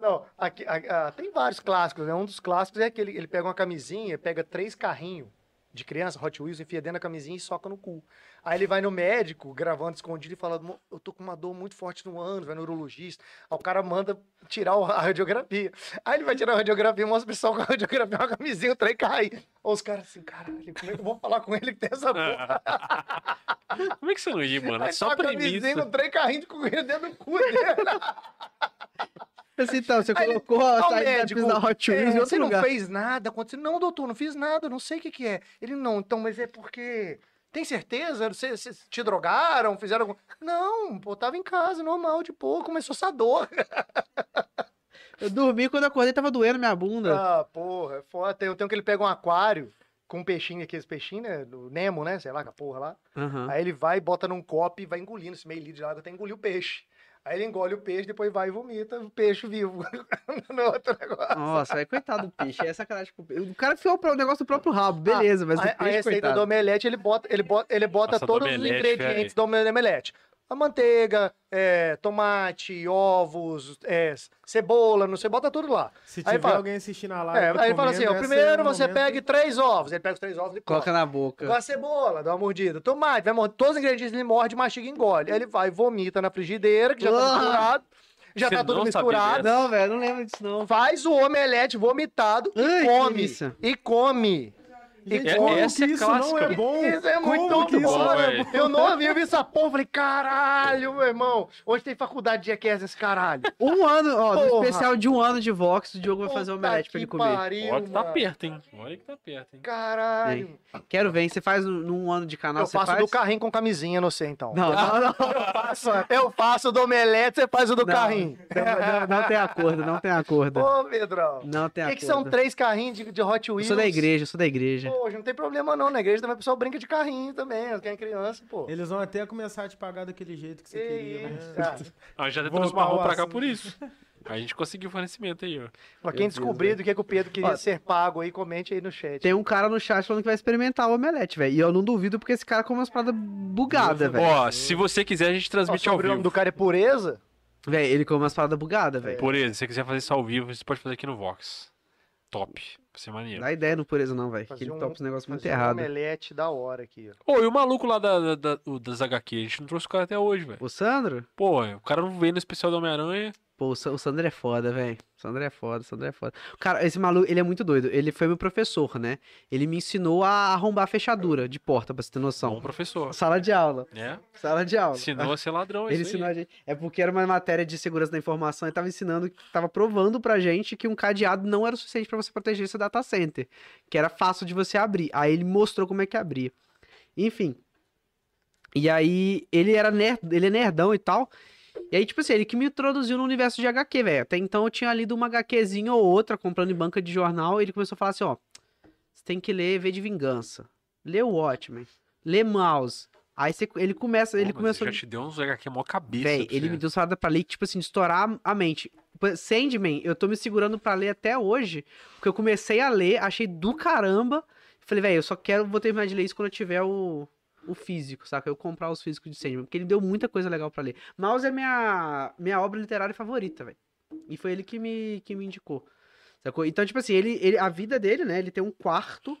[SPEAKER 1] Não, aqui, a- a- tem vários clássicos, né? Um dos clássicos é que ele, ele pega uma camisinha, pega três carrinhos de criança, Hot Wheels, enfia dentro da camisinha e soca no cu. Aí ele vai no médico, gravando escondido, e fala, "Mo- eu tô com uma dor muito forte no ânus, vai no urologista. Aí o cara manda tirar o- a radiografia. Aí ele vai tirar a radiografia, mostra o pessoal com a radiografia, uma camisinha, o trem cai. Aí os caras assim, caralho, como é que eu vou falar com ele que tem essa porra?
[SPEAKER 2] Como é que você não ri, mano? É
[SPEAKER 1] Aí
[SPEAKER 2] só
[SPEAKER 1] tá a camisinha,
[SPEAKER 2] premissa.
[SPEAKER 1] o trem caindo com o dedo dentro do cu dele.
[SPEAKER 5] Assim, então, você
[SPEAKER 1] Aí ele-
[SPEAKER 5] colocou a
[SPEAKER 1] Ao
[SPEAKER 5] saída da
[SPEAKER 1] médico,
[SPEAKER 5] pista da Hot
[SPEAKER 1] é,
[SPEAKER 5] Wheels em
[SPEAKER 1] você
[SPEAKER 5] outro
[SPEAKER 1] não
[SPEAKER 5] lugar.
[SPEAKER 1] fez nada? Aconteceu. Não, doutor, não fiz nada, não sei o que, que é. Ele, não, então, mas é porque Tem certeza? Vocês vocês te drogaram? Fizeram algum... Não, pô, tava em casa, normal, de boa, começou essa dor.
[SPEAKER 5] Eu dormi quando eu acordei, tava doendo minha bunda.
[SPEAKER 1] (laughs) Ah, porra, é foda. Tem, tem um que ele pega um aquário com um peixinho, aqueles peixinhos, né? Do Nemo, né? Sei lá, que a porra lá.
[SPEAKER 5] Aham.
[SPEAKER 1] Aí ele vai, bota num copo e vai engolindo esse meio litro de água até engolir o peixe. Aí ele engole o peixe, depois vai e vomita o peixe vivo (laughs) no outro negócio.
[SPEAKER 5] Nossa, aí, coitado do peixe. É sacanagem com o peixe. O cara fiou o negócio do próprio rabo, beleza, mas o
[SPEAKER 1] Ah, a,
[SPEAKER 5] peixe,
[SPEAKER 1] a receita
[SPEAKER 5] coitado.
[SPEAKER 1] do omelete, ele bota, ele bota, ele bota
[SPEAKER 2] Nossa, do
[SPEAKER 1] todos os
[SPEAKER 2] omelete,
[SPEAKER 1] ingredientes do omelete. A manteiga, é, tomate, ovos, é, cebola, não sei, bota tudo lá.
[SPEAKER 4] Se
[SPEAKER 1] Aí
[SPEAKER 4] tiver
[SPEAKER 1] fala-
[SPEAKER 4] alguém assistindo a live.
[SPEAKER 1] É, aí ele fala assim,
[SPEAKER 4] comendo,
[SPEAKER 1] ó,
[SPEAKER 4] esse é
[SPEAKER 1] primeiro
[SPEAKER 4] o
[SPEAKER 1] você
[SPEAKER 4] momento.
[SPEAKER 1] pega três ovos. Ele pega os três ovos e
[SPEAKER 5] Coloca na boca.
[SPEAKER 1] Com a cebola, dá uma mordida. Tomate, vai mordendo. Todos os ingredientes ele morde, mastiga e engole. Aí ele vai, vomita na frigideira, que já tá
[SPEAKER 5] Ah!
[SPEAKER 1] misturado. Já
[SPEAKER 2] Você
[SPEAKER 1] tá tudo
[SPEAKER 2] não sabia
[SPEAKER 1] misturado.
[SPEAKER 5] Não, velho, não lembro disso, não.
[SPEAKER 1] Faz o omelete vomitado e
[SPEAKER 5] Ai, que
[SPEAKER 1] come.
[SPEAKER 5] delícia.
[SPEAKER 1] E come.
[SPEAKER 4] Gente,
[SPEAKER 2] É-
[SPEAKER 4] como
[SPEAKER 2] essa
[SPEAKER 4] que
[SPEAKER 2] é
[SPEAKER 4] isso não
[SPEAKER 2] clássica.
[SPEAKER 4] é bom?
[SPEAKER 1] Isso é muito
[SPEAKER 4] como que isso
[SPEAKER 1] bom,
[SPEAKER 4] não é
[SPEAKER 2] velho.
[SPEAKER 1] Eu não havia visto essa porra. Falei, caralho, meu irmão. Hoje tem faculdade de Jackass esse caralho.
[SPEAKER 5] Um ano, ó, no
[SPEAKER 1] Porra.
[SPEAKER 5] especial de um ano de Vox, o Diogo vai fazer
[SPEAKER 1] Puta
[SPEAKER 5] omelete pra
[SPEAKER 1] que
[SPEAKER 5] ele comer.
[SPEAKER 1] Pariu,
[SPEAKER 2] Olha que tá
[SPEAKER 1] mano.
[SPEAKER 2] perto, hein? Olha que tá perto, hein?
[SPEAKER 1] Caralho.
[SPEAKER 5] Quero ver, hein? Você faz num- num ano de canal,
[SPEAKER 1] eu
[SPEAKER 5] você
[SPEAKER 1] faço
[SPEAKER 5] faz?
[SPEAKER 1] do carrinho com camisinha, não sei então.
[SPEAKER 5] Não, não, não,
[SPEAKER 1] Eu faço, eu faço do omelete, você faz o do
[SPEAKER 5] Não.
[SPEAKER 1] carrinho.
[SPEAKER 5] não, não tem acordo, não tem acordo.
[SPEAKER 1] Ô, Pedrão.
[SPEAKER 5] Não tem
[SPEAKER 1] O
[SPEAKER 5] acordo.
[SPEAKER 1] é que, que são três carrinhos de, de Hot
[SPEAKER 5] Eu
[SPEAKER 1] Wheels?
[SPEAKER 5] sou da igreja, eu sou da igreja.
[SPEAKER 1] Pô, hoje não tem problema não, na igreja também o pessoal brinca de carrinho também, quem é criança, pô.
[SPEAKER 4] Eles vão até começar a te pagar daquele jeito que você queria, né?
[SPEAKER 1] tá.
[SPEAKER 2] Ah, já
[SPEAKER 4] Voltar
[SPEAKER 2] trouxe uma
[SPEAKER 4] ao
[SPEAKER 2] roupa pra cá
[SPEAKER 4] assunto.
[SPEAKER 2] por isso. (laughs) A gente conseguiu o fornecimento aí, ó.
[SPEAKER 1] (laughs) Pra quem
[SPEAKER 5] Meu Deus,
[SPEAKER 1] descobrir do que, que o Pedro queria
[SPEAKER 5] Ó,
[SPEAKER 1] ser pago aí, comente aí no chat.
[SPEAKER 5] Tem um cara no chat falando que vai experimentar o omelete, velho. E eu não duvido porque esse cara come umas paradas bugadas, velho.
[SPEAKER 2] Ó, se você quiser, a gente
[SPEAKER 1] Ó,
[SPEAKER 2] transmite ao
[SPEAKER 1] sobre o nome
[SPEAKER 2] vivo.
[SPEAKER 1] do cara é Pureza?
[SPEAKER 5] Velho, ele come umas paradas bugadas, velho.
[SPEAKER 2] Por exemplo, se você quiser fazer isso ao vivo, você pode fazer aqui no Vox. Top. Vai ser maneiro.
[SPEAKER 5] Dá ideia no pureza não, velho. Que
[SPEAKER 1] Fazer
[SPEAKER 5] ele
[SPEAKER 1] um-
[SPEAKER 5] topa os negócios muito
[SPEAKER 1] Fazer um
[SPEAKER 5] Tá errado.
[SPEAKER 1] omelete da hora aqui, ó.
[SPEAKER 2] Ô, e o maluco lá da, da- da- o- das HQ? A gente não trouxe o cara até hoje, velho.
[SPEAKER 5] O Sandro?
[SPEAKER 2] Pô, o cara não veio no especial do Homem-Aranha.
[SPEAKER 5] Pô, o Sa- o Sandro é foda, velho. O Sandro é foda, o Sandro é foda. Cara, esse maluco, ele é muito doido. Ele foi meu professor, né? Ele me ensinou a arrombar a fechadura de porta, pra você ter
[SPEAKER 2] Bom
[SPEAKER 5] noção.
[SPEAKER 2] professor,
[SPEAKER 5] Sala de aula.
[SPEAKER 2] né?
[SPEAKER 5] Sala de aula.
[SPEAKER 2] Ensinou a ser ladrão, é
[SPEAKER 5] Ele
[SPEAKER 2] isso
[SPEAKER 5] ensinou
[SPEAKER 2] aí.
[SPEAKER 5] a gente. É porque era uma matéria de segurança da informação e tava ensinando, tava provando pra gente que um cadeado não era o suficiente pra você proteger seu data center, que era fácil de você abrir. Aí ele mostrou como é que abria. Enfim. E aí ele era nerd, ele é nerdão e tal. E aí, tipo assim, ele que me introduziu no universo de HQ, velho. Até então eu tinha lido uma HQzinha ou outra, comprando em banca de jornal, e ele começou a falar assim, ó, você tem que ler V de Vingança, lê o Watchmen, lê Mouse. Aí você- ele começa,
[SPEAKER 2] Pô,
[SPEAKER 5] ele
[SPEAKER 2] mas
[SPEAKER 5] começou...
[SPEAKER 2] Já te deu uns HQ mó cabeça.
[SPEAKER 5] Véi,
[SPEAKER 2] pra
[SPEAKER 5] ele
[SPEAKER 2] você.
[SPEAKER 5] me deu uma parada pra ler, que, tipo assim, de estourar a mente. Pô, Sandman, eu tô me segurando pra ler até hoje, porque eu comecei a ler, achei do caramba. Falei, velho, eu só quero, vou terminar de ler isso quando eu tiver o, o físico, saca? Eu comprar os físicos de Sandman, porque ele deu muita coisa legal pra ler. Mouse é minha, minha obra literária favorita, velho. E foi ele que me, que me indicou. Sacou? Então, tipo assim, ele, ele, a vida dele, né? Ele tem um quarto,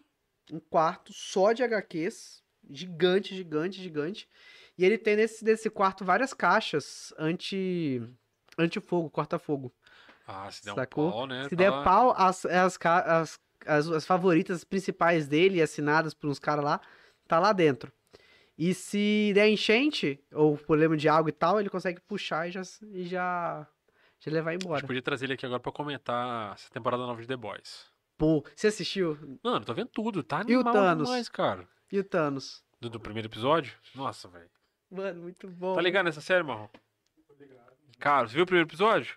[SPEAKER 5] um quarto só de HQs, gigante, gigante, gigante. E ele tem nesse, nesse quarto várias caixas anti. Antifogo, corta-fogo.
[SPEAKER 2] Ah, se der
[SPEAKER 5] Sacou?
[SPEAKER 2] um pau, né?
[SPEAKER 5] Se der
[SPEAKER 2] tá-
[SPEAKER 5] pau, as, é as, ca- as, as, as favoritas principais dele, assinadas por uns caras lá, tá lá dentro. E se der enchente, ou problema de água e tal, ele consegue puxar e já, e já, já levar
[SPEAKER 2] A gente
[SPEAKER 5] embora.
[SPEAKER 2] podia trazer ele aqui agora pra comentar essa temporada nova de The Boys.
[SPEAKER 5] Pô, você assistiu?
[SPEAKER 2] Mano, tô vendo tudo. Tá
[SPEAKER 5] E o
[SPEAKER 2] animal
[SPEAKER 5] Thanos?
[SPEAKER 2] demais, cara.
[SPEAKER 5] E o Thanos?
[SPEAKER 2] Do, do primeiro episódio? Nossa, velho.
[SPEAKER 5] Mano, muito bom.
[SPEAKER 2] Tá ligado nessa série, Marrom? Cara, você viu o primeiro episódio?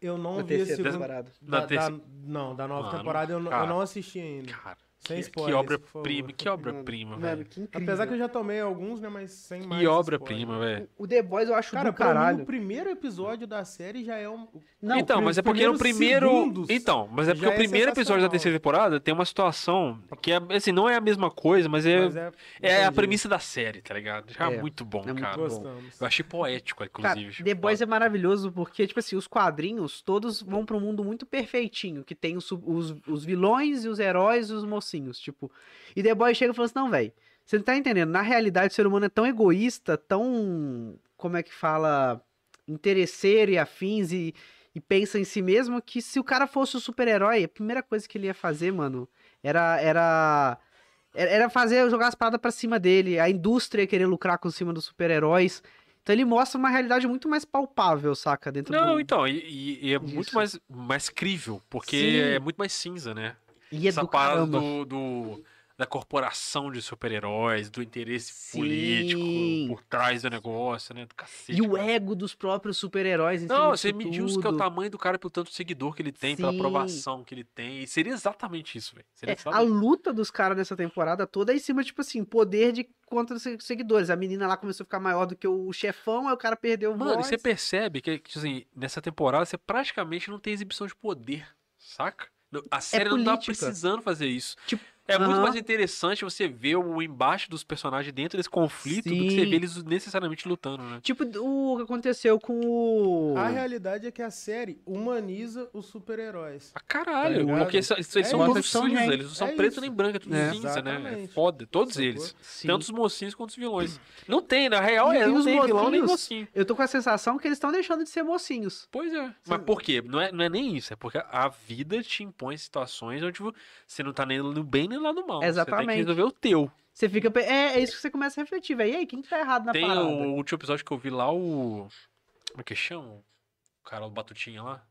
[SPEAKER 4] Eu não
[SPEAKER 5] Na
[SPEAKER 4] vi a
[SPEAKER 5] terceira
[SPEAKER 4] segunda...
[SPEAKER 5] temporada.
[SPEAKER 4] Da,
[SPEAKER 2] Na terceira-
[SPEAKER 4] da- não, da nova
[SPEAKER 2] Mano,
[SPEAKER 4] temporada eu, não- eu
[SPEAKER 2] cara.
[SPEAKER 4] não assisti ainda.
[SPEAKER 2] Cara,
[SPEAKER 4] Sem
[SPEAKER 2] que,
[SPEAKER 4] spoilers, por favor.
[SPEAKER 2] obra-prima, que obra-prima,
[SPEAKER 5] Mano,
[SPEAKER 2] velho.
[SPEAKER 5] que incrível.
[SPEAKER 4] Apesar que eu já tomei alguns, né? Mas sem mais.
[SPEAKER 2] Que obra-prima, velho.
[SPEAKER 5] O The Boys eu acho
[SPEAKER 4] Cara,
[SPEAKER 5] do
[SPEAKER 4] pra mim,
[SPEAKER 5] caralho.
[SPEAKER 4] o primeiro episódio da série já é um.
[SPEAKER 5] Não,
[SPEAKER 2] então,
[SPEAKER 4] prim-
[SPEAKER 2] mas é porque no
[SPEAKER 4] primeiros
[SPEAKER 2] primeiro.
[SPEAKER 4] segundos
[SPEAKER 2] então, mas é
[SPEAKER 4] já
[SPEAKER 2] porque
[SPEAKER 4] é
[SPEAKER 2] o primeiro episódio da
[SPEAKER 4] sensacional.
[SPEAKER 2] terceira temporada tem uma situação que é, assim, não é a mesma coisa, mas é,
[SPEAKER 4] mas é,
[SPEAKER 2] é a
[SPEAKER 4] entendi.
[SPEAKER 2] premissa da série, tá ligado? Já
[SPEAKER 5] É,
[SPEAKER 2] é muito bom,
[SPEAKER 5] é muito
[SPEAKER 2] cara.
[SPEAKER 5] bom.
[SPEAKER 4] Gostamos.
[SPEAKER 2] Eu achei poético,
[SPEAKER 5] Cara,
[SPEAKER 2] inclusive.
[SPEAKER 5] The Boys é maravilhoso porque, tipo assim, os quadrinhos todos vão pra um mundo muito perfeitinho, que tem os, su- os, os vilões e os heróis e os mocinhos, tipo. E The Boys chega e fala assim, não, velho, você não tá entendendo, na realidade o ser humano é tão egoísta, tão, como é que fala, interesseiro e afins e, e pensa em si mesmo, que se o cara fosse o super-herói, a primeira coisa que ele ia fazer, mano, era... era... Era fazer jogar as paradas pra cima dele, a indústria querer lucrar com cima dos super-heróis. Então ele mostra uma realidade muito mais palpável, saca? Dentro
[SPEAKER 2] Não,
[SPEAKER 5] do...
[SPEAKER 2] então, e, e- e é
[SPEAKER 5] Isso.
[SPEAKER 2] muito mais, mais crível, porque
[SPEAKER 5] Sim.
[SPEAKER 2] é muito mais cinza, né?
[SPEAKER 5] E é
[SPEAKER 2] Essa
[SPEAKER 5] do
[SPEAKER 2] parada
[SPEAKER 5] caramba.
[SPEAKER 2] do, do- da corporação de super-heróis, do interesse
[SPEAKER 5] Sim.
[SPEAKER 2] político por trás do negócio, né? Do cacete.
[SPEAKER 5] E o
[SPEAKER 2] cara.
[SPEAKER 5] ego dos próprios super-heróis em
[SPEAKER 2] Não,
[SPEAKER 5] cima
[SPEAKER 2] você
[SPEAKER 5] disso
[SPEAKER 2] mediu os- que é o
[SPEAKER 5] tudo.
[SPEAKER 2] tamanho do cara pelo tanto de seguidor que ele tem, pela
[SPEAKER 5] Sim.
[SPEAKER 2] aprovação que ele tem. E seria exatamente isso, velho. Seria
[SPEAKER 5] É, a
[SPEAKER 2] exatamente-
[SPEAKER 5] luta dos caras nessa temporada toda é em cima, tipo assim, poder de contra os seguidores. A menina lá começou a ficar maior do que o chefão, aí o cara perdeu o
[SPEAKER 2] Mano, e
[SPEAKER 5] voz.
[SPEAKER 2] você percebe que, que, assim, nessa temporada você praticamente não tem exibição de poder, saca? No- A série não tá
[SPEAKER 5] É política.
[SPEAKER 2] precisando fazer isso.
[SPEAKER 5] Tipo,
[SPEAKER 2] é muito
[SPEAKER 5] aham.
[SPEAKER 2] mais interessante você ver o embate dos personagens dentro desse conflito do que você
[SPEAKER 5] Sim.
[SPEAKER 2] ver eles necessariamente lutando, né?
[SPEAKER 5] Tipo o que aconteceu com o...
[SPEAKER 4] A realidade é que a série humaniza os super-heróis.
[SPEAKER 2] Ah,
[SPEAKER 5] Tá
[SPEAKER 2] caralho,
[SPEAKER 4] ligado?
[SPEAKER 2] porque eles, eles
[SPEAKER 4] É
[SPEAKER 2] são
[SPEAKER 4] isso.
[SPEAKER 2] todos cinza,
[SPEAKER 5] Gente,
[SPEAKER 2] eles não são
[SPEAKER 4] é
[SPEAKER 2] preto
[SPEAKER 4] isso.
[SPEAKER 2] nem branco, é tudo
[SPEAKER 5] É.
[SPEAKER 2] cinza, né? É
[SPEAKER 4] Exatamente.
[SPEAKER 2] foda, todos
[SPEAKER 4] Sacou?
[SPEAKER 2] eles.
[SPEAKER 5] Sim.
[SPEAKER 2] Tanto os mocinhos quanto os vilões. Não tem, na real,
[SPEAKER 5] E-
[SPEAKER 2] é,
[SPEAKER 5] e
[SPEAKER 2] não
[SPEAKER 5] os
[SPEAKER 2] tem vilão nem
[SPEAKER 5] mocinhos?
[SPEAKER 2] mocinho.
[SPEAKER 5] Eu tô com a sensação que eles estão deixando de ser mocinhos.
[SPEAKER 2] Pois é. Mas
[SPEAKER 5] Sim.
[SPEAKER 2] por quê? Não é, não é nem isso. É porque a vida te impõe situações onde tipo, você não tá nem no bem nem lá no mal. Você tem
[SPEAKER 5] Exatamente.
[SPEAKER 2] que resolver o teu.
[SPEAKER 5] Você fica... pe- É, é isso que você começa a refletir, velho. E aí, quem que tá errado na
[SPEAKER 2] tem um
[SPEAKER 5] parada?
[SPEAKER 2] o último episódio que eu vi lá, o. Como é que chama? O cara do Batutinha lá.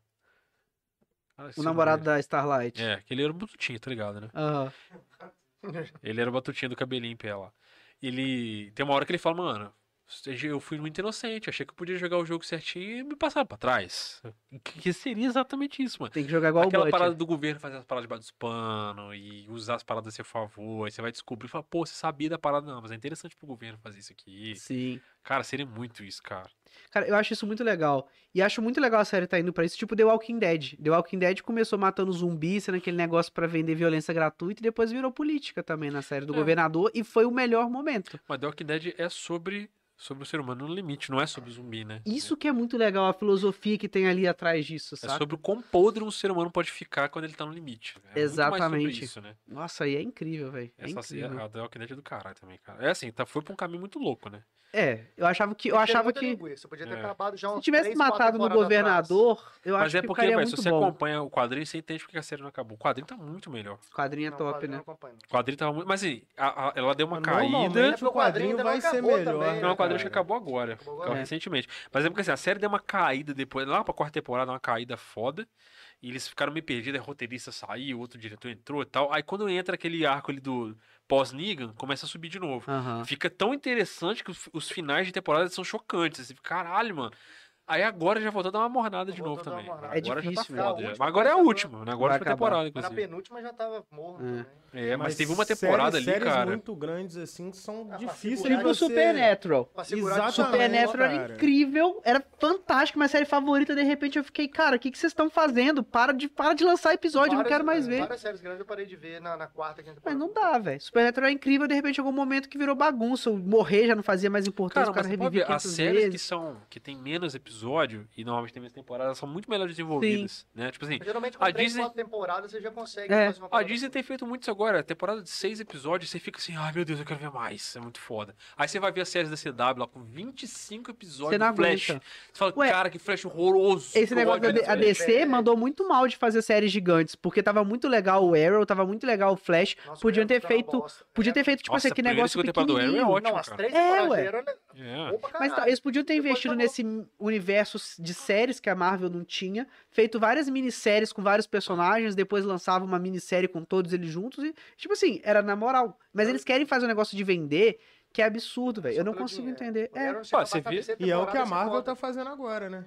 [SPEAKER 2] Cara,
[SPEAKER 5] O
[SPEAKER 2] esqueci
[SPEAKER 5] namorado
[SPEAKER 2] nome
[SPEAKER 5] da Starlight.
[SPEAKER 2] dele. É, que ele era o Batutinha, tá ligado, né?
[SPEAKER 5] Aham.
[SPEAKER 2] Ele era o Batutinha do cabelinho em pé lá. Ele. Tem uma hora que ele fala, mano. Eu fui muito inocente, achei que eu podia jogar o jogo certinho e me passar pra trás. Que que seria exatamente isso, mano.
[SPEAKER 5] Tem que jogar igual
[SPEAKER 2] Aquela
[SPEAKER 5] o Butcher.
[SPEAKER 2] parada do governo fazer as paradas debaixo dos panos e usar as paradas a seu favor. Aí você vai descobrir e fala, pô, você sabia da parada, não, mas é interessante pro governo fazer isso aqui.
[SPEAKER 5] Sim.
[SPEAKER 2] Cara, seria muito isso, cara.
[SPEAKER 5] Cara, eu acho isso muito legal. E acho muito legal a série tá indo pra isso, tipo The Walking Dead. The Walking Dead começou matando zumbi, sendo aquele negócio pra vender violência gratuita, e depois virou política também na série do
[SPEAKER 2] É.
[SPEAKER 5] governador, e foi o melhor momento.
[SPEAKER 2] Mas The Walking Dead é sobre, sobre o ser humano no limite, não é sobre o zumbi, né?
[SPEAKER 5] Isso que é muito legal, a filosofia que tem ali atrás disso,
[SPEAKER 2] É
[SPEAKER 5] sabe?
[SPEAKER 2] sobre o quão podre um ser humano pode ficar quando ele tá no limite. É muito mais sobre
[SPEAKER 5] Exatamente.
[SPEAKER 2] isso, né?
[SPEAKER 5] Nossa, aí é incrível, velho. É
[SPEAKER 2] Essa
[SPEAKER 5] incrível.
[SPEAKER 2] a The Walking Dead é do caralho também, cara. É assim, tá, foi pra um caminho muito louco, né?
[SPEAKER 5] É, eu achava que. Eu achava que.
[SPEAKER 1] Linguiça. Podia ter
[SPEAKER 2] É.
[SPEAKER 1] acabado já
[SPEAKER 5] Se
[SPEAKER 1] uns
[SPEAKER 5] tivesse
[SPEAKER 1] três, quatro
[SPEAKER 5] matado no
[SPEAKER 1] temporadas atrás.
[SPEAKER 5] governador, eu
[SPEAKER 2] Mas
[SPEAKER 5] acho
[SPEAKER 2] é
[SPEAKER 5] que
[SPEAKER 2] porque,
[SPEAKER 5] ficaria
[SPEAKER 2] velho, se
[SPEAKER 5] muito
[SPEAKER 2] você
[SPEAKER 5] bom.
[SPEAKER 2] acompanha o quadrinho, você entende porque a série não acabou. O quadrinho tá muito melhor.
[SPEAKER 5] Quadrinha
[SPEAKER 1] Não,
[SPEAKER 5] top,
[SPEAKER 1] quadrinho
[SPEAKER 5] né?
[SPEAKER 1] não acompanha, não.
[SPEAKER 2] O quadrinho tava muito. Mas assim, a- a- ela deu uma
[SPEAKER 4] Mas
[SPEAKER 2] caída.
[SPEAKER 5] é
[SPEAKER 4] normalmente o quadrinho
[SPEAKER 1] ainda
[SPEAKER 4] vai
[SPEAKER 1] não
[SPEAKER 4] ser
[SPEAKER 1] acabou
[SPEAKER 4] melhor.
[SPEAKER 1] também, né,
[SPEAKER 2] Não, o quadrinho
[SPEAKER 1] cara?
[SPEAKER 2] acho que acabou agora.
[SPEAKER 1] Acabou
[SPEAKER 2] Acabou
[SPEAKER 1] agora? É.
[SPEAKER 2] recentemente. Mas é porque assim, a série deu uma caída depois, lá pra quarta temporada, uma caída foda. E eles ficaram meio perdidos, aí roteirista saiu, outro diretor entrou e tal. Aí quando entra aquele arco ali do pós-Negan, começa a subir de
[SPEAKER 1] é
[SPEAKER 2] novo.
[SPEAKER 5] Aham.
[SPEAKER 2] Fica tão interessante que os, os finais de temporada são chocantes. Você fica, caralho, mano. Aí agora já voltou a dar uma mornada de
[SPEAKER 1] Voltou
[SPEAKER 2] novo
[SPEAKER 1] a dar uma
[SPEAKER 2] também.
[SPEAKER 1] mornada.
[SPEAKER 5] É
[SPEAKER 2] agora
[SPEAKER 5] difícil,
[SPEAKER 2] já tá
[SPEAKER 1] né? A última
[SPEAKER 2] foda. já. Mas agora é a
[SPEAKER 1] vai
[SPEAKER 2] última, né? Agora
[SPEAKER 5] Vai
[SPEAKER 2] foi a temporada,
[SPEAKER 1] Mas Na
[SPEAKER 2] inclusive.
[SPEAKER 1] penúltima já tava morto né?
[SPEAKER 5] É.
[SPEAKER 1] também.
[SPEAKER 2] É, mas,
[SPEAKER 4] Mas
[SPEAKER 2] teve uma
[SPEAKER 4] séries-
[SPEAKER 2] temporada ali,
[SPEAKER 4] séries
[SPEAKER 2] cara.
[SPEAKER 4] muito grandes assim que são
[SPEAKER 1] Ah,
[SPEAKER 4] difíceis
[SPEAKER 1] pra segurar.
[SPEAKER 4] de
[SPEAKER 5] Tipo
[SPEAKER 4] você...
[SPEAKER 5] Supernatural.
[SPEAKER 1] Pra segurar de
[SPEAKER 4] Exatamente.
[SPEAKER 1] tamanho,
[SPEAKER 5] Supernatural
[SPEAKER 4] cara.
[SPEAKER 5] era incrível, era fantástico, minha série favorita. De repente eu fiquei, cara, o que, que vocês estão fazendo? Para de, para de lançar episódio, eu não
[SPEAKER 1] várias-
[SPEAKER 5] quero mais ver.
[SPEAKER 1] Várias séries grandes eu parei de ver na, na quarta, quinta
[SPEAKER 5] Mas
[SPEAKER 1] temporada.
[SPEAKER 5] não dá, velho. Supernatural é incrível, de repente chegou um momento que virou bagunça. o Morrer já não fazia mais
[SPEAKER 2] Cara,
[SPEAKER 5] importância, o cara
[SPEAKER 2] mas você pode
[SPEAKER 5] revivia
[SPEAKER 2] ver, as
[SPEAKER 5] 500
[SPEAKER 2] séries que
[SPEAKER 5] vezes.
[SPEAKER 2] são que tem menos episódio e normalmente tem menos temporadas são muito melhor desenvolvidas, né? Tipo assim,
[SPEAKER 1] Geralmente com
[SPEAKER 2] A
[SPEAKER 1] três,
[SPEAKER 2] Disney-
[SPEAKER 1] quatro temporadas você já consegue
[SPEAKER 5] É.
[SPEAKER 1] fazer uma
[SPEAKER 2] a
[SPEAKER 1] parada
[SPEAKER 2] Disney tem feito muito isso agora, temporada de seis episódios, você fica assim, ai meu Deus, eu quero ver mais, é muito foda. Aí você vai ver as séries da CW lá com 25 episódios
[SPEAKER 5] Você não
[SPEAKER 2] do Flash.
[SPEAKER 5] aguenta.
[SPEAKER 2] Você fala,
[SPEAKER 5] Ué,
[SPEAKER 2] cara, que Flash horroroso.
[SPEAKER 5] Esse
[SPEAKER 2] eu
[SPEAKER 5] negócio
[SPEAKER 2] odeio
[SPEAKER 5] da D-
[SPEAKER 2] essa
[SPEAKER 5] a
[SPEAKER 2] série."
[SPEAKER 5] DC mandou muito mal de fazer séries gigantes, porque tava muito legal o Arrow, tava muito legal o Flash.
[SPEAKER 1] Nossa,
[SPEAKER 5] Podiam
[SPEAKER 1] Arrow
[SPEAKER 5] ter
[SPEAKER 1] tá uma
[SPEAKER 5] feito-
[SPEAKER 1] bosta.
[SPEAKER 5] Podia ter feito, tipo
[SPEAKER 2] Nossa,
[SPEAKER 5] assim, que
[SPEAKER 2] a primeira e
[SPEAKER 5] negócio
[SPEAKER 2] segunda temporada do Arrow é
[SPEAKER 5] pequenininho.
[SPEAKER 2] ótimo,
[SPEAKER 1] Não, as
[SPEAKER 2] cara.
[SPEAKER 1] três
[SPEAKER 5] É,
[SPEAKER 1] temporadas
[SPEAKER 5] ué.
[SPEAKER 1] eram
[SPEAKER 2] É.
[SPEAKER 1] boa pra
[SPEAKER 5] Mas tá,
[SPEAKER 1] caralho.
[SPEAKER 5] eles podiam ter
[SPEAKER 1] Depois
[SPEAKER 5] investido
[SPEAKER 1] acabou.
[SPEAKER 5] nesse universo de séries que a Marvel não tinha, feito várias minisséries com vários personagens, depois lançava uma minissérie com todos eles juntos e, tipo assim, era na moral. Mas eles querem fazer um negócio de vender que é absurdo, velho. Eu
[SPEAKER 1] Só
[SPEAKER 5] não
[SPEAKER 1] pelo
[SPEAKER 5] consigo
[SPEAKER 1] dinheiro.
[SPEAKER 5] entender.
[SPEAKER 1] O
[SPEAKER 5] É,
[SPEAKER 1] Arrow chega
[SPEAKER 2] Pô, você
[SPEAKER 1] pra
[SPEAKER 2] vê-
[SPEAKER 1] terceira
[SPEAKER 4] E é o que a
[SPEAKER 1] temporada, você
[SPEAKER 4] Marvel
[SPEAKER 1] foda.
[SPEAKER 4] tá fazendo agora, né?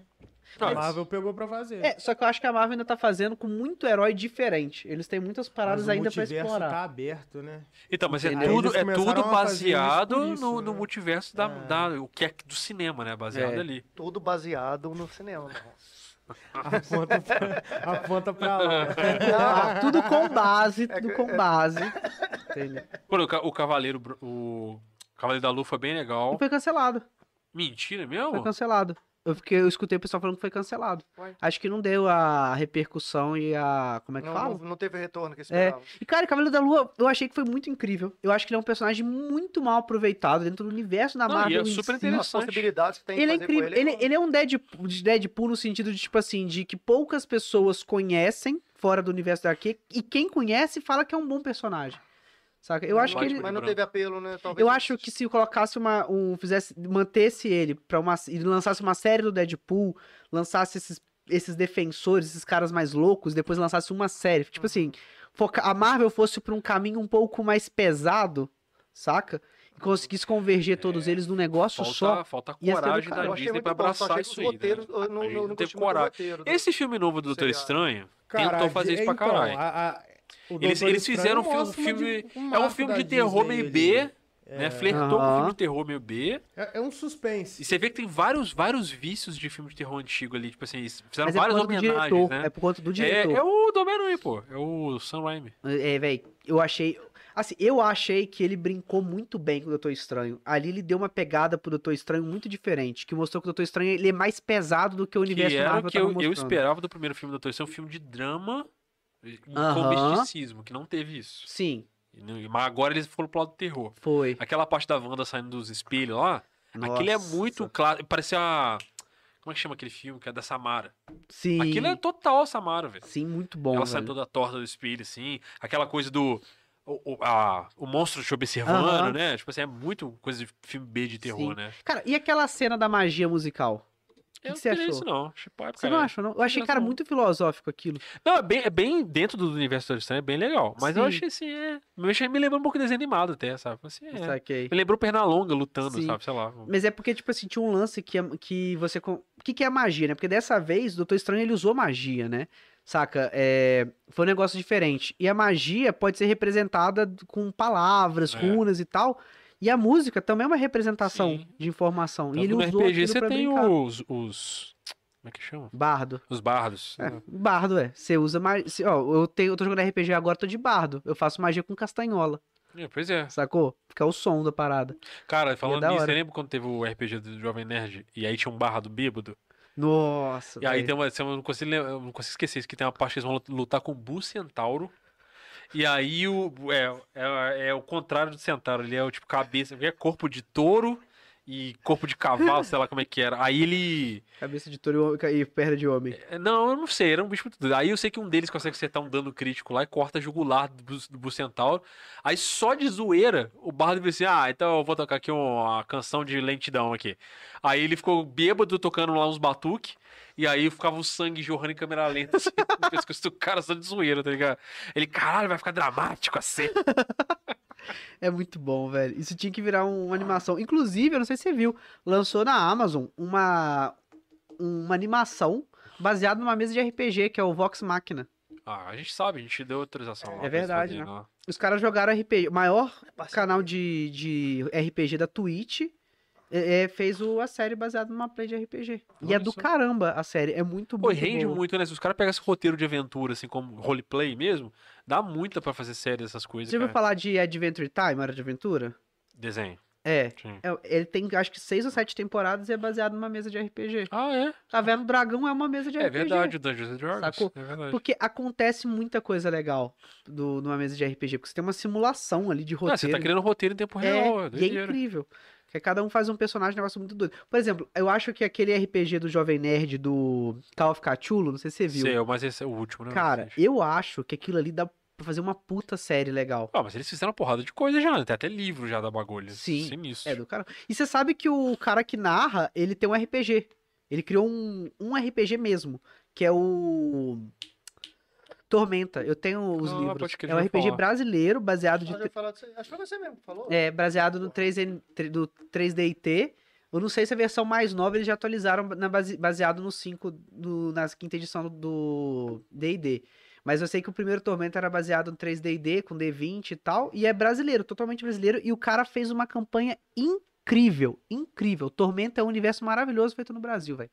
[SPEAKER 2] Não,
[SPEAKER 4] a
[SPEAKER 2] mas-
[SPEAKER 4] Marvel pegou pra fazer.
[SPEAKER 5] é, só que eu acho que a Marvel ainda tá fazendo com muito herói diferente. Eles têm muitas paradas
[SPEAKER 4] Mas o
[SPEAKER 5] ainda pra
[SPEAKER 4] multiverso
[SPEAKER 5] explorar.
[SPEAKER 4] tá aberto, né?
[SPEAKER 2] Então, mas é
[SPEAKER 5] Entendeu?
[SPEAKER 2] tudo,
[SPEAKER 4] Eles
[SPEAKER 2] é
[SPEAKER 4] começaram
[SPEAKER 2] tudo
[SPEAKER 4] a fazer isso por
[SPEAKER 2] baseado
[SPEAKER 4] isso,
[SPEAKER 2] no,
[SPEAKER 4] né?
[SPEAKER 2] no multiverso da,
[SPEAKER 4] É.
[SPEAKER 2] da- o que é do cinema, né? Baseado
[SPEAKER 5] É.
[SPEAKER 2] ali.
[SPEAKER 1] Tudo baseado no cinema, né? mano.
[SPEAKER 4] Aponta (laughs) pra, aponta pra lá. Ah,
[SPEAKER 5] Tá tudo com base,
[SPEAKER 1] É
[SPEAKER 5] tudo
[SPEAKER 1] que-
[SPEAKER 5] com base. Entendeu?
[SPEAKER 2] Mano, o ca- o Cavaleiro, Bru- o Cavaleiro da Lua foi bem
[SPEAKER 5] E
[SPEAKER 2] legal.
[SPEAKER 5] foi cancelado.
[SPEAKER 2] Mentira
[SPEAKER 5] Foi
[SPEAKER 2] mesmo?
[SPEAKER 5] cancelado. Eu, fiquei, eu escutei o pessoal falando que foi cancelado.
[SPEAKER 1] Ué.
[SPEAKER 5] Acho que não deu a repercussão e a. Como é que
[SPEAKER 1] Não,
[SPEAKER 5] fala? É.
[SPEAKER 1] não, não teve retorno que esperava.
[SPEAKER 5] E, cara, Cavaleiro da Lua, eu achei que foi muito incrível. Eu acho que ele é um personagem muito mal aproveitado dentro do universo da
[SPEAKER 2] Não, e
[SPEAKER 5] Marvel.
[SPEAKER 2] é
[SPEAKER 5] em
[SPEAKER 2] super
[SPEAKER 5] si.
[SPEAKER 2] interessante.
[SPEAKER 1] As possibilidades que tem que
[SPEAKER 5] Ele é
[SPEAKER 1] fazer com
[SPEAKER 5] incrível. Ele,
[SPEAKER 1] é
[SPEAKER 5] ele é um Deadpool, de Deadpool no sentido de, tipo assim, de que poucas pessoas conhecem fora do universo da Q e quem conhece fala que é um bom personagem. Saca? Eu
[SPEAKER 1] Não
[SPEAKER 5] acho que
[SPEAKER 1] pode,
[SPEAKER 5] ele.
[SPEAKER 1] Mas não teve apelo, né? Talvez
[SPEAKER 5] Eu acho que se colocasse uma. Um, fizesse, mantesse ele para uma. E lançasse uma série do Deadpool, lançasse esses esses defensores, esses caras mais loucos, depois lançasse uma série. Tipo
[SPEAKER 2] Uhum.
[SPEAKER 5] assim, foca- a Marvel fosse pra um caminho um pouco mais pesado, saca? E conseguisse converger todos eles num negócio
[SPEAKER 2] É, Falta,
[SPEAKER 5] só.
[SPEAKER 2] falta
[SPEAKER 5] ia ser do
[SPEAKER 2] coragem da
[SPEAKER 5] caralho.
[SPEAKER 1] Eu achei
[SPEAKER 2] Disney
[SPEAKER 1] muito
[SPEAKER 2] pra
[SPEAKER 1] bom, só
[SPEAKER 2] abraçar
[SPEAKER 1] achei que os
[SPEAKER 2] isso aí.
[SPEAKER 1] roteiros,
[SPEAKER 2] né?
[SPEAKER 1] eu não,
[SPEAKER 2] A
[SPEAKER 1] não,
[SPEAKER 2] gente
[SPEAKER 1] não
[SPEAKER 2] teve
[SPEAKER 1] curti muito o
[SPEAKER 2] coragem.
[SPEAKER 1] roteiro do-
[SPEAKER 2] Esse filme novo do Doutor
[SPEAKER 1] seriado.
[SPEAKER 2] Estranho
[SPEAKER 4] Cara,
[SPEAKER 2] tentou fazer isso pra
[SPEAKER 4] então,
[SPEAKER 2] caralho.
[SPEAKER 4] a- a- o
[SPEAKER 2] Eles-
[SPEAKER 4] Doutor
[SPEAKER 2] eles
[SPEAKER 4] Estranho
[SPEAKER 2] fizeram um
[SPEAKER 4] mostra
[SPEAKER 2] filme-
[SPEAKER 4] uma di-
[SPEAKER 2] é um
[SPEAKER 4] marco
[SPEAKER 2] filme
[SPEAKER 4] da
[SPEAKER 2] de terror
[SPEAKER 4] Disney
[SPEAKER 2] meio
[SPEAKER 4] ali.
[SPEAKER 2] B, né? Flertou com um
[SPEAKER 5] Aham.
[SPEAKER 2] filme de terror meio B.
[SPEAKER 4] É, é um suspense.
[SPEAKER 2] E você vê que tem vários, vários vícios de filme de terror antigo ali. Tipo assim, eles fizeram
[SPEAKER 5] Mas é por
[SPEAKER 2] várias
[SPEAKER 5] conta do
[SPEAKER 2] homenagens,
[SPEAKER 5] diretor.
[SPEAKER 2] né?
[SPEAKER 5] É por conta do
[SPEAKER 2] É,
[SPEAKER 5] diretor.
[SPEAKER 2] é o do Homem-Aranha, pô. É o Sam Raimi.
[SPEAKER 5] É, velho, eu achei. Assim, eu achei que ele brincou muito bem com o Doutor Estranho. Ali ele deu uma pegada pro Doutor Estranho muito diferente, que mostrou que o Doutor Estranho ele é mais pesado do que o universo
[SPEAKER 2] Que era o
[SPEAKER 5] Marvel
[SPEAKER 2] que
[SPEAKER 5] tava
[SPEAKER 2] eu, eu
[SPEAKER 5] mostrando.
[SPEAKER 2] esperava do primeiro filme do Doutor Estranho, um filme de drama e- com
[SPEAKER 5] Aham.
[SPEAKER 2] misticismo, que não teve isso.
[SPEAKER 5] Sim,
[SPEAKER 2] E não- Mas agora eles foram pro lado do terror.
[SPEAKER 5] foi.
[SPEAKER 2] Aquela parte da Wanda saindo dos espelhos lá, aquilo é
[SPEAKER 5] Nossa.
[SPEAKER 2] muito claro. Parecia a... Como é que chama aquele filme? Que é da Samara.
[SPEAKER 5] Sim.
[SPEAKER 2] Aquilo é total Samara, velho.
[SPEAKER 5] Sim, muito bom.
[SPEAKER 2] Ela sai
[SPEAKER 5] velho.
[SPEAKER 2] toda torta do espelho, assim. Aquela coisa do. O, o, a- o monstro te observando,
[SPEAKER 5] Aham.
[SPEAKER 2] né? Tipo assim, é muito coisa de filme B de terror,
[SPEAKER 5] Sim.
[SPEAKER 2] né?
[SPEAKER 5] Cara, e aquela cena da magia musical? que
[SPEAKER 2] eu
[SPEAKER 5] você
[SPEAKER 2] não queria
[SPEAKER 5] achou?
[SPEAKER 2] isso, não. Achei pai,
[SPEAKER 5] Você não achou, não? Eu achei,
[SPEAKER 2] Não,
[SPEAKER 5] cara,
[SPEAKER 2] não.
[SPEAKER 5] muito filosófico aquilo.
[SPEAKER 2] Não, é bem, é bem dentro do universo do Estranho, é bem legal. Mas eu
[SPEAKER 5] Sim.
[SPEAKER 2] achei assim, é. Me, achei- me lembrou um pouco de desenho animado até, sabe? Assim, é.
[SPEAKER 5] Saquei.
[SPEAKER 2] Me lembrou Pernalonga lutando,
[SPEAKER 5] Sim.
[SPEAKER 2] sabe? Sei lá.
[SPEAKER 5] Mas é porque, tipo assim, tinha um lance que, a- que você. con- O que, que é magia, né? Porque dessa vez o Doutor Estranho ele usou magia, né? Saca? É, Foi um negócio diferente. E a magia pode ser representada com palavras,
[SPEAKER 2] É.
[SPEAKER 5] runas e tal. E a música também é uma representação
[SPEAKER 2] Sim.
[SPEAKER 5] de informação.
[SPEAKER 2] Tanto
[SPEAKER 5] e ele
[SPEAKER 2] no
[SPEAKER 5] usou
[SPEAKER 2] RPG
[SPEAKER 5] aquilo
[SPEAKER 2] você
[SPEAKER 5] pra
[SPEAKER 2] tem
[SPEAKER 5] brincar.
[SPEAKER 2] os, os. Como é que chama?
[SPEAKER 5] Bardo.
[SPEAKER 2] Os bardos.
[SPEAKER 5] É, bardo, é. Você usa magia. Ó, eu, tenho... eu tô jogando RPG agora, tô de bardo. Eu faço magia com castanhola,
[SPEAKER 2] É, pois é.
[SPEAKER 5] sacou? Fica o som da parada.
[SPEAKER 2] Cara, falando
[SPEAKER 5] é da
[SPEAKER 2] nisso,
[SPEAKER 5] hora.
[SPEAKER 2] você lembra quando teve o RPG do Jovem Nerd? E aí tinha um barra do bêbado?
[SPEAKER 5] Nossa.
[SPEAKER 2] E aí
[SPEAKER 5] velho.
[SPEAKER 2] tem uma. Eu não consigo, lem- eu não consigo esquecer isso, que tem uma parte que eles vão lut- lutar com o Bull Centauro. E aí o. É, é, é o contrário do Centauro. Ele é o tipo cabeça. É corpo de touro e corpo de cavalo, sei lá como é que era. Aí ele.
[SPEAKER 5] Cabeça de touro e e perna de homem.
[SPEAKER 2] é, Não, eu não sei, era um bicho muito doido. Aí eu sei que um deles consegue acertar um dano crítico lá e corta a jugular do, Bull- do Bull Centauro. Aí só de zoeira, o bardo disse assim: Ah, então eu vou tocar aqui uma canção de lentidão aqui. Aí ele ficou bêbado tocando lá uns batuque. E aí ficava o sangue jorrando em câmera lenta, (laughs) assim, no pescoço do cara só de zoeira, tá ligado? Ele, caralho, vai ficar dramático assim.
[SPEAKER 5] É muito bom, velho. Isso tinha que virar um- uma animação. Inclusive, eu não sei se você viu, lançou na Amazon uma, uma animação baseada numa mesa de RPG, que é o Vox Machina.
[SPEAKER 2] Ah, a gente sabe, a gente deu autorização. lá pra eles
[SPEAKER 5] É verdade, né?
[SPEAKER 2] fazerem, né? ó.
[SPEAKER 5] Os caras jogaram RPG. O maior
[SPEAKER 2] É
[SPEAKER 5] canal de, de RPG da Twitch é, é, fez o- a série baseada numa play de RPG. E
[SPEAKER 2] Olha
[SPEAKER 5] é do
[SPEAKER 2] só.
[SPEAKER 5] caramba a série. É muito
[SPEAKER 2] Pô,
[SPEAKER 5] boa.
[SPEAKER 2] e rende muito, né? Se os caras pegam esse roteiro de aventura, assim, como roleplay mesmo, dá muita pra fazer série dessas coisas,
[SPEAKER 5] Você já
[SPEAKER 2] cara.
[SPEAKER 5] ouviu falar de Adventure Time, Hora de Aventura?
[SPEAKER 2] Desenho,
[SPEAKER 5] É.
[SPEAKER 2] sim.
[SPEAKER 5] É, Ele tem, acho que, seis ou sete temporadas e é baseado numa mesa de RPG.
[SPEAKER 2] Ah, é?
[SPEAKER 5] Taverna do Dragão é uma mesa de
[SPEAKER 2] É
[SPEAKER 5] RPG.
[SPEAKER 2] verdade, o Dungeons and Dragons.
[SPEAKER 5] Sacou?
[SPEAKER 2] É verdade.
[SPEAKER 5] Porque acontece muita coisa legal do, numa mesa de RPG, porque você tem uma simulação ali de roteiro.
[SPEAKER 2] Ah, você tá criando roteiro em tempo real, é,
[SPEAKER 5] é, e é
[SPEAKER 2] doideira.
[SPEAKER 5] incrível. Porque cada um faz um personagem, um negócio muito doido. Por exemplo, eu acho que aquele RPG do Jovem Nerd do Call of Cthulhu, não sei se você viu.
[SPEAKER 2] Sei, mas esse é o último, né?
[SPEAKER 5] Cara,
[SPEAKER 2] Vocês.
[SPEAKER 5] eu acho que aquilo ali dá pra fazer uma puta série legal.
[SPEAKER 2] Ah, mas eles fizeram uma porrada de coisa já, né? Tem até livro já da bagulha.
[SPEAKER 5] Sim,
[SPEAKER 2] Sinistro.
[SPEAKER 5] É do cara. E você sabe que o cara que narra, ele tem um RPG. Ele criou um, um RPG mesmo, que é o Tormenta. Eu tenho os
[SPEAKER 2] Ah,
[SPEAKER 5] livros.
[SPEAKER 2] pode crer,
[SPEAKER 5] é um
[SPEAKER 2] já ouvi
[SPEAKER 5] RPG
[SPEAKER 2] falar.
[SPEAKER 5] brasileiro baseado de
[SPEAKER 1] Mas eu ia falar disso aí. Acho que foi você mesmo que falou.
[SPEAKER 5] É, baseado no 3N, tre- do 3DIT. Eu não sei se a versão mais nova eles já atualizaram na base- baseado no 5, do, na quinta edição do D&D. Mas eu sei que o primeiro Tormento era baseado no 3D&D, com D20 e tal. E é brasileiro, totalmente brasileiro. E o cara fez uma campanha incrível, incrível. Tormenta é um universo maravilhoso feito no Brasil, velho.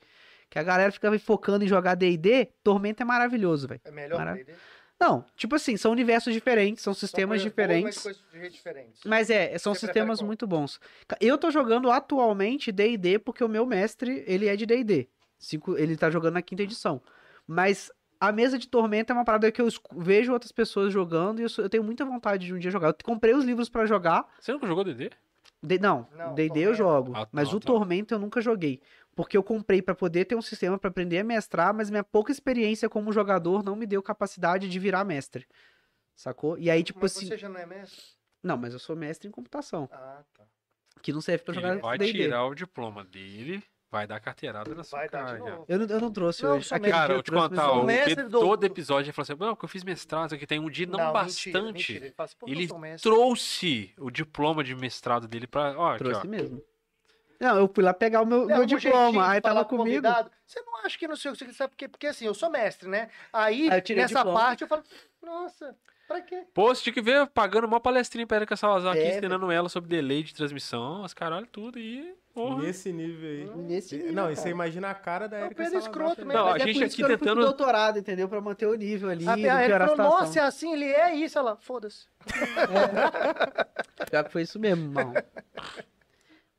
[SPEAKER 5] Que a galera fica focando em jogar D&D, Tormenta é maravilhoso, velho.
[SPEAKER 1] É melhor
[SPEAKER 5] Mara-
[SPEAKER 1] D&D? São
[SPEAKER 5] Não, tipo assim, são universos diferentes, são sistemas
[SPEAKER 1] coisas boas, mas
[SPEAKER 5] diferentes.
[SPEAKER 1] coisas de jeito diferente.
[SPEAKER 5] Mas é, são
[SPEAKER 1] Você prefere
[SPEAKER 5] sistemas
[SPEAKER 1] qual?
[SPEAKER 5] muito bons. Ca- Eu tô jogando atualmente D&D porque o meu mestre, ele é de D&D. Cinco- Ele tá jogando na quinta edição. Mas a mesa de Tormenta é uma parada que eu escu- vejo outras pessoas jogando e eu, sou- eu tenho muita vontade de um dia jogar. Eu comprei os livros pra jogar.
[SPEAKER 2] Você nunca jogou DD?
[SPEAKER 5] D- não,
[SPEAKER 1] Não,
[SPEAKER 5] D&D eu
[SPEAKER 1] Tormenta.
[SPEAKER 5] jogo,
[SPEAKER 2] Ah, tá,
[SPEAKER 5] mas o
[SPEAKER 2] tá.
[SPEAKER 5] Tormenta eu nunca joguei, porque eu comprei pra poder ter um sistema pra aprender a mestrar, mas minha pouca experiência como jogador não me deu capacidade de virar mestre. Sacou? E aí tipo
[SPEAKER 1] Mas
[SPEAKER 5] assim,
[SPEAKER 1] você já não é mestre?
[SPEAKER 5] não, mas eu sou mestre em computação
[SPEAKER 1] Ah, tá.
[SPEAKER 5] que não serve pra
[SPEAKER 2] Ele
[SPEAKER 5] jogar
[SPEAKER 2] vai
[SPEAKER 5] D&D.
[SPEAKER 2] tirar o diploma dele Vai dar carteirada na sua
[SPEAKER 1] Vai dar de
[SPEAKER 2] cara. já.
[SPEAKER 1] novo.
[SPEAKER 5] Eu não, eu não trouxe
[SPEAKER 1] Não,
[SPEAKER 5] hoje.
[SPEAKER 1] só
[SPEAKER 5] Aquele
[SPEAKER 1] mesmo.
[SPEAKER 2] Cara,
[SPEAKER 5] dia
[SPEAKER 2] eu te
[SPEAKER 5] trouxe, mas
[SPEAKER 2] contar, um
[SPEAKER 1] o
[SPEAKER 2] o
[SPEAKER 1] mestre
[SPEAKER 2] Pedro,
[SPEAKER 1] do-
[SPEAKER 2] todo episódio ele fala assim, não, porque eu fiz mestrado, aqui tem um dia não, bastante.
[SPEAKER 1] mentira, mentira. Ele, fala assim, "Pô, eu
[SPEAKER 2] Ele
[SPEAKER 1] sou mestre."
[SPEAKER 2] trouxe o diploma de mestrado dele pra. Ó, aqui,
[SPEAKER 5] Trouxe
[SPEAKER 2] ó.
[SPEAKER 5] mesmo. Não, eu fui lá pegar o meu,
[SPEAKER 1] Leva
[SPEAKER 5] meu
[SPEAKER 1] um jeitinho
[SPEAKER 5] diploma,
[SPEAKER 1] de falar
[SPEAKER 5] aí tava
[SPEAKER 1] com o
[SPEAKER 5] comigo.
[SPEAKER 1] convidado. Você não acha que não sei o que você sabe, porque, porque assim, eu sou mestre, né? Aí,
[SPEAKER 5] Aí Ah, eu tirei o
[SPEAKER 1] nessa
[SPEAKER 5] diploma.
[SPEAKER 1] parte, eu falo, nossa, pra quê?
[SPEAKER 2] Pô, você tinha que ver pagando uma palestrinha pra Erika Salazar aqui,
[SPEAKER 5] É,
[SPEAKER 2] ensinando ela sobre delay de transmissão, as caralho, tudo e. Porra.
[SPEAKER 4] Nesse nível aí.
[SPEAKER 5] Nesse nível,
[SPEAKER 4] não, e você
[SPEAKER 5] cara.
[SPEAKER 4] imagina a cara da
[SPEAKER 1] É o
[SPEAKER 4] Erika
[SPEAKER 1] Pedro
[SPEAKER 4] Salazar
[SPEAKER 1] escroto
[SPEAKER 4] falando,
[SPEAKER 1] mesmo.
[SPEAKER 2] Não, a
[SPEAKER 5] Mas é
[SPEAKER 2] gente
[SPEAKER 5] por isso
[SPEAKER 2] aqui
[SPEAKER 5] que eu não fui pro
[SPEAKER 2] tentando-
[SPEAKER 5] doutorado, entendeu? Pra manter o nível ali,
[SPEAKER 1] A,
[SPEAKER 5] do que
[SPEAKER 1] a, ele
[SPEAKER 5] era a
[SPEAKER 1] falou,
[SPEAKER 5] situação.
[SPEAKER 1] nossa, é assim, ele é isso. Ela, foda-se.
[SPEAKER 5] É. Pior que foi isso mesmo, irmão.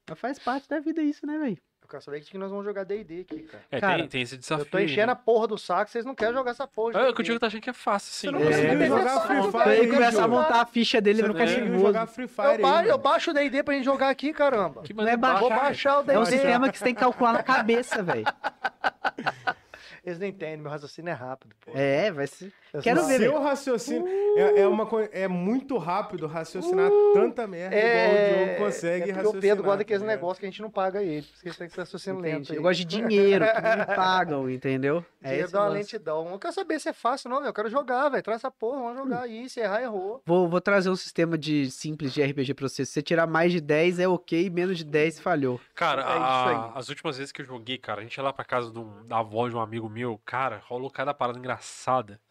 [SPEAKER 5] Mas faz parte da vida isso, né, velho?
[SPEAKER 1] Eu quero saber que nós vamos jogar D&D aqui, cara.
[SPEAKER 2] É,
[SPEAKER 5] Cara,
[SPEAKER 2] tem, tem esse desafio.
[SPEAKER 1] Eu tô enchendo
[SPEAKER 2] né?
[SPEAKER 1] a porra do saco, vocês não querem jogar essa porra. de
[SPEAKER 2] Ah, o que
[SPEAKER 1] D&D.
[SPEAKER 2] o Diego tá achando que é fácil, assim.
[SPEAKER 4] Você não
[SPEAKER 2] né?
[SPEAKER 4] conseguiu
[SPEAKER 5] É,
[SPEAKER 4] jogar
[SPEAKER 1] mas-
[SPEAKER 4] Free
[SPEAKER 5] Pra
[SPEAKER 4] Fire.
[SPEAKER 1] Aí,
[SPEAKER 5] ele
[SPEAKER 4] hein,
[SPEAKER 5] começar a
[SPEAKER 4] Gil?
[SPEAKER 1] Ju?
[SPEAKER 5] montar a ficha dele,
[SPEAKER 4] Você
[SPEAKER 5] ele não
[SPEAKER 4] não
[SPEAKER 5] ficar
[SPEAKER 4] conseguiu
[SPEAKER 5] nervoso.
[SPEAKER 4] jogar Free Fire.
[SPEAKER 1] Eu, ba-
[SPEAKER 4] hein,
[SPEAKER 1] eu
[SPEAKER 4] Ju?
[SPEAKER 1] baixo o D&D pra gente jogar aqui, caramba.
[SPEAKER 2] Que
[SPEAKER 5] Não é
[SPEAKER 2] maneiro.
[SPEAKER 5] baixo,
[SPEAKER 1] Vou baixar o
[SPEAKER 5] É
[SPEAKER 1] D&D.
[SPEAKER 5] um sistema que você tem que calcular na cabeça, velho.
[SPEAKER 1] Eles não entendem, meu raciocínio é rápido. Pô.
[SPEAKER 5] É, vai ser.
[SPEAKER 1] Eu
[SPEAKER 5] quero
[SPEAKER 1] sou-
[SPEAKER 5] ver,
[SPEAKER 4] Seu raciocínio é, é uma coi- é muito rápido raciocinar tanta merda igual o
[SPEAKER 1] É,
[SPEAKER 4] Diogo consegue
[SPEAKER 1] é porque
[SPEAKER 4] raciocinar.
[SPEAKER 1] o Pedro guarda
[SPEAKER 4] tá
[SPEAKER 1] aqueles
[SPEAKER 4] ligado?
[SPEAKER 1] negócios que a gente não paga ele. Por isso que ele tem que ser raciocínio lento.
[SPEAKER 5] Entendi.
[SPEAKER 1] aí.
[SPEAKER 5] Eu gosto de dinheiro, que me pagam, entendeu? É
[SPEAKER 1] Dinheiro
[SPEAKER 5] esse
[SPEAKER 1] dá uma
[SPEAKER 5] o lance.
[SPEAKER 1] lentidão. Eu não quero saber se é fácil, não, meu. Eu quero jogar, velho. Traz essa porra, vamos jogar aí. Se errar, errou.
[SPEAKER 5] Vou, vou trazer um sistema de simples de RPG pra você. Se você tirar mais de 10, é ok, menos de 10 falhou.
[SPEAKER 2] Cara,
[SPEAKER 1] É isso
[SPEAKER 2] a- as últimas vezes que eu joguei, cara, a gente ia lá pra casa de um- da avó de um amigo meu, cara, rolou cada parada engraçada.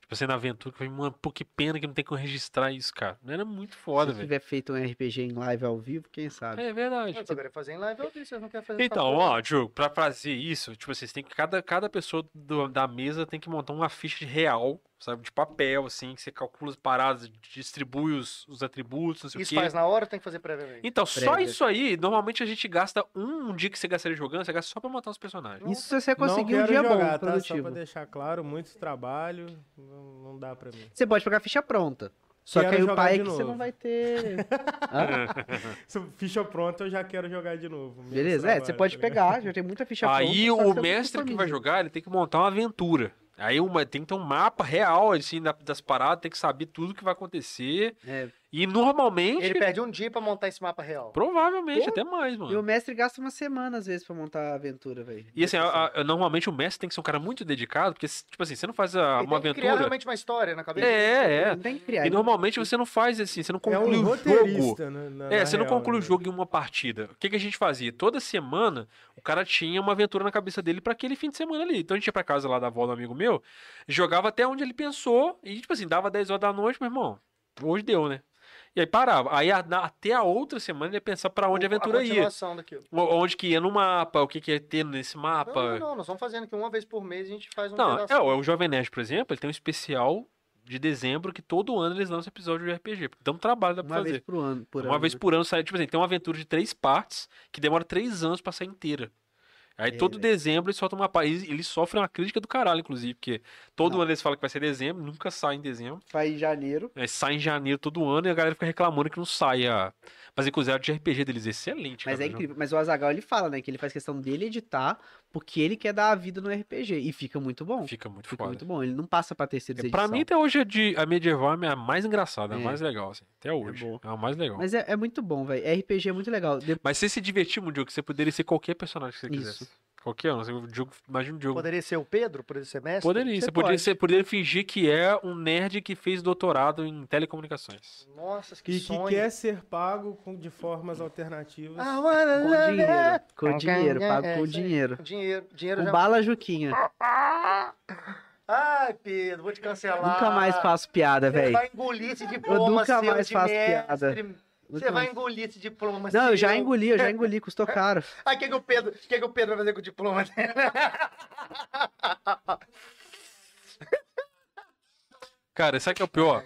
[SPEAKER 2] Tipo assim, na aventura, que eu falei, mano, pô, que pena que não tem como registrar isso, cara. Não era muito foda,
[SPEAKER 5] Se
[SPEAKER 2] velho.
[SPEAKER 5] tiver feito um RPG em live ao vivo, quem sabe?
[SPEAKER 2] É verdade.
[SPEAKER 1] Eu só queria fazer em live, eu disse, vocês não querem fazer essa
[SPEAKER 2] Então,
[SPEAKER 1] porra.
[SPEAKER 2] ó, Diogo, pra fazer isso, tipo assim, você tem que, cada, cada pessoa do- da mesa tem que montar uma ficha de real, sabe, de papel, assim, que você calcula as paradas, distribui os, os atributos, não sei
[SPEAKER 1] Isso
[SPEAKER 2] o quê.
[SPEAKER 1] faz na hora ou tem que fazer previamente?
[SPEAKER 2] Então, só
[SPEAKER 5] Prévia.
[SPEAKER 2] isso aí, normalmente a gente gasta um, um dia que você gastaria jogando, você gasta só pra montar os personagens.
[SPEAKER 5] Isso se você
[SPEAKER 4] Não
[SPEAKER 5] conseguir um
[SPEAKER 4] quero
[SPEAKER 5] dia
[SPEAKER 4] jogar,
[SPEAKER 5] bom,
[SPEAKER 4] tá? Só
[SPEAKER 5] produtivo.
[SPEAKER 4] pra deixar claro, muito trabalho, não, não dá pra mim.
[SPEAKER 5] Você pode pegar a ficha pronta. Só
[SPEAKER 4] Quero
[SPEAKER 5] que aí o
[SPEAKER 4] jogar
[SPEAKER 5] pai é
[SPEAKER 4] de
[SPEAKER 5] que você
[SPEAKER 4] novo.
[SPEAKER 5] não
[SPEAKER 2] (laughs)
[SPEAKER 5] vai ter. Hã?
[SPEAKER 4] Se ficha pronta, eu já quero jogar de novo. menos
[SPEAKER 5] Beleza? É,
[SPEAKER 4] trabalho,
[SPEAKER 5] você pode
[SPEAKER 4] tá ligado?
[SPEAKER 5] pegar, já tem muita ficha
[SPEAKER 1] um
[SPEAKER 2] Aí
[SPEAKER 5] pronta.
[SPEAKER 2] o
[SPEAKER 5] só você não
[SPEAKER 2] mestre que vai
[SPEAKER 5] economiza.
[SPEAKER 2] jogar, ele tem que montar uma aventura. Aí uma, tem que ter um mapa real, assim, da- das paradas, tem que saber tudo que vai acontecer.
[SPEAKER 5] É.
[SPEAKER 2] E normalmente,
[SPEAKER 1] Ele perde um dia pra montar esse mapa real.
[SPEAKER 2] provavelmente, até mais,
[SPEAKER 5] E o
[SPEAKER 2] mano.
[SPEAKER 5] mestre gasta uma semana, às vezes, pra montar a aventura, velho. Tipo
[SPEAKER 2] E assim, a- a- normalmente o mestre tem que ser um cara muito dedicado, porque, tipo assim, você não faz a-
[SPEAKER 1] Ele tem que
[SPEAKER 2] uma
[SPEAKER 1] criar
[SPEAKER 2] aventura.
[SPEAKER 1] realmente uma né? história na cabeça.
[SPEAKER 2] É, é.
[SPEAKER 5] Não tem que criar. né?
[SPEAKER 2] E normalmente você não faz assim, você não
[SPEAKER 4] É
[SPEAKER 2] conclui
[SPEAKER 4] um
[SPEAKER 2] o jogo.
[SPEAKER 4] roteirista, né, na-
[SPEAKER 2] É,
[SPEAKER 4] na
[SPEAKER 2] você não
[SPEAKER 4] real,
[SPEAKER 2] conclui o
[SPEAKER 4] né?
[SPEAKER 2] jogo em uma partida. O que, que a gente fazia? Toda semana, o cara tinha uma aventura na cabeça dele pra aquele fim de semana ali. Então a gente ia pra casa lá da avó do amigo meu, jogava até onde ele pensou, e tipo assim, dava 10 horas da noite, meu irmão, hoje deu, né? E aí parava. Aí a- na- até a outra semana ele ia pensar pra onde a aventura
[SPEAKER 1] a
[SPEAKER 2] ia.
[SPEAKER 1] continuação daquilo.
[SPEAKER 2] O- Onde que ia no mapa, o que, que ia ter nesse mapa.
[SPEAKER 1] Não, não, não, nós vamos fazendo que uma vez por mês a gente faz um
[SPEAKER 2] Não, é,
[SPEAKER 1] pedaço.
[SPEAKER 2] o Jovem Nerd, por exemplo, ele tem um especial de dezembro que todo ano eles lançam episódio de RPG. Dá um trabalho, dá pra
[SPEAKER 5] Uma
[SPEAKER 2] fazer.
[SPEAKER 5] vez por ano. Por
[SPEAKER 2] uma
[SPEAKER 5] ano,
[SPEAKER 2] vez
[SPEAKER 5] né?
[SPEAKER 2] por ano sai, tipo assim, tem uma aventura de três partes que demora três anos pra sair inteira. Aí
[SPEAKER 5] É,
[SPEAKER 2] todo
[SPEAKER 5] velho.
[SPEAKER 2] dezembro eles soltam uma pa- eles, eles sofrem uma crítica do caralho, inclusive, porque todo
[SPEAKER 5] Não.
[SPEAKER 2] ano eles falam que vai ser dezembro, nunca sai em dezembro.
[SPEAKER 5] Vai em janeiro.
[SPEAKER 2] Aí sai em janeiro todo ano e a galera fica reclamando que não sai a. Mas inclusive a de RPG deles é excelente, cara,
[SPEAKER 5] Mas é
[SPEAKER 2] o jogo.
[SPEAKER 5] incrível. Mas o Azagal ele fala, né? Que ele faz questão dele editar, porque ele quer dar a vida no RPG. E fica muito bom.
[SPEAKER 2] Fica
[SPEAKER 5] Fica,
[SPEAKER 2] muito foda.
[SPEAKER 5] muito bom. Ele não passa pra terceira
[SPEAKER 2] É,
[SPEAKER 5] edição.
[SPEAKER 2] pra mim, até hoje, a, de, a medieval é a mais engraçada, é a
[SPEAKER 5] É.
[SPEAKER 2] mais legal, assim. Até hoje.
[SPEAKER 5] boa.
[SPEAKER 2] É, a mais legal.
[SPEAKER 5] Mas é, é muito bom, velho. RPG é muito legal. De-
[SPEAKER 2] Mas você se divertir muito, Diogo, você poderia ser qualquer personagem que você
[SPEAKER 5] Isso.
[SPEAKER 2] quisesse. Qualquer um. Você- o Diogo, imagina o Diogo.
[SPEAKER 1] Poderia ser o Pedro por esse semestre?
[SPEAKER 2] Poderia. Você,
[SPEAKER 5] Você
[SPEAKER 2] poderia,
[SPEAKER 5] pode.
[SPEAKER 2] você poderia fingir que é um nerd que fez doutorado em telecomunicações.
[SPEAKER 1] Nossa, que
[SPEAKER 4] E que
[SPEAKER 1] sonho. Ah,
[SPEAKER 4] quer ser pago com- de formas alternativas.
[SPEAKER 1] I wanna
[SPEAKER 5] Com
[SPEAKER 1] love
[SPEAKER 5] dinheiro.
[SPEAKER 1] it.
[SPEAKER 5] Com dinheiro. Pago
[SPEAKER 1] É,
[SPEAKER 5] com
[SPEAKER 1] isso aí.
[SPEAKER 5] dinheiro.
[SPEAKER 1] Dinheiro, dinheiro
[SPEAKER 5] Com
[SPEAKER 1] já...
[SPEAKER 5] bala Juquinha.
[SPEAKER 1] Ai, Pedro, vou te cancelar.
[SPEAKER 5] Nunca mais faço piada,
[SPEAKER 1] Você
[SPEAKER 5] velho.
[SPEAKER 1] vai engolir esse diploma
[SPEAKER 5] nunca
[SPEAKER 1] seu
[SPEAKER 5] mais
[SPEAKER 1] de
[SPEAKER 5] faço
[SPEAKER 1] mestre.
[SPEAKER 5] Nunca
[SPEAKER 1] Você vai
[SPEAKER 5] mais.
[SPEAKER 1] engolir esse diploma
[SPEAKER 5] Não, eu já
[SPEAKER 1] seu.
[SPEAKER 5] engoli, eu já engoli, custou
[SPEAKER 1] É.
[SPEAKER 5] caro.
[SPEAKER 1] Aí o que, que o Pedro, o que, que o Pedro vai fazer com o diploma dele?
[SPEAKER 2] Cara, sabe o que é o pior?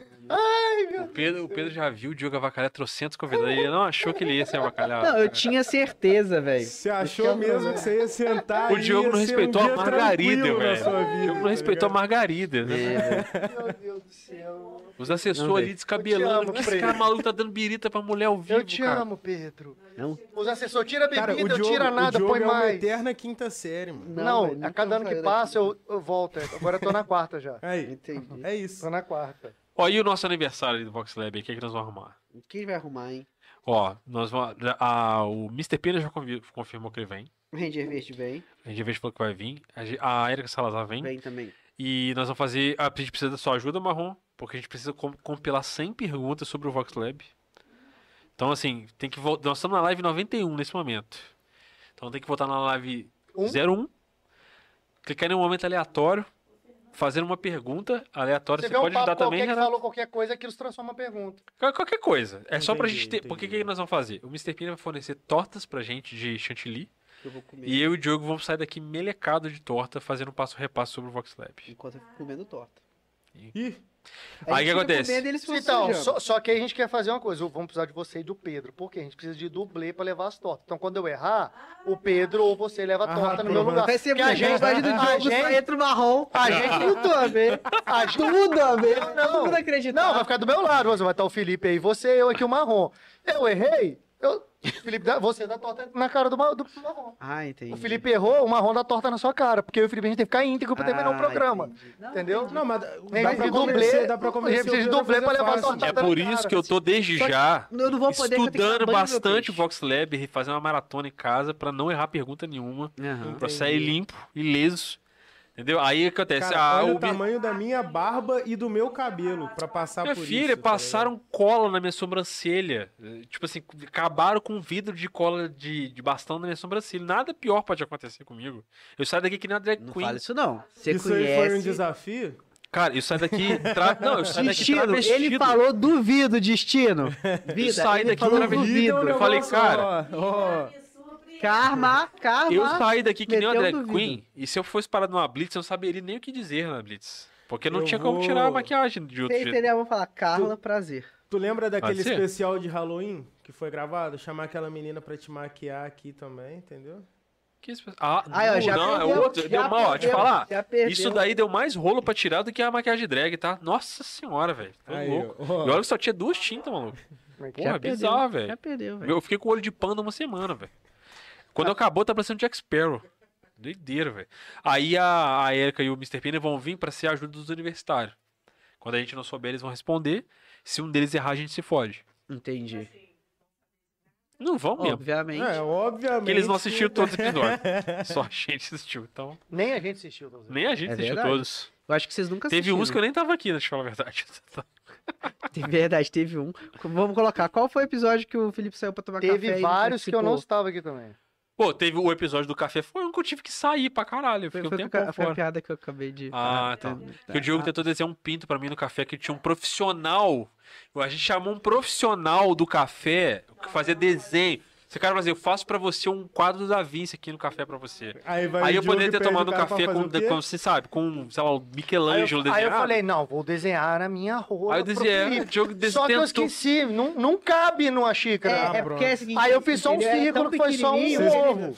[SPEAKER 2] o, Pedro, o Pedro já viu o Diogo avacalhar trocentos convidados e ele não achou que ele ia ser avacalhado.
[SPEAKER 5] Não, eu tinha certeza, velho.
[SPEAKER 4] Você achou mesmo que você ia sentar
[SPEAKER 2] O
[SPEAKER 4] e
[SPEAKER 2] Diogo
[SPEAKER 4] ia
[SPEAKER 2] não
[SPEAKER 4] ser um
[SPEAKER 2] respeitou
[SPEAKER 4] dia
[SPEAKER 2] a Margarida,
[SPEAKER 4] tranquilo na
[SPEAKER 2] velho.
[SPEAKER 4] sua vida,
[SPEAKER 2] O Diogo não
[SPEAKER 4] tá
[SPEAKER 2] respeitou a
[SPEAKER 4] ligado?
[SPEAKER 2] Margarida,
[SPEAKER 1] É.
[SPEAKER 2] né?
[SPEAKER 1] (laughs) Meu Deus do céu.
[SPEAKER 2] Os assessores
[SPEAKER 5] É. Não,
[SPEAKER 2] ali
[SPEAKER 5] velho.
[SPEAKER 1] Eu te
[SPEAKER 2] descabelando.
[SPEAKER 1] amo,
[SPEAKER 2] que esse
[SPEAKER 1] Fred.
[SPEAKER 2] cara maluco tá dando birita pra mulher ao vivo,
[SPEAKER 1] Eu te
[SPEAKER 2] cara.
[SPEAKER 1] amo, Pedro.
[SPEAKER 5] Não.
[SPEAKER 1] Os assessores, tira a bebida,
[SPEAKER 4] Cara, o
[SPEAKER 1] eu
[SPEAKER 4] Diogo,
[SPEAKER 1] tira
[SPEAKER 4] o
[SPEAKER 1] nada,
[SPEAKER 4] Diogo
[SPEAKER 1] põe
[SPEAKER 4] é uma
[SPEAKER 1] mais.
[SPEAKER 4] eterna quinta série, mano.
[SPEAKER 1] Não,
[SPEAKER 5] velho,
[SPEAKER 1] a
[SPEAKER 5] nunca
[SPEAKER 1] cada ano
[SPEAKER 5] saiu
[SPEAKER 1] que
[SPEAKER 5] daqui.
[SPEAKER 1] passa eu, eu volto. Agora eu tô na quarta já.
[SPEAKER 4] Aí,
[SPEAKER 5] Entendi.
[SPEAKER 4] é isso.
[SPEAKER 1] Tô na quarta.
[SPEAKER 2] Ó, e o nosso aniversário ali do Vox Lab, o que, é que nós vamos arrumar?
[SPEAKER 5] Quem vai arrumar, hein?
[SPEAKER 2] Ó, nós vamos. a- o Mr. Pena já convi- confirmou que ele vem.
[SPEAKER 5] Ranger Verde vem.
[SPEAKER 2] A gente vê falou que vai vir. A Ge- A Erika Salazar vem.
[SPEAKER 5] Vem também.
[SPEAKER 2] E nós vamos fazer. A gente precisa da sua ajuda, Marrom, porque a gente precisa com- compilar 100 perguntas sobre o Vox Lab. Então, assim, tem que voltar. Nós estamos na live 91 nesse momento. Então tem que voltar na live
[SPEAKER 1] Um?
[SPEAKER 2] 01, clicar em um momento aleatório, fazer uma pergunta aleatória. Você,
[SPEAKER 1] Você vê um
[SPEAKER 2] pode ajudar
[SPEAKER 1] papo
[SPEAKER 2] também,
[SPEAKER 1] qualquer que
[SPEAKER 2] Renato.
[SPEAKER 1] falou qualquer coisa, aquilo se transforma em pergunta.
[SPEAKER 2] Qual- Qualquer coisa. É só pra
[SPEAKER 4] Entendi,
[SPEAKER 2] gente ter. Porque o que
[SPEAKER 4] entendi.
[SPEAKER 2] nós vamos fazer? O Mr. Pina vai fornecer tortas pra gente de chantilly.
[SPEAKER 5] que Eu vou comer
[SPEAKER 2] E eu e o Diogo vamos sair daqui melecado de torta, fazendo um passo repasso sobre o Vox Lab.
[SPEAKER 5] enquanto eu fico comendo torta.
[SPEAKER 4] Ih,
[SPEAKER 2] Aí
[SPEAKER 5] A gente
[SPEAKER 2] que
[SPEAKER 5] fica
[SPEAKER 2] acontece?
[SPEAKER 5] comendo e eles ficam
[SPEAKER 1] Então,
[SPEAKER 5] sujando.
[SPEAKER 1] só, só que aí a gente quer fazer uma coisa. Vamos precisar de você e do Pedro. Porque a gente precisa de dublê pra levar as tortas. Então, quando eu errar, o Pedro ou você leva a
[SPEAKER 4] Ah,
[SPEAKER 1] torta no meu
[SPEAKER 4] pronto.
[SPEAKER 1] lugar.
[SPEAKER 5] Vai ser
[SPEAKER 1] Porque a
[SPEAKER 5] a
[SPEAKER 1] gente-
[SPEAKER 5] gente vai do
[SPEAKER 1] a
[SPEAKER 5] jogo,
[SPEAKER 1] gente-
[SPEAKER 5] sai entre o marrom.
[SPEAKER 1] a gente-
[SPEAKER 5] tudo a ver.
[SPEAKER 1] A gente-
[SPEAKER 5] Tudo a ver.
[SPEAKER 1] Não, não.
[SPEAKER 5] Todo mundo acredita.
[SPEAKER 1] Não, vai ficar do meu lado. Você vai estar o Felipe aí, você, eu aqui, o Marrom. Eu errei, eu... Felipe, dá- você dá torta na cara do, Ma- do Marrom.
[SPEAKER 5] Ah, entendi.
[SPEAKER 1] O Felipe errou, o Marrom dá torta na sua cara. Porque eu e o Felipe a gente tem que ficar íntegro pra terminar o
[SPEAKER 5] Ah,
[SPEAKER 1] programa.
[SPEAKER 5] entendi.
[SPEAKER 1] Entendeu?
[SPEAKER 4] não, mas
[SPEAKER 1] Nem
[SPEAKER 4] dá pra
[SPEAKER 1] de
[SPEAKER 4] convencer,
[SPEAKER 1] dublê,
[SPEAKER 4] dá pra
[SPEAKER 1] a gente
[SPEAKER 4] convencer.
[SPEAKER 1] precisa de
[SPEAKER 4] o Pedro a
[SPEAKER 1] dublê
[SPEAKER 4] fazer
[SPEAKER 1] pra levar
[SPEAKER 4] fácil.
[SPEAKER 1] torta.
[SPEAKER 2] É
[SPEAKER 1] Tá dando
[SPEAKER 2] por
[SPEAKER 1] cara.
[SPEAKER 2] isso que eu tô desde já
[SPEAKER 5] Eu não vou poder porque eu tenho que
[SPEAKER 2] estudando
[SPEAKER 5] tomar banho no meu
[SPEAKER 2] bastante o
[SPEAKER 5] peixe.
[SPEAKER 2] Vox Lab, re- fazendo uma maratona em casa pra não errar pergunta nenhuma,
[SPEAKER 5] Aham.
[SPEAKER 2] pra sair limpo, ileso. Entendeu? Aí o que acontece?
[SPEAKER 4] Cara,
[SPEAKER 2] ah,
[SPEAKER 4] olha
[SPEAKER 2] o
[SPEAKER 4] o tamanho da minha barba e do meu cabelo pra passar
[SPEAKER 2] minha
[SPEAKER 4] por
[SPEAKER 2] filha,
[SPEAKER 4] isso. tá
[SPEAKER 2] passaram cola na minha sobrancelha. Eh, Tipo assim, acabaram com um vidro de cola de, de bastão na minha sobrancelha. Nada pior pode acontecer comigo. Eu saio daqui que nem a drag
[SPEAKER 5] Não
[SPEAKER 2] queen.
[SPEAKER 5] fala isso não. Você
[SPEAKER 4] ligado? Isso aí
[SPEAKER 5] conhece.
[SPEAKER 4] foi um desafio?
[SPEAKER 2] Cara, eu saio daqui. Tra... Não, eu saio daqui
[SPEAKER 7] Destino,
[SPEAKER 2] travestido.
[SPEAKER 7] ele falou duvido,
[SPEAKER 4] (laughs)
[SPEAKER 7] destino.
[SPEAKER 2] Eu saí
[SPEAKER 5] é
[SPEAKER 7] ele
[SPEAKER 2] daqui
[SPEAKER 7] falou
[SPEAKER 2] travestido.
[SPEAKER 7] duvido.
[SPEAKER 2] Eu falei, cara,
[SPEAKER 4] Ó, ó.
[SPEAKER 7] Karma, karma.
[SPEAKER 2] Eu saí daqui que nem uma
[SPEAKER 7] meteu
[SPEAKER 2] drag
[SPEAKER 7] no vidro.
[SPEAKER 2] queen, e se eu fosse parar numa blitz, eu não saberia nem o que dizer na blitz. Porque não
[SPEAKER 4] Eu
[SPEAKER 2] tinha como
[SPEAKER 4] vou-
[SPEAKER 2] tirar a maquiagem de outro
[SPEAKER 5] Você
[SPEAKER 2] jeito.
[SPEAKER 5] entendeu? Eu vou falar, Carla, prazer.
[SPEAKER 4] Tu lembra daquele
[SPEAKER 2] Pode ser?
[SPEAKER 4] especial de Halloween que foi gravado? Chamar aquela menina pra te maquiar aqui também, entendeu?
[SPEAKER 2] Que isso- Ah,
[SPEAKER 5] Aí, ó, já
[SPEAKER 2] não, é
[SPEAKER 5] perdeu,
[SPEAKER 2] outro.
[SPEAKER 5] já
[SPEAKER 2] Deu mal, ó, te
[SPEAKER 5] perdeu,
[SPEAKER 2] falar.
[SPEAKER 5] já perdeu.
[SPEAKER 2] Isso daí deu mais rolo pra tirar do que a maquiagem drag, tá? Nossa senhora, velho. Tô
[SPEAKER 4] Aí,
[SPEAKER 2] louco.
[SPEAKER 4] ó.
[SPEAKER 2] E olha que só tinha duas tintas, maluco. Porra, é
[SPEAKER 5] perdeu,
[SPEAKER 2] bizarro,
[SPEAKER 5] Já
[SPEAKER 2] velho.
[SPEAKER 5] perdeu, velho.
[SPEAKER 2] Eu fiquei com o olho de panda uma semana, velho.
[SPEAKER 5] Ah.
[SPEAKER 2] Quando acabou, tá parecendo Jack Sparrow. Doideira, velho. Aí a, a Erika e o Mr. Pena vão vir pra ser a ajuda dos universitários. Quando a gente não souber, eles vão responder. Se um deles errar, a gente se fode.
[SPEAKER 5] Entendi.
[SPEAKER 2] Não vão mesmo.
[SPEAKER 5] Obviamente.
[SPEAKER 4] É, obviamente.
[SPEAKER 2] Porque eles não assistiram todos os episódios.
[SPEAKER 5] (laughs)
[SPEAKER 2] Só a gente assistiu. Então,
[SPEAKER 1] Nem a gente assistiu. Tô dizendo.
[SPEAKER 2] nem a gente
[SPEAKER 5] É
[SPEAKER 2] assistiu
[SPEAKER 5] verdade.
[SPEAKER 2] todos.
[SPEAKER 5] Eu acho que vocês nunca
[SPEAKER 2] Teve uns que eu
[SPEAKER 5] assistiram.
[SPEAKER 2] nem tava aqui, né, deixa eu falar a verdade. (laughs)
[SPEAKER 5] (laughs) Teve- Verdade, teve um. Vamos colocar. Qual foi o episódio que o Felipe saiu pra tomar café? e
[SPEAKER 1] Teve
[SPEAKER 5] não
[SPEAKER 1] vários que eu não
[SPEAKER 5] participou?
[SPEAKER 1] estava aqui também.
[SPEAKER 2] Pô, teve o episódio do café. Foi um que eu tive que sair pra caralho. Eu
[SPEAKER 5] Foi,
[SPEAKER 2] fiquei
[SPEAKER 5] foi,
[SPEAKER 2] um tempo
[SPEAKER 5] a piada- foi a
[SPEAKER 2] fora.
[SPEAKER 5] piada que eu acabei de. É,
[SPEAKER 2] Ah, tá. Que o Diogo tentou desenhar um pinto pra mim no café que tinha um profissional. A gente chamou um profissional do café que fazia desenho. Esse cara fazia, eu faço pra você um quadro da Vinci aqui no café pra você.
[SPEAKER 4] Aí, vai
[SPEAKER 2] Aí
[SPEAKER 4] o
[SPEAKER 2] eu
[SPEAKER 4] Diogo
[SPEAKER 2] poderia
[SPEAKER 4] e
[SPEAKER 2] ter
[SPEAKER 4] pede o
[SPEAKER 2] tomado um
[SPEAKER 4] cara pra
[SPEAKER 2] café
[SPEAKER 4] fazer
[SPEAKER 2] com,
[SPEAKER 4] o quê?
[SPEAKER 2] com, você sabe, com, sei lá, o
[SPEAKER 1] Aí
[SPEAKER 2] Michelangelo
[SPEAKER 1] eu, aí eu
[SPEAKER 2] desenhado.
[SPEAKER 1] falei, não, vou desenhar a minha roupa.
[SPEAKER 2] Aí eu desenhei,
[SPEAKER 1] pro
[SPEAKER 2] o
[SPEAKER 1] Felipe.
[SPEAKER 2] Diogo
[SPEAKER 1] Só que eu
[SPEAKER 2] desenhou.
[SPEAKER 1] esqueci, não, não cabe numa
[SPEAKER 5] É,
[SPEAKER 1] xícara.
[SPEAKER 4] Ah,
[SPEAKER 5] é
[SPEAKER 4] pronto.
[SPEAKER 5] porque é o seguinte,
[SPEAKER 1] Aí eu fiz só um
[SPEAKER 5] entendeu? É
[SPEAKER 1] círculo
[SPEAKER 5] tão
[SPEAKER 1] que foi só um
[SPEAKER 5] pequenininho,
[SPEAKER 1] ovo.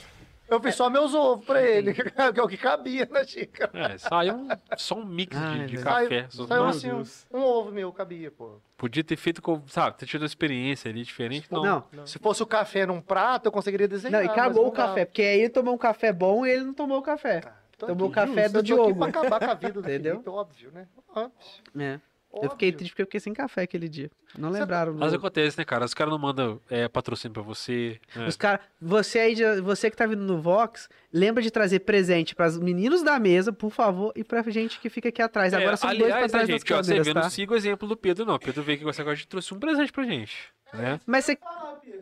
[SPEAKER 1] Eu fiz só meus ovos pra ele, (laughs) que é o que cabia na xícara.
[SPEAKER 2] É, saiu um- só um mix de-
[SPEAKER 5] Ai,
[SPEAKER 2] de,
[SPEAKER 5] velho.
[SPEAKER 2] café.
[SPEAKER 1] Saiu-
[SPEAKER 2] Não,
[SPEAKER 1] saiu
[SPEAKER 4] Meu
[SPEAKER 1] assim, um,
[SPEAKER 4] Deus.
[SPEAKER 1] um ovo meu cabia, pô.
[SPEAKER 4] um-
[SPEAKER 2] Podia ter feito, com, sabe, ter tido uma experiência ali diferente. então, Não,
[SPEAKER 5] Não,
[SPEAKER 1] Se fosse o café num prato, eu conseguiria desenhar.
[SPEAKER 5] não, e
[SPEAKER 1] mas
[SPEAKER 5] cagou o
[SPEAKER 1] dá.
[SPEAKER 5] café, porque aí ele tomou um café bom e ele não tomou o café.
[SPEAKER 1] Tô
[SPEAKER 5] Tomou
[SPEAKER 1] Tá aqui,
[SPEAKER 5] o café
[SPEAKER 1] justo,
[SPEAKER 5] do
[SPEAKER 1] eu tô
[SPEAKER 5] Diogo.
[SPEAKER 1] Aqui pra acabar com a vida do
[SPEAKER 5] (laughs) Entendeu?
[SPEAKER 1] Felipe, óbvio, né? Óbvio.
[SPEAKER 5] É. Eu fiquei
[SPEAKER 1] óbvio.
[SPEAKER 5] triste porque eu fiquei sem café aquele dia. Não
[SPEAKER 1] Você-
[SPEAKER 5] lembraram.
[SPEAKER 2] Mas
[SPEAKER 5] do-
[SPEAKER 2] acontece, né, cara? Os caras não mandam é, patrocínio pra você. né?
[SPEAKER 5] Os caras, você aí, de- você que tá vindo no Vox, lembra de trazer presente para os meninos da mesa, por favor, e pra gente que fica aqui atrás. Agora
[SPEAKER 2] É,
[SPEAKER 5] são
[SPEAKER 2] aliás,
[SPEAKER 5] dois pra
[SPEAKER 2] né,
[SPEAKER 5] trás das
[SPEAKER 2] gente, ó,
[SPEAKER 5] câmeras,
[SPEAKER 2] você vê,
[SPEAKER 5] tá?
[SPEAKER 2] não siga o exemplo do Pedro, não. O Pedro veio que você agora trouxe um presente pra gente. Né?
[SPEAKER 5] Mas você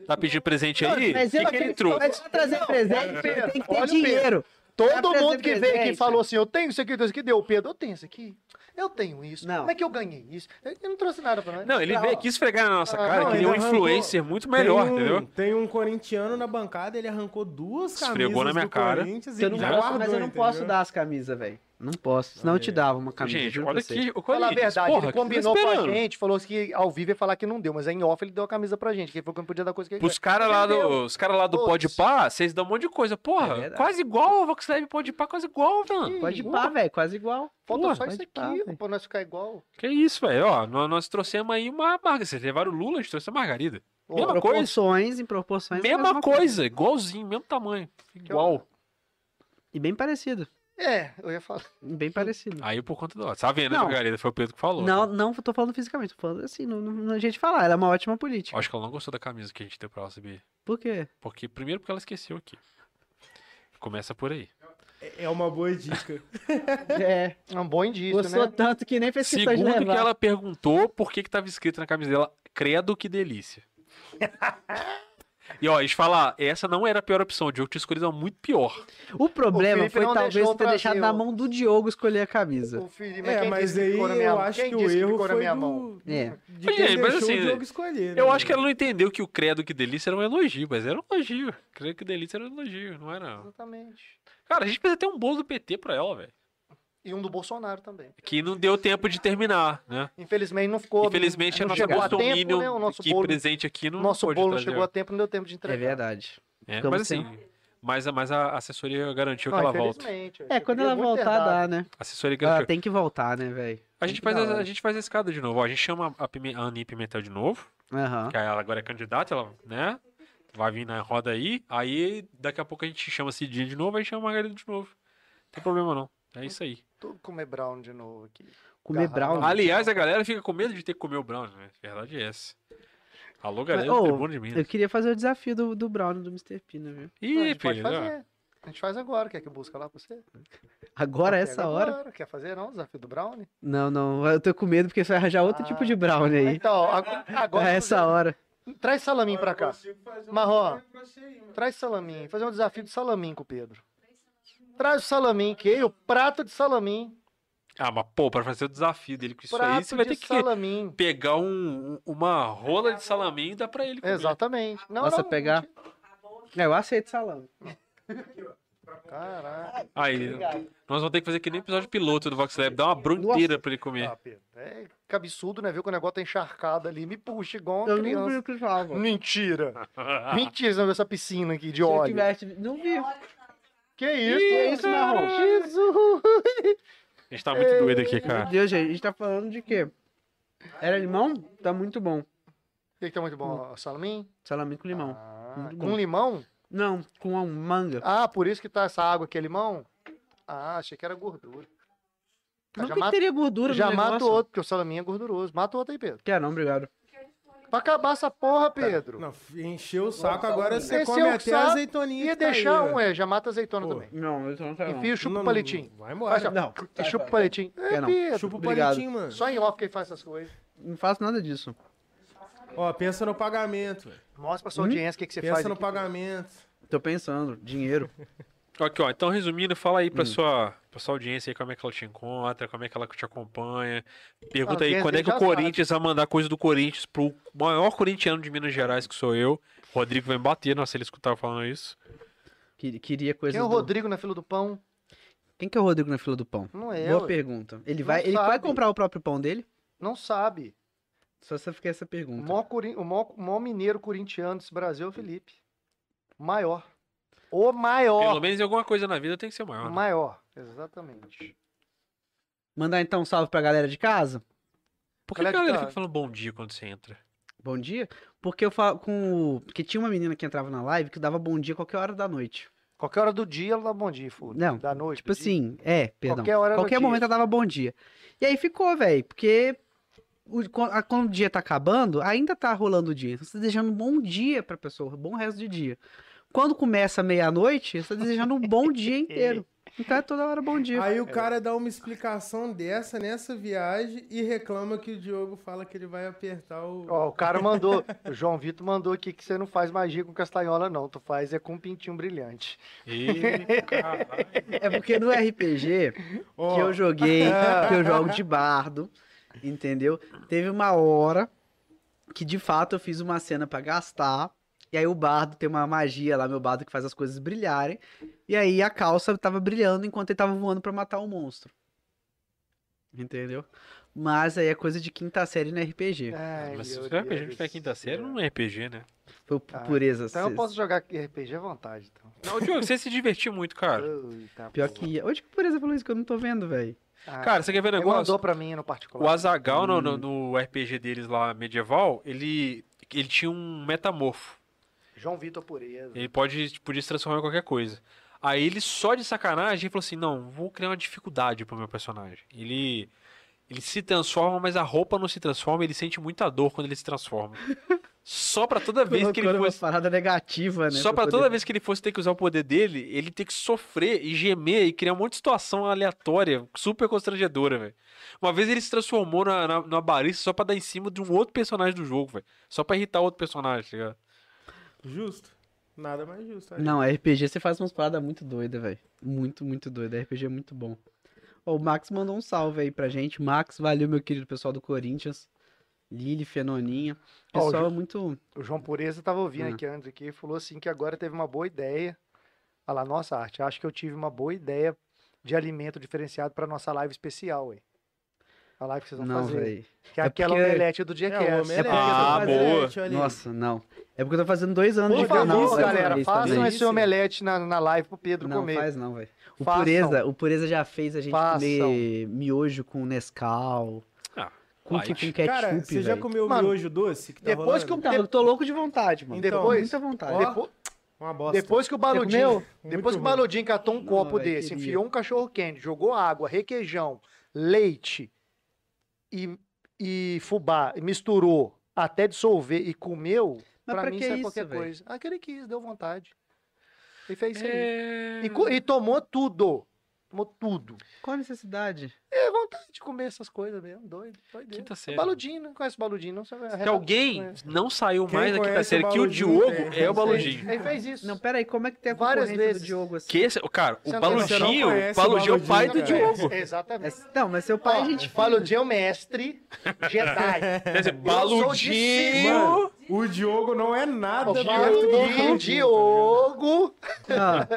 [SPEAKER 2] Tá pedindo presente aí? O
[SPEAKER 5] mas
[SPEAKER 2] que,
[SPEAKER 5] eu
[SPEAKER 2] que ele trouxe?
[SPEAKER 5] mas pra trazer um
[SPEAKER 1] Não,
[SPEAKER 5] presente,
[SPEAKER 1] olha,
[SPEAKER 5] tem que
[SPEAKER 1] olha
[SPEAKER 5] ter
[SPEAKER 1] o
[SPEAKER 5] dinheiro.
[SPEAKER 1] Todo
[SPEAKER 5] Tá
[SPEAKER 1] mundo que veio aqui
[SPEAKER 5] presente.
[SPEAKER 1] e falou assim: eu tenho isso aqui, eu tenho isso aqui, deu o Pedro, eu tenho isso aqui. Eu tenho isso.
[SPEAKER 5] Não.
[SPEAKER 1] Como é que eu ganhei isso? Eu eu não trouxe nada pra nós.
[SPEAKER 2] Não, ele
[SPEAKER 5] Não.
[SPEAKER 2] veio aqui esfregar na nossa
[SPEAKER 1] Ah,
[SPEAKER 2] cara
[SPEAKER 4] não,
[SPEAKER 2] que ele é um
[SPEAKER 4] ele
[SPEAKER 2] influencer muito melhor,
[SPEAKER 4] tem um,
[SPEAKER 2] entendeu?
[SPEAKER 4] Tem um corintiano na bancada, ele arrancou duas
[SPEAKER 2] Esfregou
[SPEAKER 4] camisas
[SPEAKER 2] na minha
[SPEAKER 4] do
[SPEAKER 2] cara.
[SPEAKER 4] Corinthians e
[SPEAKER 5] Eu não
[SPEAKER 4] já
[SPEAKER 5] posso,
[SPEAKER 4] guardou,
[SPEAKER 5] mas eu não
[SPEAKER 4] entendeu?
[SPEAKER 5] posso dar as camisas, velho. Não posso, senão eu te dava uma camisa. um
[SPEAKER 2] gente,
[SPEAKER 5] juro
[SPEAKER 2] olha
[SPEAKER 5] pra você.
[SPEAKER 2] aqui. O
[SPEAKER 1] Fala a
[SPEAKER 2] Corinthians,
[SPEAKER 1] verdade,
[SPEAKER 2] porra,
[SPEAKER 1] ele
[SPEAKER 5] tá
[SPEAKER 2] que eu tô
[SPEAKER 1] combinou com a
[SPEAKER 2] esperando.
[SPEAKER 1] gente, falou que ao vivo ia falar que não deu, mas em off ele deu a camisa pra gente, que ele falou que não podia dar coisa que ele
[SPEAKER 2] Pros caras lá do, os cara lá do
[SPEAKER 1] Todos.
[SPEAKER 2] Podpah, vocês dão um monte de coisa.
[SPEAKER 5] É
[SPEAKER 2] Porra,
[SPEAKER 5] verdade.
[SPEAKER 2] quase igual o Vox Lab Podpah, quase igual, mano.
[SPEAKER 5] Pode ir
[SPEAKER 2] Porra,
[SPEAKER 5] pá, velho, quase igual.
[SPEAKER 1] Falta
[SPEAKER 2] Porra,
[SPEAKER 1] só
[SPEAKER 5] mas
[SPEAKER 1] isso
[SPEAKER 5] tá,
[SPEAKER 1] aqui,
[SPEAKER 5] velho.
[SPEAKER 1] pra nós ficar igual.
[SPEAKER 2] Que isso, velho. Ó, nó- nós, trouxemos aí uma margarida. Vocês levaram o Lula, a gente trouxe a margarida.
[SPEAKER 1] Ô,
[SPEAKER 2] Mesma
[SPEAKER 5] Em
[SPEAKER 2] coisa.
[SPEAKER 5] proporções, em proporções. é a
[SPEAKER 2] Mesma coisa, igualzinho, mesmo tamanho. Igual.
[SPEAKER 5] E bem parecido.
[SPEAKER 1] É, eu ia falar.
[SPEAKER 5] Bem parecido.
[SPEAKER 2] Aí por conta do. ó, Tá vendo, né,
[SPEAKER 5] Não.
[SPEAKER 2] Margarida? Foi o Pedro que falou.
[SPEAKER 5] Não, não tô falando fisicamente, tô falando assim, não, não, não a gente falar. Ela é uma ótima política.
[SPEAKER 2] Acho que ela não gostou da camisa que a gente deu pra ela, sabia?
[SPEAKER 5] Por quê?
[SPEAKER 2] Porque, primeiro, porque ela esqueceu aqui. Começa por aí.
[SPEAKER 4] É é uma boa dica.
[SPEAKER 5] É,
[SPEAKER 1] É um bom indício,
[SPEAKER 5] gostou
[SPEAKER 1] né?
[SPEAKER 5] tanto que nem fez questão de
[SPEAKER 2] Segundo que
[SPEAKER 5] levar.
[SPEAKER 2] ela perguntou por que que tava escrito na camisa dela, credo que
[SPEAKER 5] (laughs)
[SPEAKER 2] delícia. e ó, deixa eu falar, essa não era a pior opção, o Diogo tinha escolhido uma muito pior.
[SPEAKER 5] O problema
[SPEAKER 1] Felipe
[SPEAKER 5] foi
[SPEAKER 1] não
[SPEAKER 5] talvez
[SPEAKER 1] deixou
[SPEAKER 5] ter deixado
[SPEAKER 1] trazer
[SPEAKER 5] na
[SPEAKER 1] o-
[SPEAKER 5] mão do Diogo escolher a camisa.
[SPEAKER 1] O Felipe,
[SPEAKER 4] é,
[SPEAKER 1] quem
[SPEAKER 4] mas
[SPEAKER 1] disse
[SPEAKER 4] aí
[SPEAKER 1] ficou na minha
[SPEAKER 4] eu
[SPEAKER 1] mão?
[SPEAKER 4] acho
[SPEAKER 1] Quem
[SPEAKER 4] que o
[SPEAKER 1] disse
[SPEAKER 4] erro
[SPEAKER 1] ficou na
[SPEAKER 4] foi
[SPEAKER 1] minha
[SPEAKER 4] do...
[SPEAKER 1] mão?
[SPEAKER 5] É.
[SPEAKER 4] de
[SPEAKER 2] Mas,
[SPEAKER 4] quem
[SPEAKER 2] gente, mas
[SPEAKER 4] deixou
[SPEAKER 2] assim,
[SPEAKER 4] o jogo escolher.
[SPEAKER 2] Eu
[SPEAKER 4] né?
[SPEAKER 2] acho que ela não entendeu que o credo que delícia era um elogio, mas era um elogio. Credo que delícia era um elogio, não era.
[SPEAKER 1] Exatamente.
[SPEAKER 2] Cara, a gente precisa ter um bolo do PT pra ela, velho.
[SPEAKER 1] E um do Bolsonaro também.
[SPEAKER 2] Que não deu tempo de terminar, né?
[SPEAKER 1] Infelizmente não ficou.
[SPEAKER 2] Infelizmente, a
[SPEAKER 1] não
[SPEAKER 2] nossa
[SPEAKER 1] chegou a tempo,
[SPEAKER 2] Bolsominion
[SPEAKER 1] né? O nosso
[SPEAKER 2] aqui
[SPEAKER 1] bolo,
[SPEAKER 2] presente aqui não
[SPEAKER 1] nosso
[SPEAKER 2] pôde
[SPEAKER 1] bolo não
[SPEAKER 2] trazer.
[SPEAKER 1] chegou a tempo, não deu tempo de
[SPEAKER 5] É
[SPEAKER 1] entregar.
[SPEAKER 5] verdade.
[SPEAKER 2] É,
[SPEAKER 5] Ficamos
[SPEAKER 2] mas assim, mas, a- mas a assessoria garantiu
[SPEAKER 1] Não,
[SPEAKER 2] que ela volta.
[SPEAKER 1] infelizmente.
[SPEAKER 5] É,
[SPEAKER 1] eu
[SPEAKER 5] quando
[SPEAKER 1] queria
[SPEAKER 5] ela
[SPEAKER 1] muito ter
[SPEAKER 5] voltar,
[SPEAKER 1] dado.
[SPEAKER 5] dá, né?
[SPEAKER 2] A assessoria
[SPEAKER 5] Ela
[SPEAKER 2] garantiu.
[SPEAKER 5] tem que voltar, né, velho?
[SPEAKER 2] A gente,
[SPEAKER 5] que
[SPEAKER 2] faz
[SPEAKER 5] dar
[SPEAKER 2] a,
[SPEAKER 5] hora.
[SPEAKER 2] a gente faz a escada de novo. ó. a gente chama a, Pime- a Aninha Pimentel de novo,
[SPEAKER 5] Aham.
[SPEAKER 2] que ela agora é candidata, ela, né? Vai vir na roda aí. Aí daqui a pouco a gente chama a Cidinha de novo, aí chama a Margarida de novo. Não tem problema não. É isso aí.
[SPEAKER 1] Tô com comer brown de novo aqui.
[SPEAKER 5] Comer
[SPEAKER 1] Garrafa.
[SPEAKER 5] brownie.
[SPEAKER 2] Aliás, a galera fica com medo de ter que comer o Brown, né? Verdade é essa. Alô, galera
[SPEAKER 5] ô,
[SPEAKER 2] do Tribuno de Minas.
[SPEAKER 5] Eu queria fazer o desafio do, do brownie do Mr. Pina, viu?
[SPEAKER 1] Ah, a
[SPEAKER 2] Ih,
[SPEAKER 1] gente pode
[SPEAKER 2] filho. ó.
[SPEAKER 1] fazer. A gente faz agora. Quer que busca lá pra você?
[SPEAKER 5] Agora,
[SPEAKER 1] Pega
[SPEAKER 5] essa hora?
[SPEAKER 1] agora. Quer fazer, não? Desafio do brownie?
[SPEAKER 5] Não, não. Eu tô com medo porque você vai arranjar outro
[SPEAKER 1] Ah.
[SPEAKER 5] tipo de brownie aí.
[SPEAKER 1] Então, ag- agora.
[SPEAKER 5] a essa hora.
[SPEAKER 1] Traz salaminho pra cá. um Marrom.
[SPEAKER 4] mano.
[SPEAKER 1] Traz salaminho. Fazer um desafio de salaminho com o Pedro. Traz o salaminho, que eu, prato de salaminho.
[SPEAKER 2] Ah, mas pô, pra fazer o desafio dele com isso aí,
[SPEAKER 1] prato
[SPEAKER 2] você vai
[SPEAKER 1] de
[SPEAKER 2] ter que
[SPEAKER 1] salaminho.
[SPEAKER 2] pegar um, um- uma rola de salaminho e dar pra ele comer.
[SPEAKER 1] Exatamente. Não,
[SPEAKER 5] Nossa,
[SPEAKER 1] não, não
[SPEAKER 5] pegar-
[SPEAKER 1] tinha-
[SPEAKER 5] É, eu aceito salame.
[SPEAKER 1] Caraca.
[SPEAKER 2] Aí, nós vamos ter que fazer que nem episódio piloto do Vox Lab, dar uma brunteira pra ele comer.
[SPEAKER 1] (laughs) Ah, Pedro, é absurdo, né? Viu que o negócio tá encharcado ali. Me puxa igual uma
[SPEAKER 5] Eu não vi
[SPEAKER 1] criança.
[SPEAKER 5] o que falava.
[SPEAKER 1] Mentira.
[SPEAKER 5] (laughs)
[SPEAKER 1] Mentira, você não viu essa piscina aqui de
[SPEAKER 5] Se eu
[SPEAKER 1] óleo.
[SPEAKER 5] tivesse... Não vi.
[SPEAKER 1] Que isso?
[SPEAKER 5] Que isso, Marrom?
[SPEAKER 1] Jesus.
[SPEAKER 2] A gente tá muito doido aqui,
[SPEAKER 5] Meu
[SPEAKER 1] É.
[SPEAKER 2] cara.
[SPEAKER 5] Deus, gente. A gente tá falando de quê? Era limão? Tá muito bom.
[SPEAKER 1] O que, que tá muito bom? Salaminho?
[SPEAKER 5] Salame com limão.
[SPEAKER 1] Ah,
[SPEAKER 5] Muito
[SPEAKER 1] com
[SPEAKER 5] bom.
[SPEAKER 1] limão?
[SPEAKER 5] Não, com a manga.
[SPEAKER 1] Ah, por isso que tá essa água aqui é limão? Ah, achei que era gordura. Ah,
[SPEAKER 5] Nunca
[SPEAKER 1] já mata,
[SPEAKER 5] teria gordura
[SPEAKER 1] já
[SPEAKER 5] no
[SPEAKER 1] mata
[SPEAKER 5] negócio.
[SPEAKER 1] o outro, porque o salaminho é gorduroso. Mata o outro aí, Pedro.
[SPEAKER 5] Quer não, obrigado.
[SPEAKER 1] Pra acabar essa porra,
[SPEAKER 5] Tá.
[SPEAKER 1] Pedro.
[SPEAKER 4] Não, encheu o saco, agora você
[SPEAKER 1] Esse
[SPEAKER 4] come
[SPEAKER 1] é o
[SPEAKER 4] até
[SPEAKER 1] saco.
[SPEAKER 4] a azeitoninha
[SPEAKER 1] Ia
[SPEAKER 4] que tá
[SPEAKER 1] deixar
[SPEAKER 4] aí,
[SPEAKER 1] um,
[SPEAKER 4] ó.
[SPEAKER 1] é, já mata azeitona
[SPEAKER 4] Pô.
[SPEAKER 1] também.
[SPEAKER 5] Não, isso não tá não.
[SPEAKER 1] Enfia e chupa
[SPEAKER 4] Não,
[SPEAKER 1] o palitinho.
[SPEAKER 4] Vai embora.
[SPEAKER 5] Não, tá,
[SPEAKER 1] E chupa o palitinho. É,
[SPEAKER 5] Quer não.
[SPEAKER 1] Pedro.
[SPEAKER 4] Chupa o
[SPEAKER 5] Obrigado.
[SPEAKER 4] palitinho, mano.
[SPEAKER 1] Só em off que ele faz essas coisas.
[SPEAKER 5] não faço nada disso.
[SPEAKER 4] Ó, pensa no pagamento. velho.
[SPEAKER 1] Mostra
[SPEAKER 5] Hum?
[SPEAKER 1] pra sua audiência o que, que você faz.
[SPEAKER 4] Pensa no
[SPEAKER 1] aqui. né?
[SPEAKER 4] pagamento.
[SPEAKER 5] Tô pensando, dinheiro.
[SPEAKER 2] Aqui, ó. Então, resumindo, fala
[SPEAKER 1] Hum.
[SPEAKER 2] aí pra, sua, pra sua audiência aí como é que ela te encontra, como é que ela te acompanha. Pergunta aí
[SPEAKER 1] Audiência
[SPEAKER 2] quando é
[SPEAKER 1] aí
[SPEAKER 2] que o
[SPEAKER 1] já
[SPEAKER 2] Corinthians vai mandar coisa do Corinthians pro maior corintiano de Minas Gerais, que sou eu. O Rodrigo vai me bater, nossa, ele escutava falando isso.
[SPEAKER 5] Que- Queria coisa.
[SPEAKER 1] Quem é o
[SPEAKER 5] do-
[SPEAKER 1] Rodrigo na fila do pão?
[SPEAKER 5] Quem que é o Rodrigo na fila do pão?
[SPEAKER 1] Não é,
[SPEAKER 5] Boa
[SPEAKER 1] ué.
[SPEAKER 5] pergunta. Ele
[SPEAKER 1] Não
[SPEAKER 5] vai, ele vai
[SPEAKER 1] sabe.
[SPEAKER 5] comprar o próprio pão dele?
[SPEAKER 1] Não sabe.
[SPEAKER 5] Só se ficar essa
[SPEAKER 1] O
[SPEAKER 5] pergunta.
[SPEAKER 1] maior, corin- o maior- o maior mineiro corintiano desse Brasil é o Felipe. O maior. O
[SPEAKER 2] Pelo
[SPEAKER 1] maior.
[SPEAKER 2] menos em alguma coisa na vida tem que ser
[SPEAKER 1] O
[SPEAKER 2] maior. né?
[SPEAKER 1] maior. Exatamente.
[SPEAKER 5] Mandar então um salve pra galera de casa?
[SPEAKER 2] Por que a
[SPEAKER 1] Galera,
[SPEAKER 2] galera
[SPEAKER 1] tá-
[SPEAKER 2] fica falando bom dia quando você entra?
[SPEAKER 5] Bom dia. Porque eu falo com o. Porque tinha uma menina que entrava na live que dava bom dia qualquer hora da noite.
[SPEAKER 1] Qualquer hora do dia ela dá um bom dia, foda.
[SPEAKER 5] Não,
[SPEAKER 1] Da noite.
[SPEAKER 5] Tipo
[SPEAKER 1] do dia.
[SPEAKER 5] assim, é, perdão.
[SPEAKER 1] Qualquer hora do
[SPEAKER 5] Qualquer
[SPEAKER 1] dia.
[SPEAKER 5] momento ela dava bom dia. E aí ficou, velho, porque o- quando a- quando o dia tá acabando, ainda tá rolando o dia. Então você tá desejando um bom dia pra pessoa, um bom resto de dia. Quando começa meia-noite, você tá desejando um bom
[SPEAKER 1] (laughs)
[SPEAKER 5] dia inteiro. Então é toda hora bom
[SPEAKER 1] Tipo,
[SPEAKER 5] dia.
[SPEAKER 4] Aí o cara dá uma explicação dessa nessa viagem e reclama que o Diogo fala que ele vai apertar (laughs) o.
[SPEAKER 1] Ó, o cara mandou, o João Vitor mandou aqui que você não faz magia com castanhola, não. Tu faz é com um pintinho brilhante.
[SPEAKER 2] Ih,
[SPEAKER 1] (laughs)
[SPEAKER 2] caralho.
[SPEAKER 5] É porque no RPG
[SPEAKER 4] Ó,
[SPEAKER 5] que eu joguei, que eu jogo de bardo, entendeu? Teve uma hora que de fato eu fiz uma cena pra gastar. E aí o bardo tem uma magia lá, meu bardo que faz as coisas brilharem. E aí a calça tava brilhando enquanto ele tava voando pra matar o monstro. Entendeu? Mas aí é coisa de quinta série no RPG.
[SPEAKER 1] Ai,
[SPEAKER 2] Mas se
[SPEAKER 1] meu
[SPEAKER 2] você
[SPEAKER 1] Deus
[SPEAKER 2] vai RPG tiver
[SPEAKER 1] do
[SPEAKER 2] quinta série,
[SPEAKER 1] céu.
[SPEAKER 2] não é RPG, né?
[SPEAKER 5] Foi o
[SPEAKER 1] Ah,
[SPEAKER 5] pureza.
[SPEAKER 1] Então eu
[SPEAKER 5] cês-
[SPEAKER 1] posso jogar RPG à vontade, então.
[SPEAKER 2] Não, Diogo, você se divertiu muito, cara.
[SPEAKER 1] Eita,
[SPEAKER 5] Pior
[SPEAKER 1] porra.
[SPEAKER 5] que ia. Onde que o pureza falou isso que eu não tô vendo, velho?
[SPEAKER 1] Ah,
[SPEAKER 2] Cara, você quer ver um
[SPEAKER 1] ele
[SPEAKER 2] negócio?
[SPEAKER 1] mandou pra mim no
[SPEAKER 2] O
[SPEAKER 1] particular.
[SPEAKER 2] Azagal no, no- no RPG deles lá medieval, ele, ele tinha um metamorfo.
[SPEAKER 1] João Vitor Pureza.
[SPEAKER 2] Ele pode, podia se transformar em qualquer coisa. Aí ele só de sacanagem ele falou assim: não, vou criar uma dificuldade pro meu personagem. Ele.
[SPEAKER 1] (laughs)
[SPEAKER 2] Ele se transforma, mas a roupa não se transforma, ele sente muita dor quando ele se transforma. Só pra toda vez que ele
[SPEAKER 5] Colocou numa
[SPEAKER 2] fosse.
[SPEAKER 5] parada negativa, né?
[SPEAKER 2] Só pra
[SPEAKER 5] poder-
[SPEAKER 2] toda vez que ele fosse ter que usar o poder dele, ele ter que sofrer e gemer e criar um monte de situação aleatória, super constrangedora, velho. Uma vez ele se transformou na, na, numa barista só pra dar em cima de um outro personagem do jogo, velho. Só pra irritar outro personagem, tá ligado?
[SPEAKER 4] Justo. Nada mais justo. aí.
[SPEAKER 5] Não, RPG você faz umas paradas muito doidas, velho. Muito, muito doida. RPG é muito bom. Ó, o Max mandou um salve aí pra gente. Max, valeu, meu querido pessoal do Corinthians. Lili, Fenoninha.
[SPEAKER 1] Ó, o
[SPEAKER 5] Pessoal
[SPEAKER 1] Ju-
[SPEAKER 5] é muito.
[SPEAKER 1] O João Pureza estava ouvindo
[SPEAKER 2] Hum.
[SPEAKER 5] Ah.
[SPEAKER 1] aqui antes aqui, falou assim que agora teve uma boa ideia. Olha lá, nossa arte, acho que eu tive uma boa ideia de alimento diferenciado para nossa live especial, hein? A live que vocês vão
[SPEAKER 5] Não,
[SPEAKER 1] fazer.
[SPEAKER 5] velho.
[SPEAKER 1] Que é,
[SPEAKER 5] É
[SPEAKER 1] aquela
[SPEAKER 5] porque-
[SPEAKER 1] omelete do dia que
[SPEAKER 4] o
[SPEAKER 1] é.
[SPEAKER 4] omelete,
[SPEAKER 5] porque-
[SPEAKER 2] Ah,
[SPEAKER 4] o omelete,
[SPEAKER 2] boa.
[SPEAKER 4] olha aí.
[SPEAKER 5] Nossa, não. É porque eu tô fazendo dois anos
[SPEAKER 1] Por
[SPEAKER 5] de canal.
[SPEAKER 1] favor,
[SPEAKER 5] olha,
[SPEAKER 1] galera,
[SPEAKER 5] isso também.
[SPEAKER 1] façam esse
[SPEAKER 4] Isso.
[SPEAKER 1] omelete na, na live pro Pedro
[SPEAKER 5] Não,
[SPEAKER 1] comer.
[SPEAKER 5] faz não, velho. O
[SPEAKER 1] Façam.
[SPEAKER 5] Pureza, o Pureza já fez a gente
[SPEAKER 1] Façam.
[SPEAKER 5] comer miojo com Nescau.
[SPEAKER 2] Ah,
[SPEAKER 5] Cookie
[SPEAKER 2] light.
[SPEAKER 5] com ketchup,
[SPEAKER 4] Cara, você já
[SPEAKER 5] velho.
[SPEAKER 4] comeu o
[SPEAKER 1] Mano,
[SPEAKER 4] miojo doce? Que tá
[SPEAKER 1] Depois que
[SPEAKER 4] rolando?
[SPEAKER 1] eu,
[SPEAKER 5] Então, eu tô louco de vontade, mano.
[SPEAKER 1] Então,
[SPEAKER 5] Tô com muita vontade.
[SPEAKER 4] ó,
[SPEAKER 1] depo-
[SPEAKER 4] Uma bosta.
[SPEAKER 1] depois que o
[SPEAKER 5] Você
[SPEAKER 1] Baludinho,
[SPEAKER 5] comeu?
[SPEAKER 1] depois que o
[SPEAKER 4] ruim.
[SPEAKER 1] Baludinho catou um
[SPEAKER 5] Não,
[SPEAKER 1] copo
[SPEAKER 5] velho,
[SPEAKER 1] desse,
[SPEAKER 5] queria.
[SPEAKER 1] enfiou um cachorro quente, jogou água, requeijão, leite e, e fubá, e misturou até dissolver e comeu,
[SPEAKER 5] Mas
[SPEAKER 1] pra
[SPEAKER 5] pra
[SPEAKER 1] mim
[SPEAKER 5] que
[SPEAKER 1] isso é
[SPEAKER 5] isso,
[SPEAKER 1] qualquer
[SPEAKER 5] velho?
[SPEAKER 1] coisa. Aquele quis, deu vontade. E fez isso aí.
[SPEAKER 2] É...
[SPEAKER 1] E, co- e tomou tudo. Tomou tudo.
[SPEAKER 5] Qual a necessidade?
[SPEAKER 1] É vontade de comer essas coisas mesmo, doido, doido.
[SPEAKER 2] Quinta série.
[SPEAKER 1] Baludinho, não conhece o Baludinho, não sabe. é
[SPEAKER 2] Que tá alguém não saiu
[SPEAKER 4] Quem
[SPEAKER 2] mais aqui da
[SPEAKER 4] conhece o
[SPEAKER 2] série que o
[SPEAKER 4] Baludinho
[SPEAKER 2] Diogo é
[SPEAKER 4] tem,
[SPEAKER 2] o
[SPEAKER 4] não sei.
[SPEAKER 2] Baludinho.
[SPEAKER 1] Ele fez isso.
[SPEAKER 5] Não, peraí, como é que tem a
[SPEAKER 1] Várias
[SPEAKER 5] concorrência
[SPEAKER 1] vezes.
[SPEAKER 5] do Diogo assim?
[SPEAKER 2] Que esse, cara,
[SPEAKER 1] Você
[SPEAKER 2] o
[SPEAKER 1] não conhece, né,
[SPEAKER 4] não
[SPEAKER 2] Baludinho, o
[SPEAKER 4] conhece
[SPEAKER 2] Baludinho é o
[SPEAKER 4] o
[SPEAKER 2] pai do
[SPEAKER 4] Baludinho,
[SPEAKER 2] Diogo.
[SPEAKER 1] Exatamente.
[SPEAKER 5] Mas- Não, mas seu pai
[SPEAKER 1] Ó,
[SPEAKER 5] a gente... (laughs)
[SPEAKER 1] Baludinho é o mestre Jedi.
[SPEAKER 2] Quer dizer,
[SPEAKER 1] sou discípulo.
[SPEAKER 2] Baludinho.
[SPEAKER 4] Mano, o Diogo não é nada
[SPEAKER 1] O
[SPEAKER 4] perto do
[SPEAKER 1] Baludinho,
[SPEAKER 4] Baludinho,
[SPEAKER 1] Diogo.
[SPEAKER 5] Ah,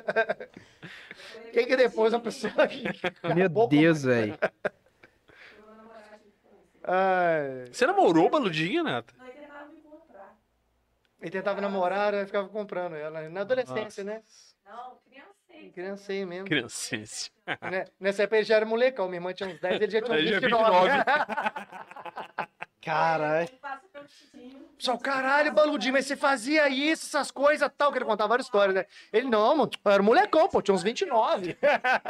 [SPEAKER 1] Quem que depois a pessoa. (laughs)
[SPEAKER 5] meu Deus, velho.
[SPEAKER 1] Ai,
[SPEAKER 2] Você namorou o Baludinho, Nata?
[SPEAKER 3] Nós tentávamos encontrar.
[SPEAKER 1] ele tentava namorar, eu ficava comprando ela. Na adolescência, né?
[SPEAKER 3] Não, criancinha.
[SPEAKER 1] Criancei mesmo.
[SPEAKER 2] Criancice.
[SPEAKER 1] Né? Nessa época ele já era molecão. Minha irmã tinha uns 10, ele já tinha uns
[SPEAKER 2] Ele já
[SPEAKER 1] 29.
[SPEAKER 2] é
[SPEAKER 1] "Ah, (laughs) 29.
[SPEAKER 3] Ele passa pelo tidinho.
[SPEAKER 1] Pessoal, caralho, baludinho, mas você fazia isso, essas coisas tal, que ele contava várias histórias, né? Ele, não, mano, eu era um molecão, pô, tinha uns 29.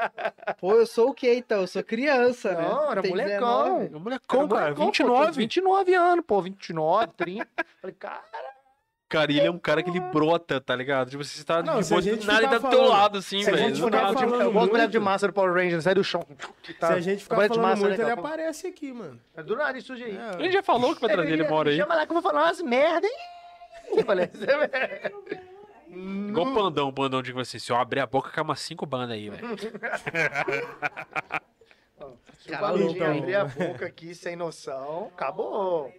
[SPEAKER 5] (laughs) Pô, eu sou o quê, então? Eu sou criança, né?
[SPEAKER 1] (laughs) Não, era um
[SPEAKER 5] Tem
[SPEAKER 1] molecão.
[SPEAKER 5] 19.
[SPEAKER 2] Molecão, cara,
[SPEAKER 1] Molecão, pô, tinha uns
[SPEAKER 2] 29.
[SPEAKER 1] 29 anos, pô, 29, 30. (laughs) Falei, cara,
[SPEAKER 2] Cara, e ele é um cara que ele brota, tá ligado? Tipo, você tá
[SPEAKER 4] Não,
[SPEAKER 2] de
[SPEAKER 4] se a
[SPEAKER 2] boa do
[SPEAKER 4] gente
[SPEAKER 2] nada e tá
[SPEAKER 4] ficar
[SPEAKER 2] do teu
[SPEAKER 4] falando-
[SPEAKER 2] lado, assim,
[SPEAKER 4] se a
[SPEAKER 1] eu
[SPEAKER 2] velho.
[SPEAKER 4] gente
[SPEAKER 2] Do
[SPEAKER 1] gosto
[SPEAKER 4] ficar
[SPEAKER 2] nada,
[SPEAKER 1] de
[SPEAKER 2] tipo,
[SPEAKER 4] falando
[SPEAKER 1] boneco
[SPEAKER 4] muito.
[SPEAKER 1] de massa do Power Rangers, sai do chão.
[SPEAKER 4] Se a gente ficar
[SPEAKER 1] Boneco tá de
[SPEAKER 4] falando
[SPEAKER 1] massa,
[SPEAKER 4] muito,
[SPEAKER 1] né,
[SPEAKER 4] ele
[SPEAKER 1] cara?
[SPEAKER 4] aparece aqui, mano.
[SPEAKER 1] É do nada, isso surge aí.
[SPEAKER 2] A gente
[SPEAKER 4] É,
[SPEAKER 2] já falou que vai trazer ele
[SPEAKER 1] Me
[SPEAKER 2] uma hora aí.
[SPEAKER 1] Chama lá que eu vou falar umas merda, hein? Eu falei, "Você
[SPEAKER 4] (laughs)
[SPEAKER 1] é
[SPEAKER 2] Igual o Pandão, o Pandão digo assim, se eu abrir a boca, cai umas cinco bandas aí,
[SPEAKER 4] (laughs)
[SPEAKER 2] velho.
[SPEAKER 1] Caralho,
[SPEAKER 4] então.
[SPEAKER 1] abrir a boca aqui sem noção. Acabou.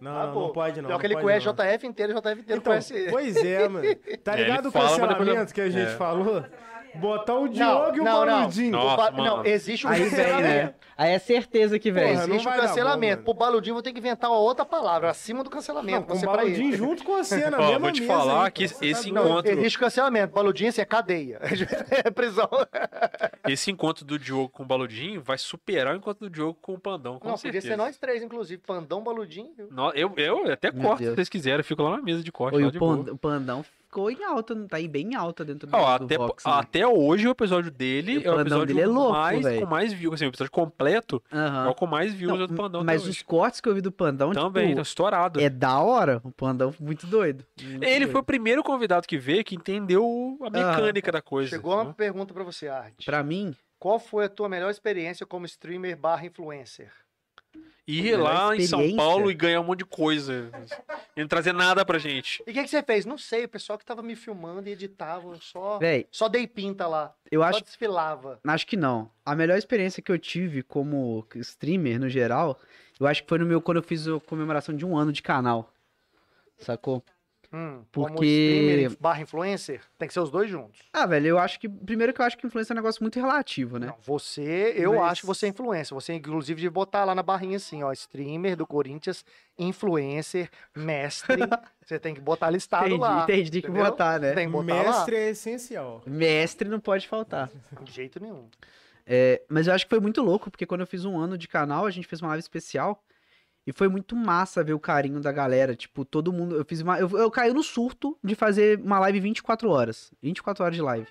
[SPEAKER 4] não, não,
[SPEAKER 1] acabou.
[SPEAKER 4] não pode não.
[SPEAKER 1] Pior que ele
[SPEAKER 4] não pode,
[SPEAKER 1] conhece
[SPEAKER 4] não.
[SPEAKER 1] JF inteiro, JF inteiro
[SPEAKER 4] Então,
[SPEAKER 1] conhece ele.
[SPEAKER 4] pois é, mano.
[SPEAKER 1] (laughs)
[SPEAKER 4] Tá
[SPEAKER 2] É, ele
[SPEAKER 4] ligado o
[SPEAKER 2] fala, mas depois
[SPEAKER 4] cancelamento
[SPEAKER 2] eu-
[SPEAKER 4] que a gente
[SPEAKER 2] É.
[SPEAKER 4] falou? Botar o
[SPEAKER 1] Não,
[SPEAKER 4] Diogo e o
[SPEAKER 1] não, não.
[SPEAKER 4] Baludinho.
[SPEAKER 2] Não.
[SPEAKER 1] O ba-
[SPEAKER 2] Nossa, mano.
[SPEAKER 1] não, existe um
[SPEAKER 5] Aí vem,
[SPEAKER 1] cancelamento.
[SPEAKER 5] né? Aí é certeza que vem.
[SPEAKER 4] Porra, não
[SPEAKER 1] Existe um
[SPEAKER 4] vai dar bom,
[SPEAKER 1] cancelamento.
[SPEAKER 4] mano.
[SPEAKER 1] Pro Baludinho vou ter que inventar uma outra palavra, acima do
[SPEAKER 4] Não,
[SPEAKER 1] cancelamento.
[SPEAKER 4] com o
[SPEAKER 1] você pra ele.
[SPEAKER 4] Baludinho junto com você na
[SPEAKER 2] Ó,
[SPEAKER 4] mesma
[SPEAKER 2] vou te
[SPEAKER 4] mesa
[SPEAKER 2] falar
[SPEAKER 4] aí,
[SPEAKER 2] que
[SPEAKER 4] cara.
[SPEAKER 2] esse
[SPEAKER 4] Tá doido.
[SPEAKER 1] Não,
[SPEAKER 2] encontro,
[SPEAKER 1] existe um cancelamento. Baludinho, assim, é cadeia. (laughs) É prisão.
[SPEAKER 2] esse encontro do Diogo com o Baludinho vai superar o encontro do Diogo com o Pandão, com
[SPEAKER 1] não, podia
[SPEAKER 2] certeza.
[SPEAKER 1] ser nós três, inclusive. Pandão, Baludinho. eu.
[SPEAKER 2] Nó- Eu, eu até
[SPEAKER 5] Meu
[SPEAKER 2] corto, se
[SPEAKER 5] Deus.
[SPEAKER 2] vocês quiserem, eu fico lá na mesa de corte,
[SPEAKER 5] Oi,
[SPEAKER 2] lá
[SPEAKER 5] o
[SPEAKER 2] de
[SPEAKER 5] Pan-
[SPEAKER 2] boa.
[SPEAKER 5] o Pandão ficou em alta, não tá aí bem em alta dentro do,
[SPEAKER 2] Ó,
[SPEAKER 5] do
[SPEAKER 2] até,
[SPEAKER 5] box, né?
[SPEAKER 2] até hoje o episódio dele
[SPEAKER 5] O
[SPEAKER 2] é o
[SPEAKER 5] Pandão
[SPEAKER 2] episódio
[SPEAKER 5] dele é louco,
[SPEAKER 2] mais,
[SPEAKER 5] velho.
[SPEAKER 2] com mais views, assim, o episódio completo
[SPEAKER 5] Aham.
[SPEAKER 2] é o com mais views do Pandão
[SPEAKER 5] Mas
[SPEAKER 2] até
[SPEAKER 5] os
[SPEAKER 2] hoje.
[SPEAKER 5] cortes que eu vi do Pandão,
[SPEAKER 2] Também, tá
[SPEAKER 5] tipo,
[SPEAKER 2] estourado.
[SPEAKER 5] é da hora. O Pandão muito doido. muito
[SPEAKER 2] Ele
[SPEAKER 5] doido.
[SPEAKER 2] foi o primeiro convidado que veio que entendeu a mecânica da coisa.
[SPEAKER 1] Chegou uma
[SPEAKER 2] né?
[SPEAKER 1] pergunta pra você, Arte.
[SPEAKER 5] Pra mim,
[SPEAKER 1] Qual foi a tua melhor experiência como streamer barra influencer?
[SPEAKER 2] Ir
[SPEAKER 5] melhor
[SPEAKER 2] lá em São
[SPEAKER 5] experiência.
[SPEAKER 2] Paulo e ganhar um monte de coisa. E não trazer nada pra gente.
[SPEAKER 1] E o que, que você fez? Não sei, o pessoal que tava me filmando e editava, eu só,
[SPEAKER 5] velho,
[SPEAKER 1] só dei pinta lá.
[SPEAKER 5] eu
[SPEAKER 1] Só
[SPEAKER 5] acho
[SPEAKER 1] desfilava.
[SPEAKER 5] Acho que não. A melhor experiência que eu tive como streamer no geral, eu acho que foi no meu quando eu fiz a comemoração de um ano de canal. Sacou?
[SPEAKER 1] Hum, Como
[SPEAKER 5] Porque-
[SPEAKER 1] streamer e barra influencer, tem que ser os dois juntos.
[SPEAKER 5] Ah, velho, eu acho que. Primeiro que eu acho que influência é um negócio muito relativo, né?
[SPEAKER 1] Não, você, eu
[SPEAKER 5] Mas-
[SPEAKER 1] acho que você é influencer. Você, inclusive, de botar lá na barrinha assim, ó, streamer do Corinthians, influencer, (laughs) mestre. você tem que botar listado
[SPEAKER 5] entendi,
[SPEAKER 1] lá.
[SPEAKER 5] entendi. Tem que
[SPEAKER 1] tá entendeu?
[SPEAKER 5] botar, né?
[SPEAKER 1] Tem que botar
[SPEAKER 4] Mestre é essencial.
[SPEAKER 5] Mestre não pode faltar.
[SPEAKER 1] lá. De jeito nenhum.
[SPEAKER 5] É, mas eu acho que foi muito louco, porque quando eu fiz um ano de canal, a gente fez uma live especial. E foi muito massa ver o carinho da galera. Tipo, todo mundo. Eu fiz uma. Eu, eu caí no surto de fazer uma live 24 horas. 24 horas de live.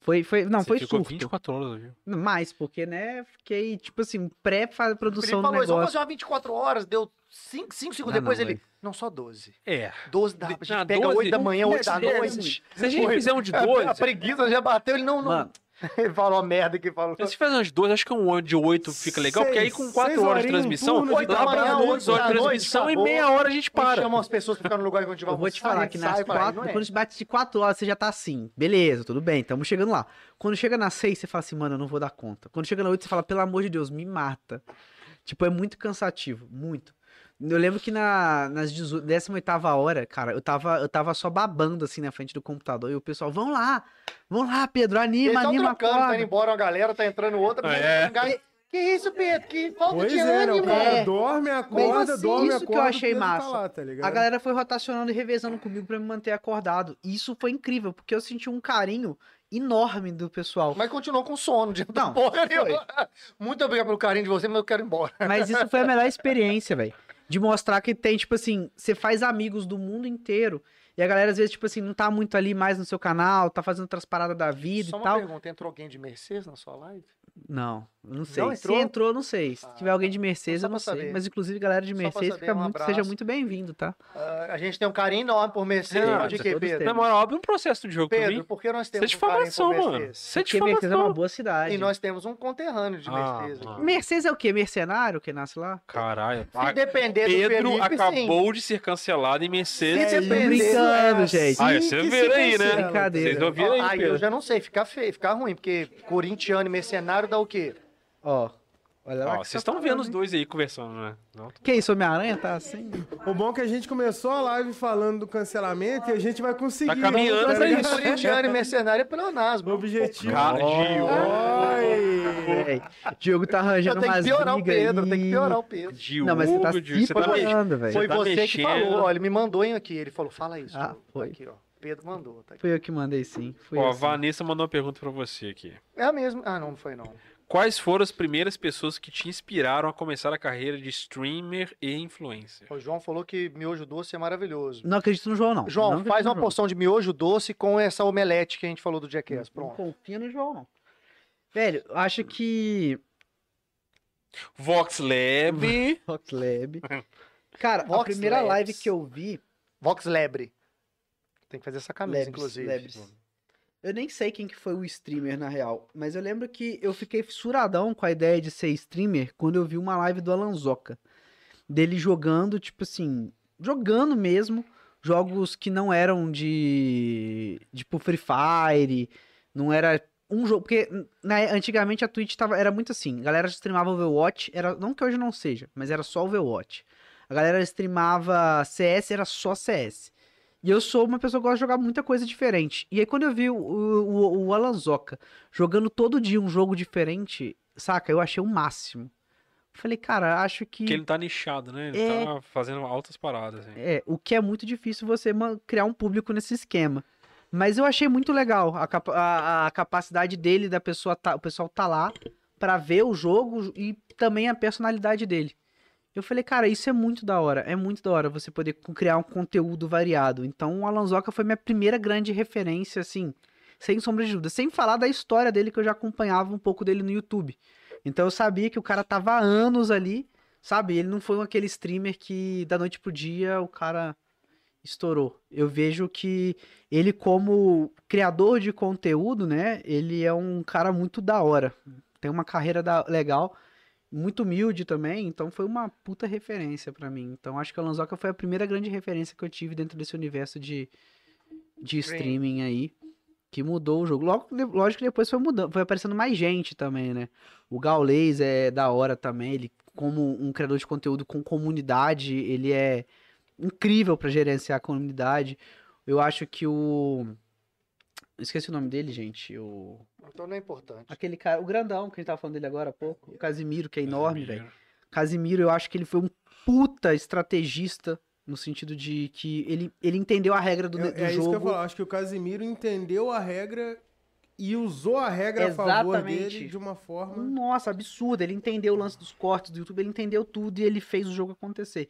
[SPEAKER 5] Foi, foi, não,
[SPEAKER 2] Você
[SPEAKER 5] foi
[SPEAKER 2] ficou
[SPEAKER 5] surto.
[SPEAKER 2] 24 horas, viu?
[SPEAKER 5] Mais, porque, né, fiquei, tipo assim,
[SPEAKER 1] O
[SPEAKER 5] pré-produção
[SPEAKER 1] Felipe
[SPEAKER 5] do
[SPEAKER 1] falou isso, vamos
[SPEAKER 5] negócio.
[SPEAKER 1] fazer uma 24 horas, deu 5 segundos
[SPEAKER 5] Ah,
[SPEAKER 1] depois
[SPEAKER 5] não,
[SPEAKER 1] ele.
[SPEAKER 5] velho.
[SPEAKER 1] Não, só 12.
[SPEAKER 2] É.
[SPEAKER 1] 12 da. A
[SPEAKER 2] De-
[SPEAKER 1] gente
[SPEAKER 2] na
[SPEAKER 1] pega
[SPEAKER 2] 12?
[SPEAKER 1] 8 da manhã, 8 da
[SPEAKER 2] É,
[SPEAKER 1] noite.
[SPEAKER 2] Se a gente
[SPEAKER 1] Foi. É,
[SPEAKER 2] fizer um de
[SPEAKER 1] A- A
[SPEAKER 2] 12,
[SPEAKER 1] preguiça já bateu, ele não. não-
[SPEAKER 5] Mano,
[SPEAKER 1] Ele (laughs) falou a merda que falou.
[SPEAKER 2] se fizer um de 12, acho que um de 8 fica legal, porque aí com
[SPEAKER 4] Seis-
[SPEAKER 2] 4
[SPEAKER 4] seis
[SPEAKER 2] horas de
[SPEAKER 4] horinhas, um
[SPEAKER 2] transmissão,
[SPEAKER 4] turno de Tá,
[SPEAKER 2] dá pra
[SPEAKER 1] trabalho,
[SPEAKER 2] 12 horas de
[SPEAKER 1] da noite,
[SPEAKER 2] transmissão e
[SPEAKER 1] acabou.
[SPEAKER 2] meia hora a gente
[SPEAKER 1] A gente
[SPEAKER 2] para.
[SPEAKER 1] chama as pessoas pra ficar no lugar que a gente vai
[SPEAKER 5] Eu vou te
[SPEAKER 1] almoçar,
[SPEAKER 5] falar
[SPEAKER 1] a
[SPEAKER 5] que
[SPEAKER 1] gente
[SPEAKER 5] nas
[SPEAKER 1] sai, fala,
[SPEAKER 5] quatro,
[SPEAKER 1] não é.
[SPEAKER 5] quando bate de quatro horas, você já tá assim, beleza, tudo bem, estamos chegando lá. Quando chega nas seis, você fala assim, mano, eu não vou dar conta. Quando chega na oito, você fala, pelo amor de Deus, me mata. Tipo, é muito cansativo, muito. Eu lembro que na, nas 18 18 hora, cara, eu tava, eu tava só babando assim na frente do computador e o pessoal, vão lá, vão lá, Pedro,
[SPEAKER 1] Eles
[SPEAKER 5] anima,
[SPEAKER 1] estão
[SPEAKER 5] anima,
[SPEAKER 1] trocando, tá indo
[SPEAKER 5] acorda.
[SPEAKER 1] embora uma galera, tá entrando outra.
[SPEAKER 2] É.
[SPEAKER 1] mas ninguém ganha. Que isso, Pedro? Que falta
[SPEAKER 4] Pois
[SPEAKER 1] de
[SPEAKER 4] é, né?
[SPEAKER 1] ânimo.
[SPEAKER 4] O cara
[SPEAKER 5] É.
[SPEAKER 4] dorme, acorda,
[SPEAKER 5] assim,
[SPEAKER 4] dorme,
[SPEAKER 5] isso que eu
[SPEAKER 4] acorda. o
[SPEAKER 5] achei
[SPEAKER 4] peso
[SPEAKER 5] massa.
[SPEAKER 4] Tá lá, tá ligado?
[SPEAKER 5] A galera foi rotacionando e revezando comigo pra me manter acordado. E Isso foi incrível, porque eu senti um carinho enorme do pessoal.
[SPEAKER 1] Mas (laughs) continuou com sono, de
[SPEAKER 5] Não,
[SPEAKER 1] porra
[SPEAKER 5] foi.
[SPEAKER 1] nenhuma. Muito obrigado pelo carinho de você, mas eu quero ir embora.
[SPEAKER 5] Mas isso foi a melhor experiência, velho. De mostrar que tem, tipo assim, você faz amigos do mundo inteiro. E a galera, às vezes, tipo assim, não tá muito ali mais no seu canal, tá fazendo outras paradas da vida
[SPEAKER 1] Só
[SPEAKER 5] e
[SPEAKER 1] uma
[SPEAKER 5] tal.
[SPEAKER 1] pergunta, entrou alguém de Mercedes na sua live?
[SPEAKER 5] Não, eu não sei.
[SPEAKER 1] Não entrou?
[SPEAKER 5] Se entrou, eu não sei. Se
[SPEAKER 1] Ah,
[SPEAKER 5] tiver alguém de Mercedes,
[SPEAKER 1] só
[SPEAKER 5] eu não
[SPEAKER 1] pra
[SPEAKER 5] sei.
[SPEAKER 1] saber.
[SPEAKER 5] Mas, inclusive, galera de
[SPEAKER 1] Só pra
[SPEAKER 5] Mercedes,
[SPEAKER 1] saber,
[SPEAKER 5] fica
[SPEAKER 1] um
[SPEAKER 5] muito,
[SPEAKER 1] abraço.
[SPEAKER 5] seja muito bem-vindo, tá?
[SPEAKER 1] Ah, a gente tem um carinho enorme por Mercedes,
[SPEAKER 2] Não,
[SPEAKER 1] pode
[SPEAKER 5] mas
[SPEAKER 1] que,
[SPEAKER 5] todos
[SPEAKER 1] Pedro?
[SPEAKER 2] Na moral, abre um processo do jogo pra
[SPEAKER 1] Pedro,
[SPEAKER 2] mim.
[SPEAKER 1] por que nós
[SPEAKER 2] Isso é
[SPEAKER 1] temos um carinho
[SPEAKER 2] difamação,
[SPEAKER 1] por
[SPEAKER 2] mano.
[SPEAKER 1] Mercedes?
[SPEAKER 2] Isso é
[SPEAKER 5] Porque Mercedes é uma
[SPEAKER 2] difamação.
[SPEAKER 5] boa cidade.
[SPEAKER 1] E nós temos um conterrâneo de
[SPEAKER 2] Ah,
[SPEAKER 1] Mercedes
[SPEAKER 2] ah.
[SPEAKER 1] aqui.
[SPEAKER 5] Mercedes é o quê? Mercenário que nasce lá?
[SPEAKER 2] Caralho.
[SPEAKER 1] Se depender
[SPEAKER 2] Pedro
[SPEAKER 1] do Felipe, sim.
[SPEAKER 2] acabou de ser cancelado em
[SPEAKER 4] É
[SPEAKER 2] Mercedes.
[SPEAKER 1] Se
[SPEAKER 5] Tô
[SPEAKER 1] depender-
[SPEAKER 5] brincando, gente.
[SPEAKER 2] Ah,
[SPEAKER 4] Sim,
[SPEAKER 2] você
[SPEAKER 4] que
[SPEAKER 2] vê
[SPEAKER 4] se
[SPEAKER 2] aí, né?
[SPEAKER 4] cancela.
[SPEAKER 5] Brincadeira.
[SPEAKER 2] Vocês ouviram
[SPEAKER 1] Ó,
[SPEAKER 2] aí,
[SPEAKER 1] aí eu
[SPEAKER 2] Pedro?
[SPEAKER 1] já não sei, fica feio, fica ruim, porque corintiano e mercenário dá o quê?
[SPEAKER 5] Ó, olha lá.
[SPEAKER 2] Ó,
[SPEAKER 5] que
[SPEAKER 2] Vocês
[SPEAKER 5] tá
[SPEAKER 2] estão vendo
[SPEAKER 5] falando,
[SPEAKER 2] os
[SPEAKER 5] hein?
[SPEAKER 2] dois aí conversando, né? Não,
[SPEAKER 5] Que isso, Homem-Aranha? Tá assim?
[SPEAKER 4] O bom é que a gente começou a live falando do cancelamento e a gente vai conseguir.
[SPEAKER 2] Tá caminhando
[SPEAKER 4] vamos
[SPEAKER 2] pra
[SPEAKER 4] trazer-
[SPEAKER 2] isso.
[SPEAKER 1] Corintiano e mercenário é pleonasmo.
[SPEAKER 4] O objetivo.
[SPEAKER 2] Cara,
[SPEAKER 4] Oi!
[SPEAKER 5] Véi, Diogo tá arranjando
[SPEAKER 1] Eu tenho que
[SPEAKER 5] umas
[SPEAKER 1] piorar o
[SPEAKER 5] brigas
[SPEAKER 1] Pedro,
[SPEAKER 5] aí.
[SPEAKER 1] tem que piorar o Pedro.
[SPEAKER 2] Diogo,
[SPEAKER 5] Não, mas você tá
[SPEAKER 2] Diogo, você
[SPEAKER 5] se
[SPEAKER 2] tá mexendo.
[SPEAKER 5] preparando, velho.
[SPEAKER 1] Foi
[SPEAKER 2] tá
[SPEAKER 1] você que
[SPEAKER 2] mexendo.
[SPEAKER 1] falou, ó, ele me mandou hein, aqui, ele falou, fala isso.
[SPEAKER 5] Ah,
[SPEAKER 1] Diogo. Tá
[SPEAKER 5] foi.
[SPEAKER 1] Aqui, ó. Pedro mandou, tá aqui.
[SPEAKER 5] Foi eu que mandei sim. Fui
[SPEAKER 2] Ó,
[SPEAKER 5] eu,
[SPEAKER 2] a
[SPEAKER 5] sim.
[SPEAKER 2] Vanessa mandou uma pergunta pra você aqui.
[SPEAKER 1] É a mesma. Ah, não, não foi não.
[SPEAKER 2] Quais foram as primeiras pessoas que te inspiraram a começar a carreira de streamer e influencer?
[SPEAKER 1] O João falou que miojo doce é maravilhoso.
[SPEAKER 5] Não acredito no João, não.
[SPEAKER 1] João,
[SPEAKER 5] Não
[SPEAKER 1] faz
[SPEAKER 5] acredito no
[SPEAKER 1] uma porção de miojo doce com essa omelete que a gente falou do Jackass.
[SPEAKER 5] Não
[SPEAKER 1] Pronto.
[SPEAKER 5] confia no João, não. Velho, eu acho que.
[SPEAKER 2] Vox
[SPEAKER 5] (laughs)
[SPEAKER 2] Lab.
[SPEAKER 5] Vox Lab. Cara, a
[SPEAKER 1] Vox
[SPEAKER 5] primeira
[SPEAKER 1] Labs.
[SPEAKER 5] live que eu vi.
[SPEAKER 1] Vox Lebre. Tem que fazer essa camisa,
[SPEAKER 5] Labs,
[SPEAKER 1] inclusive. Hum.
[SPEAKER 5] Labs. Eu nem sei quem que foi o streamer, na real. Mas eu lembro que eu fiquei fissuradão com a ideia de ser streamer quando eu vi uma live do Alanzoca. Dele jogando, tipo assim. Jogando mesmo. Jogos que não eram de. Tipo Free Fire. Não era um jogo. Porque na- antigamente a Twitch tava, era muito assim. A galera streamava Overwatch. Era, não que hoje não seja, mas era só Overwatch. A galera streamava CS, era só CS. E eu sou uma pessoa que gosta de jogar muita coisa diferente. E aí quando eu vi o, o, o Alanzoca jogando todo dia um jogo diferente, saca? Eu achei o máximo. Falei, cara, acho que.
[SPEAKER 2] Porque ele tá nichado, né? Ele
[SPEAKER 5] É.
[SPEAKER 2] tá fazendo altas paradas. Assim.
[SPEAKER 5] É, o que é muito difícil você man- criar um público nesse esquema. Mas eu achei muito legal a, capa- a- a capacidade dele, da pessoa, tá, o pessoal tá lá pra ver o jogo e também a personalidade dele. Eu falei, cara, isso é muito da hora, é muito da hora você poder co- criar um conteúdo variado. Então o Alanzoca foi minha primeira grande referência, assim, sem sombra de dúvida. Sem falar da história dele que eu já acompanhava um pouco dele no YouTube. Então eu sabia que o cara tava há anos ali Sabe, ele não foi um aquele streamer que da noite pro dia o cara estourou. Eu vejo que ele, como criador de conteúdo, né? Ele é um cara muito da hora. Tem uma carreira da- legal, muito humilde também. Então foi uma puta referência pra mim. Então acho que a Lanzoca foi a primeira grande referência que eu tive dentro desse universo de, de streaming aí. Que mudou o jogo. Logo, de- lógico que depois foi mudando, foi aparecendo mais gente também, né? O Gaules é da hora também. Ele, como um criador de conteúdo com comunidade, ele é incrível pra gerenciar a comunidade. Eu acho que o. Esqueci o nome dele, gente. O...
[SPEAKER 1] Então não é importante.
[SPEAKER 5] Aquele cara, o grandão que a gente tava falando dele agora há pouco. O Casimiro, que é enorme, velho.
[SPEAKER 2] Casimiro.
[SPEAKER 5] Casimiro, eu acho que ele foi um puta estrategista. No sentido de que ele, ele entendeu a regra do,
[SPEAKER 4] Eu-
[SPEAKER 5] do
[SPEAKER 4] é isso que eu
[SPEAKER 5] jogo.
[SPEAKER 4] ia falar. Acho que o Casimiro entendeu a regra e usou a regra a favor
[SPEAKER 5] Exatamente.
[SPEAKER 4] dele de uma forma.
[SPEAKER 5] Nossa, absurdo. Ele entendeu o lance dos cortes do YouTube, ele entendeu tudo e ele fez o jogo acontecer.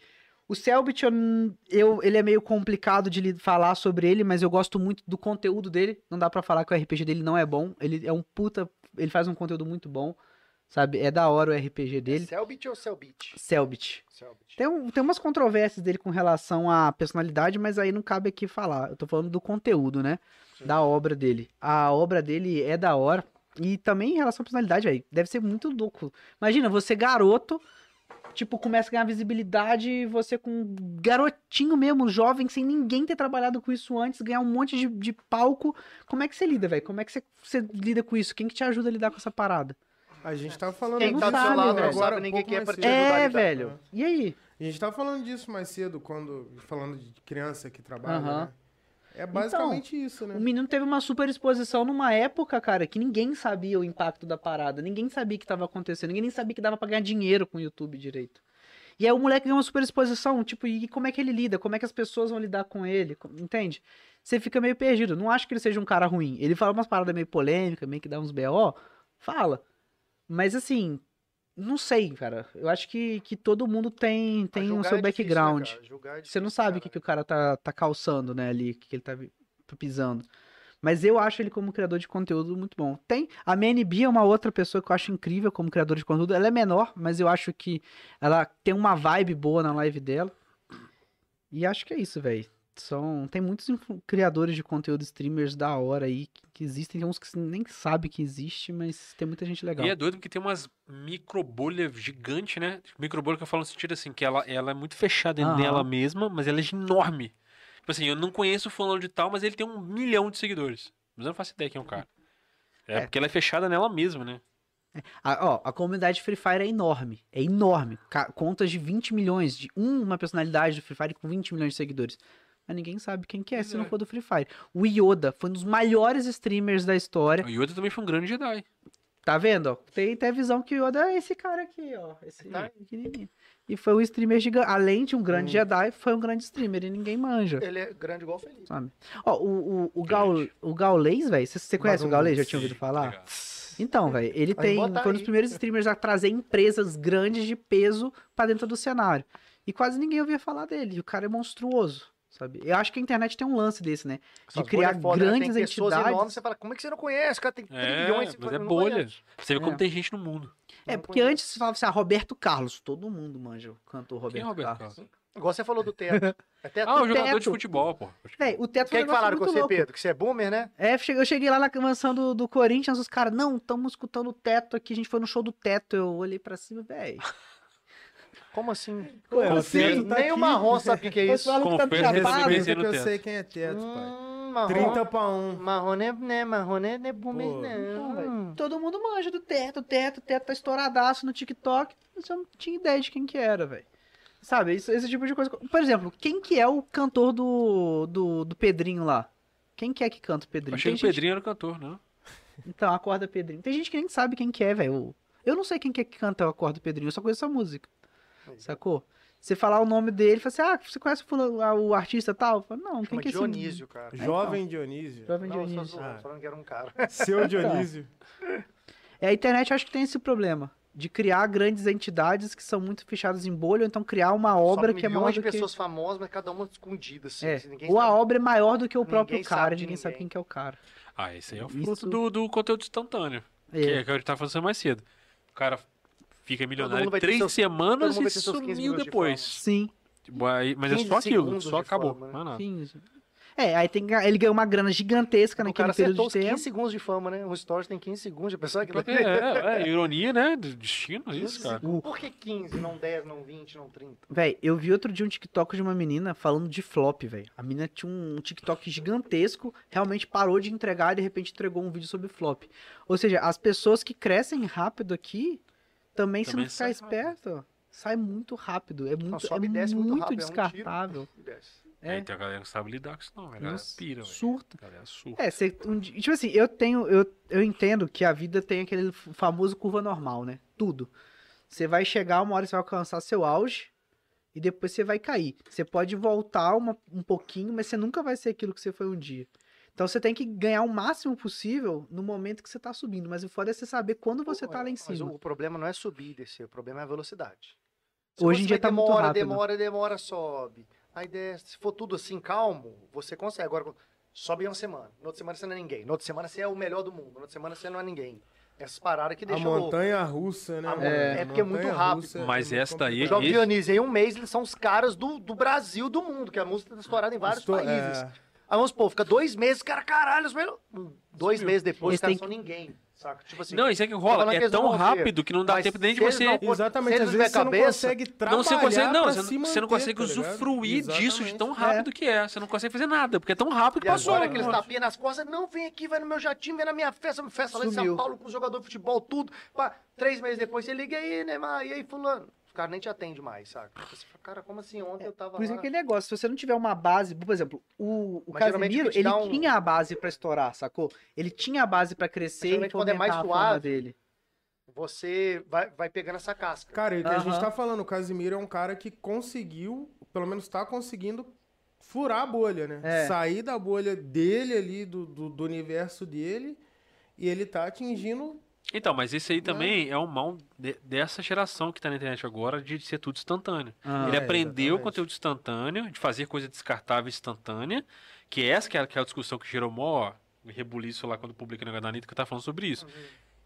[SPEAKER 5] O Selbit, eu, n- eu- ele é meio complicado de lhe falar sobre ele, mas eu gosto muito do conteúdo dele. Não dá pra falar que o RPG dele não é bom. Ele é um puta. Ele faz um conteúdo muito bom, sabe? É da hora o RPG
[SPEAKER 1] É
[SPEAKER 5] dele.
[SPEAKER 1] Selbit ou Selbit?
[SPEAKER 5] Selbit.
[SPEAKER 1] Selbit.
[SPEAKER 5] Tem, um- tem umas controvérsias dele com relação à personalidade, mas aí não cabe aqui falar. Eu tô falando do conteúdo, né? Da obra dele. A obra dele é da hora. E também em relação à personalidade, velho. Deve ser muito louco. Imagina, você garoto, tipo, começa a ganhar visibilidade e você com um garotinho mesmo, jovem, sem ninguém ter trabalhado com isso antes, ganhar um monte de, de palco. Como é que você lida, velho? Como é que você, você lida com isso? Quem que te ajuda a lidar com essa parada?
[SPEAKER 4] A gente tá falando
[SPEAKER 5] Quem
[SPEAKER 4] disso
[SPEAKER 5] tá do seu lado não
[SPEAKER 1] sabe
[SPEAKER 4] um
[SPEAKER 1] nem
[SPEAKER 4] pouco
[SPEAKER 1] quem é
[SPEAKER 4] mais
[SPEAKER 1] pra te
[SPEAKER 4] cedo.
[SPEAKER 1] ajudar a
[SPEAKER 5] É,
[SPEAKER 1] lidar.
[SPEAKER 5] velho. E aí?
[SPEAKER 4] A gente tava falando disso mais cedo, quando falando de criança que trabalha,
[SPEAKER 5] Aham.
[SPEAKER 4] né? É basicamente isso, né?
[SPEAKER 5] O menino teve uma super exposição numa época, cara, que ninguém sabia o impacto da parada, ninguém sabia o que tava acontecendo, ninguém nem sabia que dava pra ganhar dinheiro com o YouTube direito. E aí o moleque ganhou uma super exposição, tipo, e como é que ele lida? Como é que as pessoas vão lidar com ele? Co- Entende? Você fica meio perdido. Não acho que ele seja um cara ruim. Ele fala umas paradas meio polêmicas, meio que dá uns BO, fala. Mas assim, não sei, cara. Eu acho que, que todo mundo tem,
[SPEAKER 1] Pra
[SPEAKER 5] tem o
[SPEAKER 1] julgar
[SPEAKER 5] um seu
[SPEAKER 1] é difícil, né,
[SPEAKER 5] background.
[SPEAKER 1] cara? Julgar é
[SPEAKER 5] Você não
[SPEAKER 1] difícil,
[SPEAKER 5] sabe o que,
[SPEAKER 1] cara.
[SPEAKER 5] que o cara tá, tá calçando, né, ali, o que, que ele tá vi- pisando. Mas eu acho ele como criador de conteúdo muito bom. Tem. A MNB é uma outra pessoa que eu acho incrível como criador de conteúdo. Ela é menor, mas eu acho que ela tem uma vibe boa na live dela. E acho que é isso, velho. São, tem muitos influ- criadores de conteúdo, streamers da hora aí, que, que existem. Tem uns que nem sabe que existe, mas tem muita gente legal.
[SPEAKER 2] E é doido porque tem umas microbolhas gigantes, né? Microbolha que eu falo no sentido assim, que ela, ela é muito fechada
[SPEAKER 5] Aham.
[SPEAKER 2] nela mesma, mas ela é enorme. Tipo assim, eu não conheço o fulano de tal, mas ele tem um milhão de seguidores. Mas eu não faço ideia quem é o cara. É,
[SPEAKER 5] É.
[SPEAKER 2] porque ela é fechada nela mesma, né?
[SPEAKER 5] A, ó, a comunidade Free Fire é enorme. É enorme. Ca- contas de 20 milhões, de um- uma personalidade do Free Fire com 20 milhões de seguidores. Mas ninguém sabe quem que é, se não
[SPEAKER 2] é.
[SPEAKER 5] for do Free Fire. O Yoda foi um dos maiores streamers da história.
[SPEAKER 2] O Yoda também foi um grande Jedi.
[SPEAKER 5] Tá vendo? ó? Tem até a visão que o Yoda é esse cara aqui, ó. Esse
[SPEAKER 2] Tá.
[SPEAKER 5] pequenininho. E foi um streamer gigante. Além de um grande
[SPEAKER 4] Hum.
[SPEAKER 5] Jedi, foi um grande streamer e ninguém manja.
[SPEAKER 1] Ele é grande igual o Felipe.
[SPEAKER 5] Sabe? Ó, o, o, o, Gal,
[SPEAKER 2] Grande.
[SPEAKER 5] o Gaulês, velho. Você- Você conhece o
[SPEAKER 4] Badum,
[SPEAKER 5] Gaulês? Já
[SPEAKER 4] sim,
[SPEAKER 5] tinha ouvido falar?
[SPEAKER 2] Obrigado.
[SPEAKER 5] Então, velho, ele tem.
[SPEAKER 1] bota
[SPEAKER 5] Foi um dos
[SPEAKER 1] aí.
[SPEAKER 5] primeiros streamers a trazer empresas grandes de peso pra dentro do cenário. E quase ninguém ouvia falar dele. e O cara é monstruoso, sabe? Eu acho que a internet tem um lance desse, né?
[SPEAKER 1] Essas
[SPEAKER 5] criar
[SPEAKER 1] bolhas foda, né?
[SPEAKER 5] grandes
[SPEAKER 1] tem pessoas
[SPEAKER 5] entidades.
[SPEAKER 1] Enormes, você fala, como é que você não conhece? O cara tem
[SPEAKER 2] É,
[SPEAKER 1] trilhões.
[SPEAKER 2] mas é
[SPEAKER 1] não
[SPEAKER 2] bolha.
[SPEAKER 1] conhece.
[SPEAKER 2] Você vê
[SPEAKER 5] É.
[SPEAKER 2] como tem gente no mundo.
[SPEAKER 5] É,
[SPEAKER 1] Não
[SPEAKER 5] porque
[SPEAKER 1] conheço.
[SPEAKER 5] antes você falava assim, ah, Roberto Carlos. Todo mundo manja o cantor
[SPEAKER 2] Quem é
[SPEAKER 5] Roberto,
[SPEAKER 2] o Roberto
[SPEAKER 5] Carlos.
[SPEAKER 2] Carlos?
[SPEAKER 1] Igual você falou do
[SPEAKER 5] (laughs)
[SPEAKER 1] teto. Até
[SPEAKER 2] Ah, o jogador de
[SPEAKER 5] Teto.
[SPEAKER 2] futebol, pô.
[SPEAKER 5] Véi, o teto
[SPEAKER 1] Quem é
[SPEAKER 5] um
[SPEAKER 1] que
[SPEAKER 5] negócio
[SPEAKER 1] falaram com
[SPEAKER 5] muito
[SPEAKER 1] você,
[SPEAKER 5] louco.
[SPEAKER 1] Pedro? Que você é boomer, né?
[SPEAKER 5] É, che- eu cheguei lá na mansão do, do Corinthians, os caras, não, estamos escutando o teto aqui, a gente foi no show do teto, eu olhei pra cima, velho.
[SPEAKER 1] Como assim?
[SPEAKER 4] Ué,
[SPEAKER 2] o Confesso.
[SPEAKER 4] Teto tá
[SPEAKER 1] Nem o
[SPEAKER 4] aqui.
[SPEAKER 1] Marrom sabe o que é isso.
[SPEAKER 5] Pessoal que tá
[SPEAKER 2] Confesso que
[SPEAKER 5] chapado,
[SPEAKER 2] recebi esse-
[SPEAKER 4] Respeita que eu
[SPEAKER 2] Teto.
[SPEAKER 4] sei quem é teto, pai.
[SPEAKER 1] Hum, marrom.
[SPEAKER 4] 30 pra 1.
[SPEAKER 1] Marrom não é, né, marrom não é, não é boomer,
[SPEAKER 4] Pô.
[SPEAKER 5] Então,
[SPEAKER 1] não. Hum.
[SPEAKER 5] velho, todo mundo manja do teto, o teto, o teto tá estouradaço no TikTok. Mas eu não tinha ideia de quem que era, velho. Sabe, isso- esse tipo de coisa. Por exemplo, quem que é o cantor do, do, do Pedrinho lá? Quem que é que canta o Pedrinho?
[SPEAKER 2] Achei
[SPEAKER 5] Tem
[SPEAKER 2] que o
[SPEAKER 5] gente-
[SPEAKER 2] Pedrinho era o cantor, né?
[SPEAKER 5] Então, Acorda Pedrinho. Tem gente que nem sabe quem que é, velho. Eu não sei quem que é que canta o Acorda Pedrinho, eu só conheço essa música.
[SPEAKER 1] é.
[SPEAKER 5] Sacou? Você falar o nome dele, fala assim, ah, você conhece o, fulano- ah, o artista tal? Eu falo, não, quem
[SPEAKER 1] Chama
[SPEAKER 5] que é esse...
[SPEAKER 1] Dionísio, cara.
[SPEAKER 4] Jovem
[SPEAKER 5] (laughs)
[SPEAKER 4] Dionísio.
[SPEAKER 5] Jovem
[SPEAKER 1] Não, só
[SPEAKER 5] Dionísio.
[SPEAKER 1] zoando,
[SPEAKER 4] Ah.
[SPEAKER 1] falando que era um cara.
[SPEAKER 4] Seu Dionísio.
[SPEAKER 5] É, a internet eu acho que tem esse problema de criar grandes entidades que são muito fechadas em bolha, ou então criar uma obra
[SPEAKER 1] Só
[SPEAKER 5] que é maior
[SPEAKER 1] milhões
[SPEAKER 5] do
[SPEAKER 1] de
[SPEAKER 5] que...
[SPEAKER 1] pessoas famosas, mas cada uma escondida, assim.
[SPEAKER 5] É,
[SPEAKER 1] assim, ninguém
[SPEAKER 5] ou a
[SPEAKER 1] sabe.
[SPEAKER 5] obra é maior do que o próprio
[SPEAKER 1] Ninguém sabe
[SPEAKER 5] cara,
[SPEAKER 1] de
[SPEAKER 5] ninguém sabe
[SPEAKER 1] ninguém.
[SPEAKER 5] quem que é o cara.
[SPEAKER 2] Ah, esse aí é o
[SPEAKER 5] Isso-
[SPEAKER 2] fruto do, do conteúdo instantâneo.
[SPEAKER 5] É.
[SPEAKER 2] Que é que a gente tava falando mais cedo. O cara fica milionário
[SPEAKER 1] mundo
[SPEAKER 2] em
[SPEAKER 1] vai ter
[SPEAKER 2] três
[SPEAKER 1] seus- todo
[SPEAKER 2] semanas
[SPEAKER 1] mundo
[SPEAKER 2] e
[SPEAKER 1] vai ter seus 15
[SPEAKER 2] sumiu
[SPEAKER 1] minutos de
[SPEAKER 2] depois.
[SPEAKER 5] Sim,
[SPEAKER 2] Tipo, aí- mas é
[SPEAKER 1] 15
[SPEAKER 2] só aquilo,
[SPEAKER 1] segundos
[SPEAKER 2] só
[SPEAKER 1] de
[SPEAKER 2] acabou.
[SPEAKER 1] fama, né?
[SPEAKER 2] Mais nada.
[SPEAKER 5] sim. isso. É, aí tem, que- ele ganhou uma grana gigantesca
[SPEAKER 1] O cara
[SPEAKER 5] naquele
[SPEAKER 1] acertou
[SPEAKER 5] é período
[SPEAKER 1] os
[SPEAKER 5] de tempo.
[SPEAKER 1] 15 segundos de fama, né? Um stories tem 15 segundos, a pessoa
[SPEAKER 2] (laughs)
[SPEAKER 1] que...
[SPEAKER 2] É, é, é, ironia, né? Do destino, isso, cara.
[SPEAKER 5] O-
[SPEAKER 1] Por que 15, não 10, não 20, não 30?
[SPEAKER 5] Véi, eu vi outro dia um TikTok de uma menina falando de flop, véi. A menina tinha um TikTok gigantesco, realmente parou de entregar e de repente entregou um vídeo sobre flop. Ou seja, as pessoas que crescem rápido aqui, também, se não
[SPEAKER 2] Também
[SPEAKER 5] ficar
[SPEAKER 2] sai rápido.
[SPEAKER 5] esperto, sai muito rápido. É muito,
[SPEAKER 1] sobe
[SPEAKER 5] é
[SPEAKER 1] e desce muito
[SPEAKER 5] muito,
[SPEAKER 1] rápido, é um tiro.
[SPEAKER 5] descartável.
[SPEAKER 1] Desce.
[SPEAKER 5] É.
[SPEAKER 2] Aí tem a galera que não sabe lidar com isso, não. velho. A galera
[SPEAKER 5] Nossa,
[SPEAKER 2] pira, velho.
[SPEAKER 5] surta.
[SPEAKER 2] A galera surta.
[SPEAKER 5] É, você, um di- tipo assim, eu tenho, eu, eu entendo que a vida tem aquele f- famoso curva normal, né? Tudo. Você vai chegar uma hora, você vai alcançar seu auge e depois você vai cair. Você pode voltar uma- um pouquinho, mas você nunca vai ser aquilo que você foi um dia. Então você tem que ganhar o máximo possível no momento que você tá subindo. Mas o foda é você saber quando você tá lá em
[SPEAKER 1] Mas
[SPEAKER 5] cima.
[SPEAKER 1] o, o problema não é subir e descer, o problema é a velocidade. Se
[SPEAKER 6] Hoje
[SPEAKER 1] você
[SPEAKER 6] em dia
[SPEAKER 1] vai,
[SPEAKER 6] tá muito
[SPEAKER 1] demora,
[SPEAKER 6] rápido.
[SPEAKER 1] Demora, demora, sobe. Aí desce. Se for tudo assim, calmo, você consegue. Agora, sobe em uma semana. Na outra semana você não é ninguém. Na outra semana você é o melhor do mundo. Na outra semana você não é ninguém. Essas paradas que
[SPEAKER 4] A
[SPEAKER 1] deixam louco.
[SPEAKER 4] montanha russa, né?
[SPEAKER 1] A
[SPEAKER 4] mano?
[SPEAKER 1] montanha- é porque é muito rápido.
[SPEAKER 4] Montanha-russa
[SPEAKER 2] Mas
[SPEAKER 4] muito
[SPEAKER 2] essa é daí-
[SPEAKER 1] O
[SPEAKER 4] complicado.
[SPEAKER 1] João
[SPEAKER 2] Esse-
[SPEAKER 1] Dionísio, em um mês, eles são os caras do, do Brasil, do mundo, que a música tá estourada em vários
[SPEAKER 4] Estou-
[SPEAKER 1] países.
[SPEAKER 4] é.
[SPEAKER 1] Aí vamos supor, fica dois meses, os cara, caralho, os melhores. Dois meses depois, os
[SPEAKER 5] Eles
[SPEAKER 1] caras
[SPEAKER 5] têm
[SPEAKER 1] são ninguém. Saca? Tipo assim,
[SPEAKER 2] Não, isso é que
[SPEAKER 1] Tô falando
[SPEAKER 2] rola.
[SPEAKER 1] que
[SPEAKER 2] É
[SPEAKER 1] eles não
[SPEAKER 2] tão
[SPEAKER 1] vão ver.
[SPEAKER 2] rápido que não dá
[SPEAKER 1] Mas
[SPEAKER 2] tempo nem de
[SPEAKER 1] se eles
[SPEAKER 2] você.
[SPEAKER 1] não for-
[SPEAKER 4] Exatamente,
[SPEAKER 1] Se
[SPEAKER 4] às
[SPEAKER 1] eles não
[SPEAKER 4] vezes você
[SPEAKER 1] tiver
[SPEAKER 4] não
[SPEAKER 1] cabeça-
[SPEAKER 4] consegue trabalhar
[SPEAKER 2] Não, você não consegue, não,
[SPEAKER 4] pra
[SPEAKER 2] você
[SPEAKER 4] se
[SPEAKER 2] não, você não
[SPEAKER 4] manter,
[SPEAKER 2] consegue
[SPEAKER 4] tá ligado?
[SPEAKER 2] usufruir disso de tão
[SPEAKER 4] Exatamente.
[SPEAKER 2] rápido que é. Você não consegue fazer nada, porque é tão rápido
[SPEAKER 1] E
[SPEAKER 2] que passou.
[SPEAKER 1] agora tá- aqueles
[SPEAKER 2] né?
[SPEAKER 1] tapinhas nas costas, não, vem aqui, vai no meu jatinho, vem na minha festa, festa lá em São
[SPEAKER 6] Sumiu.
[SPEAKER 1] Paulo com jogador de futebol, tudo. Pá, três meses depois você liga "E aí, Neymar, e aí, fulano. Os caras nem te atendem mais, saca? Você fala, cara, como assim? Ontem eu tava
[SPEAKER 6] Por isso é
[SPEAKER 1] lá.
[SPEAKER 6] aquele negócio, se você não tiver uma base, por exemplo, o, o
[SPEAKER 1] Mas geralmente
[SPEAKER 6] Casemiro,
[SPEAKER 1] quem te
[SPEAKER 6] ele
[SPEAKER 1] dá um-
[SPEAKER 6] tinha a base pra estourar, sacou? Ele tinha a base pra crescer e
[SPEAKER 1] Geralmente quando é
[SPEAKER 6] fomentar
[SPEAKER 1] mais
[SPEAKER 6] a forma
[SPEAKER 1] suave,
[SPEAKER 6] dele.
[SPEAKER 1] Você vai, vai pegando essa casca.
[SPEAKER 4] Cara, e o que a gente
[SPEAKER 6] Aham.
[SPEAKER 4] tá falando, o Casimiro é um cara que conseguiu, pelo menos tá conseguindo, furar a bolha, né?
[SPEAKER 6] É.
[SPEAKER 4] Sair da bolha dele ali, do, do, do universo dele, e ele tá atingindo.
[SPEAKER 2] Então, mas isso
[SPEAKER 1] Né?
[SPEAKER 2] aí também é um mal de- dessa geração que tá na internet agora de ser tudo instantâneo.
[SPEAKER 6] Ah,
[SPEAKER 2] Ele
[SPEAKER 4] é,
[SPEAKER 2] aprendeu
[SPEAKER 4] exatamente.
[SPEAKER 2] conteúdo instantâneo, de fazer coisa descartável instantânea, que essa que é aquela discussão que gerou mó rebuliço lá quando publica o negócio da Anitta, que eu tava falando sobre isso.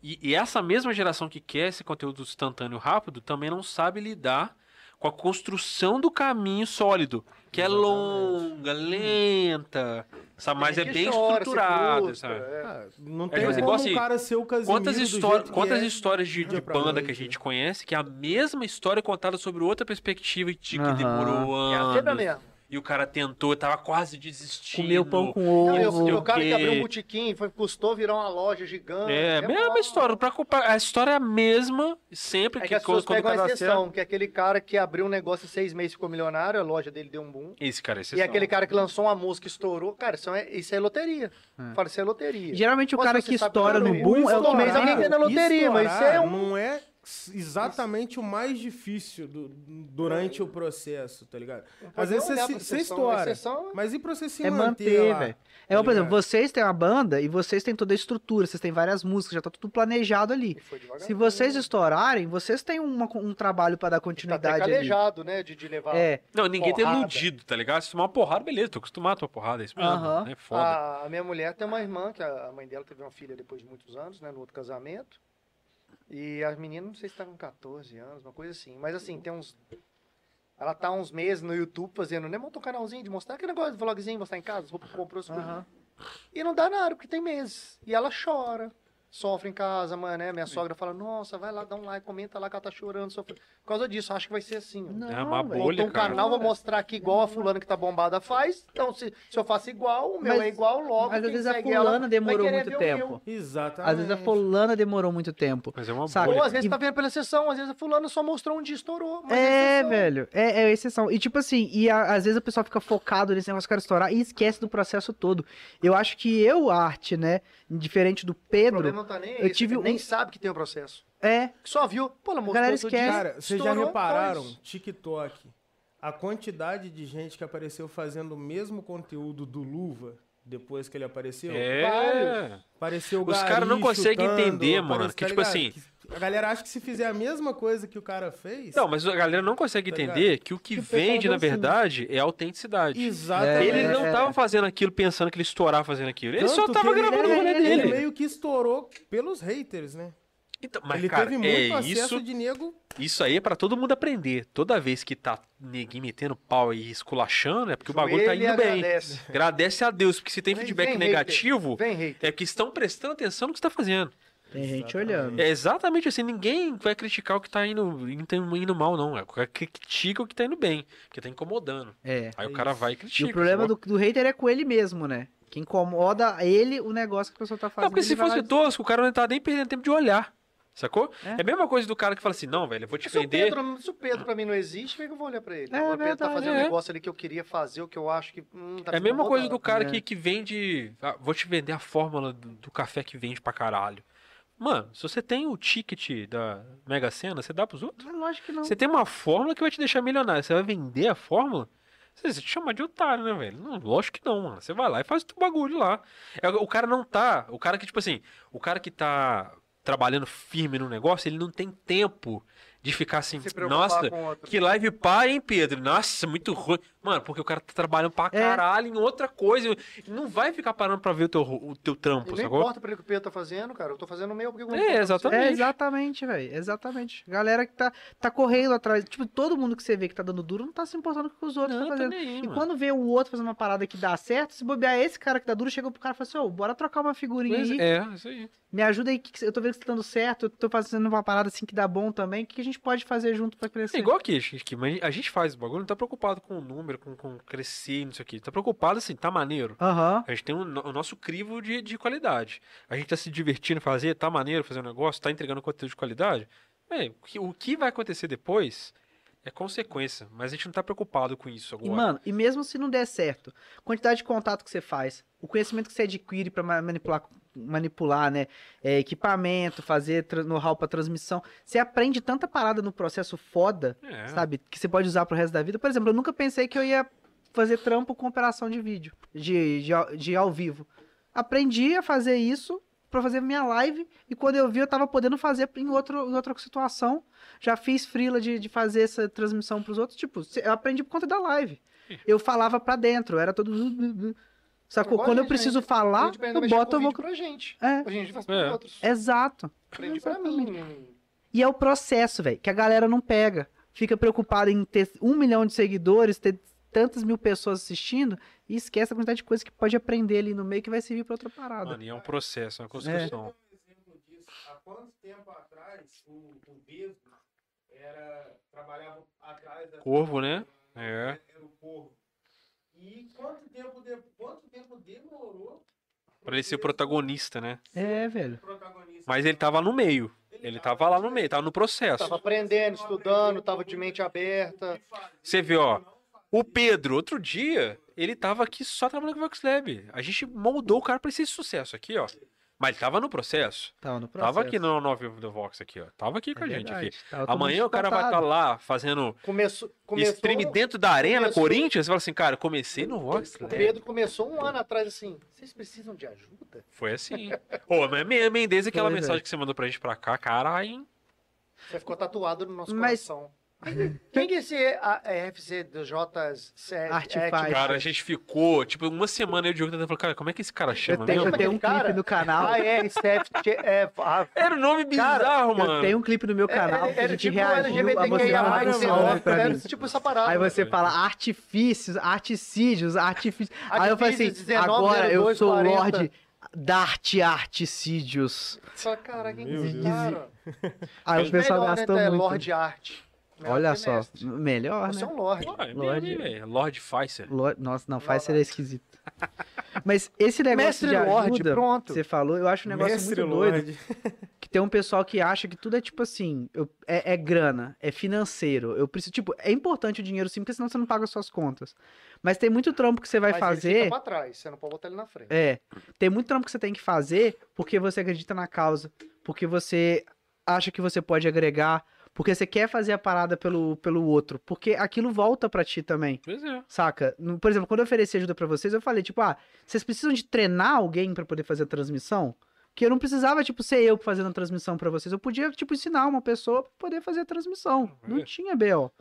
[SPEAKER 2] E, e essa mesma geração que quer esse conteúdo instantâneo rápido também não sabe lidar com a construção do caminho sólido, que é
[SPEAKER 4] Exatamente.
[SPEAKER 2] longa, lenta, sabe? Mas é
[SPEAKER 1] Gente
[SPEAKER 2] bem
[SPEAKER 1] que chora, se
[SPEAKER 2] estruturado,
[SPEAKER 1] frustra,
[SPEAKER 2] sabe?
[SPEAKER 1] é.
[SPEAKER 4] Ah, não
[SPEAKER 2] tipo
[SPEAKER 4] tem
[SPEAKER 2] assim,
[SPEAKER 4] como
[SPEAKER 2] igual assim,
[SPEAKER 4] um cara ser o Casimiro
[SPEAKER 2] Quantas,
[SPEAKER 4] do
[SPEAKER 2] histó-
[SPEAKER 4] jeito que
[SPEAKER 2] quantas
[SPEAKER 4] é.
[SPEAKER 2] histórias de,
[SPEAKER 4] do
[SPEAKER 2] de
[SPEAKER 4] dia pra
[SPEAKER 2] banda que
[SPEAKER 4] noite,
[SPEAKER 2] a gente conhece, que é a mesma história contada sobre outra perspectiva e de que
[SPEAKER 6] Aham.
[SPEAKER 2] demorou
[SPEAKER 1] É a feira
[SPEAKER 2] anos.
[SPEAKER 1] mesmo.
[SPEAKER 2] e o cara tentou, tava quase desistindo.
[SPEAKER 6] Comeu pão com
[SPEAKER 1] Não, eu-
[SPEAKER 2] sei
[SPEAKER 6] ovo.
[SPEAKER 2] o
[SPEAKER 1] o cara que
[SPEAKER 2] quê.
[SPEAKER 1] abriu um botequim, foi, custou virar uma loja gigante.
[SPEAKER 2] É, mesma
[SPEAKER 1] Ah, bom.
[SPEAKER 2] história. Pra, culpar- a história é a mesma sempre
[SPEAKER 1] É
[SPEAKER 2] que,
[SPEAKER 1] que as
[SPEAKER 2] quando,
[SPEAKER 1] pessoas
[SPEAKER 2] quando o
[SPEAKER 1] pegam
[SPEAKER 2] cara
[SPEAKER 1] a
[SPEAKER 2] dá certo.
[SPEAKER 1] exceção, que é aquele cara que abriu um negócio em seis meses e ficou milionário, a loja dele deu um boom.
[SPEAKER 2] Esse cara é
[SPEAKER 1] E
[SPEAKER 2] exceção.
[SPEAKER 1] aquele cara que lançou uma música e estourou, cara, isso é, isso é loteria. Fala, isso é loteria.
[SPEAKER 6] Geralmente o
[SPEAKER 1] Mas
[SPEAKER 6] cara
[SPEAKER 1] você
[SPEAKER 6] que
[SPEAKER 1] sabe
[SPEAKER 6] estoura
[SPEAKER 1] que
[SPEAKER 6] no
[SPEAKER 1] eu não
[SPEAKER 6] boom é o
[SPEAKER 1] estou
[SPEAKER 6] que
[SPEAKER 1] mais
[SPEAKER 6] mais
[SPEAKER 1] alguém
[SPEAKER 6] ganha.
[SPEAKER 1] ganha na loteria, mas isso é
[SPEAKER 4] Estourar
[SPEAKER 1] um.
[SPEAKER 4] Não é exatamente o mais difícil do- durante o processo, tá ligado? Às vezes você,
[SPEAKER 1] olhar
[SPEAKER 4] se,
[SPEAKER 1] pra
[SPEAKER 4] você
[SPEAKER 1] exceção,
[SPEAKER 4] estoura,
[SPEAKER 1] exceção é-
[SPEAKER 4] mas e pra você se
[SPEAKER 6] É
[SPEAKER 4] manter,
[SPEAKER 6] manter,
[SPEAKER 4] lá?
[SPEAKER 6] velho.
[SPEAKER 4] tá
[SPEAKER 6] É, por exemplo,
[SPEAKER 4] ligado?
[SPEAKER 6] vocês têm uma banda e vocês têm toda a estrutura, vocês têm várias músicas, já tá tudo planejado ali.
[SPEAKER 1] E foi devagar.
[SPEAKER 6] Se vocês estourarem, vocês têm uma- um trabalho pra dar
[SPEAKER 1] tá até
[SPEAKER 6] continuidade ali.
[SPEAKER 1] calejado, né? De, de levar
[SPEAKER 6] É,
[SPEAKER 2] Não, ninguém tá
[SPEAKER 1] Porrada.
[SPEAKER 2] iludido, tá ligado? Se tomar uma porrada, beleza, tô acostumado a tomar porrada, é isso mesmo.
[SPEAKER 6] Aham.
[SPEAKER 2] Né? Foda.
[SPEAKER 1] A, a minha mulher tem uma irmã, que a a mãe dela teve uma filha depois de muitos anos, né? No outro casamento. E a menina, não sei se tá com 14 anos, uma coisa assim. Mas assim, tem uns. Ela tá uns meses no YouTube fazendo, né? Monta um canalzinho de mostrar aquele negócio de vlogzinho, mostrar em casa, roupa que comprou, as coisas.
[SPEAKER 6] Aham.
[SPEAKER 1] E não dá nada, porque tem meses. E ela chora. Sofre em casa, mãe, né? Minha sogra fala, nossa, vai lá, dá um like, comenta lá que ela tá chorando, sofre. Por causa disso, acho que vai ser assim. ó.
[SPEAKER 6] Não,
[SPEAKER 2] É uma
[SPEAKER 6] velho.
[SPEAKER 2] bolha,
[SPEAKER 1] Monta um
[SPEAKER 2] cara.
[SPEAKER 1] canal, vou mostrar aqui igual a fulana que tá bombada faz. Então, se, se eu faço igual, o meu
[SPEAKER 6] Mas-
[SPEAKER 1] é igual logo.
[SPEAKER 6] Mas às
[SPEAKER 1] quem
[SPEAKER 6] vezes a
[SPEAKER 1] segue ela
[SPEAKER 6] fulana
[SPEAKER 1] vai
[SPEAKER 6] demorou
[SPEAKER 1] querer
[SPEAKER 6] muito
[SPEAKER 1] ver o meu.
[SPEAKER 6] tempo.
[SPEAKER 4] Exatamente.
[SPEAKER 6] Às vezes a fulana demorou muito tempo.
[SPEAKER 2] Mas é uma
[SPEAKER 6] Saca?
[SPEAKER 2] bolha.
[SPEAKER 1] Ou às vezes
[SPEAKER 6] E-
[SPEAKER 1] tá vendo pela sessão, às vezes a fulana só mostrou um dia e estourou. mas
[SPEAKER 6] É,
[SPEAKER 1] exceção.
[SPEAKER 6] velho. É, é exceção. E tipo assim, e a- às vezes o pessoal fica focado nesse negócio que quero estourar e esquece do processo todo. Eu acho que eu, a arte, né? Diferente do
[SPEAKER 1] O problema
[SPEAKER 6] Pedro,
[SPEAKER 1] não tá nem
[SPEAKER 6] eu
[SPEAKER 1] esse,
[SPEAKER 6] tive
[SPEAKER 1] ele
[SPEAKER 6] um-
[SPEAKER 1] nem sabe que tem o processo.
[SPEAKER 6] é.
[SPEAKER 1] Só viu, pô, ela mostrou
[SPEAKER 6] galera
[SPEAKER 1] outro
[SPEAKER 6] esquece.
[SPEAKER 1] dia,
[SPEAKER 4] Cara, vocês já
[SPEAKER 1] É, estourou,
[SPEAKER 4] repararam,
[SPEAKER 1] faz.
[SPEAKER 4] TikTok, a quantidade de gente que apareceu fazendo o mesmo conteúdo do Luva depois que ele apareceu?
[SPEAKER 2] É.
[SPEAKER 4] Apareceu o
[SPEAKER 2] Os caras não
[SPEAKER 4] Gari
[SPEAKER 2] conseguem
[SPEAKER 4] chutando,
[SPEAKER 2] entender, mano,
[SPEAKER 4] aparece-
[SPEAKER 2] que
[SPEAKER 4] tá
[SPEAKER 2] tipo
[SPEAKER 4] ligado?
[SPEAKER 2] assim-
[SPEAKER 4] Que A galera acha que se fizer a mesma coisa que o cara fez.
[SPEAKER 2] Não, mas a galera não consegue
[SPEAKER 4] Tá ligado?
[SPEAKER 2] entender que o que
[SPEAKER 4] Que o pessoal
[SPEAKER 2] vende, na
[SPEAKER 4] dançando.
[SPEAKER 2] verdade, é a autenticidade.
[SPEAKER 4] Exatamente.
[SPEAKER 2] Ele não
[SPEAKER 6] É.
[SPEAKER 2] tava fazendo aquilo pensando que ele estourava fazendo aquilo. Ele
[SPEAKER 4] Tanto
[SPEAKER 2] só tava
[SPEAKER 4] que
[SPEAKER 2] gravando o
[SPEAKER 4] ele,
[SPEAKER 2] rolê
[SPEAKER 4] ele é
[SPEAKER 2] dele.
[SPEAKER 4] meio que estourou pelos haters, né?
[SPEAKER 2] Então, mas,
[SPEAKER 4] ele
[SPEAKER 2] cara,
[SPEAKER 4] teve muito
[SPEAKER 2] é
[SPEAKER 4] acesso
[SPEAKER 2] isso,
[SPEAKER 4] de nego.
[SPEAKER 2] isso aí é pra todo mundo aprender. Toda vez que tá neguinho metendo pau e esculachando, é porque o bagulho tá
[SPEAKER 1] Joelho e
[SPEAKER 2] indo bem.
[SPEAKER 1] agradece.
[SPEAKER 2] Agradece a Deus, porque se tem
[SPEAKER 1] Vem-
[SPEAKER 2] feedback
[SPEAKER 1] vem, hater.
[SPEAKER 2] negativo,
[SPEAKER 1] Vem, hater.
[SPEAKER 2] é porque estão prestando atenção no que você tá fazendo.
[SPEAKER 6] Tem gente
[SPEAKER 4] Exatamente.
[SPEAKER 6] olhando.
[SPEAKER 2] É exatamente assim, ninguém vai criticar o que tá indo, indo, indo mal, não. É, critica o que tá indo bem, porque tá incomodando.
[SPEAKER 6] É.
[SPEAKER 2] Aí
[SPEAKER 4] É
[SPEAKER 2] o cara
[SPEAKER 4] isso.
[SPEAKER 2] vai e critica.
[SPEAKER 6] E o problema
[SPEAKER 2] sacou?
[SPEAKER 6] do, do hater é com ele mesmo, né? Que incomoda ele o negócio que a pessoa tá fazendo.
[SPEAKER 2] Não, porque se
[SPEAKER 6] ele vai lá
[SPEAKER 2] fosse
[SPEAKER 6] e-
[SPEAKER 2] tosco, o cara não tá nem perdendo tempo de olhar. Sacou?
[SPEAKER 6] É.
[SPEAKER 2] É, a mesma coisa do cara que fala assim: não, velho, eu vou te
[SPEAKER 1] Se o,
[SPEAKER 2] vender.
[SPEAKER 1] Pedro, se o Pedro pra mim não existe, por que eu vou olhar pra ele?
[SPEAKER 6] É
[SPEAKER 1] Agora o Pedro tá
[SPEAKER 6] verdade,
[SPEAKER 1] fazendo
[SPEAKER 2] é.
[SPEAKER 1] um negócio ali que eu queria fazer, o que eu acho que. hum, tá
[SPEAKER 2] é a
[SPEAKER 1] me
[SPEAKER 2] mesma coisa do
[SPEAKER 1] incomodando.
[SPEAKER 2] cara
[SPEAKER 6] É.
[SPEAKER 2] que, que vende. ah, vou te vender a fórmula do, do café que vende pra caralho. Mano, se você tem o ticket da Mega Sena, você dá pros outros?
[SPEAKER 6] É Lógico que não.
[SPEAKER 2] Você tem uma fórmula que vai te deixar milionário. Você vai vender a fórmula? Você você te chamar de otário, né, velho? Não, lógico que não, mano. Você vai lá e faz o teu bagulho lá. É, O cara não tá. O cara que, tipo assim, o cara que tá trabalhando firme no negócio, ele não tem tempo de ficar assim,
[SPEAKER 1] Se preocupar
[SPEAKER 2] nossa,
[SPEAKER 1] com outro.
[SPEAKER 2] que live pá, hein, Pedro? Nossa, muito ruim. Mano, porque o cara tá trabalhando pra
[SPEAKER 5] É.
[SPEAKER 2] caralho em outra coisa. Não vai ficar parando pra ver o teu, ru- o teu
[SPEAKER 1] E
[SPEAKER 2] trampo,
[SPEAKER 1] não
[SPEAKER 2] sacou?
[SPEAKER 1] importa porque o Pedro tá fazendo, cara. Eu tô fazendo o meu porque eu
[SPEAKER 2] É,
[SPEAKER 5] É,
[SPEAKER 2] exatamente.
[SPEAKER 5] exatamente, velho. Exatamente. Galera que tá, tá correndo atrás. Tipo, todo mundo que você vê que tá dando duro não tá se importando com o que os outros
[SPEAKER 2] Não,
[SPEAKER 5] estão
[SPEAKER 2] tá
[SPEAKER 5] fazendo.
[SPEAKER 2] nem aí,
[SPEAKER 5] E
[SPEAKER 2] mano.
[SPEAKER 5] quando vê o outro fazendo uma parada que dá certo, se bobear esse cara que dá duro, chega pro cara e fala assim, ô, bora trocar uma figurinha
[SPEAKER 2] Pois
[SPEAKER 5] aí.
[SPEAKER 2] É, isso aí.
[SPEAKER 5] Me ajuda aí, que que cê- eu tô vendo que você tá dando certo, eu tô fazendo uma parada assim que dá bom também. O que que a gente pode fazer junto pra crescer?
[SPEAKER 2] É igual aqui, gente, que mas a gente faz o bagulho, não tá preocupado com o número, com, com crescer, não sei o que. Tá preocupado assim, tá maneiro.
[SPEAKER 5] Aham.
[SPEAKER 2] A gente tem o no- o nosso crivo de, de qualidade. A gente tá se divertindo em fazer, tá maneiro fazer um negócio, tá entregando conteúdo de qualidade. Bem, o que- o que vai acontecer depois é consequência, mas a gente não tá preocupado com isso
[SPEAKER 5] E,
[SPEAKER 2] agora.
[SPEAKER 5] mano, e mesmo se não der certo, quantidade de contato que você faz, o conhecimento que você adquire pra ma- manipular, manipular, né? é, equipamento, fazer tra- know-how pra transmissão, você aprende tanta parada no processo foda,
[SPEAKER 2] É.
[SPEAKER 5] sabe? Que você pode usar pro resto da vida. Por exemplo, eu nunca pensei que eu ia fazer trampo com operação de vídeo, de, de, ao- de ao vivo. Aprendi a fazer isso pra fazer minha live e quando eu vi eu tava podendo fazer em, outro, em outra situação. Já fiz frila de, de fazer essa transmissão pros outros. Tipo, se- eu aprendi por conta da live. Eu falava pra dentro, eu era todo... Sacou?
[SPEAKER 1] Igual a
[SPEAKER 5] Quando eu
[SPEAKER 1] gente,
[SPEAKER 5] preciso
[SPEAKER 1] né?
[SPEAKER 5] falar, eu boto a
[SPEAKER 1] o
[SPEAKER 5] boca...
[SPEAKER 1] pra gente.
[SPEAKER 5] É,
[SPEAKER 1] A gente faz
[SPEAKER 2] É.
[SPEAKER 1] pros outros.
[SPEAKER 5] exato.
[SPEAKER 1] Aprendi pra mim.
[SPEAKER 5] E é o processo, velho, que a galera não pega. Fica preocupada em ter um milhão de seguidores, ter tantas mil pessoas assistindo e esquece a quantidade de coisa que pode aprender ali no meio que vai servir pra outra parada.
[SPEAKER 2] Mano, e é um processo, é uma construção.
[SPEAKER 4] Um exemplo disso, há quanto tempo atrás o, o Bezos era, trabalhava atrás da...
[SPEAKER 2] Corvo, né? É.
[SPEAKER 4] Era o Corvo. E quanto tempo, de, quanto tempo demorou...
[SPEAKER 2] Pra ele ser o
[SPEAKER 4] Bezos
[SPEAKER 2] protagonista, né?
[SPEAKER 5] É, velho.
[SPEAKER 4] protagonista?
[SPEAKER 2] Mas ele tava no meio. Ele tava lá no meio, tava no processo.
[SPEAKER 1] Tava aprendendo, estudando, tava de mente aberta.
[SPEAKER 2] Você vê, ó. O Pedro, outro dia, ele tava aqui só trabalhando com o Vox Lab. A gente moldou o cara pra esse sucesso aqui, ó. Mas ele tava no processo.
[SPEAKER 5] Tava no processo. É Tá
[SPEAKER 2] Tava aqui no 9 do Vox aqui, ó. Tava aqui com a gente aqui.
[SPEAKER 5] Tava todo
[SPEAKER 2] Amanhã
[SPEAKER 5] mundo
[SPEAKER 2] o cara vai estar
[SPEAKER 5] espantado.
[SPEAKER 2] lá fazendo
[SPEAKER 1] Começou, começou,
[SPEAKER 5] um
[SPEAKER 2] stream dentro da arena
[SPEAKER 1] começou-
[SPEAKER 2] Corinthians. Você fala assim, cara, eu comecei no Vox né?"
[SPEAKER 1] O
[SPEAKER 2] Lab.
[SPEAKER 1] Pedro começou um ano atrás assim. Vocês precisam de ajuda?
[SPEAKER 2] Foi assim. Ô, mas minha mãe, desde aquela
[SPEAKER 5] Pois é.
[SPEAKER 2] mensagem que você mandou pra gente pra cá, caralho, hein?
[SPEAKER 1] Você ficou tatuado no nosso
[SPEAKER 5] Mas-
[SPEAKER 1] coração. Quem que é esse a- RFC do J7?
[SPEAKER 5] Artifaz.
[SPEAKER 2] Cara, a gente ficou, tipo, uma semana eu e o Diogo tentando falar, cara, como é que esse cara chama
[SPEAKER 5] Eu tenho,
[SPEAKER 2] mesmo?
[SPEAKER 5] eu tenho
[SPEAKER 1] Aquele
[SPEAKER 5] um
[SPEAKER 1] cara-
[SPEAKER 5] clipe no canal.
[SPEAKER 1] AR7F.
[SPEAKER 2] Era um nome
[SPEAKER 1] Cara,
[SPEAKER 2] bizarro,
[SPEAKER 5] Eu
[SPEAKER 2] mano.
[SPEAKER 5] tenho um clipe no meu canal que a
[SPEAKER 1] É, Era
[SPEAKER 5] gente
[SPEAKER 1] tipo
[SPEAKER 5] reagiu a você
[SPEAKER 1] LGBTQIA+,
[SPEAKER 5] mandando um salve pra
[SPEAKER 1] era
[SPEAKER 5] mim.
[SPEAKER 1] tipo essa parada.
[SPEAKER 5] Aí você fala artifícios, articídios, artifícios. Aí eu falei assim,
[SPEAKER 1] Artifícios, 19,
[SPEAKER 5] agora eu sou o
[SPEAKER 1] 02,
[SPEAKER 5] Lorde da arte articídios.
[SPEAKER 1] Só, cara, quem
[SPEAKER 4] Meu
[SPEAKER 1] que
[SPEAKER 4] Deus.
[SPEAKER 1] cara?
[SPEAKER 5] Aí Ah, o pessoal gastou
[SPEAKER 1] é
[SPEAKER 5] muito.
[SPEAKER 1] Lorde Arte. Melhor
[SPEAKER 5] Olha
[SPEAKER 1] que
[SPEAKER 5] só,
[SPEAKER 1] mestre.
[SPEAKER 5] melhor,
[SPEAKER 1] Você é
[SPEAKER 5] né?
[SPEAKER 1] um Lorde.
[SPEAKER 2] Ah, é mesmo,
[SPEAKER 5] Lorde.
[SPEAKER 2] hein, velho? Lord Pfizer.
[SPEAKER 5] Lo- Nossa, não,
[SPEAKER 1] Não,
[SPEAKER 5] faz seria
[SPEAKER 1] não.
[SPEAKER 5] esquisito. (laughs) Mas esse negócio
[SPEAKER 1] Mestre
[SPEAKER 5] de
[SPEAKER 1] Lorde,
[SPEAKER 5] ajuda
[SPEAKER 1] pronto.
[SPEAKER 5] que você falou, eu acho um negócio
[SPEAKER 4] Mestre
[SPEAKER 5] muito doido.
[SPEAKER 4] Lorde.
[SPEAKER 5] Que tem um pessoal que acha que tudo é tipo assim, eu- é, é grana, é financeiro. Eu preciso, tipo, é importante o dinheiro sim, porque senão você não paga as suas contas. Mas tem muito trampo que você vai
[SPEAKER 1] Mas Ele
[SPEAKER 5] fazer.
[SPEAKER 1] fica pra trás, você não pode botar ele na frente.
[SPEAKER 5] É. Tem muito trampo que você tem que fazer porque você acredita na causa, porque você acha que você pode agregar, porque você quer fazer a parada pelo, pelo outro, porque aquilo volta pra ti também.
[SPEAKER 2] Pois é.
[SPEAKER 5] Saca? No- Por exemplo, quando eu ofereci ajuda pra vocês, eu falei, tipo, ah, vocês precisam de treinar alguém pra poder fazer a transmissão? Que eu não precisava, tipo, ser eu fazendo a transmissão pra vocês. Eu podia, tipo, ensinar uma pessoa pra poder fazer a transmissão. Não
[SPEAKER 2] É.
[SPEAKER 5] tinha B.O.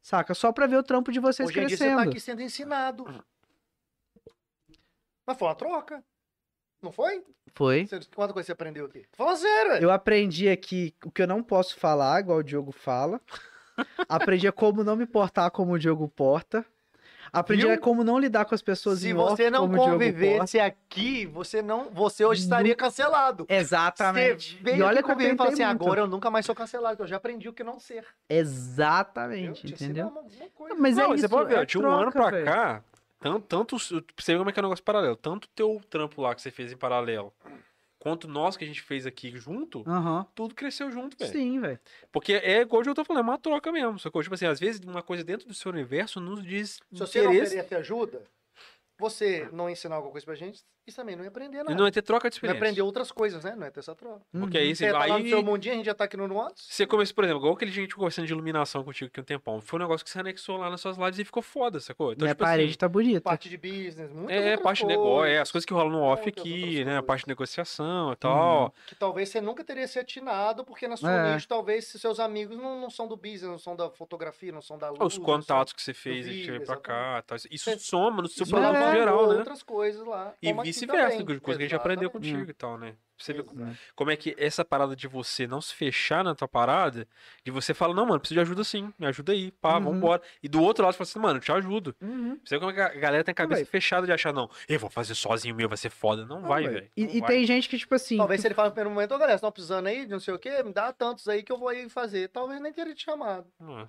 [SPEAKER 5] Saca? Só pra ver o trampo de vocês
[SPEAKER 1] Hoje em dia você
[SPEAKER 5] crescendo.
[SPEAKER 1] tá aqui sendo ensinado. Mas foi uma troca. Não foi?
[SPEAKER 5] Foi.
[SPEAKER 1] Você, quanta coisa você aprendeu aqui? Fala sério, velho.
[SPEAKER 5] Eu aprendi aqui o que eu não posso falar, igual o Diogo fala. Aprendi a como não me portar como o Diogo porta. Aprendi
[SPEAKER 1] Viu?
[SPEAKER 5] a como não lidar com as pessoas
[SPEAKER 1] Se
[SPEAKER 5] em off,
[SPEAKER 1] você não
[SPEAKER 5] como o Diogo porta.
[SPEAKER 1] convivesse aqui, você não, você hoje estaria cancelado.
[SPEAKER 5] Exatamente.
[SPEAKER 1] Você veio
[SPEAKER 5] E olha
[SPEAKER 1] aqui
[SPEAKER 5] que eu
[SPEAKER 1] comigo e fala assim,
[SPEAKER 5] tentei muito.
[SPEAKER 1] agora eu nunca mais sou cancelado, que eu já aprendi o que não ser. Eu
[SPEAKER 5] Exatamente,
[SPEAKER 1] te ensino
[SPEAKER 5] entendeu?
[SPEAKER 1] alguma coisa.
[SPEAKER 5] Mas
[SPEAKER 2] Não,
[SPEAKER 5] é
[SPEAKER 2] mas você
[SPEAKER 5] isso,
[SPEAKER 2] pode ver,
[SPEAKER 5] é
[SPEAKER 2] de um ano
[SPEAKER 5] troca,
[SPEAKER 2] pra
[SPEAKER 5] velho.
[SPEAKER 2] cá, tanto, tanto o- pra você vê como é que é o negócio paralelo. Tanto o teu trampo lá que você fez em paralelo, quanto nós que a gente fez aqui junto,
[SPEAKER 5] Aham.
[SPEAKER 2] tudo cresceu junto, velho.
[SPEAKER 5] Sim, velho.
[SPEAKER 2] Porque é igual eu tô falando, é uma troca mesmo. Sacou? Tipo assim, às vezes uma coisa dentro do seu universo nos diz
[SPEAKER 1] Se você não
[SPEAKER 2] interesse.
[SPEAKER 1] oferece ajuda, você não ensinar alguma coisa pra gente, isso também não ia aprender nada.
[SPEAKER 2] E não é ia ter troca de
[SPEAKER 1] Não ia
[SPEAKER 2] experiência.
[SPEAKER 1] aprender outras coisas, né? Não ia ter essa troca.
[SPEAKER 2] Porque é
[SPEAKER 5] Uhum.
[SPEAKER 2] aí
[SPEAKER 1] Você
[SPEAKER 2] você
[SPEAKER 1] ia tá lá no seu
[SPEAKER 2] aí
[SPEAKER 1] mundinho, a gente já tá aqui no Nuance.
[SPEAKER 2] você começa, por exemplo, igual aquele dia que a gente conversando de iluminação contigo aqui um tempão. Foi um negócio que você anexou lá nas suas lives e ficou foda, sacou? Então,
[SPEAKER 5] Minha
[SPEAKER 2] tipo
[SPEAKER 5] parede
[SPEAKER 2] assim,
[SPEAKER 5] tá bonita.
[SPEAKER 1] Parte de business, muita
[SPEAKER 2] é, parte de negócio, é, as coisas que rolam no off
[SPEAKER 1] Muitas
[SPEAKER 2] aqui,
[SPEAKER 1] outras
[SPEAKER 2] né? A
[SPEAKER 1] coisas.
[SPEAKER 2] parte de negociação e tal.
[SPEAKER 1] Que talvez você nunca teria se atinado, porque na sua
[SPEAKER 5] É.
[SPEAKER 1] nicho, talvez se seus amigos não, não são do business, não são da fotografia, não são da luz.
[SPEAKER 2] Ah, Os
[SPEAKER 1] não
[SPEAKER 2] contatos que você fez, a
[SPEAKER 1] vídeo,
[SPEAKER 2] gente veio pra
[SPEAKER 1] exatamente.
[SPEAKER 2] cá, tal. Isso- isso
[SPEAKER 1] Você-
[SPEAKER 2] soma no
[SPEAKER 1] são-
[SPEAKER 2] seu
[SPEAKER 1] Isso é vai
[SPEAKER 2] plano
[SPEAKER 1] levar
[SPEAKER 2] geral, né?
[SPEAKER 1] assim. outras coisas lá.
[SPEAKER 2] E
[SPEAKER 1] como aqui
[SPEAKER 2] vice-versa,
[SPEAKER 1] também.
[SPEAKER 2] coisa que a gente aprendeu
[SPEAKER 1] Exatamente.
[SPEAKER 2] contigo e tal, né? Pra Você vê como,
[SPEAKER 1] Exato.
[SPEAKER 2] como é que essa parada de você não se fechar na tua parada, de você falar, não, mano, preciso de ajuda sim, me ajuda aí, pá,
[SPEAKER 5] Uhum.
[SPEAKER 2] vambora. E do outro lado, você fala assim, mano, eu te ajudo. Você vê como é que a galera tem a cabeça
[SPEAKER 5] vai.
[SPEAKER 2] fechada de achar, não, eu vou fazer sozinho, meu, vai ser foda. Não, vai, velho. não
[SPEAKER 5] E, e
[SPEAKER 2] vai.
[SPEAKER 5] tem gente que, tipo assim.
[SPEAKER 1] Talvez
[SPEAKER 5] que-
[SPEAKER 1] se ele fala no primeiro momento, ô galera, vocês estão precisando aí de não sei o quê, me dá tantos aí que eu vou aí fazer. Talvez nem teria te chamado.
[SPEAKER 2] Não é.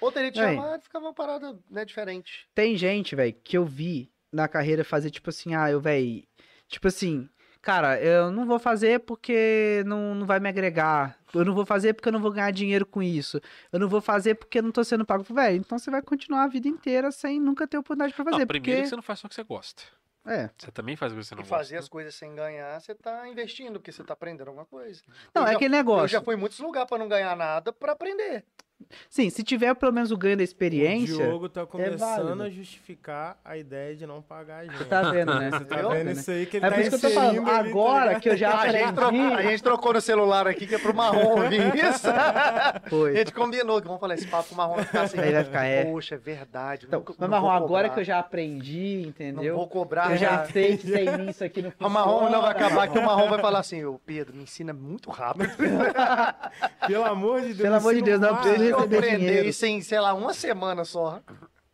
[SPEAKER 1] Ou teria te
[SPEAKER 5] É Aí.
[SPEAKER 1] chamado e ficava uma parada né, diferente.
[SPEAKER 5] Tem gente, velho, que eu vi na carreira fazer tipo assim, ah, eu, velho. Tipo assim, cara, eu não vou fazer porque não, não vai me agregar. Eu não vou fazer porque eu não vou ganhar dinheiro com isso. Eu não vou fazer porque eu não tô sendo pago. Velho, então você vai continuar a vida inteira sem nunca ter oportunidade pra
[SPEAKER 2] Não,
[SPEAKER 5] fazer.
[SPEAKER 2] primeiro que
[SPEAKER 5] porque...
[SPEAKER 2] você não faz só o que você gosta.
[SPEAKER 5] É.
[SPEAKER 2] Você também faz o que você não
[SPEAKER 1] e fazer as
[SPEAKER 2] gosta.
[SPEAKER 1] coisas sem ganhar, você tá investindo, porque você tá aprendendo alguma coisa.
[SPEAKER 5] Não,
[SPEAKER 1] Eu
[SPEAKER 5] é
[SPEAKER 1] já-
[SPEAKER 5] aquele
[SPEAKER 1] Eu
[SPEAKER 5] negócio.
[SPEAKER 1] já fui em muitos lugares pra não ganhar nada pra aprender.
[SPEAKER 5] Sim, se tiver pelo menos o ganho da
[SPEAKER 4] O
[SPEAKER 5] experiência. É
[SPEAKER 4] Diogo tá começando
[SPEAKER 5] válido.
[SPEAKER 4] a justificar a ideia de não pagar a gente.
[SPEAKER 5] Você tá vendo, né?
[SPEAKER 4] Você tá
[SPEAKER 1] Eu?
[SPEAKER 4] vendo
[SPEAKER 5] né?
[SPEAKER 4] isso aí que ele
[SPEAKER 5] É
[SPEAKER 4] tá
[SPEAKER 5] por isso que eu tô falando.
[SPEAKER 4] inserindo ali, tá
[SPEAKER 5] Agora
[SPEAKER 4] ligado?
[SPEAKER 5] que eu já
[SPEAKER 1] a, gente
[SPEAKER 5] aprendi.
[SPEAKER 1] trocou, a gente trocou no celular aqui, que é pro Marrom (laughs) ouvir isso. a
[SPEAKER 5] Foi.
[SPEAKER 1] gente combinou que vamos falar esse papo pro Marrom vai ficar assim.
[SPEAKER 5] Aí vai ficar, é.
[SPEAKER 1] Poxa, é verdade.
[SPEAKER 5] Então,
[SPEAKER 1] nunca-
[SPEAKER 5] mas,
[SPEAKER 1] não vou
[SPEAKER 5] Marrom, agora
[SPEAKER 1] cobrar.
[SPEAKER 5] que eu já aprendi, entendeu?
[SPEAKER 1] Não vou cobrar.
[SPEAKER 5] Eu já sei que sem mim isso
[SPEAKER 1] (laughs)
[SPEAKER 5] aqui não
[SPEAKER 1] O
[SPEAKER 5] funciona.
[SPEAKER 1] marrom não vai acabar que o marrom vai falar assim, ô Pedro, me ensina muito rápido.
[SPEAKER 4] Pelo amor de Deus.
[SPEAKER 5] Pelo amor de
[SPEAKER 4] ensina
[SPEAKER 5] Deus, não
[SPEAKER 4] mais.
[SPEAKER 5] precisa
[SPEAKER 1] Eu
[SPEAKER 5] receber
[SPEAKER 1] aprender
[SPEAKER 5] é dinheiro.
[SPEAKER 1] isso em, sei lá, uma semana só.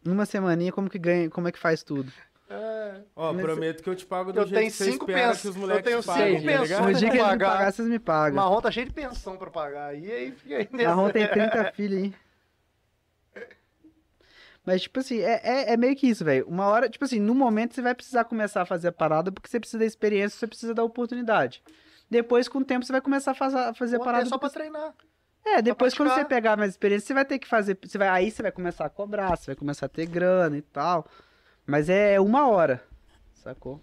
[SPEAKER 5] Uma semaninha, como que ganha, como é que faz tudo?
[SPEAKER 1] É.
[SPEAKER 4] Ó,
[SPEAKER 5] Mas-
[SPEAKER 4] prometo que eu te pago do
[SPEAKER 1] Eu
[SPEAKER 4] jeito
[SPEAKER 1] tenho
[SPEAKER 4] que você
[SPEAKER 1] cinco
[SPEAKER 4] espera
[SPEAKER 1] pens-
[SPEAKER 4] que os
[SPEAKER 1] eu
[SPEAKER 4] moleques
[SPEAKER 1] tenho
[SPEAKER 4] paguem,
[SPEAKER 1] cinco
[SPEAKER 4] tá ligado?
[SPEAKER 1] pensões.
[SPEAKER 5] No um dia que eles me
[SPEAKER 1] pagar.
[SPEAKER 5] pagar, vocês me
[SPEAKER 1] O
[SPEAKER 5] pagam.
[SPEAKER 1] marrom tá cheio de pensão pra pagar. E aí fica aí nessa.
[SPEAKER 5] Marrom tem
[SPEAKER 1] (laughs)
[SPEAKER 5] 30 filhos, hein? Mas, tipo assim, é, é- é meio que isso, velho. Uma hora, tipo assim, no momento você vai precisar começar a fazer a parada porque você precisa da experiência, você precisa da oportunidade. Depois, com o tempo, você vai começar a faza- fazer a
[SPEAKER 1] Ou até
[SPEAKER 5] é parada.
[SPEAKER 1] só
[SPEAKER 5] porque-
[SPEAKER 1] pra treinar.
[SPEAKER 5] É, depois quando você
[SPEAKER 1] praticar.
[SPEAKER 5] pegar mais experiência, você vai ter que fazer. Você vai, aí você vai começar a cobrar, você vai começar a ter grana e tal. Mas é uma hora, sacou?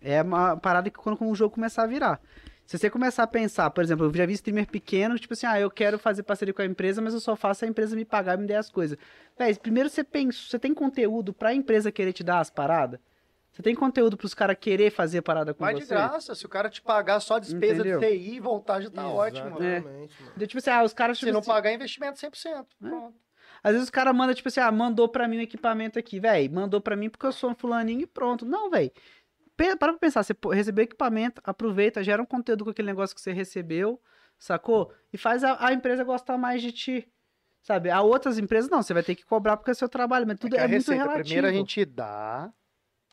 [SPEAKER 5] É uma parada que quando o jogo começar a virar. Se você começar a pensar, por exemplo, eu já vi streamer pequeno, tipo assim, ah, eu quero fazer parceria com a empresa, mas eu só faço a empresa me pagar e me der as coisas. Véi, primeiro você pensa, você tem conteúdo pra empresa querer te dar as paradas? Você tem conteúdo pros caras querer fazer parada com
[SPEAKER 1] Vai
[SPEAKER 5] você?
[SPEAKER 1] de graça. Se o cara te pagar só a despesa
[SPEAKER 5] Entendeu?
[SPEAKER 1] de TI e voltagem, tá ótimo.
[SPEAKER 5] É.
[SPEAKER 4] Exatamente, mano.
[SPEAKER 5] Tipo assim, ah, os caras
[SPEAKER 1] Se
[SPEAKER 5] tipo
[SPEAKER 1] não
[SPEAKER 5] assim,
[SPEAKER 1] pagar, é investimento 100%.
[SPEAKER 5] É,
[SPEAKER 1] Pronto.
[SPEAKER 5] Às vezes os caras mandam, tipo assim, ah, mandou pra mim o equipamento aqui, velho. Mandou pra mim porque eu sou um fulaninho e pronto. Não, velho. Para pra pensar, você pô- recebeu equipamento, aproveita, gera um conteúdo com aquele negócio que você recebeu, sacou? E faz a, a empresa gostar mais de ti. Sabe? A outras empresas não, você vai ter que cobrar porque é seu trabalho, mas tudo
[SPEAKER 1] que
[SPEAKER 5] é,
[SPEAKER 1] a
[SPEAKER 5] muito
[SPEAKER 1] receita,
[SPEAKER 5] relativo.
[SPEAKER 1] primeiro a gente dá,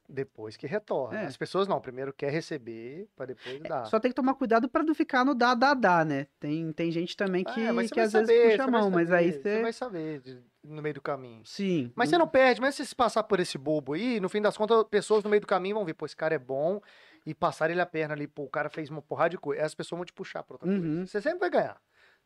[SPEAKER 1] depois que retorna.
[SPEAKER 5] É.
[SPEAKER 1] As pessoas não, primeiro quer receber, pra depois dar.
[SPEAKER 5] Só tem que tomar cuidado pra não ficar no dá, dá, dá, né? Tem, tem gente também que,
[SPEAKER 1] Ah, mas você
[SPEAKER 5] que
[SPEAKER 1] vai
[SPEAKER 5] às vezes
[SPEAKER 1] saber,
[SPEAKER 5] puxa a
[SPEAKER 1] você vai
[SPEAKER 5] mão, mas aí
[SPEAKER 1] saber,
[SPEAKER 5] você.
[SPEAKER 1] vai saber de- no meio do caminho.
[SPEAKER 5] Sim. Hum.
[SPEAKER 1] Mas você não perde, mas se você passar por esse bobo aí, no fim das contas, pessoas no meio do caminho vão ver, pô, esse cara é bom, e passar ele a perna ali, pô, o cara fez uma porrada de coisa. Aí As pessoas vão te puxar pra outra
[SPEAKER 5] Uhum.
[SPEAKER 1] coisa. Você sempre vai ganhar.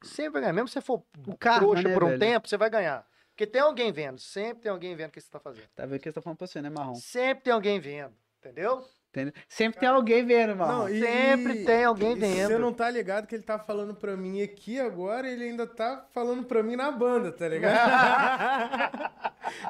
[SPEAKER 1] Sempre vai ganhar. Mesmo se você for
[SPEAKER 5] O karma,
[SPEAKER 1] trouxa
[SPEAKER 5] né,
[SPEAKER 1] por um
[SPEAKER 5] velho?
[SPEAKER 1] tempo, você vai ganhar. Porque tem alguém vendo, sempre tem alguém vendo o que você tá fazendo.
[SPEAKER 5] Tá vendo o que você tá falando pra você, né, Marrom?
[SPEAKER 1] Sempre tem alguém vendo, entendeu?
[SPEAKER 5] Entendeu? Sempre tem alguém vendo, Marrom.
[SPEAKER 4] Não, e-
[SPEAKER 1] Sempre tem alguém
[SPEAKER 4] e Você
[SPEAKER 1] vendo.
[SPEAKER 4] não tá ligado que ele tá falando pra mim aqui agora, ele ainda tá falando pra mim na banda, tá ligado?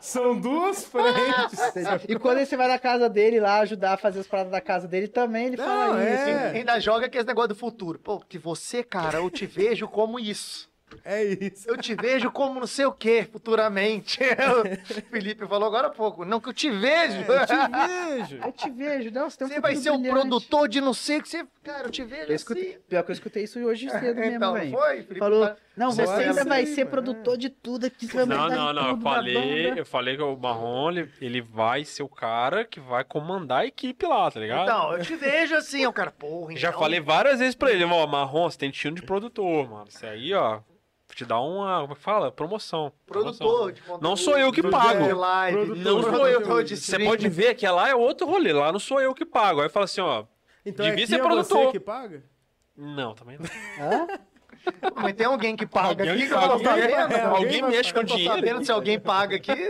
[SPEAKER 4] São duas frentes.
[SPEAKER 5] Entendeu? E quando você vai na casa dele lá ajudar a fazer as paradas da casa dele, também ele fala
[SPEAKER 4] Não,
[SPEAKER 5] isso.
[SPEAKER 4] é.
[SPEAKER 1] Ainda joga aquele negócio do futuro. Pô, que você, cara, eu te vejo como isso.
[SPEAKER 4] É isso.
[SPEAKER 1] Eu te vejo como não sei o que futuramente. (laughs) O Felipe falou agora há pouco. Não, que É, eu te
[SPEAKER 5] É,
[SPEAKER 1] vejo.
[SPEAKER 4] Eu te vejo.
[SPEAKER 5] Eu te vejo, não, você tem um
[SPEAKER 1] Você vai
[SPEAKER 5] futuro
[SPEAKER 1] ser um
[SPEAKER 5] brilhante.
[SPEAKER 1] produtor de não sei o que você. Cara, eu te vejo
[SPEAKER 5] Eu escutei-
[SPEAKER 1] assim.
[SPEAKER 5] Pior que eu escutei isso hoje cedo
[SPEAKER 1] então,
[SPEAKER 5] mesmo,
[SPEAKER 1] não
[SPEAKER 5] velho.
[SPEAKER 1] foi? Felipe
[SPEAKER 5] Falou,
[SPEAKER 1] tá-
[SPEAKER 5] não, você
[SPEAKER 4] Bora,
[SPEAKER 5] ainda
[SPEAKER 4] essa
[SPEAKER 5] vai
[SPEAKER 4] aí,
[SPEAKER 5] ser
[SPEAKER 4] mano,
[SPEAKER 5] produtor de tudo aqui, você vai
[SPEAKER 2] Não,
[SPEAKER 5] mandar
[SPEAKER 2] não,
[SPEAKER 5] em
[SPEAKER 2] não. Eu
[SPEAKER 5] tudo da
[SPEAKER 2] falei,
[SPEAKER 5] banda.
[SPEAKER 2] eu falei que o Marrom, ele, ele vai ser o cara que vai comandar a equipe lá, tá ligado?
[SPEAKER 1] Então, eu te vejo assim. O cara, porra,
[SPEAKER 2] Já
[SPEAKER 1] então,
[SPEAKER 2] falei várias vezes pra ele, ó, Marrom, você tem destino de produtor, mano. Isso aí, ó, te dá uma, como é que fala? Promoção.
[SPEAKER 1] Produtor de conteúdo,
[SPEAKER 2] Não sou eu que
[SPEAKER 1] produtor
[SPEAKER 2] pago.
[SPEAKER 1] de live,
[SPEAKER 4] Produtor,
[SPEAKER 2] Não
[SPEAKER 1] produtor
[SPEAKER 2] sou eu.
[SPEAKER 1] de
[SPEAKER 4] Você
[SPEAKER 2] Você
[SPEAKER 1] streaming.
[SPEAKER 2] pode ver que lá é outro rolê, lá não sou eu que pago. Aí fala assim, ó,
[SPEAKER 4] Então
[SPEAKER 2] Devia
[SPEAKER 4] é
[SPEAKER 2] ser
[SPEAKER 4] aqui é
[SPEAKER 2] produtor.
[SPEAKER 4] você que paga?
[SPEAKER 2] não, também não.
[SPEAKER 1] Mas tem alguém É que paga
[SPEAKER 2] Alguém
[SPEAKER 1] aqui. que
[SPEAKER 2] paga.
[SPEAKER 1] eu tô sabendo. né? tá
[SPEAKER 2] Alguém
[SPEAKER 1] Eu
[SPEAKER 2] mexe com
[SPEAKER 1] tô
[SPEAKER 2] dinheiro.
[SPEAKER 1] sabendo se alguém paga aqui.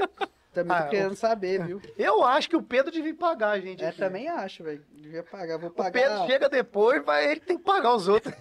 [SPEAKER 5] Também
[SPEAKER 1] Ah,
[SPEAKER 5] tô Tá
[SPEAKER 1] (laughs)
[SPEAKER 5] querendo saber, viu?
[SPEAKER 1] Eu acho que o Pedro devia pagar a gente.
[SPEAKER 5] É,
[SPEAKER 1] aqui.
[SPEAKER 5] também acho, velho. Devia pagar, vou
[SPEAKER 1] O
[SPEAKER 5] pagar.
[SPEAKER 1] Pedro chega depois, vai, ele tem que pagar os outros.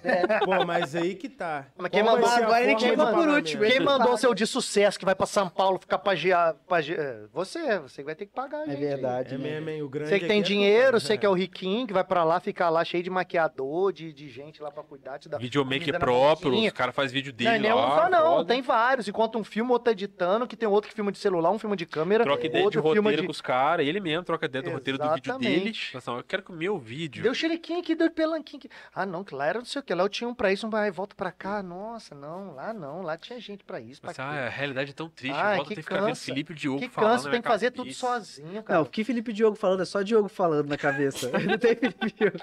[SPEAKER 4] Pô, mas aí que tá.
[SPEAKER 1] Mas quem
[SPEAKER 4] Qual vai
[SPEAKER 1] mandou-
[SPEAKER 4] ser a
[SPEAKER 5] agora ele
[SPEAKER 4] forma
[SPEAKER 5] chegou
[SPEAKER 4] de
[SPEAKER 5] por
[SPEAKER 4] pagamento?
[SPEAKER 5] último,
[SPEAKER 1] Quem
[SPEAKER 5] Pedro
[SPEAKER 1] mandou
[SPEAKER 5] paga.
[SPEAKER 1] seu de sucesso que vai pra São Paulo ficar pagear. page- é, Você, você que vai ter que pagar, a
[SPEAKER 5] É
[SPEAKER 1] gente.
[SPEAKER 5] verdade.
[SPEAKER 4] É
[SPEAKER 5] né?
[SPEAKER 4] mesmo, hein? O grande
[SPEAKER 1] Você que tem
[SPEAKER 4] aqui é
[SPEAKER 1] dinheiro,
[SPEAKER 4] tu.
[SPEAKER 1] você que
[SPEAKER 2] né?
[SPEAKER 1] é o riquinho, que vai pra lá ficar lá cheio de maquiador, de, de gente lá pra cuidar, te dar.
[SPEAKER 2] Videomaker
[SPEAKER 1] comida na
[SPEAKER 2] próprio,
[SPEAKER 1] cozinha.
[SPEAKER 2] os caras fazem vídeo
[SPEAKER 1] Não é
[SPEAKER 2] dele
[SPEAKER 1] nem um
[SPEAKER 2] lá.
[SPEAKER 1] só, não.
[SPEAKER 2] foda.
[SPEAKER 1] Tem vários. Enquanto um filme, outro tá editando, que tem outro que filma de celular, um filme de câmera,
[SPEAKER 2] Troca ideia de
[SPEAKER 1] outro filma
[SPEAKER 2] roteiro
[SPEAKER 1] de.
[SPEAKER 2] com os caras, ele mesmo troca ideia do roteiro do vídeo
[SPEAKER 1] Exatamente.
[SPEAKER 2] dele. Fala assim, ó, eu quero que o meu vídeo.
[SPEAKER 1] Deu xeriquinho aqui, deu pelanquinho aqui. Ah, não, que lá era não sei o que. Lá eu tinha um pra isso, um vai, volta pra cá. Nossa, não, lá não. Lá tinha gente pra isso, pra
[SPEAKER 2] Mas,
[SPEAKER 1] aquilo.
[SPEAKER 2] ah, a realidade é tão triste.
[SPEAKER 1] Ai,
[SPEAKER 2] Ai, volta
[SPEAKER 1] que
[SPEAKER 2] tem que ficar vendo
[SPEAKER 1] cansa.
[SPEAKER 2] Felipe e Diogo
[SPEAKER 1] Que
[SPEAKER 2] falando.
[SPEAKER 1] canso,
[SPEAKER 2] na
[SPEAKER 1] tem que
[SPEAKER 2] minha
[SPEAKER 1] fazer tudo
[SPEAKER 2] cabeça.
[SPEAKER 1] sozinho, cara.
[SPEAKER 5] Não, É, o que Felipe Diogo falando é só Diogo falando na cabeça. (laughs) Não tem
[SPEAKER 1] (laughs)
[SPEAKER 5] Felipe Diogo.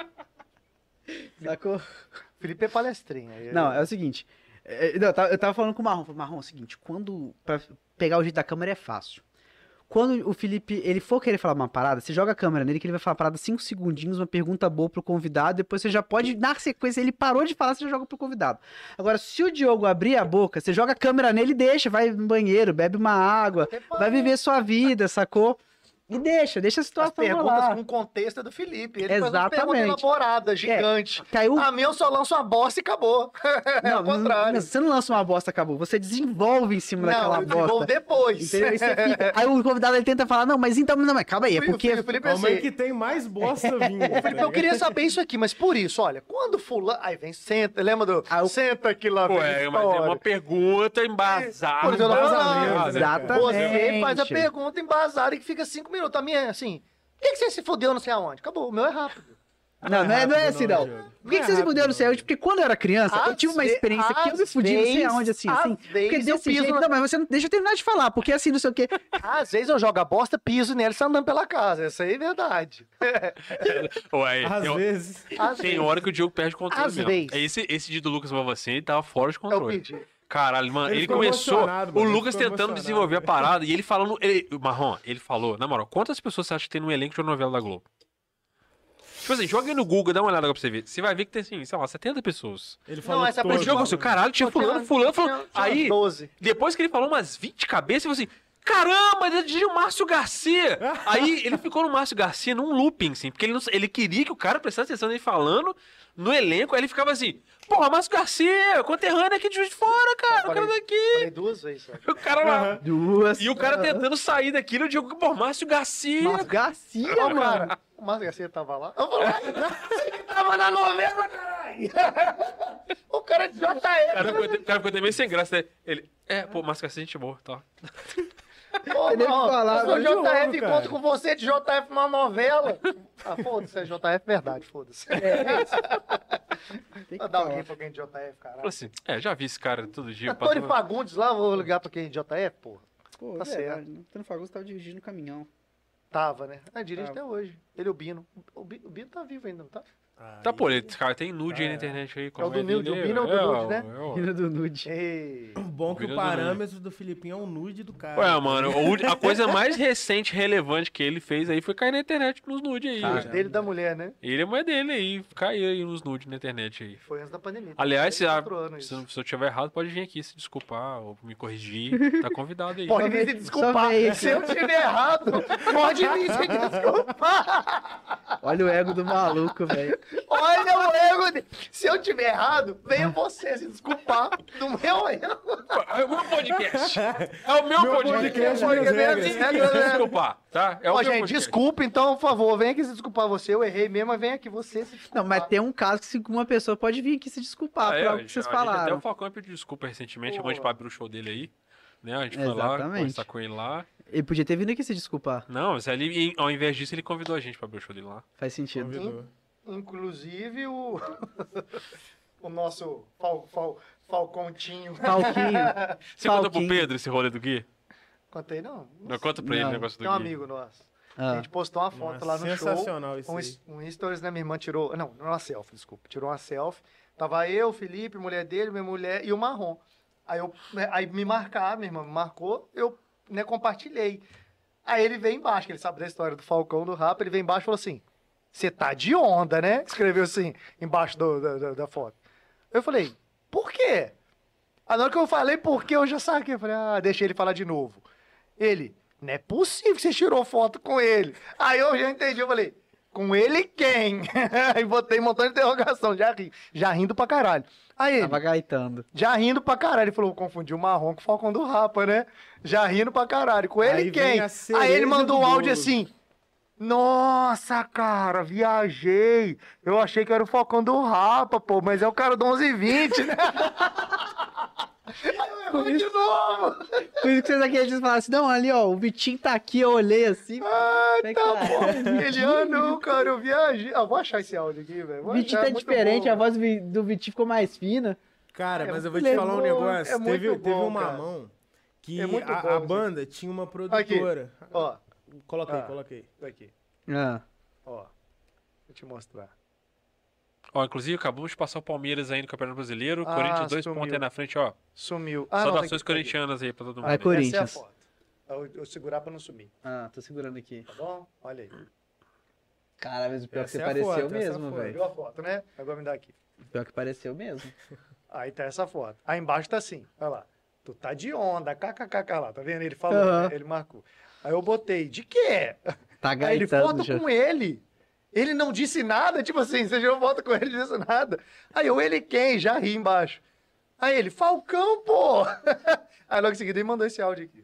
[SPEAKER 5] Sacou?
[SPEAKER 1] Felipe é palestrinha. ele-
[SPEAKER 5] Não, é o seguinte. é, não, eu tava- eu tava falando com o Marrom. Falei, Marrom, é o seguinte, quando. Pra pegar o jeito da câmera é fácil. Quando o Felipe ele for querer falar uma parada, você joga a câmera nele que ele vai falar uma parada 5 segundinhos, uma pergunta boa pro convidado, depois você já pode, na sequência, ele parou de falar, você já joga pro convidado. Agora, se o Diogo abrir a boca, você joga a câmera nele e deixa, vai no banheiro, bebe uma água,
[SPEAKER 1] Até
[SPEAKER 5] vai viver sua vida, sacou? E deixa, deixa a
[SPEAKER 1] As
[SPEAKER 5] situação
[SPEAKER 1] perguntas
[SPEAKER 5] rolar.
[SPEAKER 1] com contexto é do Felipe. Ele faz uma pergunta
[SPEAKER 5] Exatamente. É,
[SPEAKER 1] elaborada, gigante.
[SPEAKER 5] Caiu
[SPEAKER 1] A minha eu só lanço uma bosta e acabou. Ah, é o contrário.
[SPEAKER 5] não, você não lança uma bosta, acabou. Você desenvolve em cima
[SPEAKER 1] Não,
[SPEAKER 5] daquela
[SPEAKER 1] eu desenvolvo
[SPEAKER 5] bosta.
[SPEAKER 1] depois.
[SPEAKER 5] Entendeu? Aí, você fica- aí o convidado ele tenta falar, não, mas então, não, mas calma aí, é
[SPEAKER 1] O
[SPEAKER 5] porque.
[SPEAKER 1] Felipe- o Felipe é
[SPEAKER 4] Calma aí
[SPEAKER 1] assim,
[SPEAKER 4] que tem mais bosta vindo. tá
[SPEAKER 1] Felipe, Então, eu
[SPEAKER 4] ligado?
[SPEAKER 1] queria saber isso aqui, mas por isso, olha, quando fulano... Aí vem, senta, lembra do...
[SPEAKER 5] Ah, eu-
[SPEAKER 1] Senta aqui lá, vem
[SPEAKER 2] Ué, mas é
[SPEAKER 1] história.
[SPEAKER 2] uma pergunta
[SPEAKER 1] Por
[SPEAKER 2] embasada.
[SPEAKER 1] exemplo, é, não,
[SPEAKER 2] Ah,
[SPEAKER 4] Embasamento, né, cara?
[SPEAKER 5] Exatamente.
[SPEAKER 1] Você faz a pergunta embasada e que fica cinco minutos. A minha é assim, por que que você se fudeu não sei aonde? Acabou, o meu é rápido.
[SPEAKER 5] Não, não é, não é
[SPEAKER 4] rápido,
[SPEAKER 5] assim,
[SPEAKER 4] não,
[SPEAKER 5] não.
[SPEAKER 4] Diogo.
[SPEAKER 5] Por que,
[SPEAKER 4] Não é
[SPEAKER 5] que vocês me
[SPEAKER 4] rápido,
[SPEAKER 5] puderam não sei
[SPEAKER 4] não,
[SPEAKER 5] onde? Porque quando eu era criança, eu tive uma
[SPEAKER 1] Às ve-
[SPEAKER 5] experiência que eu me
[SPEAKER 1] às
[SPEAKER 5] fudi, não sei
[SPEAKER 1] vezes-
[SPEAKER 5] aonde, assim,
[SPEAKER 1] às
[SPEAKER 5] assim. Porque
[SPEAKER 1] vezes eu
[SPEAKER 5] desse
[SPEAKER 1] piso
[SPEAKER 5] jeito,
[SPEAKER 1] na-
[SPEAKER 5] não, mas você não. Deixa eu terminar de falar, porque assim, não sei
[SPEAKER 1] (laughs)
[SPEAKER 5] o quê.
[SPEAKER 1] Às vezes eu jogo a bosta, piso nela e saio andando pela casa. Isso aí é verdade.
[SPEAKER 2] Ué,
[SPEAKER 4] Às
[SPEAKER 2] tem,
[SPEAKER 4] vezes.
[SPEAKER 1] Às
[SPEAKER 2] tem
[SPEAKER 1] vezes.
[SPEAKER 2] hora que o Diogo perde o controle
[SPEAKER 1] Às
[SPEAKER 2] mesmo.
[SPEAKER 1] vezes. É
[SPEAKER 2] Esse, esse dia do Lucas Vavacini tava fora de
[SPEAKER 1] Eu
[SPEAKER 2] controle.
[SPEAKER 1] pedi.
[SPEAKER 2] Caralho, mano,
[SPEAKER 4] Ele
[SPEAKER 2] ele,
[SPEAKER 4] ficou
[SPEAKER 2] começou.
[SPEAKER 4] emocionado, mano,
[SPEAKER 2] O
[SPEAKER 4] ele
[SPEAKER 2] Lucas
[SPEAKER 4] ficou
[SPEAKER 2] tentando
[SPEAKER 4] emocionado.
[SPEAKER 2] desenvolver a parada e ele falando. Ele, Marrom, ele falou, na moral, quantas pessoas você acha que tem no elenco de uma novela da Globo? Tipo assim, joga aí no Google, dá uma olhada pra você ver. Você vai ver que tem, assim, sei lá, 70 pessoas.
[SPEAKER 4] Ele falou
[SPEAKER 1] essa
[SPEAKER 4] todo,
[SPEAKER 1] Pois,
[SPEAKER 2] Mas jogo,
[SPEAKER 1] mano.
[SPEAKER 2] assim, caralho, tinha fulano, fulano, fulano.
[SPEAKER 1] Tinha
[SPEAKER 2] Aí,
[SPEAKER 1] 12.
[SPEAKER 2] Depois que ele falou umas 20 cabeças, eu falei assim: caramba, ele dirigiu o Márcio (laughs) Garcia. Aí ele ficou no Márcio Garcia num looping, assim, porque ele, não- ele queria que o cara prestasse atenção nele falando no elenco. Aí ele ficava assim: porra, Márcio Garcia, conterrâneo aqui de Juiz de Fora, cara, o cara
[SPEAKER 1] Falei-
[SPEAKER 2] daqui.
[SPEAKER 1] Falei duas vezes. só.
[SPEAKER 2] O cara lá.
[SPEAKER 5] Duas.
[SPEAKER 2] E o cara tentando sair daquilo, eu digo, pô, Márcio Garcia.
[SPEAKER 5] Mas Garcia,
[SPEAKER 1] Ô,
[SPEAKER 5] mano.
[SPEAKER 1] cara, o Márcio Garcia tava lá. Eu falei, "Ai, ele tava na novela,
[SPEAKER 2] né?"
[SPEAKER 1] caralho! o cara é idiota
[SPEAKER 2] O cara
[SPEAKER 1] ele.
[SPEAKER 2] ficou- o cara ficou até meio sem graça, né? Ele, é, pô, Márcio Garcia, gente boa, tá.
[SPEAKER 1] Pô,
[SPEAKER 5] Ele
[SPEAKER 1] mano,
[SPEAKER 5] falava
[SPEAKER 1] eu sou
[SPEAKER 4] de novo,
[SPEAKER 1] JF,
[SPEAKER 4] cara.
[SPEAKER 1] encontro com você de JF numa novela. Ah, foda-se, é JF verdade, foda-se.
[SPEAKER 5] Tem que
[SPEAKER 1] Vou dar
[SPEAKER 5] falar.
[SPEAKER 1] alguém pra quem é de JF,
[SPEAKER 2] Falei
[SPEAKER 1] caralho.
[SPEAKER 2] assim, é, já vi esse cara todo dia.
[SPEAKER 1] Tá Tony
[SPEAKER 2] passando-
[SPEAKER 1] Fagundes lá, vou ligar pra quem é de JF, porra.
[SPEAKER 5] Pô,
[SPEAKER 1] Tá
[SPEAKER 5] tá
[SPEAKER 1] certo.
[SPEAKER 5] verdade. né? Tano Fagundes tava dirigindo o caminhão.
[SPEAKER 1] Tava, né? Ah, dirige
[SPEAKER 5] Tava.
[SPEAKER 1] até hoje. Ele e o Bino. O Bi- o Bino tá vivo ainda, não tá?
[SPEAKER 2] Tá, pô, esse cara tem nude aí na
[SPEAKER 4] Ah, é.
[SPEAKER 2] internet aí.
[SPEAKER 1] do nude, o Bino é o do nude, né?
[SPEAKER 5] Vila do Nude.
[SPEAKER 1] Ei.
[SPEAKER 4] Bom que
[SPEAKER 2] Virou
[SPEAKER 4] o
[SPEAKER 2] do
[SPEAKER 4] parâmetro do Filipinho é o nude do cara.
[SPEAKER 2] Ué, mano, a ulti- a coisa mais recente, relevante que ele fez aí foi cair na internet nos nude aí.
[SPEAKER 1] Os
[SPEAKER 2] velho.
[SPEAKER 1] dele e da mulher, né?
[SPEAKER 2] Ele é mãe dele aí, caiu aí nos nude na internet aí.
[SPEAKER 1] Foi antes da pandemia.
[SPEAKER 2] Aliás, um se, a-
[SPEAKER 1] Quatro anos,
[SPEAKER 2] se,
[SPEAKER 1] tá isso.
[SPEAKER 2] se eu tiver errado, pode vir aqui se desculpar ou
[SPEAKER 1] (laughs)
[SPEAKER 2] me corrigir. Tá convidado aí.
[SPEAKER 1] Pode
[SPEAKER 5] Só
[SPEAKER 1] me
[SPEAKER 5] vem-
[SPEAKER 1] desculpar.
[SPEAKER 5] só vem.
[SPEAKER 1] Se eu tiver errado,
[SPEAKER 5] (laughs)
[SPEAKER 1] pode me desculpar.
[SPEAKER 5] Olha o ego do maluco, velho.
[SPEAKER 1] Olha o erro dele. Se eu tiver errado, venha você se desculpar do meu erro.
[SPEAKER 2] É o meu
[SPEAKER 1] (laughs)
[SPEAKER 2] podcast. É o meu,
[SPEAKER 4] Meu podcast,
[SPEAKER 2] podcast.
[SPEAKER 1] minhas
[SPEAKER 2] Pode vir
[SPEAKER 1] regras.
[SPEAKER 2] aqui se desculpar, tá? É o
[SPEAKER 1] Ó,
[SPEAKER 2] meu
[SPEAKER 1] gente,
[SPEAKER 2] podcast.
[SPEAKER 1] desculpa, então, por favor, venha aqui se desculpar você. Eu errei mesmo, mas venha aqui você se desculpar.
[SPEAKER 5] Não, mas tem um caso que se- uma pessoa pode vir aqui se desculpar
[SPEAKER 2] Ah, é, a
[SPEAKER 5] por algo que
[SPEAKER 2] gente-
[SPEAKER 5] vocês
[SPEAKER 2] a gente Até o
[SPEAKER 5] falaram.
[SPEAKER 2] Falcão pediu desculpa recentemente,
[SPEAKER 1] Pô.
[SPEAKER 2] chamou a gente pra abrir o show dele aí. Né? A gente foi lá,
[SPEAKER 5] Exatamente.
[SPEAKER 2] conversar com ele lá.
[SPEAKER 5] Ele podia ter vindo aqui se desculpar.
[SPEAKER 2] Não, mas ali, em- ao invés disso, ele convidou a gente pra abrir o show dele lá.
[SPEAKER 5] Faz sentido.
[SPEAKER 4] Convidou.
[SPEAKER 1] Inclusive o, (laughs) o nosso fal, fal, Falcontinho.
[SPEAKER 5] Falquinho.
[SPEAKER 4] (laughs)
[SPEAKER 2] Você contou pro
[SPEAKER 5] Falquinho.
[SPEAKER 2] Pedro esse rolê do Gui?
[SPEAKER 1] Contei, não?
[SPEAKER 2] Não, conta pra ele
[SPEAKER 5] Não.
[SPEAKER 2] o negócio do
[SPEAKER 1] Tem um
[SPEAKER 2] Gui.
[SPEAKER 1] amigo nosso. A
[SPEAKER 5] Ah,
[SPEAKER 1] gente postou uma foto
[SPEAKER 4] Nossa,
[SPEAKER 1] lá no show.
[SPEAKER 4] Sensacional isso
[SPEAKER 1] Um,
[SPEAKER 4] aí.
[SPEAKER 1] is- um stories da minha irmã tirou. Não, não é uma selfie, desculpa. Tirou uma selfie. Tava eu, Felipe, mulher dele, minha mulher e o marrom. Aí eu né, aí me marcar, minha irmã me marcou, eu né, compartilhei. Aí ele veio embaixo, que ele sabe da história do Falcão, do Rapa, ele veio embaixo e falou assim: Você tá de onda, né? Escreveu assim, embaixo do- da, da- da foto. Eu falei, por quê? Aí Na hora que eu falei por quê, eu já saquei. Eu falei, ah, deixei ele falar de novo. Ele, não é possível que você tirou foto com ele. Aí eu já entendi, eu falei, com ele quem? (laughs) Aí botei um montão de interrogação, já ri, já rindo pra caralho. Aí ele,
[SPEAKER 5] Tava gaitando.
[SPEAKER 1] já rindo pra caralho, ele falou, confundi o marrom com o falcão do Rapa, né? Já rindo pra caralho, com ele
[SPEAKER 4] Aí vem
[SPEAKER 1] quem?
[SPEAKER 4] a
[SPEAKER 1] Aí ele
[SPEAKER 4] cereja
[SPEAKER 1] mandou
[SPEAKER 4] do
[SPEAKER 1] um áudio
[SPEAKER 4] bolo.
[SPEAKER 1] assim, nossa, cara, viajei, eu achei que era o falcão do Rapa, pô, mas é o cara do 1120, né? Aí eu errou de novo!
[SPEAKER 5] Por isso que vocês aqui eles falaram assim: não, ali ó, o Vitinho tá aqui, eu olhei assim.
[SPEAKER 1] Ah,
[SPEAKER 5] Como é que
[SPEAKER 1] tá
[SPEAKER 5] tá?
[SPEAKER 1] bom. Ele, ah, não, cara, eu viajei. Ah, vou achar esse áudio aqui, velho.
[SPEAKER 5] O
[SPEAKER 1] Vou
[SPEAKER 5] Vitinho
[SPEAKER 1] achar,
[SPEAKER 5] tá
[SPEAKER 1] é muito
[SPEAKER 5] diferente,
[SPEAKER 1] bom.
[SPEAKER 5] a voz do Vi- do Vitinho ficou mais fina.
[SPEAKER 4] Cara,
[SPEAKER 1] É
[SPEAKER 4] mas eu vou te
[SPEAKER 1] muito
[SPEAKER 4] falar um
[SPEAKER 1] bom,
[SPEAKER 4] negócio.
[SPEAKER 1] é muito
[SPEAKER 4] teve, teve
[SPEAKER 1] bom,
[SPEAKER 4] uma
[SPEAKER 1] cara.
[SPEAKER 4] mão que
[SPEAKER 1] É muito
[SPEAKER 4] a,
[SPEAKER 1] bom,
[SPEAKER 4] a
[SPEAKER 1] assim.
[SPEAKER 4] banda tinha uma produtora.
[SPEAKER 1] Ó,
[SPEAKER 4] Coloquei,
[SPEAKER 1] Ah.
[SPEAKER 4] coloquei.
[SPEAKER 1] aqui,
[SPEAKER 5] Ah.
[SPEAKER 1] ó. Vou te mostrar.
[SPEAKER 2] Ó, inclusive, acabamos de passar o Palmeiras aí no Campeonato Brasileiro.
[SPEAKER 1] Ah,
[SPEAKER 2] Corinthians, dois
[SPEAKER 1] sumiu.
[SPEAKER 2] pontos aí na frente, ó.
[SPEAKER 1] Sumiu. Ah, não, tá aqui,
[SPEAKER 2] Saudações
[SPEAKER 1] tá aqui.
[SPEAKER 2] corintianas aí pra todo mundo.
[SPEAKER 5] Vai,
[SPEAKER 2] aí.
[SPEAKER 5] Corinthians.
[SPEAKER 1] Essa é a foto. Eu, eu segurar pra não sumir,
[SPEAKER 5] Ah, tô segurando aqui.
[SPEAKER 1] tá bom? Olha aí.
[SPEAKER 5] Caralho, mas o pior
[SPEAKER 4] Essa
[SPEAKER 5] que
[SPEAKER 4] é a
[SPEAKER 5] pareceu
[SPEAKER 4] foto, essa é a
[SPEAKER 5] mesmo,
[SPEAKER 4] foto.
[SPEAKER 5] velho.
[SPEAKER 1] Viu a foto, né? Agora me dá aqui.
[SPEAKER 5] Pior que pareceu mesmo.
[SPEAKER 1] Aí tá essa foto. Aí embaixo tá assim, olha lá. Tu tá de onda, kkkk lá, tá vendo? Ele falou,
[SPEAKER 5] Aham.
[SPEAKER 1] né? ele marcou. Aí eu botei, de quê?
[SPEAKER 5] Tá
[SPEAKER 1] Aí ele
[SPEAKER 5] gaitando
[SPEAKER 1] foto
[SPEAKER 5] já.
[SPEAKER 1] com ele. Ele não disse nada, tipo assim, você tirou foto com ele, não disse nada. Aí eu, ele quem? Já ri embaixo. Aí ele, Falcão, pô! (laughs) Aí logo em seguida ele mandou esse áudio aqui.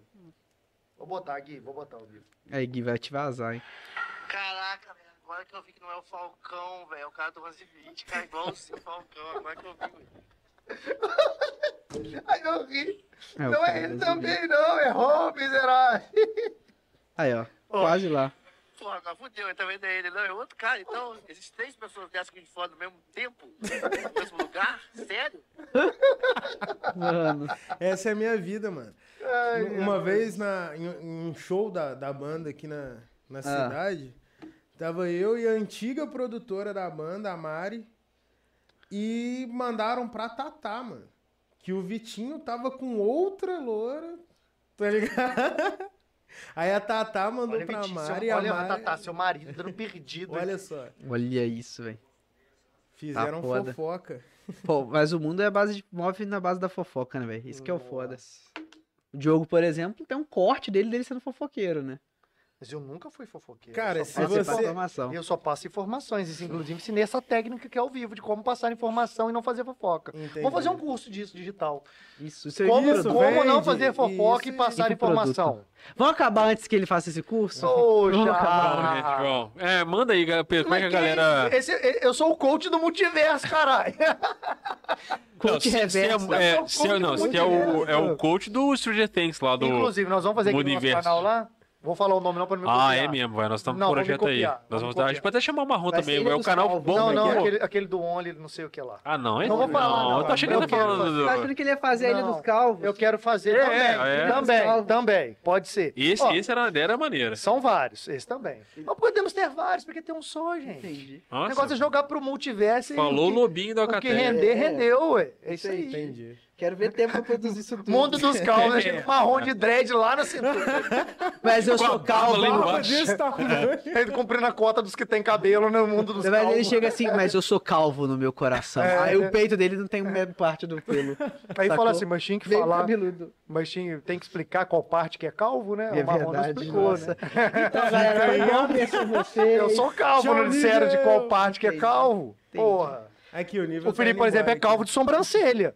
[SPEAKER 1] Vou botar aqui, vou botar o vídeo.
[SPEAKER 5] Aí, Gui, vai te vazar, hein?
[SPEAKER 8] Caraca, velho, agora que eu vi que não é o Falcão, velho, é o cara do 1120, cara, igual o seu Falcão, agora que eu vi, velho.
[SPEAKER 1] Aí eu ri.
[SPEAKER 5] É, o
[SPEAKER 1] não
[SPEAKER 5] cara
[SPEAKER 1] é ele
[SPEAKER 5] do
[SPEAKER 1] também, não, errou, miserável.
[SPEAKER 5] Aí, ó. Quase lá.
[SPEAKER 8] Porra, agora fudeu, eu também não é ele, não, é outro cara. Então, existem três pessoas dessas que a gente fala no mesmo tempo, no mesmo lugar? Sério?
[SPEAKER 5] Mano.
[SPEAKER 4] Essa é a minha vida, mano.
[SPEAKER 1] Ai,
[SPEAKER 4] Um- Uma vez na, em, em um show da, da banda aqui na, na cidade, tava eu e a antiga produtora da banda, a Mari, e mandaram pra Tatá, mano. Que o Vitinho tava com outra loura, tá ligado? (laughs) Aí a Tatá mandou
[SPEAKER 1] Olha,
[SPEAKER 4] pra
[SPEAKER 1] Vitinho, seu-
[SPEAKER 4] Mari e a
[SPEAKER 1] olha,
[SPEAKER 4] Mari.
[SPEAKER 1] Tatá, seu marido, dando perdido.
[SPEAKER 4] Olha só,
[SPEAKER 5] Olha isso, velho.
[SPEAKER 4] fizeram
[SPEAKER 5] foda.
[SPEAKER 4] fofoca.
[SPEAKER 5] Pô, mas o mundo é a base de, move na base da fofoca, né, velho? Isso que é o foda. O Diogo, por exemplo, tem um corte dele dele sendo fofoqueiro, né?
[SPEAKER 1] Mas eu nunca fui fofoqueiro.
[SPEAKER 4] Cara,
[SPEAKER 1] Eu
[SPEAKER 4] se
[SPEAKER 1] só passo
[SPEAKER 5] Essa é pra
[SPEAKER 4] você-
[SPEAKER 5] informação.
[SPEAKER 1] Eu só passo informações, isso, inclusive ensinei essa técnica que é ao vivo, de como passar informação e não fazer fofoca.
[SPEAKER 4] Entendi.
[SPEAKER 1] Vou fazer um curso disso digital.
[SPEAKER 5] Isso, isso é
[SPEAKER 1] como
[SPEAKER 5] isso,
[SPEAKER 1] como
[SPEAKER 4] vende,
[SPEAKER 1] não fazer fofoca
[SPEAKER 4] isso,
[SPEAKER 1] e passar
[SPEAKER 5] isso.
[SPEAKER 1] informação.
[SPEAKER 5] Vamos acabar antes que ele faça esse curso?
[SPEAKER 1] Sou
[SPEAKER 5] Vamos
[SPEAKER 2] Bom, gente,
[SPEAKER 1] já.
[SPEAKER 2] bom. É, manda aí, ga- Pedro, como é
[SPEAKER 1] Mas
[SPEAKER 2] que a
[SPEAKER 1] que
[SPEAKER 2] galera.
[SPEAKER 1] isso? Esse- eu sou o coach do multiverso, caralho.
[SPEAKER 5] Coach
[SPEAKER 2] Não, se- se é-
[SPEAKER 5] reverso.
[SPEAKER 2] é,
[SPEAKER 1] Eu sou
[SPEAKER 2] se é-
[SPEAKER 1] coach
[SPEAKER 2] não,
[SPEAKER 1] do
[SPEAKER 2] se é o,
[SPEAKER 1] multiverso.
[SPEAKER 2] é o coach do Stranger Things lá (laughs) do.
[SPEAKER 1] Inclusive, nós vamos fazer aqui no nosso
[SPEAKER 2] Multiverso.
[SPEAKER 1] canal lá. Vou falar o nome não pra não me
[SPEAKER 2] Ah,
[SPEAKER 1] copiar.
[SPEAKER 2] é mesmo, vai. Nós estamos com
[SPEAKER 1] Não,
[SPEAKER 2] um
[SPEAKER 1] vamos
[SPEAKER 2] projeto aí.
[SPEAKER 1] copiar, vamos
[SPEAKER 2] Nós vamos, dar- a gente
[SPEAKER 1] copiar.
[SPEAKER 2] pode até chamar o Marrom
[SPEAKER 5] Vai
[SPEAKER 2] também.
[SPEAKER 5] ser
[SPEAKER 2] É o
[SPEAKER 5] dos
[SPEAKER 2] canal
[SPEAKER 5] salvos,
[SPEAKER 2] bom.
[SPEAKER 1] Não,
[SPEAKER 2] né,
[SPEAKER 1] não,
[SPEAKER 2] que é-
[SPEAKER 1] aquele, aquele do Only, não sei o que lá.
[SPEAKER 2] Ah, não, é?
[SPEAKER 1] Não vou falar, não.
[SPEAKER 2] Eu tô achando que
[SPEAKER 1] Eu
[SPEAKER 2] ele tá
[SPEAKER 1] quero
[SPEAKER 2] falando
[SPEAKER 5] Tá
[SPEAKER 2] do.
[SPEAKER 5] achando que ele ia fazer ele
[SPEAKER 1] Não.
[SPEAKER 5] dos calvos?
[SPEAKER 1] Eu quero fazer
[SPEAKER 2] É,
[SPEAKER 1] também.
[SPEAKER 2] é.
[SPEAKER 1] Também, também. Pode ser.
[SPEAKER 2] Esse,
[SPEAKER 1] Ó,
[SPEAKER 2] esse era, era maneira.
[SPEAKER 1] São vários, esse também. Mas podemos ter vários, porque tem um só, gente.
[SPEAKER 5] Entendi.
[SPEAKER 1] O negócio é
[SPEAKER 2] Nossa,
[SPEAKER 1] jogar pro multiverso e
[SPEAKER 2] falou o
[SPEAKER 1] o
[SPEAKER 2] lobinho do
[SPEAKER 1] que, o que
[SPEAKER 2] Alcatel.
[SPEAKER 1] render,
[SPEAKER 5] É.
[SPEAKER 1] rendeu, ué. É isso aí.
[SPEAKER 4] Entendi.
[SPEAKER 5] Quero ver tempo pra produzir isso tudo.
[SPEAKER 1] Mundo dos calvos,
[SPEAKER 2] É.
[SPEAKER 1] né, gente? marrom de dread lá na cintura.
[SPEAKER 5] (laughs) Mas eu
[SPEAKER 2] Com a
[SPEAKER 5] sou
[SPEAKER 2] barba
[SPEAKER 5] calvo.
[SPEAKER 2] lá
[SPEAKER 4] Fala
[SPEAKER 2] embaixo.
[SPEAKER 4] disso, tá doido?
[SPEAKER 1] Ele cumprindo a cota dos que tem cabelo no mundo dos
[SPEAKER 5] Na verdade, ele
[SPEAKER 1] calvos.
[SPEAKER 5] chega assim, mas eu sou calvo no meu coração.
[SPEAKER 1] É,
[SPEAKER 5] Aí
[SPEAKER 1] né?
[SPEAKER 5] o peito dele não tem metade parte do (laughs) pelo.
[SPEAKER 1] Aí
[SPEAKER 5] sacou?
[SPEAKER 1] fala assim, mas tinha que
[SPEAKER 5] Meio
[SPEAKER 1] falar,
[SPEAKER 5] cabeludo.
[SPEAKER 1] mas tinha, tem que explicar qual parte que é calvo, né?
[SPEAKER 5] É
[SPEAKER 1] o marrom não
[SPEAKER 5] verdade,
[SPEAKER 1] explicou,
[SPEAKER 5] nossa.
[SPEAKER 1] né?
[SPEAKER 5] Então, (laughs) galera, foi bom conhecer vocês.
[SPEAKER 1] Eu sou calvo,
[SPEAKER 4] Tchau,
[SPEAKER 1] não disseram de
[SPEAKER 4] Miguel.
[SPEAKER 1] qual parte que é
[SPEAKER 5] Entendi,
[SPEAKER 1] calvo. Porra.
[SPEAKER 4] Aqui, o nível
[SPEAKER 1] O Felipe, por exemplo, é calvo de sobrancelha.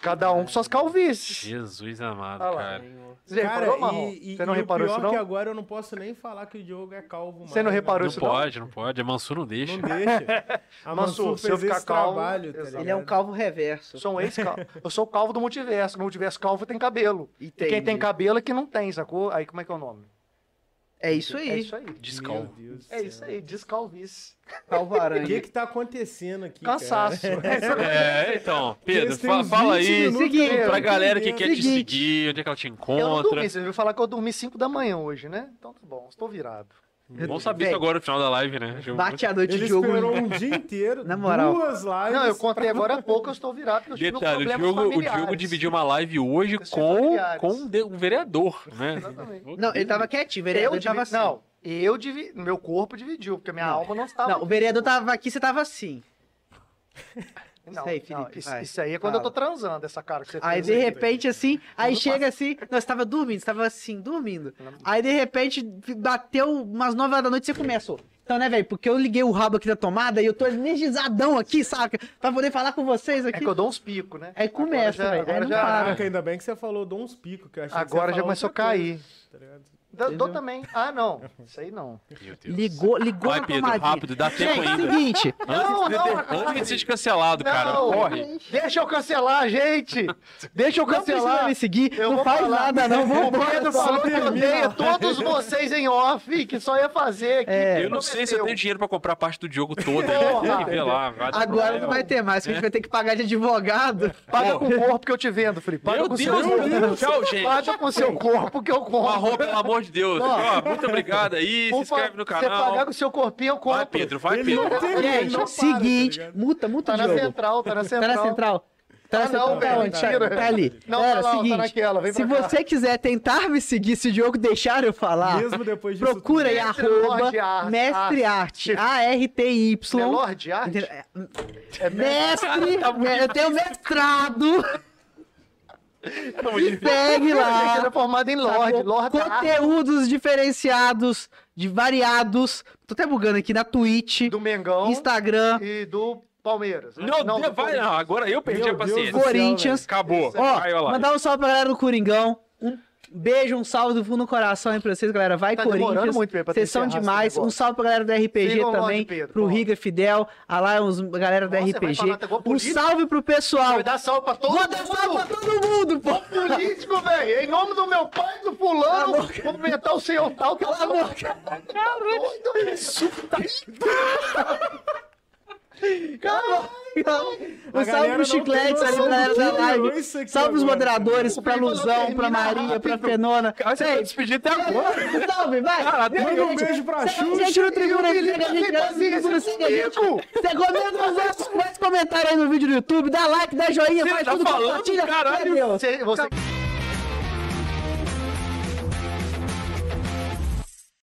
[SPEAKER 1] Cada um com suas calvícies.
[SPEAKER 2] Jesus amado,
[SPEAKER 1] Olha lá.
[SPEAKER 2] cara.
[SPEAKER 1] Você já
[SPEAKER 4] Cara,
[SPEAKER 1] reparou, Marrom?
[SPEAKER 4] e, e-
[SPEAKER 1] Você não
[SPEAKER 4] e o
[SPEAKER 1] reparou
[SPEAKER 4] pior
[SPEAKER 1] isso, não?
[SPEAKER 4] que agora eu não posso nem falar que o Diogo é calvo mais.
[SPEAKER 1] Você não reparou
[SPEAKER 2] Não
[SPEAKER 1] isso,
[SPEAKER 2] pode, não pode. A Mansur não deixa.
[SPEAKER 4] Não deixa. (laughs) A
[SPEAKER 1] Mansur,
[SPEAKER 4] Mansur
[SPEAKER 1] se eu
[SPEAKER 4] fez
[SPEAKER 1] ficar
[SPEAKER 4] esse
[SPEAKER 1] calvo,
[SPEAKER 4] trabalho, tá
[SPEAKER 1] exato.
[SPEAKER 4] ligado?
[SPEAKER 5] Ele é um calvo reverso.
[SPEAKER 1] Eu sou um ex-calvo. Eu sou o calvo do multiverso. No multiverso, calvo tem cabelo.
[SPEAKER 5] E
[SPEAKER 1] E quem tem cabelo é que não tem, sacou? Aí como é que é o nome?
[SPEAKER 5] É isso aí.
[SPEAKER 1] É isso aí.
[SPEAKER 4] Meu
[SPEAKER 2] Descalvo.
[SPEAKER 4] Deus do
[SPEAKER 1] É
[SPEAKER 4] céu.
[SPEAKER 1] isso aí, descalvice.
[SPEAKER 5] Calvo
[SPEAKER 4] O que
[SPEAKER 5] aranha.
[SPEAKER 4] que tá acontecendo
[SPEAKER 1] (laughs)
[SPEAKER 4] aqui,
[SPEAKER 1] Cansaço.
[SPEAKER 2] (laughs) É, então, Pedro,
[SPEAKER 4] (laughs) Eles têm
[SPEAKER 2] fa-
[SPEAKER 4] uns
[SPEAKER 2] fala
[SPEAKER 4] 20
[SPEAKER 2] aí
[SPEAKER 4] minutos,
[SPEAKER 5] Seguinte,
[SPEAKER 4] eu não
[SPEAKER 2] pra
[SPEAKER 4] tô
[SPEAKER 2] galera que quer
[SPEAKER 4] entendendo.
[SPEAKER 2] te
[SPEAKER 5] Seguinte.
[SPEAKER 2] seguir, onde é que ela te
[SPEAKER 1] Eu não
[SPEAKER 2] encontra.
[SPEAKER 1] dormi, você viu falar que eu dormi 5 da manhã hoje, né? Então tá bom, estou virado.
[SPEAKER 2] Vamos saber isso
[SPEAKER 5] Véi,
[SPEAKER 2] agora no final da live, né? Jogo.
[SPEAKER 5] Bate a noite de
[SPEAKER 4] Ele
[SPEAKER 5] jogo.
[SPEAKER 4] esperou um dia
[SPEAKER 1] (laughs)
[SPEAKER 4] inteiro,
[SPEAKER 5] Na moral.
[SPEAKER 4] duas lives.
[SPEAKER 1] Não, eu contei agora há pouco, eu estou virado porque eu tive um uns
[SPEAKER 2] Detalhe, o
[SPEAKER 1] problemas
[SPEAKER 2] Diogo, o
[SPEAKER 1] familiares.
[SPEAKER 2] Diogo dividiu uma live hoje
[SPEAKER 1] Questões
[SPEAKER 2] com,
[SPEAKER 1] familiares.
[SPEAKER 2] com um, de- um vereador, né?
[SPEAKER 1] Exatamente.
[SPEAKER 5] Não, ele tava quietinho, o
[SPEAKER 1] Eu
[SPEAKER 5] vereador tava
[SPEAKER 1] dividi...
[SPEAKER 5] assim.
[SPEAKER 1] Não, eu dividi... Meu corpo dividiu, porque minha alma não estava...
[SPEAKER 5] assim. Não, o vereador tava aqui, você tava assim.
[SPEAKER 1] Não,
[SPEAKER 5] aí, Felipe,
[SPEAKER 1] não, isso,
[SPEAKER 5] vai.
[SPEAKER 1] isso aí é quando eu tô transando, essa cara que você
[SPEAKER 5] Aí
[SPEAKER 1] fez
[SPEAKER 5] de
[SPEAKER 1] aí.
[SPEAKER 5] repente, assim, aí
[SPEAKER 1] Não
[SPEAKER 5] chega assim, nós tava dormindo, você tava assim, dormindo.
[SPEAKER 1] Não.
[SPEAKER 5] Aí de repente bateu umas 9 horas da noite e você começa. ô. Então, né, velho? Porque eu liguei o rabo aqui da tomada e eu tô energizadão aqui, saca? Pra poder falar com vocês
[SPEAKER 1] É
[SPEAKER 5] aqui.
[SPEAKER 1] que eu dou uns picos, né?
[SPEAKER 5] Aí começa,
[SPEAKER 1] Agora já-
[SPEAKER 5] velho, aí
[SPEAKER 1] agora
[SPEAKER 5] não
[SPEAKER 1] já-
[SPEAKER 5] para.
[SPEAKER 4] Caraca, ainda bem que você falou, dou uns picos, que eu achei que você ia
[SPEAKER 1] Agora já
[SPEAKER 4] falar
[SPEAKER 1] começou a
[SPEAKER 4] outra coisa,
[SPEAKER 1] cair.
[SPEAKER 4] tá ligado?
[SPEAKER 1] Dou dou
[SPEAKER 5] Entendeu?
[SPEAKER 1] também. Ah, não. Isso aí não.
[SPEAKER 2] Meu Deus.
[SPEAKER 5] Ligou, ligou
[SPEAKER 2] Vai,
[SPEAKER 5] na
[SPEAKER 2] Pedro,
[SPEAKER 5] tomadinha.
[SPEAKER 2] rápido, dá tempo
[SPEAKER 5] Gente,
[SPEAKER 2] ainda.
[SPEAKER 5] seguinte,
[SPEAKER 1] Não, não,
[SPEAKER 2] Antes de ser cancelado, cara.
[SPEAKER 1] Não.
[SPEAKER 2] Corre.
[SPEAKER 1] Deixa eu cancelar, gente! Deixa eu
[SPEAKER 5] não precisa
[SPEAKER 1] cancelar!
[SPEAKER 5] me seguir,
[SPEAKER 1] Eu
[SPEAKER 5] não
[SPEAKER 1] vou
[SPEAKER 5] faz
[SPEAKER 1] falar.
[SPEAKER 5] nada não,
[SPEAKER 1] O
[SPEAKER 5] vambora.
[SPEAKER 1] Pedro
[SPEAKER 5] só
[SPEAKER 1] falou que
[SPEAKER 5] termina.
[SPEAKER 1] odeia é todos vocês em off, que só ia fazer aqui.
[SPEAKER 5] É.
[SPEAKER 2] Eu não sei se eu tenho dinheiro pra comprar parte do jogo todo.
[SPEAKER 1] Porra.
[SPEAKER 2] E vê lá, vai dar
[SPEAKER 5] Agora
[SPEAKER 2] problema.
[SPEAKER 5] não vai ter mais, porque a gente vai ter que pagar de
[SPEAKER 1] (laughs)
[SPEAKER 5] advogado.
[SPEAKER 1] Paga com o corpo que eu te vendo, Felipe. Paga
[SPEAKER 2] Meu
[SPEAKER 1] com o
[SPEAKER 2] Deus,
[SPEAKER 1] seu
[SPEAKER 2] meu Deus. Tchau, gente.
[SPEAKER 1] Paga com seu corpo que eu compro.
[SPEAKER 2] Marrom, pelo amor de Deus. Ó, muito obrigado aí. Se
[SPEAKER 1] Por favor,
[SPEAKER 2] inscreve no
[SPEAKER 1] Você pagar
[SPEAKER 2] canal.
[SPEAKER 1] com seu corpinho, eu compro.
[SPEAKER 2] Vai, Pedro, vai,
[SPEAKER 4] Ele não
[SPEAKER 2] Pedro.
[SPEAKER 4] tem, ele
[SPEAKER 5] Gente,
[SPEAKER 4] não para, tá
[SPEAKER 5] seguinte,
[SPEAKER 4] ligado?
[SPEAKER 5] multa, multa
[SPEAKER 1] Tá
[SPEAKER 5] o
[SPEAKER 1] na
[SPEAKER 5] jogo.
[SPEAKER 1] central, tá na
[SPEAKER 5] Tá
[SPEAKER 1] central.
[SPEAKER 5] na central. Tá na
[SPEAKER 1] Ah, não,
[SPEAKER 5] central.
[SPEAKER 1] velho,
[SPEAKER 5] tá, onde? Tá-
[SPEAKER 1] mentira.
[SPEAKER 5] tá ali.
[SPEAKER 1] Não, tá
[SPEAKER 5] Galera,
[SPEAKER 1] lá, ó,
[SPEAKER 5] seguinte,
[SPEAKER 1] tá naquela. Vem
[SPEAKER 5] se
[SPEAKER 1] pra cá.
[SPEAKER 5] você quiser tentar me seguir, se o Diogo deixar eu falar,
[SPEAKER 4] Mesmo depois disso
[SPEAKER 5] procura aí
[SPEAKER 1] tudo. Mestre Lorde
[SPEAKER 5] arroba
[SPEAKER 1] Arte,
[SPEAKER 5] mestre arte,
[SPEAKER 1] Arte. Você é
[SPEAKER 5] A-R-T-Y.
[SPEAKER 1] Lorde Arte?
[SPEAKER 5] Entendeu? É,
[SPEAKER 1] É mestre? (laughs)
[SPEAKER 5] Mestre, eu tenho mestrado,
[SPEAKER 1] Tá
[SPEAKER 5] segue
[SPEAKER 1] Ele
[SPEAKER 5] lá. Tá
[SPEAKER 1] é formado em Lorde.
[SPEAKER 5] sacou?
[SPEAKER 1] Lorde Arte
[SPEAKER 5] Conteúdos diferenciados, de variados. Tô até bugando aqui na Twitch,
[SPEAKER 1] do Mengão
[SPEAKER 5] Instagram,
[SPEAKER 1] e do Palmeiras. né?
[SPEAKER 2] Não,
[SPEAKER 1] do
[SPEAKER 2] vai.
[SPEAKER 1] Palmeiras.
[SPEAKER 2] Não, agora eu perdi
[SPEAKER 4] Meu
[SPEAKER 2] a
[SPEAKER 4] Deus
[SPEAKER 2] paciência.
[SPEAKER 4] do céu,
[SPEAKER 5] Corinthians.
[SPEAKER 2] Acabou. Vai, olha
[SPEAKER 5] Ó,
[SPEAKER 2] lá.
[SPEAKER 5] mandar um salve pra galera do Coringão. Um beijo, um salve do fundo do coração aí pra vocês, galera. Vai,
[SPEAKER 1] Tá demorando
[SPEAKER 5] Corinthians.
[SPEAKER 1] muito, Pedro, pra
[SPEAKER 5] Vocês são
[SPEAKER 1] encerrar esse
[SPEAKER 5] demais. Um
[SPEAKER 1] negócio.
[SPEAKER 5] salve pra galera do RPG
[SPEAKER 1] Sigam o Lorde
[SPEAKER 5] também.
[SPEAKER 1] Pedro,
[SPEAKER 5] pro
[SPEAKER 1] pô.
[SPEAKER 5] Riga Fidel. A lá, é uns galera do
[SPEAKER 1] Nossa, vai falar
[SPEAKER 5] RPG.
[SPEAKER 1] até gol
[SPEAKER 5] Um
[SPEAKER 1] político?
[SPEAKER 5] salve pro pessoal.
[SPEAKER 1] Vai dar salve pra todo
[SPEAKER 5] Vou dar salve pra
[SPEAKER 1] mundo.
[SPEAKER 5] todo mundo, pô.
[SPEAKER 1] Político, velho. Em nome do meu pai, do fulano, cumprimentar o senhor tal. que
[SPEAKER 5] Cala a boca.
[SPEAKER 1] doido isso.
[SPEAKER 5] Cala a boca. Um
[SPEAKER 4] A
[SPEAKER 5] salve
[SPEAKER 4] galera não
[SPEAKER 5] pro Chicletes
[SPEAKER 4] tem
[SPEAKER 5] ali,
[SPEAKER 4] noção
[SPEAKER 5] galera
[SPEAKER 4] do
[SPEAKER 5] da
[SPEAKER 4] que virou
[SPEAKER 1] é
[SPEAKER 5] live.
[SPEAKER 4] isso aqui
[SPEAKER 5] Salve pros
[SPEAKER 4] agora,
[SPEAKER 5] moderadores,
[SPEAKER 1] cara.
[SPEAKER 5] pra
[SPEAKER 1] O Igor não
[SPEAKER 5] Luzão, pra
[SPEAKER 1] termina
[SPEAKER 5] Maria, pra
[SPEAKER 1] rápido.
[SPEAKER 5] Fenona. Um
[SPEAKER 2] Cara, você vai despedir até agora.
[SPEAKER 5] Salve, vai!
[SPEAKER 4] Manda um beijo pra
[SPEAKER 1] tá
[SPEAKER 4] Xuxa.
[SPEAKER 5] Gente no Tribuna,
[SPEAKER 1] E o
[SPEAKER 5] segue a
[SPEAKER 1] Felipe tem
[SPEAKER 5] gente, galera, no
[SPEAKER 1] paciência
[SPEAKER 5] Tribuna, segue a gente.
[SPEAKER 1] comigo.
[SPEAKER 5] Você comenta os nossos mais comentários aí no vídeo do YouTube, dá like, dá joinha,
[SPEAKER 2] Você
[SPEAKER 5] faz
[SPEAKER 2] tá
[SPEAKER 5] tudo,
[SPEAKER 2] falando,
[SPEAKER 5] compartilha.
[SPEAKER 2] caralho.
[SPEAKER 5] Meu Deus.
[SPEAKER 1] Você, você